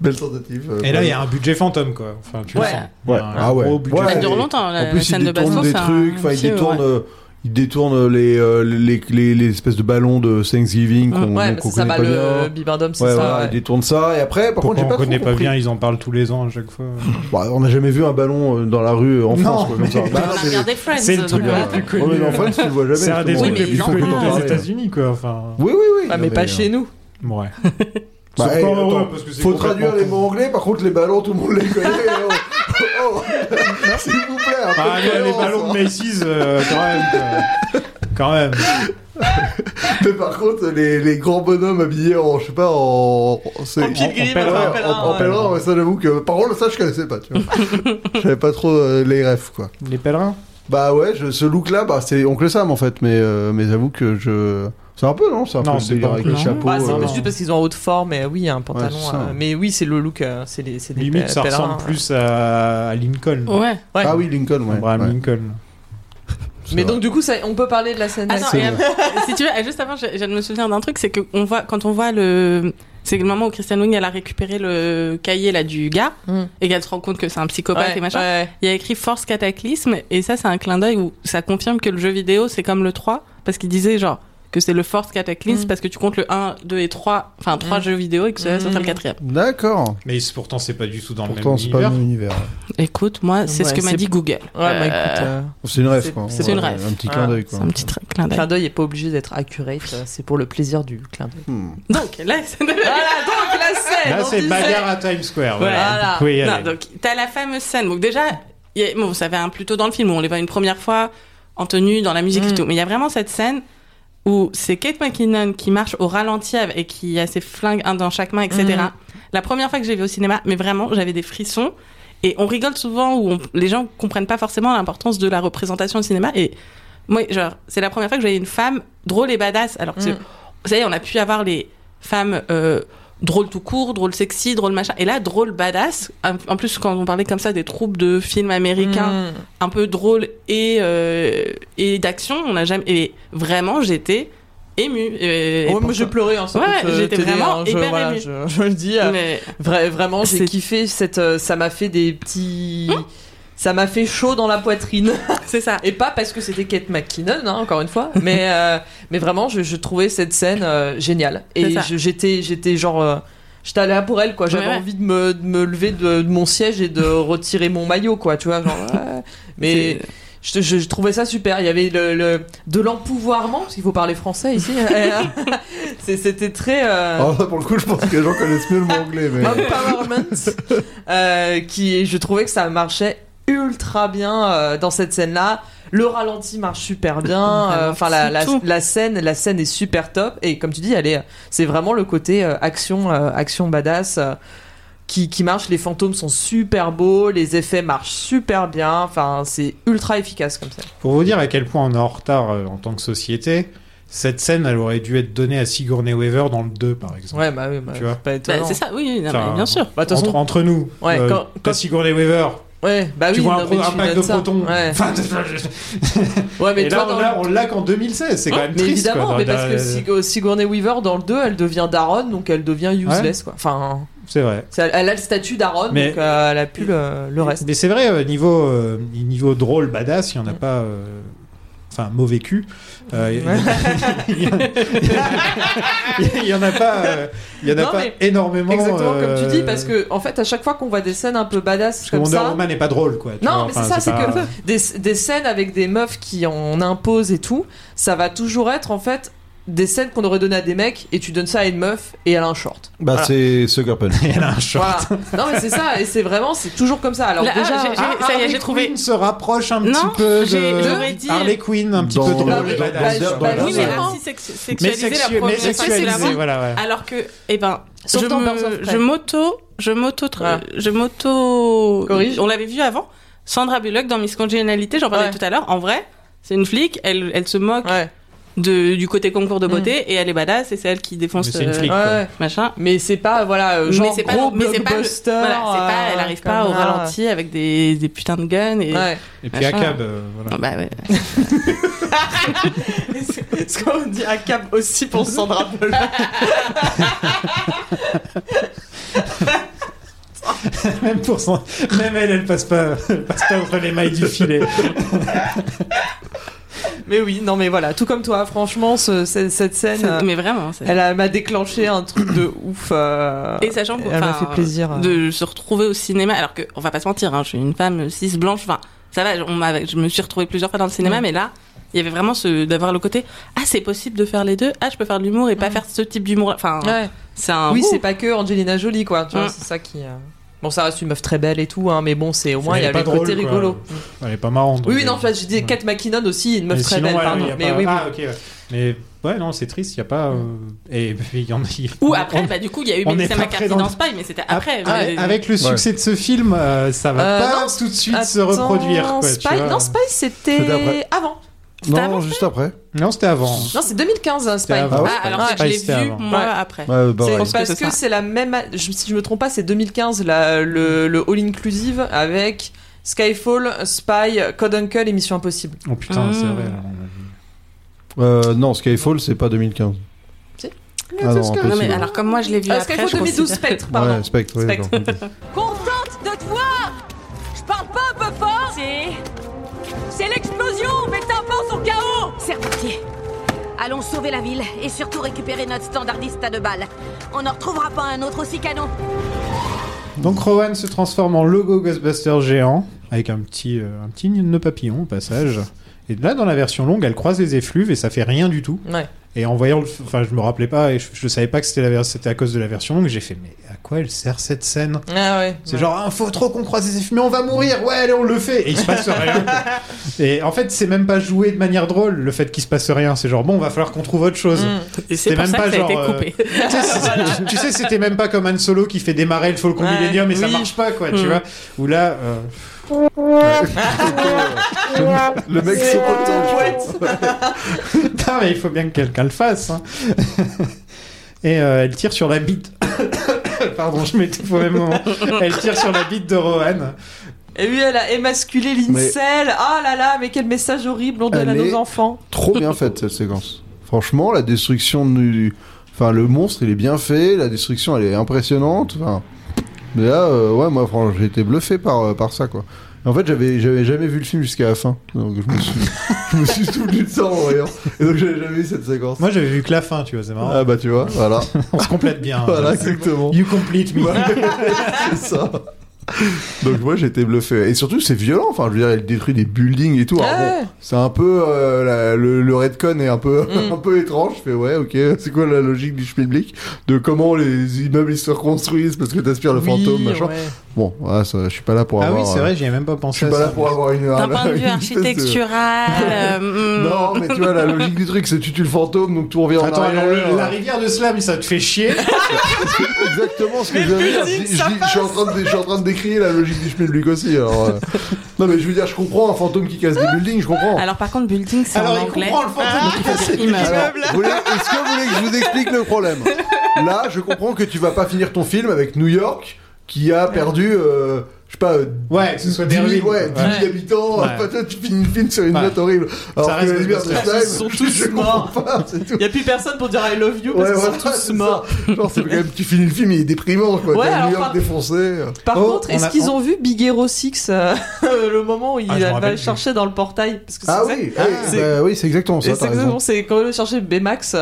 Speaker 9: Belle tentative. euh,
Speaker 8: Et là,
Speaker 9: ouais.
Speaker 8: il y a un budget fantôme, quoi. Enfin, tu le
Speaker 7: Ouais.
Speaker 8: sens.
Speaker 9: Ouais.
Speaker 8: Un
Speaker 9: Ah ouais.
Speaker 8: gros budget.
Speaker 9: Ouais,
Speaker 10: Ça dure
Speaker 9: et-
Speaker 10: longtemps, la-
Speaker 9: En plus,
Speaker 10: la scène
Speaker 9: il
Speaker 10: de
Speaker 9: détourne
Speaker 10: baston,
Speaker 9: des
Speaker 10: c'est un
Speaker 9: trucs. Enfin, il
Speaker 10: petit,
Speaker 9: détourne.
Speaker 10: ouais.
Speaker 9: euh, Il détourne les, euh, les, les, les espèces de ballons de Thanksgiving qu'on
Speaker 7: Ouais, mais
Speaker 9: qu'on
Speaker 7: c'est ça,
Speaker 9: connaît
Speaker 7: bah,
Speaker 9: pas bien.
Speaker 7: le Bibendum, c'est
Speaker 9: ouais,
Speaker 7: ça.
Speaker 9: voilà,
Speaker 7: ouais.
Speaker 9: il détourne ça. Et après, par
Speaker 8: Pourquoi
Speaker 9: contre, j'ai
Speaker 8: on
Speaker 9: pas
Speaker 8: connaît
Speaker 9: trop
Speaker 8: pas
Speaker 9: compris.
Speaker 8: bien, ils en parlent tous les ans à chaque fois.
Speaker 9: Bah, on n'a jamais vu un ballon euh, dans la rue euh, en
Speaker 8: Non,
Speaker 9: France, quoi, comme ça.
Speaker 8: mais-
Speaker 9: Bah,
Speaker 10: On a
Speaker 9: c'est-
Speaker 10: regardé Friends.
Speaker 8: C'est le truc
Speaker 10: donc,
Speaker 8: euh, le
Speaker 10: voilà.
Speaker 8: plus
Speaker 9: Ouais,
Speaker 8: connu.
Speaker 9: mais en France, tu le vois jamais,
Speaker 8: C'est un des
Speaker 9: justement,
Speaker 8: trucs les
Speaker 9: il
Speaker 8: plus
Speaker 9: faut qu'on en
Speaker 8: connus
Speaker 9: parle.
Speaker 8: des États-Unis, quoi. Enfin,
Speaker 9: Oui, oui, oui.
Speaker 7: Ah, mais
Speaker 9: non,
Speaker 7: pas chez nous.
Speaker 8: ouais.
Speaker 9: Bah,
Speaker 8: Sauf
Speaker 9: hey,
Speaker 8: qu'en Europe,
Speaker 9: attends,
Speaker 8: parce que c'est
Speaker 9: faut
Speaker 8: complètement
Speaker 9: traduire les
Speaker 8: con.
Speaker 9: mots anglais, par contre les ballons, tout le monde les connaît. oh, oh, S'il vous plaît, un peu
Speaker 8: Ah,
Speaker 9: de
Speaker 8: les, les
Speaker 9: cohérence,
Speaker 8: ballons
Speaker 9: hein.
Speaker 8: de Macy's, euh, quand même. quoi. Quand même.
Speaker 9: Mais par contre, les, les grands bonhommes habillés en, je sais pas, en. c'est-
Speaker 7: En pilgrim,
Speaker 9: en-
Speaker 7: en
Speaker 9: ouais,
Speaker 7: pèlerin,
Speaker 9: en- en
Speaker 7: ouais.
Speaker 9: pèlerin, ouais, ça j'avoue que. Par contre, ça je connaissais pas, tu vois. J'avais pas trop euh, les rêves, quoi.
Speaker 8: Les pèlerins.
Speaker 9: Bah ouais, je- ce look-là, bah c'est Oncle Sam en fait, mais, euh, mais j'avoue que je. C'est un peu, non C'est un
Speaker 8: Non,
Speaker 9: peu le
Speaker 8: c'est
Speaker 9: délire
Speaker 8: pas
Speaker 9: avec
Speaker 8: Oncle
Speaker 9: le
Speaker 8: Sam.
Speaker 9: chapeau.
Speaker 7: Bah, c'est
Speaker 9: euh,
Speaker 7: pas juste parce qu'ils ont en haute forme, mais oui, il y a un pantalon.
Speaker 9: c'est ça.
Speaker 7: euh, mais oui, c'est le look, euh, c'est des, c'est des
Speaker 8: Limite,
Speaker 7: pe-
Speaker 8: ça
Speaker 7: pèlerins,
Speaker 8: ressemble
Speaker 7: euh.
Speaker 8: plus à à Lincoln.
Speaker 10: Ouais.
Speaker 7: Ouais.
Speaker 9: Ah oui, Lincoln, ouais.
Speaker 8: Abraham
Speaker 9: ouais.
Speaker 8: Lincoln.
Speaker 7: Mais
Speaker 9: vrai.
Speaker 7: donc, du coup, ça, on peut parler de la scène
Speaker 10: Attends,
Speaker 7: d'action.
Speaker 10: et après, si tu veux, juste avant, je, je viens de me souvenir d'un truc, c'est que on voit, quand on voit le, C'est le moment où Christian Wing elle a récupéré le cahier là du gars
Speaker 9: Mm.
Speaker 10: et qu'elle se rend compte que c'est un psychopathe
Speaker 7: Ouais,
Speaker 10: et machin.
Speaker 7: ouais.
Speaker 10: Il y a écrit Force Cataclysme et ça c'est un clin d'œil où ça confirme que le jeu vidéo c'est comme le 3 parce qu'il disait genre que c'est le Force Cataclysme
Speaker 7: Mm.
Speaker 10: parce que tu comptes le 1, 2 et 3, enfin 3
Speaker 7: Mm.
Speaker 10: jeux vidéo et que ça ça serait le quatrième.
Speaker 9: D'accord.
Speaker 8: Mais c'est- pourtant, c'est pas du tout dans
Speaker 9: Pourtant,
Speaker 8: le
Speaker 9: c'est
Speaker 8: même
Speaker 9: pas le
Speaker 8: univers.
Speaker 9: même univers.
Speaker 10: Écoute, moi, c'est ce
Speaker 7: Ouais,
Speaker 10: que m'a
Speaker 7: c'est-
Speaker 10: dit Google.
Speaker 7: Ouais, bah, écoute, euh,
Speaker 9: C'est une rêve, quoi.
Speaker 7: c'est
Speaker 9: Ouais,
Speaker 7: une rêve. Ah,
Speaker 9: Un petit clin d'œil, quoi.
Speaker 10: c'est un petit clin d'œil.
Speaker 7: Le clin d'œil n'est pas obligé d'être accurate, euh, c'est pour le plaisir du clin d'œil.
Speaker 10: Donc là, c'est- voilà, donc la scène.
Speaker 8: Là,
Speaker 10: on
Speaker 8: c'est
Speaker 10: disait-
Speaker 8: bagarre à Times Square. Voilà. Vous pouvez y
Speaker 10: Voilà.
Speaker 8: aller.
Speaker 10: Non, donc t'as la fameuse scène. Donc déjà, il y a- bon, ça vient plutôt dans le film où on les voit une première fois en tenue, dans la musique
Speaker 7: Mm.
Speaker 10: et tout. Mais il y a vraiment cette scène où c'est Kate McKinnon qui marche au ralenti avec- et qui a ses flingues un dans chaque main, etc.
Speaker 7: Mm.
Speaker 10: La première fois que j'ai vu au cinéma, mais vraiment, j'avais des frissons. Et on rigole souvent où on- les gens comprennent pas forcément l'importance de la représentation au cinéma. Et moi, genre, c'est la première fois que j'avais une femme drôle et badass. Alors que c'est-
Speaker 7: Mm.
Speaker 10: vous savez, on a pu avoir les femmes euh, drôles tout court, drôles sexy, drôles machin. Et là, drôle badass. En en plus, quand on parlait comme ça des troupes de films américains,
Speaker 7: Mm.
Speaker 10: un peu drôles et, euh, et d'action, on n'a jamais. Et vraiment, j'étais émue. Et, et
Speaker 7: Ouais,
Speaker 8: Oh,
Speaker 7: moi
Speaker 10: pour-
Speaker 7: j'ai pleuré hein, ça
Speaker 10: Ouais,
Speaker 7: peut te-
Speaker 10: j'étais
Speaker 7: t'aider,
Speaker 10: vraiment
Speaker 7: hein, je,
Speaker 10: hyper
Speaker 7: voilà,
Speaker 10: émue.
Speaker 7: je, je le dis euh,
Speaker 10: Mais-
Speaker 7: vra- vraiment j'ai
Speaker 10: C'est-
Speaker 7: kiffé cette euh, ça m'a fait des petits ça m'a fait chaud dans la poitrine
Speaker 10: c'est ça
Speaker 7: et pas parce que c'était Kate McKinnon hein, encore une fois mais euh, mais vraiment je, je trouvais cette scène euh, géniale
Speaker 10: C'est
Speaker 7: et
Speaker 10: ça.
Speaker 7: je- j'étais j'étais genre euh, J'étais allée à pour elle, quoi. J'avais
Speaker 10: Ouais, ouais.
Speaker 7: envie de me, de me lever de, de mon siège et de retirer mon maillot, quoi. Tu vois, genre. ouais. Mais je, je- je trouvais ça super. Il y avait le, le- de l'empouvoirment, parce qu'il faut parler français ici. hein. C'est- C'était très. euh,
Speaker 9: Alors là, Ah, pour le coup, je pense que les gens connaissent mieux le mot anglais,
Speaker 7: Ah.
Speaker 9: mais.
Speaker 7: Empowerment, euh, qui je trouvais que ça marchait ultra bien euh, dans cette scène-là. Le ralenti marche super bien. euh, Enfin, la, la,
Speaker 10: Tout.
Speaker 7: la scène, la scène est super top. Et comme tu dis, elle est, c'est vraiment le côté euh, action, euh, action badass. euh, qui, qui marche, les fantômes sont super beaux, les effets marchent super bien, enfin c'est ultra efficace comme ça.
Speaker 8: Pour vous dire à quel point on est en retard euh, en tant que société, cette scène, elle aurait dû être donnée à Sigourney Weaver dans le 2, par exemple.
Speaker 7: Ouais, bah oui, bah,
Speaker 8: Tu vois.
Speaker 7: c'est pas
Speaker 10: Bah,
Speaker 7: étonnant.
Speaker 10: c'est ça, oui, oui, non,
Speaker 8: Enfin,
Speaker 10: mais bien sûr.
Speaker 7: de toute façon-
Speaker 8: entre, entre nous,
Speaker 7: Ouais,
Speaker 8: euh,
Speaker 7: quand-
Speaker 8: t'as Sigourney Weaver,
Speaker 7: Ouais, bah
Speaker 8: tu
Speaker 7: oui,
Speaker 8: vois
Speaker 7: non,
Speaker 8: un,
Speaker 7: mais
Speaker 8: pro- un
Speaker 7: tu
Speaker 8: pack
Speaker 7: viens
Speaker 8: de
Speaker 7: ça.
Speaker 8: protons.
Speaker 7: Ouais.
Speaker 8: Enfin,
Speaker 7: Ouais, mais
Speaker 8: et
Speaker 7: toi,
Speaker 8: là,
Speaker 7: dans
Speaker 8: on
Speaker 7: le-
Speaker 8: l'a- on l'a qu'en 2016, c'est quand même
Speaker 7: mais
Speaker 8: triste.
Speaker 7: évidemment,
Speaker 8: quoi,
Speaker 7: mais
Speaker 8: dans-
Speaker 7: parce que
Speaker 8: dans-
Speaker 7: Sig- Sigourney Weaver dans le 2, elle devient Daron, donc elle devient useless quoi. Enfin,
Speaker 8: C'est vrai.
Speaker 7: c'est- elle a le statut Daron,
Speaker 8: Mais-
Speaker 7: donc euh, elle a plus le, le reste. Mm.
Speaker 8: Mais c'est vrai, euh, niveau, euh, niveau drôle, badass, il n'y en a pas. euh, Enfin, mauvais cul. euh, il y en a- il n'y en a pas, euh, il y en a
Speaker 7: Non,
Speaker 8: pas
Speaker 7: mais-
Speaker 8: énormément.
Speaker 7: Exactement comme tu dis,
Speaker 8: euh,
Speaker 7: parce que en fait, à chaque fois qu'on voit des scènes un peu badass
Speaker 8: parce que
Speaker 7: comme
Speaker 8: Wonder
Speaker 7: ça,
Speaker 8: Woman n'est pas drôle, quoi. tu
Speaker 7: Non,
Speaker 8: vois,
Speaker 7: mais
Speaker 8: enfin,
Speaker 7: c'est ça, c'est
Speaker 8: pas-
Speaker 7: que des, des scènes avec des meufs qui en imposent et tout, ça va toujours être en fait des scènes qu'on aurait données à des mecs et tu donnes ça à une meuf et elle a un short.
Speaker 9: Bah,
Speaker 7: Voilà.
Speaker 9: c'est Sucker Punch.
Speaker 8: Il y en a un
Speaker 7: Voilà. Non mais c'est ça et c'est vraiment c'est toujours comme ça. Alors
Speaker 10: Là,
Speaker 7: déjà
Speaker 10: ah, j'ai- j'ai-
Speaker 7: Ah,
Speaker 10: ça y est,
Speaker 8: Harley
Speaker 10: j'ai trouvé.
Speaker 8: Quinn se rapproche un
Speaker 10: Non,
Speaker 8: petit peu
Speaker 10: j'ai-
Speaker 8: de
Speaker 10: j'aurais dit-
Speaker 8: Harley Quinn, un petit
Speaker 9: Dans-
Speaker 8: peu drôle.
Speaker 9: Bah oui,
Speaker 8: et
Speaker 9: dans-
Speaker 8: badass.
Speaker 9: dans- dans-
Speaker 10: Oui, mais
Speaker 8: Voilà.
Speaker 10: là, si sexu- sexualiser
Speaker 8: sexu-
Speaker 10: la première
Speaker 8: mais
Speaker 10: fois, c'est
Speaker 8: sexualiser,
Speaker 10: la honte.
Speaker 8: voilà, ouais.
Speaker 10: Alors que, eh ben,
Speaker 7: Sauf
Speaker 10: je
Speaker 7: dans
Speaker 10: me-
Speaker 7: Birds of Prey.
Speaker 10: je m'auto, je m'auto,
Speaker 7: Voilà.
Speaker 10: je m'auto.
Speaker 7: Corrige.
Speaker 10: On l'avait vu avant. Sandra Bullock dans Miss Congénalité, j'en parlais
Speaker 7: Ouais.
Speaker 10: tout à l'heure. En vrai, c'est une flic. Elle, elle se moque
Speaker 7: ah, ouais. Mm.
Speaker 10: de, du côté concours de beauté et elle est badass et c'est elle qui défonce.
Speaker 8: Mais c'est une
Speaker 10: euh,
Speaker 8: flic,
Speaker 7: ouais,
Speaker 8: quoi.
Speaker 7: ouais.
Speaker 10: Machin.
Speaker 7: Mais c'est pas voilà euh, genre
Speaker 10: mais c'est pas,
Speaker 7: gros
Speaker 10: mais c'est pas, le-
Speaker 7: blockbuster.
Speaker 10: voilà, c'est pas, elle
Speaker 7: euh,
Speaker 10: arrive pas
Speaker 7: comme
Speaker 10: au
Speaker 7: ça.
Speaker 10: ralenti avec des, des putains de guns et.
Speaker 7: Ouais.
Speaker 8: Et puis
Speaker 10: Machin.
Speaker 8: Akab, euh,
Speaker 10: Ah
Speaker 8: voilà.
Speaker 10: bah ouais.
Speaker 7: Ce qu'on dit à Cap aussi pour Sandra Bullock.
Speaker 8: Même pour son... Même elle, elle passe pas, elle passe pas entre les mailles du filet.
Speaker 7: Mais oui, non mais voilà, tout comme toi, franchement, ce- cette cette scène, euh,
Speaker 10: Mais vraiment. c'est-
Speaker 7: elle a- m'a déclenché un truc de ouf. euh,
Speaker 10: Et sachant qu'on
Speaker 7: elle m'a
Speaker 10: enfin,
Speaker 7: fait plaisir. euh.
Speaker 10: de se retrouver au cinéma, alors que on va pas se mentir, hein, je suis une femme euh, cis blanche, enfin ça va, on m'a- je me suis retrouvée plusieurs fois dans le cinéma,
Speaker 7: Mm.
Speaker 10: mais là il y avait vraiment ce d'avoir le côté ah c'est possible de faire les deux, ah je peux faire de l'humour et pas faire ce type d'humour, enfin
Speaker 7: Ouais.
Speaker 10: c'est un
Speaker 7: Oui,
Speaker 10: Ouh.
Speaker 7: c'est pas que Angelina Jolie, quoi. Tu vois,
Speaker 10: Mm.
Speaker 7: c'est ça qui. euh, Bon, ça reste une meuf très belle et tout, hein, mais bon, c'est au moins
Speaker 8: Elle
Speaker 7: il y
Speaker 8: est
Speaker 7: a
Speaker 8: pas
Speaker 7: le
Speaker 8: drôle,
Speaker 7: côté
Speaker 8: quoi.
Speaker 7: rigolo.
Speaker 8: Elle est pas marrante.
Speaker 7: Oui,
Speaker 8: donc,
Speaker 7: oui, non,
Speaker 8: euh,
Speaker 7: enfin, je disais
Speaker 8: ouais.
Speaker 7: Kate McKinnon aussi, une meuf
Speaker 8: Mais
Speaker 7: très
Speaker 8: sinon,
Speaker 7: belle,
Speaker 8: ouais,
Speaker 7: pardon.
Speaker 8: y a
Speaker 7: Mais
Speaker 8: pas-
Speaker 7: oui,
Speaker 8: ah,
Speaker 7: oui.
Speaker 8: ok, ouais. Mais ouais, non, c'est triste, il y a pas. euh, Et puis, il y en a. il-
Speaker 10: ou après
Speaker 8: on-
Speaker 10: bah du coup il y a eu
Speaker 8: on
Speaker 10: Melissa
Speaker 8: est pas
Speaker 10: McCarthy
Speaker 8: très dans-
Speaker 10: dans Spy, mais c'était après.
Speaker 8: Ah,
Speaker 10: mais-
Speaker 8: Avec le
Speaker 9: Ouais.
Speaker 8: succès de ce film, euh, ça va
Speaker 7: Eh ben, Euh,
Speaker 8: pas
Speaker 7: non,
Speaker 8: tout de suite Ah, se
Speaker 7: Attends,
Speaker 8: reproduire. Quoi, tu
Speaker 7: Spy...
Speaker 8: vois.
Speaker 7: Non, Spy,
Speaker 9: C'était
Speaker 7: c'était
Speaker 9: après.
Speaker 7: avant. C'était avant
Speaker 9: Non, juste après.
Speaker 8: Non, c'était avant.
Speaker 7: Non, c'est 2015, hein, Spy.
Speaker 8: C'était avant.
Speaker 9: Ah ouais
Speaker 10: Ah, alors
Speaker 7: Ouais.
Speaker 10: peut-être que je l'ai
Speaker 8: Spy, c'était
Speaker 10: vu
Speaker 8: avant.
Speaker 10: moi
Speaker 7: Ouais.
Speaker 10: après.
Speaker 9: Ouais, bah,
Speaker 7: C'est
Speaker 9: ouais.
Speaker 10: que
Speaker 7: parce
Speaker 10: c'est
Speaker 7: que
Speaker 10: ça.
Speaker 7: c'est la même. a- je- si je me trompe pas, c'est 2015 la- le, le All Inclusive avec Skyfall, Spy, Code Uncle et Mission Impossible. Euh.
Speaker 8: Oh putain,
Speaker 10: Ah.
Speaker 8: c'est vrai.
Speaker 9: Euh, non, Skyfall, c'est pas 2015. Ah non, impossible.
Speaker 10: Non, mais alors, comme moi, je l'ai vu
Speaker 9: Ah,
Speaker 10: après.
Speaker 9: parce qu'elle faut
Speaker 10: je
Speaker 9: 2012
Speaker 10: considère-
Speaker 9: Spectre, pardon. Ouais, Spectre, oui, d'accord.
Speaker 14: Contente de te voir Je parle pas un peu fort C'est. C'est l'explosion Mes tympans sont KO
Speaker 11: C'est reparti. Allons sauver la ville et surtout récupérer notre standardiste à deux balles. On n'en retrouvera pas un autre aussi canon.
Speaker 8: Donc Rowan se transforme en logo Ghostbuster géant, avec un petit, euh, un petit nœud papillon au passage. Et là, dans la version longue, elle croise les effluves et ça fait rien du tout.
Speaker 7: Ouais.
Speaker 8: Et en voyant le. f- Enfin, je me rappelais pas et je, je savais pas que c'était la ver- c'était à cause de la version longue, j'ai fait, mais à quoi elle sert cette scène
Speaker 7: Ah ouais.
Speaker 8: C'est genre, ah, faut trop qu'on croise les effluves, mais on va mourir, ouais, allez, on le fait Et il se passe rien. quoi. et en fait, c'est même pas joué de manière drôle, le fait qu'il se passe rien. C'est genre, bon, va falloir qu'on trouve autre chose.
Speaker 7: Mm.
Speaker 8: C'était
Speaker 7: Et c'est pour ça que ça a été
Speaker 8: euh,
Speaker 7: coupé.
Speaker 8: tu sais, c'est-
Speaker 7: Voilà.
Speaker 8: tu- tu sais, c'était même pas comme Han Solo qui fait démarrer le Falcon
Speaker 7: Ouais,
Speaker 8: Millennium et ça
Speaker 7: oui.
Speaker 8: marche pas, quoi, tu
Speaker 7: Mm.
Speaker 8: vois. Ou là. euh,
Speaker 9: Le mec
Speaker 8: C'est-
Speaker 9: saute au
Speaker 8: Putain, mais il faut bien que quelqu'un le fasse. hein. Et euh, elle tire sur la bite. Pardon, je m'étouffe au même moment. Elle tire sur la bite de Rohan.
Speaker 7: Et oui, elle a émasculé l'incel. Ah là là, mais quel message horrible on donne
Speaker 9: Elle
Speaker 7: à
Speaker 9: est
Speaker 7: nos enfants.
Speaker 9: Trop bien faite cette séquence. Franchement, la destruction du. Enfin, le monstre, il est bien fait. La destruction, elle est impressionnante. Enfin, mais là, euh, ouais, moi, franchement, j'ai été bluffé par, euh, par ça, quoi. En fait, j'avais, j'avais jamais vu le film jusqu'à la fin. Donc, je me suis, je me suis souvenu de ça en voyant. Et donc, j'avais jamais vu cette séquence.
Speaker 8: Moi, j'avais vu que la fin, tu vois, c'est marrant.
Speaker 9: Ah, bah, tu vois, voilà.
Speaker 8: On se complète bien. hein.
Speaker 9: Voilà, exactement.
Speaker 8: You complete me.
Speaker 9: c'est ça. Donc moi j'étais bluffé. Et surtout c'est violent, enfin je veux dire, elle détruit des buildings et tout. Alors,
Speaker 7: Ouais.
Speaker 9: bon, c'est un peu... euh, la- le, le redcon est un peu,
Speaker 7: Mm.
Speaker 9: un peu étrange. Je fais ouais ok, c'est quoi la logique du Schmilblick De comment les immeubles ils se reconstruisent parce que t'aspires le
Speaker 8: Oui,
Speaker 9: fantôme, machin.
Speaker 8: ouais.
Speaker 9: Bon, voilà, ça, je suis pas là pour
Speaker 8: Ah oui,
Speaker 9: avoir...
Speaker 8: c'est
Speaker 9: euh,
Speaker 8: vrai, j'y ai même pas pensé.
Speaker 9: Je suis
Speaker 8: à
Speaker 9: pas là
Speaker 8: ça.
Speaker 9: pour avoir une...
Speaker 10: D'un point de
Speaker 9: une
Speaker 10: vue
Speaker 9: espèce
Speaker 10: architectural. euh, hmm.
Speaker 9: Non mais tu vois la logique du truc c'est tu tues le fantôme donc tout revient
Speaker 8: Attends,
Speaker 9: en
Speaker 8: alors,
Speaker 9: arrière.
Speaker 8: le- la rivière de Slam, ça te fait chier.
Speaker 9: C'est exactement ce que j'avais à dire. Je dis- je suis en train de- je suis en train de décrier la logique du Schmilblick aussi. Alors, euh, non, mais je veux dire, je comprends un fantôme qui casse des buildings, je comprends.
Speaker 10: Alors, par contre, building, c'est en
Speaker 9: Alors, il
Speaker 10: anglais.
Speaker 9: comprend le fantôme qui casse des
Speaker 10: Immeuble.
Speaker 9: Alors, vous voulez- Est-ce que vous voulez que je vous explique le problème Là, je comprends que tu vas pas finir ton film avec New York qui a perdu. euh, je sais pas, euh,
Speaker 8: Ouais, que ce soit
Speaker 9: 10 000,
Speaker 8: Berlin,
Speaker 9: ouais, 10 000
Speaker 8: ouais.
Speaker 9: habitants,
Speaker 8: Ouais.
Speaker 9: enfin, toi, tu finis le film sur une
Speaker 8: Ouais.
Speaker 9: note horrible. Alors
Speaker 8: Ça
Speaker 9: que
Speaker 8: reste
Speaker 9: la liberté
Speaker 8: Ghostbusters.
Speaker 9: de
Speaker 7: Ils
Speaker 9: Time,
Speaker 7: sont
Speaker 9: je
Speaker 7: tous
Speaker 9: comprends
Speaker 7: morts.
Speaker 9: pas, c'est tout.
Speaker 7: Il a plus personne pour dire I love you parce
Speaker 9: Ouais,
Speaker 7: qu'ils
Speaker 9: voilà,
Speaker 7: sont tous
Speaker 9: c'est
Speaker 7: morts.
Speaker 9: ça. Genre, c'est quand même, tu finis le film, il est déprimant, quoi.
Speaker 7: Ouais,
Speaker 9: T'as
Speaker 7: alors,
Speaker 9: New York
Speaker 7: par-
Speaker 9: défoncé.
Speaker 7: Par
Speaker 9: Oh,
Speaker 7: contre,
Speaker 9: on
Speaker 7: est-ce
Speaker 9: a-
Speaker 7: qu'ils
Speaker 9: on-
Speaker 7: ont vu Big Hero 6 euh, le moment où il
Speaker 9: Ah, je me
Speaker 7: va le
Speaker 9: rappelle,
Speaker 7: chercher dans le portail parce que
Speaker 9: Ah
Speaker 7: c'est
Speaker 9: oui,
Speaker 7: ça-
Speaker 9: ah,
Speaker 7: c'est-
Speaker 9: bah oui, c'est exactement ça.
Speaker 7: Et c'est
Speaker 9: t'as raison.
Speaker 7: exactement, c'est quand il va chercher Baymax.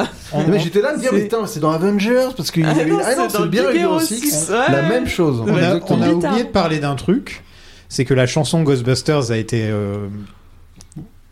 Speaker 9: Mais j'étais là à me dire, mais putain, c'est dans Avengers parce qu'il y
Speaker 7: Ah
Speaker 9: a
Speaker 7: non,
Speaker 9: une. Ah
Speaker 7: c'est
Speaker 9: non,
Speaker 7: dans
Speaker 9: c'est bien
Speaker 7: Big
Speaker 9: Big
Speaker 7: Hero
Speaker 9: Hero
Speaker 7: Six,
Speaker 9: 6.
Speaker 7: ouais.
Speaker 9: La même chose.
Speaker 8: On a, on a
Speaker 9: Exactement.
Speaker 8: oublié de parler d'un truc, c'est que la chanson Ghostbusters a été euh,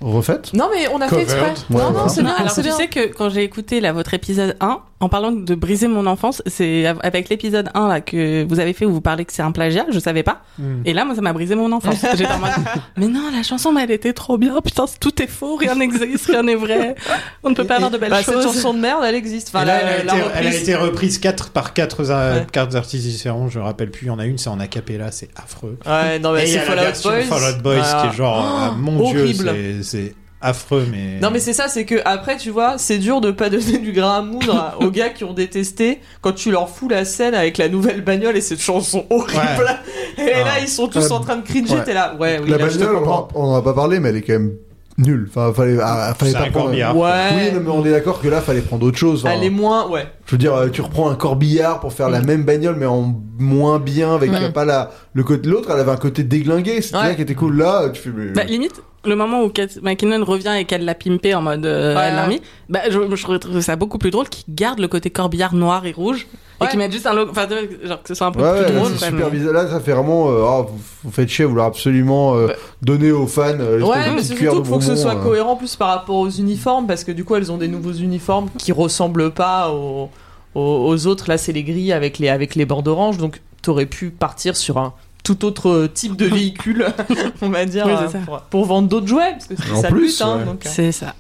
Speaker 9: refaite.
Speaker 7: Non, mais on a fait exprès.
Speaker 8: Covered. Ouais,
Speaker 7: non, non,
Speaker 8: voilà.
Speaker 7: c'est
Speaker 10: Non,
Speaker 7: bien.
Speaker 10: alors
Speaker 7: c'est
Speaker 10: tu
Speaker 7: bien.
Speaker 10: sais que quand j'ai écouté là, votre épisode 1, en parlant de briser mon enfance, c'est av- avec l'épisode 1 là, que vous avez fait où vous parlez que c'est un plagiat, je savais pas.
Speaker 8: Hmm.
Speaker 10: Et là, moi, ça m'a brisé mon enfance. J'étais en mode, mais non, la chanson, mais elle était trop bien, putain, tout est faux, rien n'existe, rien n'est vrai, on ne peut pas avoir de belles
Speaker 7: Bah, cette
Speaker 10: choses.
Speaker 7: chanson de merde, elle existe. Enfin,
Speaker 8: Et là,
Speaker 7: la-
Speaker 8: elle,
Speaker 7: la
Speaker 8: a été, elle a
Speaker 7: reprise.
Speaker 8: été reprise 4 par 4
Speaker 7: Ouais.
Speaker 8: artistes différents, je me rappelle plus, il y en a une, c'est en acapella, c'est affreux.
Speaker 7: Ouais, non, mais
Speaker 8: Et il y
Speaker 7: c'est
Speaker 8: a la
Speaker 7: Fall Out
Speaker 8: version
Speaker 7: Boys.
Speaker 8: Fall Out Boys
Speaker 7: Ah.
Speaker 8: qui est genre,
Speaker 7: Oh,
Speaker 8: ah, mon
Speaker 7: horrible.
Speaker 8: dieu, c'est- c'est affreux, mais.
Speaker 7: Non mais c'est ça, c'est que après tu vois, c'est dur de pas donner du grain à moudre à- aux gars qui ont détesté quand tu leur fous la scène avec la nouvelle bagnole et cette chanson horrible. Et là
Speaker 8: Ah.
Speaker 7: ils sont tous
Speaker 9: Ah,
Speaker 7: en train de cringer,
Speaker 9: ouais.
Speaker 7: t'es là, ouais, oui,
Speaker 9: La
Speaker 7: là, je te
Speaker 9: bagnole, on
Speaker 7: comprends.
Speaker 9: en- on en a pas parlé, mais elle est quand même nulle. Enfin, fallait, ah, fallait
Speaker 8: C'est
Speaker 9: pas
Speaker 8: un
Speaker 9: prendre.
Speaker 8: corbillard.
Speaker 7: Ouais.
Speaker 9: Oui, non, mais on est d'accord que là, fallait prendre autre chose. Enfin,
Speaker 7: Elle est Mm. moins, ouais.
Speaker 9: Je veux dire, euh, tu reprends un corbillard pour faire la même bagnole, mais en moins bien, avec
Speaker 7: Mm.
Speaker 9: euh, pas la, le côté l'autre, elle avait un côté déglingué, c'était
Speaker 10: Ouais.
Speaker 9: ça qui était cool. Là, tu fais. mais-
Speaker 10: Bah, limite, le moment où Kate McKinnon revient et qu'elle l'a pimpé en mode euh,
Speaker 7: Ouais.
Speaker 10: elle l'a mis, bah, je, je trouve ça beaucoup plus drôle qu'il garde le côté corbillard noir et rouge et
Speaker 7: Ouais.
Speaker 10: qu'il mette juste un logo, enfin, tu vois, genre que ce soit un peu
Speaker 9: Ouais,
Speaker 10: plus
Speaker 9: ouais,
Speaker 10: drôle.
Speaker 9: c'est
Speaker 10: quoi,
Speaker 7: hein.
Speaker 9: super
Speaker 10: mais-
Speaker 9: bizarre. Là, ça fait vraiment. euh, ah, vous, vous faites chier à vouloir absolument euh, donner aux fans euh, l'espèce
Speaker 7: Ouais,
Speaker 9: de
Speaker 7: mais
Speaker 9: petit
Speaker 7: c'est
Speaker 9: cuir
Speaker 7: surtout
Speaker 9: de
Speaker 7: qu'il faut que ce
Speaker 9: bonbon,
Speaker 7: soit
Speaker 9: euh.
Speaker 7: cohérent plus par rapport aux uniformes, parce que du coup, elles ont des nouveaux uniformes qui ressemblent pas aux, aux- aux autres. Là, c'est les grilles avec les, avec les bandes oranges, donc t'aurais pu partir sur un tout autre type de véhicule, on va dire,
Speaker 10: Oui,
Speaker 7: euh,
Speaker 10: c'est ça.
Speaker 7: pour, pour vendre d'autres jouets, parce que c'est
Speaker 9: En
Speaker 7: ça
Speaker 9: plus,
Speaker 7: le but. hein,
Speaker 9: ouais.
Speaker 7: donc, euh.
Speaker 10: C'est ça.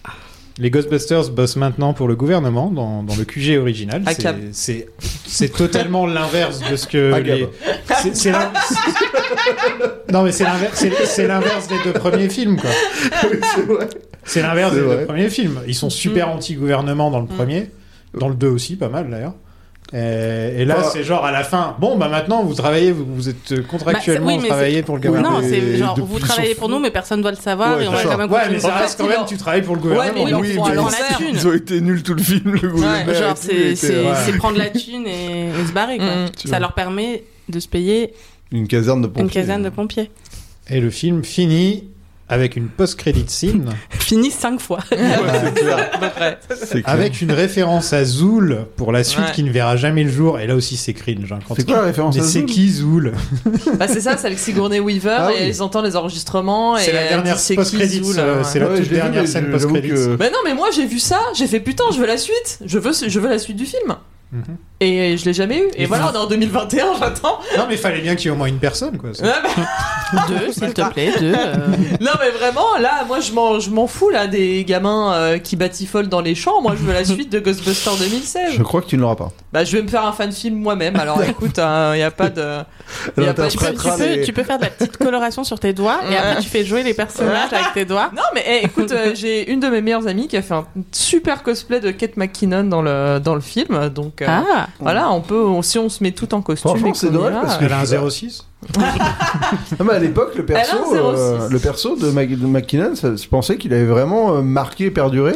Speaker 8: Les Ghostbusters bossent maintenant pour le gouvernement dans, dans le QG original.
Speaker 7: À
Speaker 10: Ah,
Speaker 8: C'est-
Speaker 7: Cab.
Speaker 8: C'est c'est totalement l'inverse de ce que.
Speaker 9: À Cab.
Speaker 8: les- c'est- c'est l'in- Non, mais c'est l'inverse c'est- c'est l'inverse des deux premiers films, quoi.
Speaker 9: C'est vrai.
Speaker 8: C'est l'inverse
Speaker 9: C'est
Speaker 8: des
Speaker 9: vrai.
Speaker 10: Mm.
Speaker 8: deux premiers films. Ils sont super anti-gouvernement dans le premier, dans le deux aussi, pas mal d'ailleurs. Euh, Et là,
Speaker 9: Pas-
Speaker 8: c'est genre à la fin. Bon, bah maintenant, vous travaillez, vous, vous êtes contractuellement
Speaker 10: Bah, c'est- oui, mais
Speaker 8: travaillé
Speaker 10: c'est-
Speaker 8: pour le
Speaker 10: Oui,
Speaker 8: gouvernement.
Speaker 10: Non, c'est genre, vous travaillez pour nous, mais personne ne doit le savoir
Speaker 8: Ouais,
Speaker 10: et on va
Speaker 8: c'est ça.
Speaker 10: jamais
Speaker 8: Ouais,
Speaker 10: continuer.
Speaker 8: mais ça En reste fait, quand ils même, ont- tu travailles pour le gouvernement.
Speaker 10: Ouais, Ah mais
Speaker 8: Oui,
Speaker 10: ils ont
Speaker 8: mais
Speaker 10: prend
Speaker 8: ils-
Speaker 10: la thune.
Speaker 15: Ils ont été nuls tout le film, le gouvernement.
Speaker 10: Ouais,
Speaker 15: a
Speaker 10: genre,
Speaker 15: tout
Speaker 10: c'est
Speaker 15: été-
Speaker 10: c'est-
Speaker 8: euh,
Speaker 15: Ouais.
Speaker 10: c'est prendre la thune et, et se barrer, quoi.
Speaker 9: Mm.
Speaker 10: ça leur permet de se payer
Speaker 9: Une caserne de
Speaker 10: une
Speaker 9: pompiers.
Speaker 10: caserne de pompiers.
Speaker 8: Et le film finit avec une post-credit scene.
Speaker 10: Fini cinq fois.
Speaker 9: C'est clair.
Speaker 8: Avec une référence à Zool pour la suite
Speaker 7: Ouais.
Speaker 8: qui ne verra jamais le jour. Et là aussi, c'est cringe. hein, quand
Speaker 9: C'est
Speaker 8: il-
Speaker 9: quoi la référence
Speaker 8: Mais
Speaker 9: à
Speaker 8: c'est
Speaker 9: Zool
Speaker 8: qui Zool
Speaker 7: Bah, c'est ça, c'est avec Sigourney Weaver
Speaker 9: Ah
Speaker 7: et
Speaker 9: oui.
Speaker 7: ils entendent les enregistrements.
Speaker 8: C'est
Speaker 7: et
Speaker 8: la
Speaker 7: elle
Speaker 8: dernière
Speaker 7: dit, c'est qui
Speaker 8: post-credits,
Speaker 7: Zoul,
Speaker 8: euh,
Speaker 7: ouais.
Speaker 8: c'est la
Speaker 9: Ouais, je
Speaker 8: toute
Speaker 9: l'ai vu,
Speaker 8: dernière
Speaker 9: mais
Speaker 8: scène
Speaker 9: j'avoue
Speaker 8: post-credits.
Speaker 9: que-
Speaker 7: Mais non, mais moi j'ai vu ça, j'ai fait putain, je veux la suite, je veux, ce- je veux la suite du film.
Speaker 9: Mhm.
Speaker 7: Et je l'ai jamais eu. Et
Speaker 8: Et
Speaker 7: voilà,
Speaker 8: fin.
Speaker 7: on est en 2021, j'attends.
Speaker 8: Non, mais fallait bien qu'il y ait au moins une personne, quoi. c'est-
Speaker 7: Ouais, bah-
Speaker 10: Deux, s'il te plaît, deux. euh.
Speaker 7: Non mais vraiment, là, moi je m'en, je m'en fous là des gamins euh, qui batifolent dans les champs. Moi je veux la suite de Ghostbusters 2016.
Speaker 9: Je crois que tu ne l'auras pas.
Speaker 7: Bah je vais me faire un fan film moi-même. Alors écoute, il y a pas de, y a pas
Speaker 10: tu, peux, tu
Speaker 7: de-
Speaker 10: peux- tu peux faire de la petite coloration sur tes doigts et après tu fais jouer les personnages avec tes doigts.
Speaker 7: Non mais eh, écoute, euh, j'ai une de mes meilleures amies qui a fait un super cosplay de Kate McKinnon dans le dans le film, donc euh,
Speaker 10: Ah.
Speaker 7: voilà, on peut, on- si on se met tout en costume,
Speaker 9: Franchement,
Speaker 7: et
Speaker 9: c'est
Speaker 7: qu'on y
Speaker 9: dommage
Speaker 7: va,
Speaker 9: parce
Speaker 7: euh,
Speaker 9: qu'elle a un
Speaker 8: 0,6.
Speaker 9: Non, mais à l'époque, le perso,
Speaker 7: Elle a un 06.
Speaker 9: euh, le perso de, Mac- de McKinnon, ça, je pensais qu'il avait vraiment euh, marqué, perduré.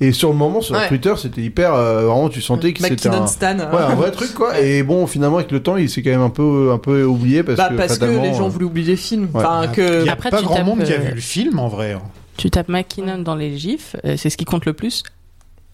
Speaker 9: Et sur le moment, sur
Speaker 7: Ouais.
Speaker 9: Twitter, c'était hyper. euh, vraiment, tu sentais que c'était
Speaker 7: McKinnon
Speaker 9: un,
Speaker 7: Stan. Bah,
Speaker 9: ouais, un vrai truc, quoi. Et bon, finalement, avec le temps, il s'est quand même un peu, un peu oublié parce
Speaker 7: bah,
Speaker 9: que.
Speaker 7: parce que
Speaker 9: fatalement,
Speaker 7: les gens
Speaker 9: euh,
Speaker 7: voulaient oublier les films. Enfin,
Speaker 9: Ouais.
Speaker 7: Ah, que...
Speaker 9: Il y a Après, pas tu grand tapes, monde qui a euh, vu
Speaker 8: Le film, en vrai. hein.
Speaker 10: Tu tapes McKinnon dans les gifs, euh, c'est ce qui compte le plus.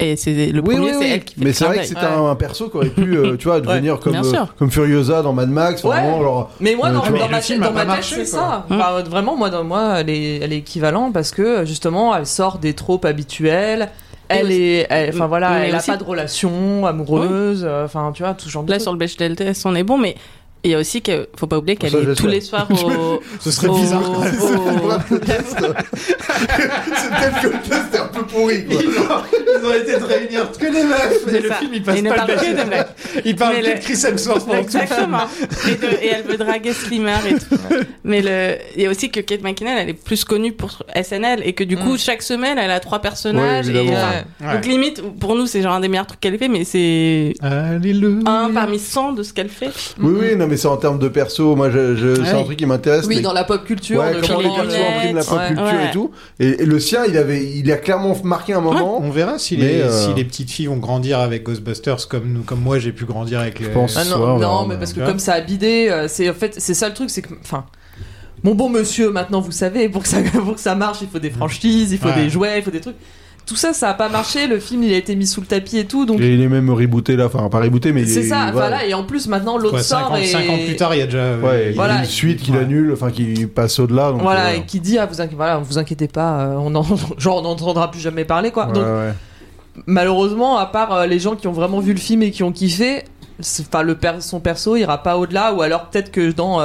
Speaker 10: Et c'est le premier, c'est elle qui fait
Speaker 9: Mais
Speaker 10: le
Speaker 9: c'est vrai que
Speaker 10: travail.
Speaker 9: c'est un, un perso qui aurait pu, euh, tu vois, devenir comme,
Speaker 10: Bien
Speaker 9: euh,
Speaker 10: sûr.
Speaker 9: comme Furiosa dans Mad Max.
Speaker 7: Ouais.
Speaker 9: vraiment, genre,
Speaker 7: mais moi,
Speaker 9: euh,
Speaker 7: dans,
Speaker 9: tu
Speaker 7: dans
Speaker 9: vois.
Speaker 7: ma, dans ma tête, c'est ça. Enfin, vraiment, moi, dans moi, elle est, elle est équivalent parce que justement, elle sort des tropes habituelles. Elle
Speaker 10: aussi-
Speaker 7: est, elle- enfin voilà,
Speaker 10: Mais
Speaker 7: elle a
Speaker 10: aussi-
Speaker 7: pas de relation amoureuse. euh, Enfin, tu vois, tout ce genre de.
Speaker 10: Là, sur le Bechdel test, on est bon, mais il y a aussi que faut pas oublier qu'elle
Speaker 7: Ça, je
Speaker 10: est tous
Speaker 7: sais.
Speaker 10: les soirs au.
Speaker 8: Ce serait
Speaker 7: Oh.
Speaker 10: au-
Speaker 8: bizarre.
Speaker 10: au-
Speaker 9: C'est peut-être que le test est un peu pourri. Quoi.
Speaker 8: Ils ont été de réunir que les meufs.
Speaker 10: C'est
Speaker 8: Et le
Speaker 10: ça.
Speaker 8: film, il passe
Speaker 10: Il ne
Speaker 8: pas
Speaker 10: parle
Speaker 8: le
Speaker 10: que
Speaker 8: bachelor.
Speaker 10: de meufs.
Speaker 8: Il parle
Speaker 10: Mais
Speaker 8: que
Speaker 10: le-
Speaker 8: de Chris Hemsworth pendant tout le film.
Speaker 10: Exactement. et, de- et elle veut draguer Slimmer et tout. Mais le, il y a aussi que Kate McKinnon, elle est plus connue pour SNL et que du coup, chaque semaine, elle a trois personnages.
Speaker 9: Ouais, évidemment,
Speaker 10: et,
Speaker 9: ouais.
Speaker 10: enfin, Donc
Speaker 9: Ouais.
Speaker 10: limite, pour nous, c'est genre un des meilleurs trucs qu'elle fait, mais c'est
Speaker 9: Ah.
Speaker 10: un parmi 100 de ce qu'elle fait.
Speaker 9: Oui, oui, non, mais c'est en termes de perso. Moi, je, je- c'est
Speaker 10: Ouais.
Speaker 9: un truc qui m'intéresse.
Speaker 7: Oui,
Speaker 9: mais-
Speaker 7: dans la pop culture,
Speaker 9: Ouais,
Speaker 7: de
Speaker 9: comment les
Speaker 7: comment
Speaker 9: persos
Speaker 7: les-
Speaker 9: impriment la pop
Speaker 7: Ouais.
Speaker 9: culture
Speaker 7: Ouais.
Speaker 9: et tout. Et, et le sien, il avait, il a clairement marqué un moment.
Speaker 8: On verra si
Speaker 9: Mais,
Speaker 8: les,
Speaker 9: euh,
Speaker 8: si les petites filles vont grandir avec Ghostbusters comme, nous, comme moi j'ai pu grandir avec les.
Speaker 9: pense,
Speaker 7: Ah non, non, mais parce que comme ça a bidé, euh, c'est en fait c'est ça le truc, c'est que enfin. Mon bon monsieur, maintenant vous savez, pour que ça, pour que ça marche, il faut des franchises, il faut
Speaker 9: Ouais.
Speaker 7: des jouets, il faut des trucs. Tout ça, ça a pas marché. Le film, il a été mis sous le tapis et tout. Donc
Speaker 9: Et il est même rebooté là, enfin pas rebooté, mais il
Speaker 7: c'est
Speaker 9: est-
Speaker 7: ça.
Speaker 9: voilà.
Speaker 7: Voilà. Et en plus, maintenant l'autre
Speaker 9: Quoi,
Speaker 7: sort
Speaker 9: 50
Speaker 7: et
Speaker 9: 5 ans
Speaker 8: Plus tard, il y a déjà.
Speaker 9: Ouais, il y
Speaker 7: Voilà.
Speaker 9: a une suite qu'il annule, enfin qui passe au-delà. donc,
Speaker 7: voilà,
Speaker 9: euh,
Speaker 7: et qui dit ah vous inqui- voilà, vous inquiétez pas, euh, on en, genre on n'entendra plus jamais parler quoi. Donc,
Speaker 9: ouais, ouais.
Speaker 7: malheureusement, à part euh, les gens qui ont vraiment vu le film et qui ont kiffé, c'est- enfin le per- son perso ira pas au-delà, ou alors peut-être que dans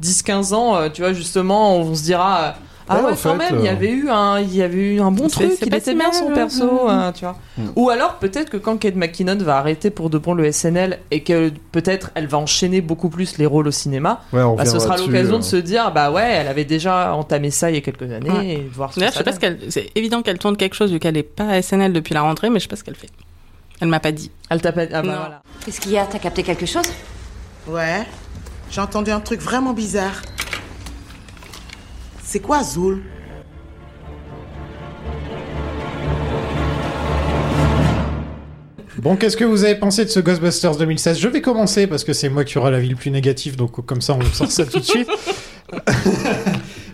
Speaker 7: 10-15 ans, euh, tu vois justement, on se dira euh, ah
Speaker 9: Ouais,
Speaker 7: ouais,
Speaker 9: en
Speaker 7: quand
Speaker 9: fait,
Speaker 7: même, il y
Speaker 9: euh,
Speaker 7: avait eu un, il y avait eu un bon
Speaker 10: C'est-
Speaker 7: truc,
Speaker 10: c'est
Speaker 7: il
Speaker 10: pas
Speaker 7: était
Speaker 10: si
Speaker 7: bien
Speaker 10: mal,
Speaker 7: son
Speaker 10: ouais.
Speaker 7: perso, euh, tu vois. Ou alors peut-être que quand Kate McKinnon va arrêter pour de bon le SNL et que peut-être elle va enchaîner beaucoup plus les rôles au cinéma,
Speaker 9: Ouais, on
Speaker 7: bah, ce
Speaker 9: reviendra
Speaker 7: sera
Speaker 9: dessus,
Speaker 7: l'occasion
Speaker 9: euh.
Speaker 7: de se dire bah ouais, elle avait déjà entamé ça il y a quelques années et de voir ce que
Speaker 10: D'ailleurs, je
Speaker 7: ça
Speaker 10: sais pas
Speaker 7: donne.
Speaker 10: ce qu'elle. C'est évident qu'elle tourne quelque chose vu qu'elle est pas à SNL depuis la rentrée, mais je sais pas ce qu'elle fait. Elle m'a pas dit.
Speaker 7: Elle t'a pas. Ah
Speaker 10: bah
Speaker 3: voilà.
Speaker 1: Qu'est-ce qu'il y a T'as capté quelque chose
Speaker 3: Ouais, j'ai entendu un truc vraiment bizarre. C'est quoi Zoul
Speaker 8: Bon, qu'est-ce que vous avez pensé de ce Ghostbusters 2016 Je vais commencer parce que c'est moi qui aura la vie le plus négative, donc comme ça on sort ça tout de suite.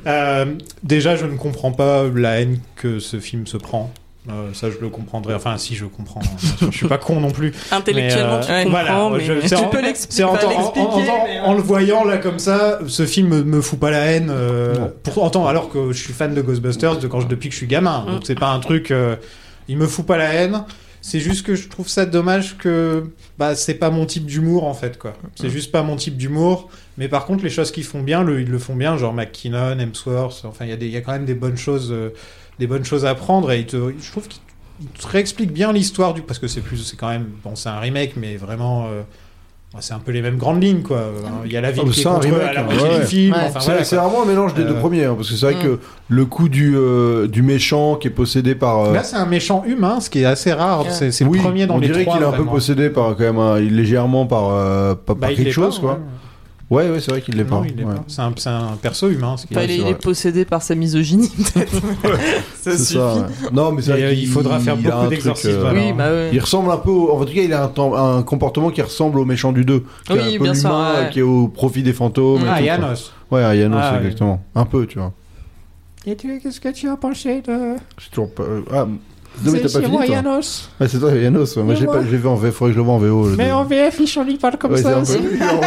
Speaker 8: Euh, déjà, je ne comprends pas la haine que ce film se prend. Euh, ça, je le comprendrai. Enfin, si, je comprends. hein, Bien sûr, Je suis pas con non plus. euh,
Speaker 10: Intellectuellement, tu comprends,
Speaker 8: voilà,
Speaker 10: mais-
Speaker 8: je- c'est
Speaker 10: Tu
Speaker 8: en-
Speaker 10: peux l'expliquer,
Speaker 8: c'est en-
Speaker 10: pas
Speaker 8: en-
Speaker 10: l'expliquer,
Speaker 8: en- en-
Speaker 10: mais, euh,
Speaker 8: en le voyant là comme ça, ce film me, me fout pas la haine. euh, pour, en temps- alors que je suis fan de Ghostbusters de quand je- depuis que je suis gamin. Donc c'est pas un truc. euh, il me fout pas la haine. C'est juste que je trouve ça dommage que bah c'est pas mon type d'humour en fait quoi. C'est juste pas mon type d'humour. Mais par contre les choses qu'ils font bien, le- ils le font bien, genre McKinnon, Hemsworth. Enfin il y a des- il y, a quand même des bonnes choses, euh, des bonnes choses à prendre et ils te- je trouve qu'ils ils te réexpliquent bien l'histoire du parce que c'est plus c'est quand même bon c'est un remake mais vraiment euh, Bon, C'est un peu les mêmes grandes lignes, quoi. Hein, Il y a la ville
Speaker 9: Ah,
Speaker 8: qui est
Speaker 9: c'est un
Speaker 8: contre
Speaker 9: remake,
Speaker 8: à la
Speaker 9: hein,
Speaker 8: moitié
Speaker 9: ouais.
Speaker 8: du film. enfin,
Speaker 9: C'est-
Speaker 8: voilà,
Speaker 9: c'est
Speaker 8: quoi.
Speaker 9: vraiment un mélange des
Speaker 8: Euh,
Speaker 9: deux premiers, hein, parce que c'est vrai
Speaker 8: Mm.
Speaker 9: que le coup du, euh, du méchant qui est possédé par. euh,
Speaker 8: Là, c'est un méchant humain, ce qui est assez rare. Bah, C'est c'est
Speaker 9: oui,
Speaker 8: le premier dans
Speaker 9: on
Speaker 8: les
Speaker 9: dirait
Speaker 8: trois.
Speaker 9: qu'il est un peu
Speaker 8: vraiment. Bah,
Speaker 9: possédé par quand même un- légèrement par, euh, par, par
Speaker 8: il
Speaker 9: quelque
Speaker 8: l'est
Speaker 9: chose,
Speaker 8: pas, hein.
Speaker 9: quoi. Ouais, ouais, c'est vrai qu'il l'est pas.
Speaker 8: Non, il est
Speaker 9: ouais.
Speaker 8: pas. C'est un, c'est un perso humain. Ce qui
Speaker 7: Enfin, Bah, il, est, il est possédé par sa misogynie, peut-être.
Speaker 9: C'est ça, ouais. Non, mais c'est
Speaker 8: Et,
Speaker 9: vrai
Speaker 8: euh,
Speaker 9: qu'il-
Speaker 8: il faudra faire
Speaker 9: il a
Speaker 8: beaucoup
Speaker 9: un truc,
Speaker 8: d'exorcismes,
Speaker 9: euh,
Speaker 7: alors. Oui, bah ouais.
Speaker 9: Il ressemble un peu. au- En tout cas, il a un, tem- un comportement qui ressemble au méchant du 2. qui est
Speaker 7: Oui,
Speaker 9: un peu
Speaker 7: bien sûr,
Speaker 9: l'humain,
Speaker 7: ouais.
Speaker 9: euh, Qui est au profit des fantômes.
Speaker 8: Ah,
Speaker 9: et tout,
Speaker 8: Yanos.
Speaker 9: quoi. Ouais, à Yanos,
Speaker 8: Ah, oui.
Speaker 9: exactement. Un peu, tu vois.
Speaker 8: Et tu, qu'est-ce que tu as pensé de.
Speaker 9: J'ai toujours pas. Ah, non, mais
Speaker 8: C'est
Speaker 9: t'as pas
Speaker 8: chez
Speaker 9: fini.
Speaker 8: moi,
Speaker 9: toi
Speaker 8: Yanos.
Speaker 9: Ouais, c'est toi, Yanos. ouais. Moi,
Speaker 8: Mais
Speaker 9: j'ai
Speaker 8: moi-
Speaker 9: pas- j'ai vu en VF. Faudrait que je le vois en VO. le deux.
Speaker 8: en VF, il s'en parle
Speaker 9: comme Ouais, ça c'est un peu aussi. lui, en En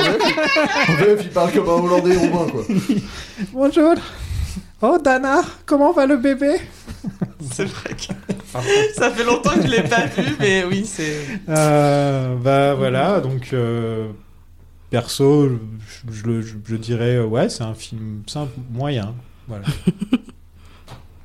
Speaker 9: VF, il parle comme un Hollandais roumain, quoi.
Speaker 8: Bonjour. Oh, Dana, comment va le bébé
Speaker 7: C'est vrai que ça fait longtemps que je l'ai pas vu, mais oui, c'est.
Speaker 8: Euh, bah voilà, donc euh, perso, je, je le- je- je dirais euh, ouais, c'est un film simple, moyen. Voilà.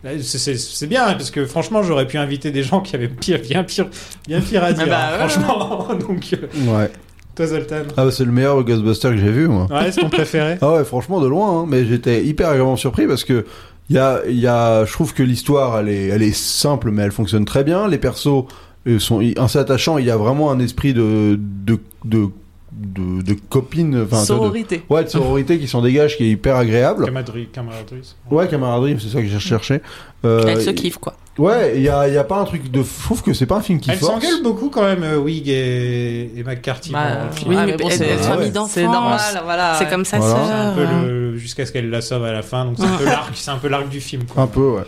Speaker 8: Là, c'est- C'est c'est bien hein, parce que franchement, j'aurais pu inviter des gens qui avaient pire, bien pire, bien pire à dire.
Speaker 7: bah,
Speaker 8: hein,
Speaker 7: ouais.
Speaker 8: franchement, donc euh,
Speaker 9: Ouais.
Speaker 8: toi Zoltan.
Speaker 9: Ah bah c'est le meilleur Ghostbuster que j'ai vu moi.
Speaker 8: Ouais, c'est ton préféré.
Speaker 9: Ah ouais, franchement de loin. hein. Mais j'étais hyper agréablement surpris parce que il y a, il y a, je trouve que l'histoire elle est, elle est simple mais elle fonctionne très bien. Les persos euh, sont i- assez attachants. Il y a vraiment un esprit de de de de, de copine, enfin, tu vois, de-
Speaker 7: Sororité.
Speaker 9: ouais, de sororité qui s'en dégage, qui est hyper agréable.
Speaker 8: Camaraderie, camaraderie.
Speaker 9: Ouais, camaraderie, c'est ça que j'ai recherché. Euh,
Speaker 10: Elle se
Speaker 9: et-
Speaker 10: kiffe, quoi.
Speaker 9: Ouais, il y a, il y a pas un truc de. Je trouve que c'est pas un film qui
Speaker 8: Elle
Speaker 9: force.
Speaker 8: s'engueule beaucoup quand même, euh, Wig et, et McCarthy.
Speaker 7: Bah,
Speaker 8: pendant le film.
Speaker 7: oui, Ah, mais mais bon, elle- c'est- elle se famille d'enfance,
Speaker 10: c'est normal, voilà, c'est Ah ouais. comme sa Voilà.
Speaker 8: C'est un
Speaker 10: sœur,
Speaker 8: peu
Speaker 7: Ah.
Speaker 10: hein.
Speaker 8: le- jusqu'à ce qu'elle la sauve à la fin, donc c'est un peu l'arc, c'est un peu l'arc du film. Quoi.
Speaker 9: Un peu, ouais.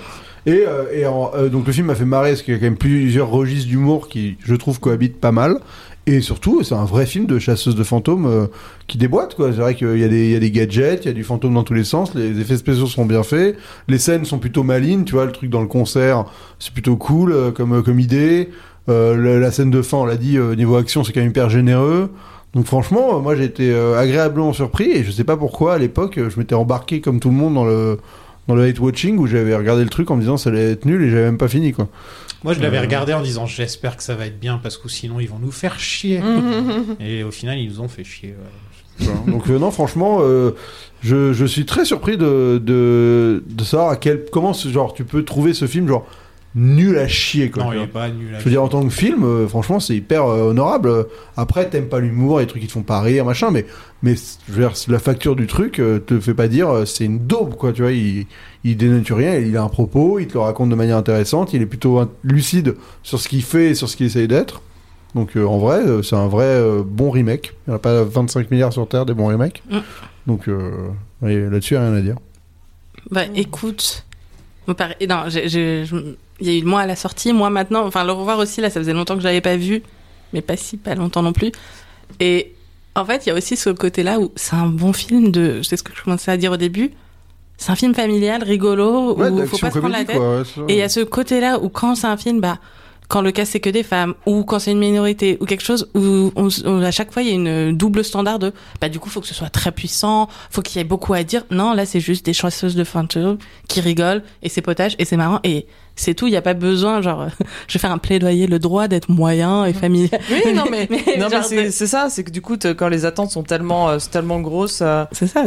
Speaker 9: Et, euh, et en- euh, donc le film m'a fait marrer parce qu'il y a quand même plusieurs registres d'humour qui, je trouve, cohabitent pas mal. Et surtout, c'est un vrai film de chasseuse de fantômes euh, qui déboîte, quoi. C'est vrai qu'il y, a des- il y a des gadgets, il y a du fantôme dans tous les sens, les effets spéciaux sont bien faits, les scènes sont plutôt malines, tu vois, le truc dans le concert, c'est plutôt cool euh, comme, comme idée. Euh, le- la scène de fin, on l'a dit, euh, niveau action, c'est quand même hyper généreux. Donc franchement, euh, moi j'ai été euh, agréablement surpris et je sais pas pourquoi à l'époque euh, je m'étais embarqué comme tout le monde dans le dans le hate watching où j'avais regardé le truc en me disant ça allait être nul et j'avais même pas fini quoi.
Speaker 8: Moi, je l'avais
Speaker 9: Euh,
Speaker 8: regardé en disant j'espère que ça va être bien parce que sinon ils vont nous faire chier. Et au final, ils nous ont fait chier. ouais.
Speaker 9: Donc euh, non, franchement, euh, je, je suis très surpris de, de, de savoir à quel comment ce- genre tu peux trouver ce film genre nul à chier quoi.
Speaker 8: Non,
Speaker 9: tu
Speaker 8: il
Speaker 9: vois.
Speaker 8: est pas nul. à
Speaker 9: Je veux dire en tant que film, euh, franchement, c'est hyper euh, honorable. Après, t'aimes pas l'humour, les trucs qui te font pas rire, machin, mais mais c- je veux dire, la facture du truc euh, te fait pas dire euh, c'est une daube quoi. Tu vois, il, il dénature rien, il a un propos, il te le raconte de manière intéressante, il est plutôt in- lucide sur ce qu'il fait et sur ce qu'il essaye d'être. Donc euh, en vrai, euh, c'est un vrai euh, bon remake. Il n'y en a pas 25 milliards sur Terre des bons remakes.
Speaker 10: Mm.
Speaker 9: Donc euh, ouais, là-dessus, rien à dire.
Speaker 10: Bah écoute, me paraît- et non, j'ai- j'ai- je- il y a eu moi à la sortie, moi maintenant, enfin le revoir aussi là, ça faisait longtemps que je l'avais pas vu, mais pas si pas longtemps non plus. Et en fait, il y a aussi ce côté-là où c'est un bon film de, c'est ce que je commençais à dire au début, c'est un film familial, rigolo,
Speaker 9: Ouais,
Speaker 10: où faut
Speaker 9: d'action
Speaker 10: pas se prendre la
Speaker 9: comédie,
Speaker 10: tête.
Speaker 9: quoi, ouais, ça.
Speaker 10: et il y a ce côté-là où quand c'est un film, bah quand le cas c'est que des femmes ou quand c'est une minorité ou quelque chose où on, s- on- à chaque fois il y a une double standard de bah du coup faut que ce soit très puissant faut qu'il y ait beaucoup à dire non là c'est juste des chasseuses de fantômes qui rigolent et c'est potage et c'est marrant et c'est tout il n'y a pas besoin genre je vais faire un plaidoyer le droit d'être moyen et familier
Speaker 7: Mhm. Oui, non, mais, non, mais
Speaker 10: genre
Speaker 7: c'est c'est ça, c'est que du coup, t'as- quand les attentes sont tellement, euh, sont tellement grosses.
Speaker 10: C'est ça.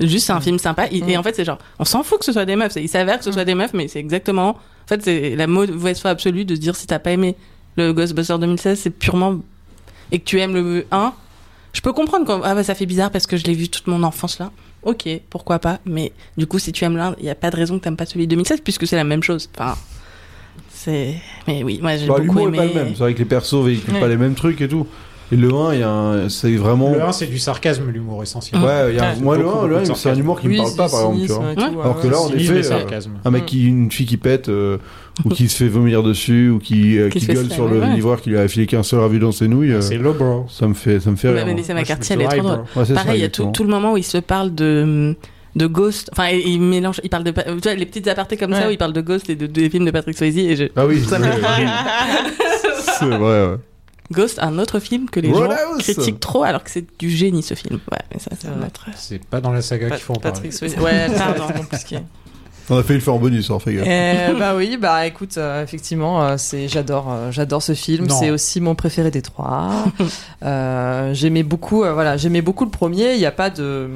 Speaker 10: Juste, c'est un film sympa. Il- Et en fait, c'est genre, on s'en fout que ce soit des meufs. Il s'avère que ce soit des meufs, mais c'est exactement. En fait, c'est la mauvaise foi absolue de se dire si t'as pas aimé le Ghostbuster 2016, c'est purement. et que tu aimes le 1. Je peux comprendre quand. Ah bah, ça fait bizarre parce que je l'ai vu toute mon enfance là. Ok, pourquoi pas. Mais du coup, si tu aimes l'un, il n'y a pas de raison que t'aimes pas celui de 2016 puisque c'est la même chose. Enfin. C'est. Mais oui, moi j'ai
Speaker 9: Bah,
Speaker 10: beaucoup
Speaker 9: L'humour
Speaker 10: aimé.
Speaker 9: est pas le même. C'est vrai que les persos véhiculent
Speaker 10: Ouais.
Speaker 9: pas les mêmes trucs et tout. Et le 1, il y a un- c'est vraiment.
Speaker 8: Le 1, c'est du sarcasme, l'humour essentiel.
Speaker 9: Ouais, il y a un- moi le
Speaker 8: Beaucoup,
Speaker 9: 1, le
Speaker 8: beaucoup de
Speaker 9: 1, c'est un
Speaker 8: sarcasme.
Speaker 9: humour qui me parle pas par exemple, tu vois.
Speaker 7: Hein
Speaker 9: Alors que là, en
Speaker 8: Cynisme et
Speaker 9: effet, euh,
Speaker 8: sarcasme.
Speaker 9: un mec qui, une fille qui pète euh, ou qui se fait vomir dessus ou qui, euh,
Speaker 10: Qui
Speaker 9: qui,
Speaker 10: se fait
Speaker 9: gueule
Speaker 10: slammer,
Speaker 9: sur le
Speaker 10: ouais.
Speaker 9: livreur qui lui a filé qu'un seul ravi dans ses nouilles.
Speaker 8: Ah,
Speaker 9: euh,
Speaker 8: C'est low bro.
Speaker 9: Ça me fait, ça me fait
Speaker 10: Ouais,
Speaker 9: rire. hein.
Speaker 10: mais Melissa McCarthy, elle est trop drôle.
Speaker 9: Ouais, c'est ça,
Speaker 10: Pareil, il y a tout,
Speaker 9: exactement.
Speaker 10: tout le moment où il se parle de mm, de Ghost. Enfin, il, il mélange, il parle de pa- tu vois, les petites apartés comme ça
Speaker 7: Ouais.
Speaker 10: où il parle de Ghost et de, des films de Patrick Swayze et je.
Speaker 9: Ah oui.
Speaker 10: Ça me
Speaker 9: oui,
Speaker 10: fait
Speaker 9: oui.
Speaker 10: rire.
Speaker 9: C'est vrai. ouais.
Speaker 10: Ghost, un autre film que les gens
Speaker 7: Roadhouse.
Speaker 10: critiquent trop alors que c'est du génie ce film. Ouais, mais ça, c'est un autre. euh,
Speaker 8: C'est pas dans la saga qu'il faut en parler.
Speaker 7: Patrick Swayze. Ouais, pardon, compliqué.
Speaker 9: On a fait le faire en bonus, hein, fais gaffe.
Speaker 7: Eh, bah oui, bah écoute, euh, effectivement, euh, c'est j'adore, euh, j'adore ce film.
Speaker 9: Non.
Speaker 7: C'est aussi mon préféré des trois. Euh, j'aimais beaucoup, euh, voilà, j'aimais beaucoup le premier. Il n'y a pas de,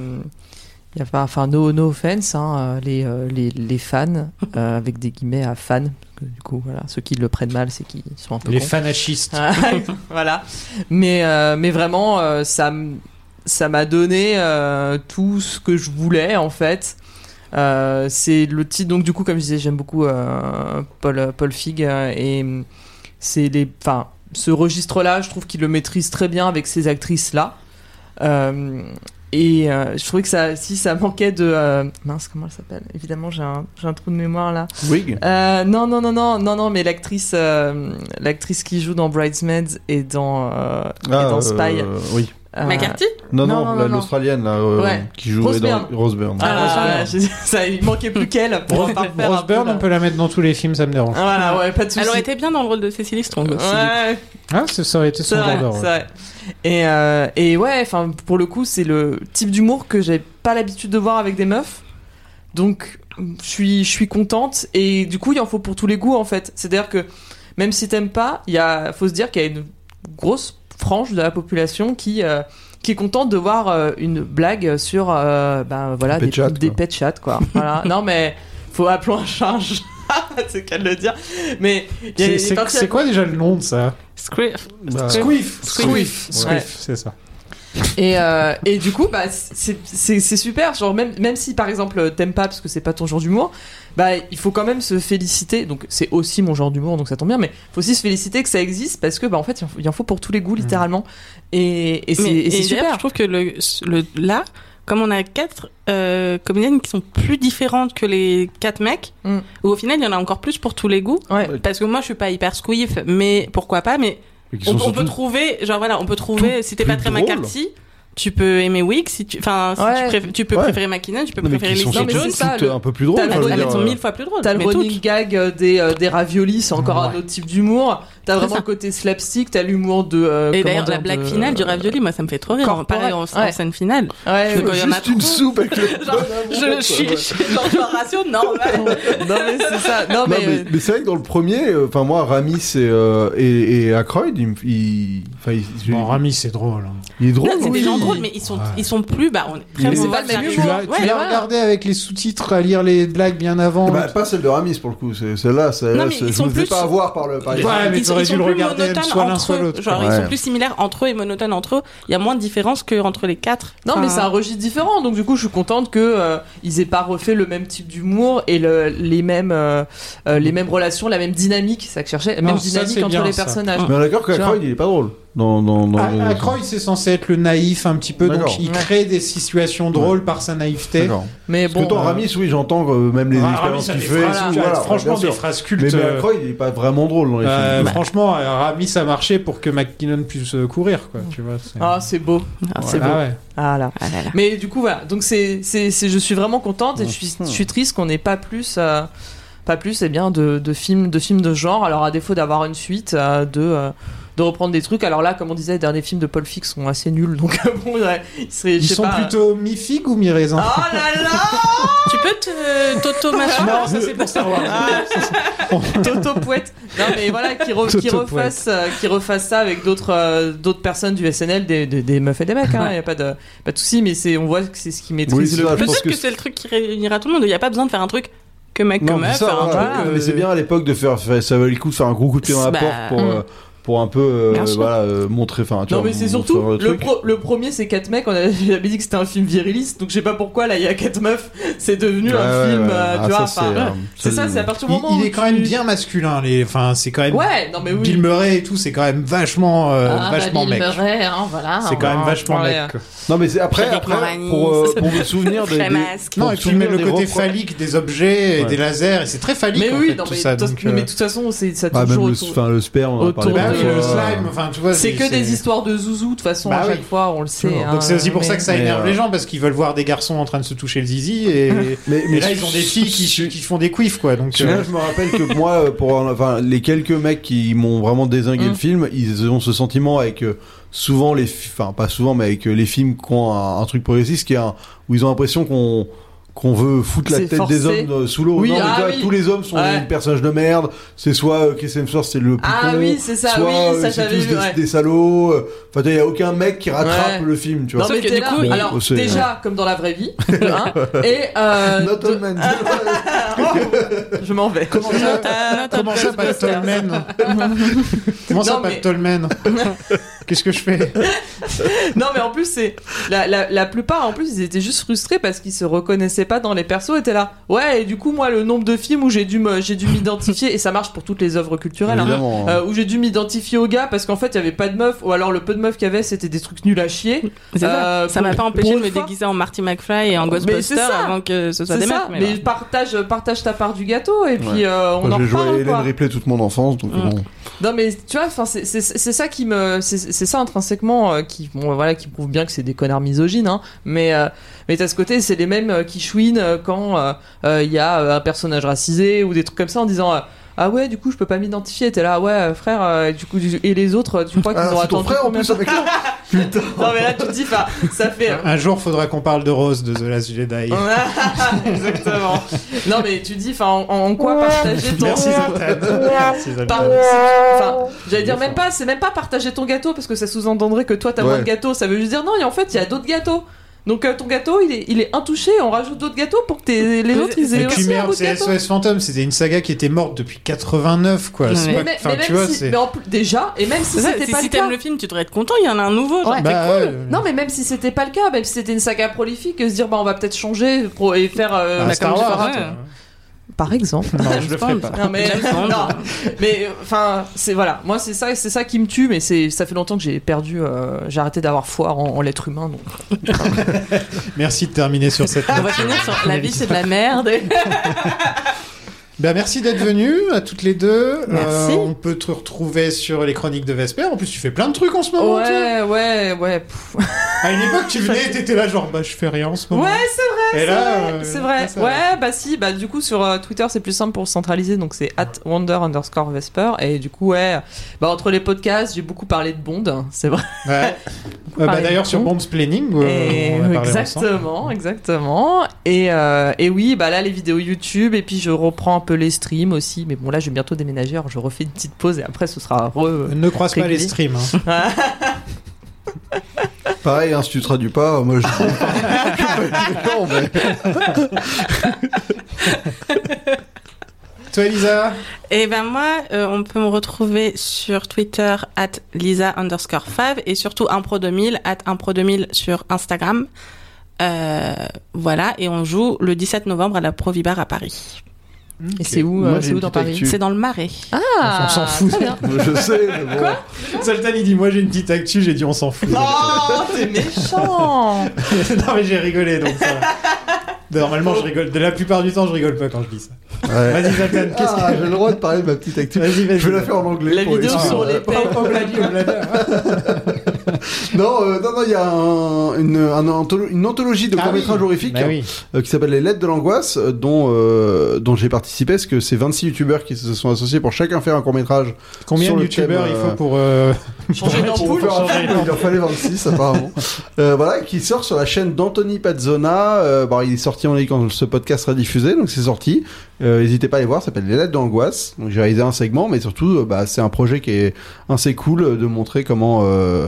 Speaker 7: il y a pas, enfin, no, no offense, hein, euh, les, euh, les, les fans euh, avec des guillemets à fans. parce que Du coup, voilà, ceux qui le prennent mal, c'est qu'ils sont un peu
Speaker 8: Les
Speaker 7: cons.
Speaker 8: fanachistes.
Speaker 7: Ah. voilà. Mais, euh, mais vraiment, euh, ça, m- ça m'a donné euh, tout ce que je voulais en fait. Euh, c'est le titre, donc du coup, comme je disais, j'aime beaucoup euh, Paul, Paul Fig euh, et hum, c'est les, enfin, ce registre-là, je trouve qu'il le maîtrise très bien avec ces actrices-là. Euh, et euh, je trouvais que ça, si ça manquait de euh, mince, comment elle s'appelle Évidemment, j'ai un, j'ai un trou de mémoire là.
Speaker 9: Wig
Speaker 7: Euh, non, non, non, non, non, non, mais l'actrice, euh, l'actrice qui joue dans Bridesmaids et dans, euh, et
Speaker 9: Ah,
Speaker 7: dans Spy.
Speaker 9: euh, oui.
Speaker 7: Euh,
Speaker 9: Non, non, la- l'australienne là, euh,
Speaker 7: Ouais.
Speaker 9: qui jouait dans
Speaker 7: Roseburn.
Speaker 9: Roseburn.
Speaker 7: Ah, je- ça, il manquait plus qu'elle pour en faire faire un peu Ah.
Speaker 8: Roseburn,
Speaker 7: la-
Speaker 8: on peut la mettre dans tous les films, ça me dérange.
Speaker 7: Voilà, ouais, pas de soucis.
Speaker 10: Elle aurait été bien dans le rôle de Cécilie Strong
Speaker 9: Bah,
Speaker 10: aussi.
Speaker 7: Ouais,
Speaker 8: Ah, ça ça aurait été
Speaker 7: c'est
Speaker 8: son
Speaker 7: vrai,
Speaker 8: bordel,
Speaker 7: c'est
Speaker 8: ouais.
Speaker 7: vrai. Et, euh, et ouais, enfin, pour le coup, c'est le type d'humour que j'ai pas l'habitude de voir avec des meufs. Donc, je suis, je suis contente. Et du coup, il en faut pour tous les goûts, en fait. C'est-à-dire que même si t'aimes pas, il y a, faut se dire qu'il y a une grosse frange de la population qui, euh, qui est contente de voir euh, une blague sur, euh, ben voilà,
Speaker 9: Pet
Speaker 7: des,
Speaker 9: chat,
Speaker 7: des pet chats, quoi. voilà. Non, mais faut appeler un charge. c'est qu'à le dire. Mais il y a- il y
Speaker 8: C'est-
Speaker 7: a
Speaker 8: C'est
Speaker 7: partie-
Speaker 8: c'est quoi déjà le nom de ça
Speaker 10: Squiff.
Speaker 8: Bah,
Speaker 7: Squiff.
Speaker 8: Squiff.
Speaker 7: Squiff.
Speaker 8: Squiff,
Speaker 7: Ouais.
Speaker 8: c'est ça.
Speaker 7: Et, euh, et du coup, bah, c'est- c'est c'est super. Genre, même, même si par exemple t'aimes pas parce que c'est pas ton genre d'humour, bah, il faut quand même se féliciter. Donc, c'est aussi mon genre d'humour, donc ça tombe bien, mais faut aussi se féliciter que ça existe parce que bah, en fait, il en faut- il en faut pour tous les goûts, littéralement. Et, et c'est
Speaker 10: Mais-
Speaker 7: et c'est
Speaker 10: et
Speaker 7: super.
Speaker 10: d'ailleurs, Je trouve que le, le- là, comme on a quatre euh, comédiennes qui sont plus différentes que les quatre mecs, où au final il y en a encore plus pour tous les goûts. Parce que moi je suis pas hyper squiff, mais pourquoi pas Mais
Speaker 9: Et qui
Speaker 10: on,
Speaker 9: sont
Speaker 10: on peut
Speaker 9: surtout
Speaker 10: trouver, genre voilà, on peut trouver. Si t'es pas très
Speaker 9: drôles.
Speaker 10: McCarthy. Tu peux aimer Wick, si tu, enfin, si
Speaker 7: Ouais.
Speaker 10: tu, préfères- tu peux
Speaker 7: Ouais.
Speaker 10: préférer McKinnon, tu peux
Speaker 9: Non, mais
Speaker 10: préférer
Speaker 9: qui sont
Speaker 10: Lisa Jones.
Speaker 9: surtout toutes un peu plus drôles,
Speaker 10: T'as-
Speaker 9: enfin, je veux
Speaker 10: Elles
Speaker 9: dire,
Speaker 10: sont
Speaker 9: euh,
Speaker 10: mille fois plus drôles.
Speaker 7: T'as le
Speaker 10: mais
Speaker 7: running
Speaker 10: toutes.
Speaker 7: gag euh, des, euh, des raviolis, c'est encore un autre type d'humour. T'as
Speaker 10: C'est
Speaker 7: vraiment
Speaker 10: ça.
Speaker 7: le côté slapstick, t'as l'humour de. euh,
Speaker 10: Et
Speaker 7: comment
Speaker 10: d'ailleurs, la
Speaker 7: dire,
Speaker 10: blague
Speaker 7: de-
Speaker 10: finale du ravioli, moi, ça me fait trop rire.
Speaker 7: Corporate.
Speaker 10: Pareil en, en
Speaker 7: Ouais.
Speaker 10: scène finale.
Speaker 7: Ouais,
Speaker 10: Parce que
Speaker 7: ouais.
Speaker 10: quand il y en a
Speaker 7: Juste
Speaker 10: trop-
Speaker 7: une soupe avec le
Speaker 10: Genre, je, je suis je suis dans le ratio normal.
Speaker 7: non, mais c'est ça. Non, mais.
Speaker 9: mais, mais c'est vrai que dans le premier, euh, enfin moi, Ramis et, euh, et, et Aykroyd, ils me- ils- enfin, ils- ils-
Speaker 8: Bon, Rami, c'est drôle. hein.
Speaker 9: il est drôle.
Speaker 10: Non, c'est
Speaker 9: oui.
Speaker 10: des gens drôles, mais ils sont, ils sont plus. Bah, on est
Speaker 9: Mais c'est
Speaker 10: vraiment
Speaker 9: pas
Speaker 10: dans
Speaker 9: le même
Speaker 10: la-
Speaker 9: humour.
Speaker 8: Tu l'as tu
Speaker 10: Ouais,
Speaker 8: l'as
Speaker 10: voilà.
Speaker 8: regardé avec les sous-titres à lire les blagues bien avant.
Speaker 9: Bah, pas celle de Ramis pour le coup, c'est- celle-là, celle-là,
Speaker 10: Non, mais
Speaker 9: c'est-
Speaker 10: ils
Speaker 9: je
Speaker 10: sont
Speaker 9: me fais
Speaker 10: plus-
Speaker 9: pas avoir par le. Par les-
Speaker 8: Ouais, mais
Speaker 10: ils, sont-
Speaker 8: t'aurais
Speaker 10: ils
Speaker 8: dû
Speaker 10: sont
Speaker 8: le
Speaker 10: plus
Speaker 8: regarder
Speaker 10: monotones
Speaker 8: soit l'un,
Speaker 10: entre
Speaker 8: soit
Speaker 10: eux.
Speaker 8: l'autre.
Speaker 10: Genre, ils
Speaker 9: Ouais.
Speaker 10: sont plus similaires entre eux et monotones entre eux. Il y a moins de différence qu'entre les quatre.
Speaker 7: Non, mais
Speaker 10: Enfin,
Speaker 7: c'est un registre différent, donc du coup, je suis contente que euh, ils aient pas refait le même type d'humour et le- les mêmes euh, euh, les mêmes relations, la même dynamique, c'est ça que je cherchais, la
Speaker 8: Non,
Speaker 7: même
Speaker 8: ça,
Speaker 7: dynamique
Speaker 8: c'est
Speaker 7: entre
Speaker 8: bien,
Speaker 7: les
Speaker 8: ça.
Speaker 7: personnages.
Speaker 9: Mais on est d'accord
Speaker 7: Tu vois
Speaker 9: qu'Aykroyd, il est pas drôle. Dans, dans, dans,
Speaker 8: Ah, Aykroyd, c'est censé être le naïf un petit peu, donc
Speaker 9: D'accord.
Speaker 8: il crée des situations drôles par sa naïveté.
Speaker 9: D'accord.
Speaker 7: Mais
Speaker 9: Parce que dans
Speaker 8: euh,
Speaker 9: Ramis, oui, j'entends euh, même les
Speaker 8: Ah,
Speaker 9: expériences
Speaker 8: Ramis,
Speaker 9: qu'il
Speaker 8: ça
Speaker 9: fait.
Speaker 8: fait phrases,
Speaker 9: tout,
Speaker 8: tu vois,
Speaker 9: voilà,
Speaker 8: franchement,
Speaker 9: bien sûr.
Speaker 8: des phrases cultes,
Speaker 9: Mais, mais
Speaker 8: euh,
Speaker 9: Aykroyd, il est pas vraiment drôle dans les
Speaker 8: Euh,
Speaker 9: films.
Speaker 8: Franchement, euh, Rami, ça marchait pour que McKinnon puisse euh, courir, quoi. Tu vois, c'est-
Speaker 7: Ah, c'est beau. Ah, c'est beau.
Speaker 8: Ah ouais.
Speaker 7: Ah là. Mais du coup, voilà. Donc, c'est, c'est, c'est- je suis vraiment contente et je suis,
Speaker 8: Mhm.
Speaker 7: je suis triste qu'on n'ait pas plus. euh, pas plus, eh bien, de, de films de films de genre. Alors, à défaut d'avoir une suite, euh, de, euh, de reprendre des trucs. Alors là, comme on disait, les derniers films de Paul Fix sont assez nuls. Donc, bon, ouais, il serait- je
Speaker 8: Ils
Speaker 7: sais
Speaker 8: sont
Speaker 7: pas,
Speaker 8: plutôt mi-fig ou mi-raisin
Speaker 7: Ah là là
Speaker 10: Tu peux te t'auto-machin
Speaker 8: Non, ça c'est
Speaker 7: Ah.
Speaker 8: pour Star Wars.
Speaker 7: Toto Pouette. Non mais voilà, qui, re- qui
Speaker 8: Toto
Speaker 7: refasse, euh, qui refasse ça avec d'autres euh, d'autres personnes du SNL, des, des, des meufs et des mecs. Il n'y a pas de pas de souci, mais c'est on voit que c'est ce qui maîtrise
Speaker 9: c'est
Speaker 7: le
Speaker 9: ça,
Speaker 7: plus.
Speaker 9: je pense
Speaker 10: Peut-être que c'est le truc qui réunira tout le monde. Il n'y a pas besoin de faire un truc que mec que
Speaker 9: Non, mais
Speaker 10: meuf.
Speaker 9: ça,
Speaker 10: faire un
Speaker 9: voilà,
Speaker 10: truc,
Speaker 9: mais
Speaker 10: euh,
Speaker 9: c'est bien à l'époque de faire, faire- ça valait le coup de faire un gros coup de pied dans la
Speaker 10: Bah,
Speaker 9: porte pour,
Speaker 10: hum.
Speaker 9: euh, pour un peu euh,
Speaker 10: Bien sûr.
Speaker 9: voilà, euh, montrer. enfin, tu
Speaker 7: mm. Non
Speaker 9: vois,
Speaker 7: mais c'est
Speaker 9: montrer
Speaker 7: surtout le,
Speaker 9: truc.
Speaker 7: pro- le premier c'est quatre mecs on avait j'avais dit que c'était un film viriliste donc je sais pas pourquoi là il y a quatre meufs c'est devenu
Speaker 9: Ouais,
Speaker 7: un
Speaker 9: ouais,
Speaker 7: film
Speaker 9: ouais.
Speaker 7: euh,
Speaker 9: Ah,
Speaker 7: tu
Speaker 9: ça,
Speaker 7: vois
Speaker 9: c'est,
Speaker 7: enfin,
Speaker 9: euh,
Speaker 7: c'est ça
Speaker 9: ça,
Speaker 7: c'est à partir du
Speaker 8: Il,
Speaker 7: moment où
Speaker 8: il est quand
Speaker 7: tu-
Speaker 8: même bien masculin, les. Enfin, c'est quand même.
Speaker 7: Ouais, non, mais oui.
Speaker 8: Bill Murray et tout, c'est quand même vachement, euh,
Speaker 7: Ah, bah,
Speaker 8: vachement
Speaker 7: Bill
Speaker 8: mec.
Speaker 7: Murray, hein, voilà,
Speaker 8: C'est
Speaker 7: on
Speaker 8: quand
Speaker 7: va
Speaker 8: même
Speaker 7: en
Speaker 8: vachement
Speaker 7: parler,
Speaker 8: mec.
Speaker 7: hein.
Speaker 8: quoi.
Speaker 9: Non, mais c'est après,
Speaker 8: Frédéric
Speaker 9: après
Speaker 8: Moranis.
Speaker 9: pour, euh, pour me souvenir des. des-
Speaker 10: Frémasque.
Speaker 9: pour
Speaker 8: Non,
Speaker 9: me
Speaker 8: et puis mais
Speaker 9: souvenir
Speaker 8: le
Speaker 9: des
Speaker 8: côté
Speaker 9: reproches-
Speaker 8: phallique des objets et
Speaker 9: Ouais.
Speaker 8: des lasers, et c'est très phallique.
Speaker 7: mais
Speaker 8: en
Speaker 7: oui
Speaker 8: fait,
Speaker 7: non,
Speaker 8: tout
Speaker 7: mais,
Speaker 8: ça,
Speaker 7: de toute-
Speaker 8: donc,
Speaker 7: mais
Speaker 8: euh,
Speaker 7: de toute façon c'est ça
Speaker 9: Ah,
Speaker 7: tourne toujours
Speaker 9: même le,
Speaker 7: autour-
Speaker 9: enfin, le sperme, on en a
Speaker 7: autour
Speaker 9: parlé
Speaker 7: de-
Speaker 9: plein de
Speaker 7: Bah oui, le
Speaker 9: fois.
Speaker 8: slime, enfin, tu vois,
Speaker 7: c'est que des histoires de zouzou de toute façon
Speaker 8: Bah
Speaker 7: à
Speaker 8: oui.
Speaker 7: chaque fois on le sait
Speaker 8: Donc
Speaker 7: hein,
Speaker 8: c'est aussi pour
Speaker 7: mais-
Speaker 8: ça que ça
Speaker 7: mais,
Speaker 8: énerve
Speaker 7: euh,
Speaker 8: les gens parce qu'ils veulent voir des garçons en train de se toucher le zizi et,
Speaker 9: Mais-
Speaker 8: et
Speaker 9: mais
Speaker 8: là
Speaker 9: je-
Speaker 8: ils ont des filles qui, qui font des quiffs quoi donc
Speaker 9: Parce que
Speaker 8: euh,
Speaker 9: là, je me rappelle que moi, euh, pour un- enfin, les quelques mecs qui m'ont vraiment désingué
Speaker 7: Mm.
Speaker 9: le film, ils ont ce sentiment avec euh, souvent les, fi- enfin pas souvent, mais avec euh, les films qui ont un, un truc progressiste, qui est un- où ils ont l'impression qu'on qu'on veut foutre la
Speaker 7: C'est
Speaker 9: tête des
Speaker 7: forcé.
Speaker 9: hommes euh, sous l'eau.
Speaker 7: Oui,
Speaker 9: Non, mais
Speaker 7: ah
Speaker 9: tu vois,
Speaker 7: oui.
Speaker 9: tous les hommes sont
Speaker 7: Ouais.
Speaker 9: des personnages de merde. C'est soit euh, Chris Hemsworth c'est le plus
Speaker 7: Ah
Speaker 9: con,
Speaker 7: oui, c'est ça,
Speaker 9: soit,
Speaker 7: oui,
Speaker 9: euh,
Speaker 7: ça,
Speaker 9: c'est
Speaker 7: j'avais
Speaker 9: tous
Speaker 7: vu,
Speaker 9: des,
Speaker 7: ouais.
Speaker 9: des salauds. euh. Enfin, il y a aucun mec qui rattrape
Speaker 7: Ouais.
Speaker 9: le film, tu vois.
Speaker 7: Non, mais oh, t'es là.
Speaker 9: Bon,
Speaker 7: alors,
Speaker 9: c'est-
Speaker 7: déjà, comme dans la vraie vie, de un, et. Euh,
Speaker 9: Not all men.
Speaker 7: je m'en vais. Comment
Speaker 8: ça, Comment ça, pas de Tolmen Comment ça,
Speaker 7: Non,
Speaker 8: pas
Speaker 7: mais-
Speaker 8: de Tolmen Qu'est-ce que je fais
Speaker 7: non mais en plus c'est la, la, la plupart en plus ils étaient juste frustrés parce qu'ils se reconnaissaient pas dans les persos étaient là ouais et du coup moi le nombre de films où j'ai dû me- j'ai dû m'identifier et ça marche pour toutes les œuvres culturelles hein,
Speaker 9: Évidemment.
Speaker 7: euh, où j'ai dû m'identifier aux gars parce qu'en fait il y avait pas de meufs ou alors le peu de meufs qu'il y avait c'était des trucs nuls à chier
Speaker 10: C'est ça.
Speaker 7: Euh,
Speaker 10: ça m'a
Speaker 7: pour-
Speaker 10: pas empêché
Speaker 7: pour
Speaker 10: de me
Speaker 7: une fois-
Speaker 10: déguiser en Marty McFly et en
Speaker 7: Mais
Speaker 10: Ghostbuster
Speaker 7: c'est ça.
Speaker 10: avant que ce soit
Speaker 7: C'est
Speaker 10: des
Speaker 7: ça, mais,
Speaker 10: mecs. mais voilà.
Speaker 7: partage, partage ta part du gâteau et puis euh, on
Speaker 9: Moi,
Speaker 7: en
Speaker 9: J'ai joué à
Speaker 7: reparle
Speaker 9: Hélène
Speaker 7: quoi.
Speaker 9: Ripley toute mon enfance, donc
Speaker 7: Mm.
Speaker 9: bon.
Speaker 7: Non mais tu vois, enfin c'est c'est- c'est ça qui me, c'est c'est ça intrinsèquement euh, qui, bon, voilà, qui prouve bien que c'est des connards misogynes. Hein, mais euh, mais t'as ce côté, c'est les mêmes euh, qui chouinent euh, quand euh, euh, il y a euh, un personnage racisé ou des trucs comme ça en disant. euh, ah ouais, du coup, je peux pas m'identifier. T'es là, ouais, euh, frère, euh, du coup, du- et les autres, tu crois qu'ils
Speaker 9: Ah,
Speaker 7: ont
Speaker 9: c'est ton
Speaker 7: attendu
Speaker 9: frère, en
Speaker 7: combien
Speaker 9: plus, avec
Speaker 7: Non, mais là, tu te dis, enfin, ça fait.
Speaker 9: Ah,
Speaker 8: Un jour, faudra qu'on parle de Rose de The Last Jedi.
Speaker 7: Exactement. Non, mais tu dis, enfin, en, en quoi partager ton.
Speaker 8: Merci, Zoltan. Merci, Zoltan.
Speaker 7: Par- Enfin, j'allais dire même pas, c'est même pas partager ton gâteau parce que ça sous-entendrait que toi t'as
Speaker 9: Ouais.
Speaker 7: moins de gâteau. Ça veut juste dire non, et en fait il y a d'autres gâteaux. Donc euh, ton gâteau il est, il est intouché, on rajoute d'autres gâteaux pour que t'aies- les autres ils aient
Speaker 8: Et puis
Speaker 7: aussi un
Speaker 8: merde,
Speaker 7: bout de
Speaker 8: c'est
Speaker 7: gâteau.
Speaker 8: SOS Fantôme, c'était une saga qui était morte depuis 89, quoi. C'est
Speaker 7: Mais,
Speaker 8: pas-
Speaker 7: mais-
Speaker 8: enfin,
Speaker 7: mais
Speaker 8: tu
Speaker 7: même
Speaker 8: vois,
Speaker 7: si,
Speaker 8: c'est.
Speaker 7: mais en plus- déjà, et même si
Speaker 10: C'est ça,
Speaker 7: c'était
Speaker 10: si-
Speaker 7: pas
Speaker 10: si
Speaker 7: le cas.
Speaker 10: t'aimes le film, tu devrais être content, il y en a un nouveau. Genre,
Speaker 7: Ouais.
Speaker 10: c'est
Speaker 7: Bah,
Speaker 10: cool.
Speaker 7: ouais.
Speaker 8: Euh,
Speaker 7: Non mais même si c'était pas le cas, même si c'était une saga prolifique, se dire bah on va peut-être changer pro- et faire euh,
Speaker 8: Un
Speaker 7: bah,
Speaker 8: Star
Speaker 7: comme
Speaker 8: Wars,
Speaker 7: Jafar,
Speaker 8: ouais.
Speaker 7: toi. Par exemple.
Speaker 8: Non, je le ferai pas.
Speaker 7: Non mais non, mais enfin c'est voilà moi c'est ça c'est ça qui me tue mais c'est ça fait longtemps que j'ai perdu euh, j'ai arrêté d'avoir foi en, en l'être humain donc
Speaker 8: Merci de terminer sur cette
Speaker 7: Ah,
Speaker 10: On
Speaker 8: note.
Speaker 10: va finir sur la vie, c'est de la merde.
Speaker 8: Ben, merci d'être venus à toutes les deux. Euh,
Speaker 7: Merci.
Speaker 8: on peut te retrouver sur les chroniques de Vesper. En plus, tu fais plein de trucs en ce moment.
Speaker 7: ouais ouais ouais pff.
Speaker 8: toi. À une époque, tu venais, t'étais là genre bah je fais rien en ce moment.
Speaker 7: ouais c'est vrai c'est
Speaker 8: Et là,
Speaker 7: vrai,
Speaker 8: euh,
Speaker 7: c'est vrai
Speaker 8: là, ça va.
Speaker 7: ouais bah si bah du coup sur euh, Twitter c'est plus simple pour centraliser donc c'est at wonder underscore vesper et du coup ouais bah entre les podcasts j'ai beaucoup parlé de Bond hein, c'est vrai
Speaker 8: Ouais.
Speaker 7: Beaucoup
Speaker 8: Euh, bah
Speaker 7: parlé de
Speaker 8: d'ailleurs sur
Speaker 7: Bond.
Speaker 8: Bombs Planning, euh,
Speaker 7: Et-
Speaker 8: on a parlé ensemble.
Speaker 7: exactement, exactement. Et, euh, et oui, bah là les vidéos YouTube et puis je reprends un peu les streams aussi. Mais bon là, je vais bientôt déménager, alors je refais une petite pause et après ce sera. Re,
Speaker 8: Ne croise pas
Speaker 7: régulier.
Speaker 8: les streams. hein.
Speaker 9: Pareil, hein, si tu traduis pas, moi je. Non, mais-
Speaker 8: Toi, Lisa
Speaker 10: Et ben moi, euh, on peut me retrouver sur Twitter at Lisa underscore Fav et surtout impro2000 at impro2000 sur Instagram. Euh, voilà, et on joue le 17 novembre à la Provibar à Paris.
Speaker 7: Et c'est où, euh,
Speaker 9: Moi, j'ai
Speaker 7: c'est où
Speaker 9: une
Speaker 7: dans
Speaker 9: petite
Speaker 7: Paris
Speaker 9: actu.
Speaker 10: C'est dans le Marais.
Speaker 7: Ah,
Speaker 8: on s'en fout.
Speaker 7: très bien.
Speaker 9: Je sais, mais bon.
Speaker 8: Zoltan il dit moi j'ai une petite actu, j'ai dit on s'en fout.
Speaker 7: Oh, t'es méchant.
Speaker 8: non mais j'ai rigolé donc ça. Normalement je rigole. De la plupart du temps je rigole pas quand je dis ça.
Speaker 9: Ouais.
Speaker 8: Vas-y Zoltan, qu'est-ce
Speaker 9: Ah,
Speaker 8: que
Speaker 9: j'ai le droit de parler de ma petite actu.
Speaker 8: Vas-y, vas-y.
Speaker 9: Je vais la faire en anglais.
Speaker 7: La
Speaker 9: pour
Speaker 7: vidéo
Speaker 9: expliquer.
Speaker 7: sur les pets.
Speaker 8: Oh, blague, blague.
Speaker 9: Non, euh, non, non, il y a un- une, un antholo- une anthologie de
Speaker 8: Ah
Speaker 9: courts-métrages
Speaker 8: oui.
Speaker 9: horrifiques
Speaker 8: Bah oui.
Speaker 9: euh, qui s'appelle Les Lettres de l'angoisse, euh, dont, euh, dont j'ai participé, parce que c'est 26 youtubeurs qui se sont associés pour chacun faire un court-métrage.
Speaker 8: Combien
Speaker 9: sur
Speaker 8: de
Speaker 9: le thème,
Speaker 8: youtubeurs il
Speaker 9: euh,
Speaker 8: faut pour euh,
Speaker 7: Changer
Speaker 8: pour-
Speaker 7: d'ampoule.
Speaker 8: pour
Speaker 9: Ah,
Speaker 8: changer
Speaker 9: Il en fallait 26 apparemment. Euh, voilà, qui sort sur la chaîne d'Anthony Pazzona. Euh, bon, il est sorti en ligne quand ce podcast sera diffusé, donc c'est sorti. Euh, N'hésitez pas à aller voir, ça s'appelle Les lettres d'angoisse. Donc j'ai réalisé un segment, mais surtout, euh, bah, c'est un projet qui est assez cool euh, de montrer comment, euh,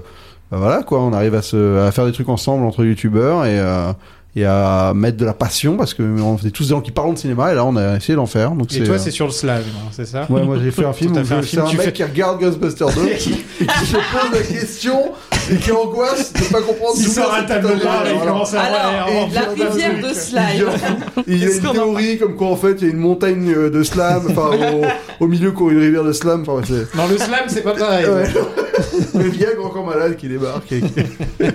Speaker 9: bah, voilà quoi, on arrive à, se, à faire des trucs ensemble entre youtubeurs et. euh, et à mettre de la passion parce que on est tous des gens qui parlons de cinéma et là on a essayé d'en faire donc
Speaker 8: Et toi, c'est
Speaker 9: euh,
Speaker 8: sur le slave, non, c'est ça
Speaker 9: Ouais, moi j'ai fait un film
Speaker 8: Toi,
Speaker 9: où
Speaker 8: t'as fait
Speaker 9: je-
Speaker 8: un
Speaker 9: c'est
Speaker 8: film,
Speaker 9: un
Speaker 8: tu
Speaker 9: mec
Speaker 8: fais-
Speaker 9: qui regarde Ghostbusters 2 et qui se pose la question et qui angoisse de pas comprendre
Speaker 8: Il
Speaker 9: d'où
Speaker 8: sort
Speaker 9: vient
Speaker 8: un
Speaker 9: cette
Speaker 8: tableau
Speaker 9: putain de
Speaker 8: noir et il
Speaker 9: merde.
Speaker 8: commence à
Speaker 7: Alors,
Speaker 8: Ouais,
Speaker 7: la
Speaker 8: on vient
Speaker 7: rivière
Speaker 8: d'un
Speaker 7: de
Speaker 8: truc.
Speaker 7: slime.
Speaker 9: Il y a une théorie comme quoi en fait il y a une montagne euh, de slam, enfin au, au milieu court une rivière de slam, enfin c'est.
Speaker 8: Non, le slam, c'est pas pareil.
Speaker 9: Ouais. Le vieil grand corps malade qui débarque. et qui-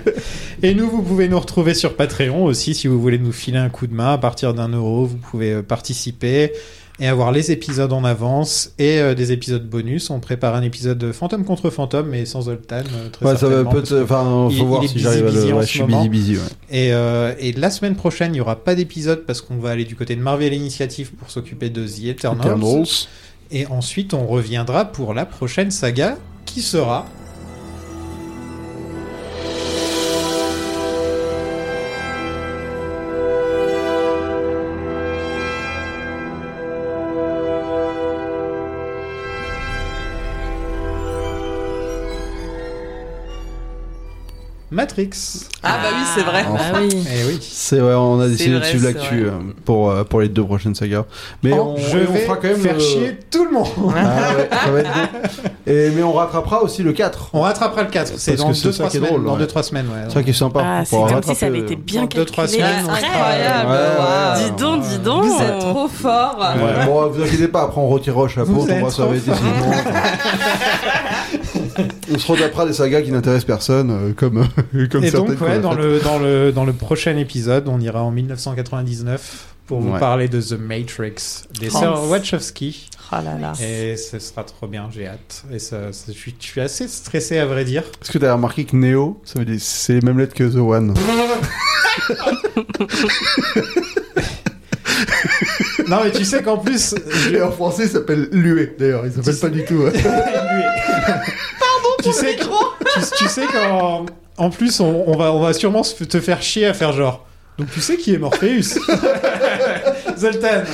Speaker 8: Et nous, vous pouvez nous retrouver sur Patreon aussi si vous voulez nous filer un coup de main à partir d'un euro. Vous pouvez euh, participer et avoir les épisodes en avance et euh, des épisodes bonus. On prépare un épisode de fantôme contre fantôme, mais sans Zoltan. euh, très
Speaker 9: Ouais, ça va
Speaker 8: certainement, parce
Speaker 9: peut-être.
Speaker 8: que
Speaker 9: Enfin,
Speaker 8: il-
Speaker 9: faut voir
Speaker 8: il est
Speaker 9: si
Speaker 8: busy,
Speaker 9: j'arrive à
Speaker 8: busy
Speaker 9: le.
Speaker 8: en
Speaker 9: Ouais, je
Speaker 8: ce
Speaker 9: suis
Speaker 8: moment.
Speaker 9: busy, busy, ouais.
Speaker 8: Et, euh, et la semaine prochaine, il n'y aura pas d'épisode parce qu'on va aller du côté de Marvel Initiative pour s'occuper de The Eternals.
Speaker 9: Eternals.
Speaker 8: Et ensuite, on reviendra pour la prochaine saga qui sera Matrix.
Speaker 7: Ah, bah oui, c'est vrai.
Speaker 9: Enfin.
Speaker 8: Eh oui.
Speaker 9: C'est ouais, on a
Speaker 8: C'est
Speaker 9: décidé de
Speaker 8: vrai,
Speaker 9: suivre
Speaker 8: c'est
Speaker 9: l'actu euh, pour, euh, pour les deux prochaines sagas. Mais on,
Speaker 8: je
Speaker 9: et on
Speaker 8: vais
Speaker 9: fera quand même
Speaker 8: faire
Speaker 9: le-
Speaker 8: chier tout le monde.
Speaker 9: Ah ouais, ça va être beau. Et, mais on rattrapera aussi le 4.
Speaker 8: On rattrapera le 4, c'est dans 2-3 semaines. dans 2-3 semaines, ouais.
Speaker 9: C'est ça qui est sympa.
Speaker 8: Ah,
Speaker 9: pour
Speaker 8: c'est comme
Speaker 9: rattraper
Speaker 8: si ça avait
Speaker 9: le-
Speaker 8: été bien Dans deux, trois calculé. semaines, on sera-
Speaker 7: Incroyable.
Speaker 9: Ouais, ouais, ouais.
Speaker 7: Dis donc, dis donc. Vous êtes trop fort.
Speaker 9: Ouais, Bon, vous inquiétez pas, après on retirera au chapeau,
Speaker 7: Vous
Speaker 9: on
Speaker 7: êtes
Speaker 9: va
Speaker 7: trop
Speaker 9: sauver
Speaker 7: fort.
Speaker 9: décidément. on se retapera des sagas qui n'intéressent personne, euh, comme, comme
Speaker 8: Et
Speaker 9: certaines
Speaker 8: donc,
Speaker 9: qu'on
Speaker 8: ouais,
Speaker 9: a
Speaker 8: dans,
Speaker 9: faites.
Speaker 8: le, dans, le, dans le prochain épisode, on ira en 1999 pour vous
Speaker 9: Ouais.
Speaker 8: parler de The Matrix des
Speaker 7: Oh.
Speaker 8: sœurs Wachowski.
Speaker 7: Oh là là.
Speaker 8: Et ce sera trop bien, j'ai hâte. Et ça, ça- je, suis, je suis assez stressé à vrai dire.
Speaker 9: Est-ce que t'as remarqué que Neo, ça veut dire c'est les mêmes lettres que The One
Speaker 8: Non, mais tu sais qu'en plus.
Speaker 9: Et en français, il s'appelle Lué, d'ailleurs, il s'appelle pas du tout.
Speaker 8: tu sais, que- tu, tu sais qu'en en plus, on, on va, on va sûrement se- te faire chier à faire genre. Donc tu sais qui est Morpheus Zoltan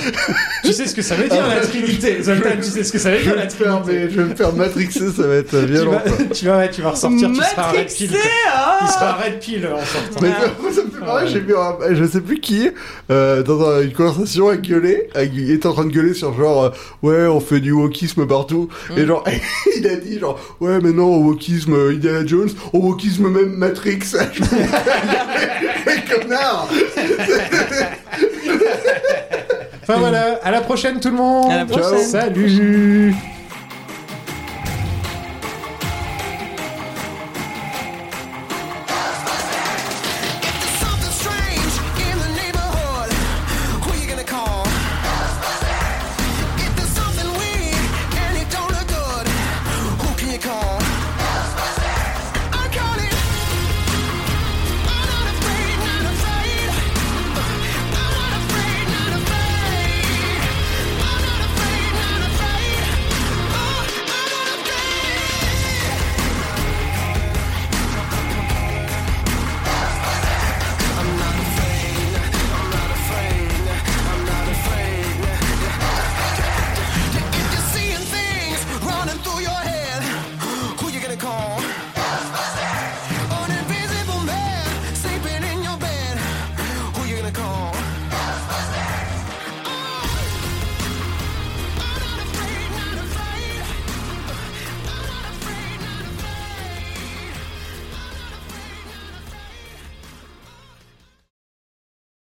Speaker 8: Tu sais ce que ça veut dire la Trinité Zoltan, tu sais ce que ça veut
Speaker 9: Je
Speaker 8: dire
Speaker 9: vais
Speaker 8: la
Speaker 9: me faire, mais je vais me faire matrixer, ça va être euh,
Speaker 8: tu
Speaker 9: violent.
Speaker 8: vas, tu, vas, ouais, tu vas ressortir, tu seras un red
Speaker 9: Matrixé,
Speaker 8: pill. quoi.
Speaker 7: hein.
Speaker 9: ah
Speaker 8: Il sera un red pill en sortant.
Speaker 9: Mais ça me fait
Speaker 8: Ah
Speaker 9: marrer, j'ai vu un- je sais plus qui, euh, dans un- une conversation, a gueulé, a gu- il est en train de gueuler sur genre, euh, ouais, on fait du wokisme partout, et genre, il a dit genre, ouais, mais non, au wokisme euh, Indiana Jones, au wokisme même Matrix. Je me dis, Mais connard
Speaker 8: Enfin voilà, à la prochaine tout le monde
Speaker 9: À la prochaine.
Speaker 8: Salut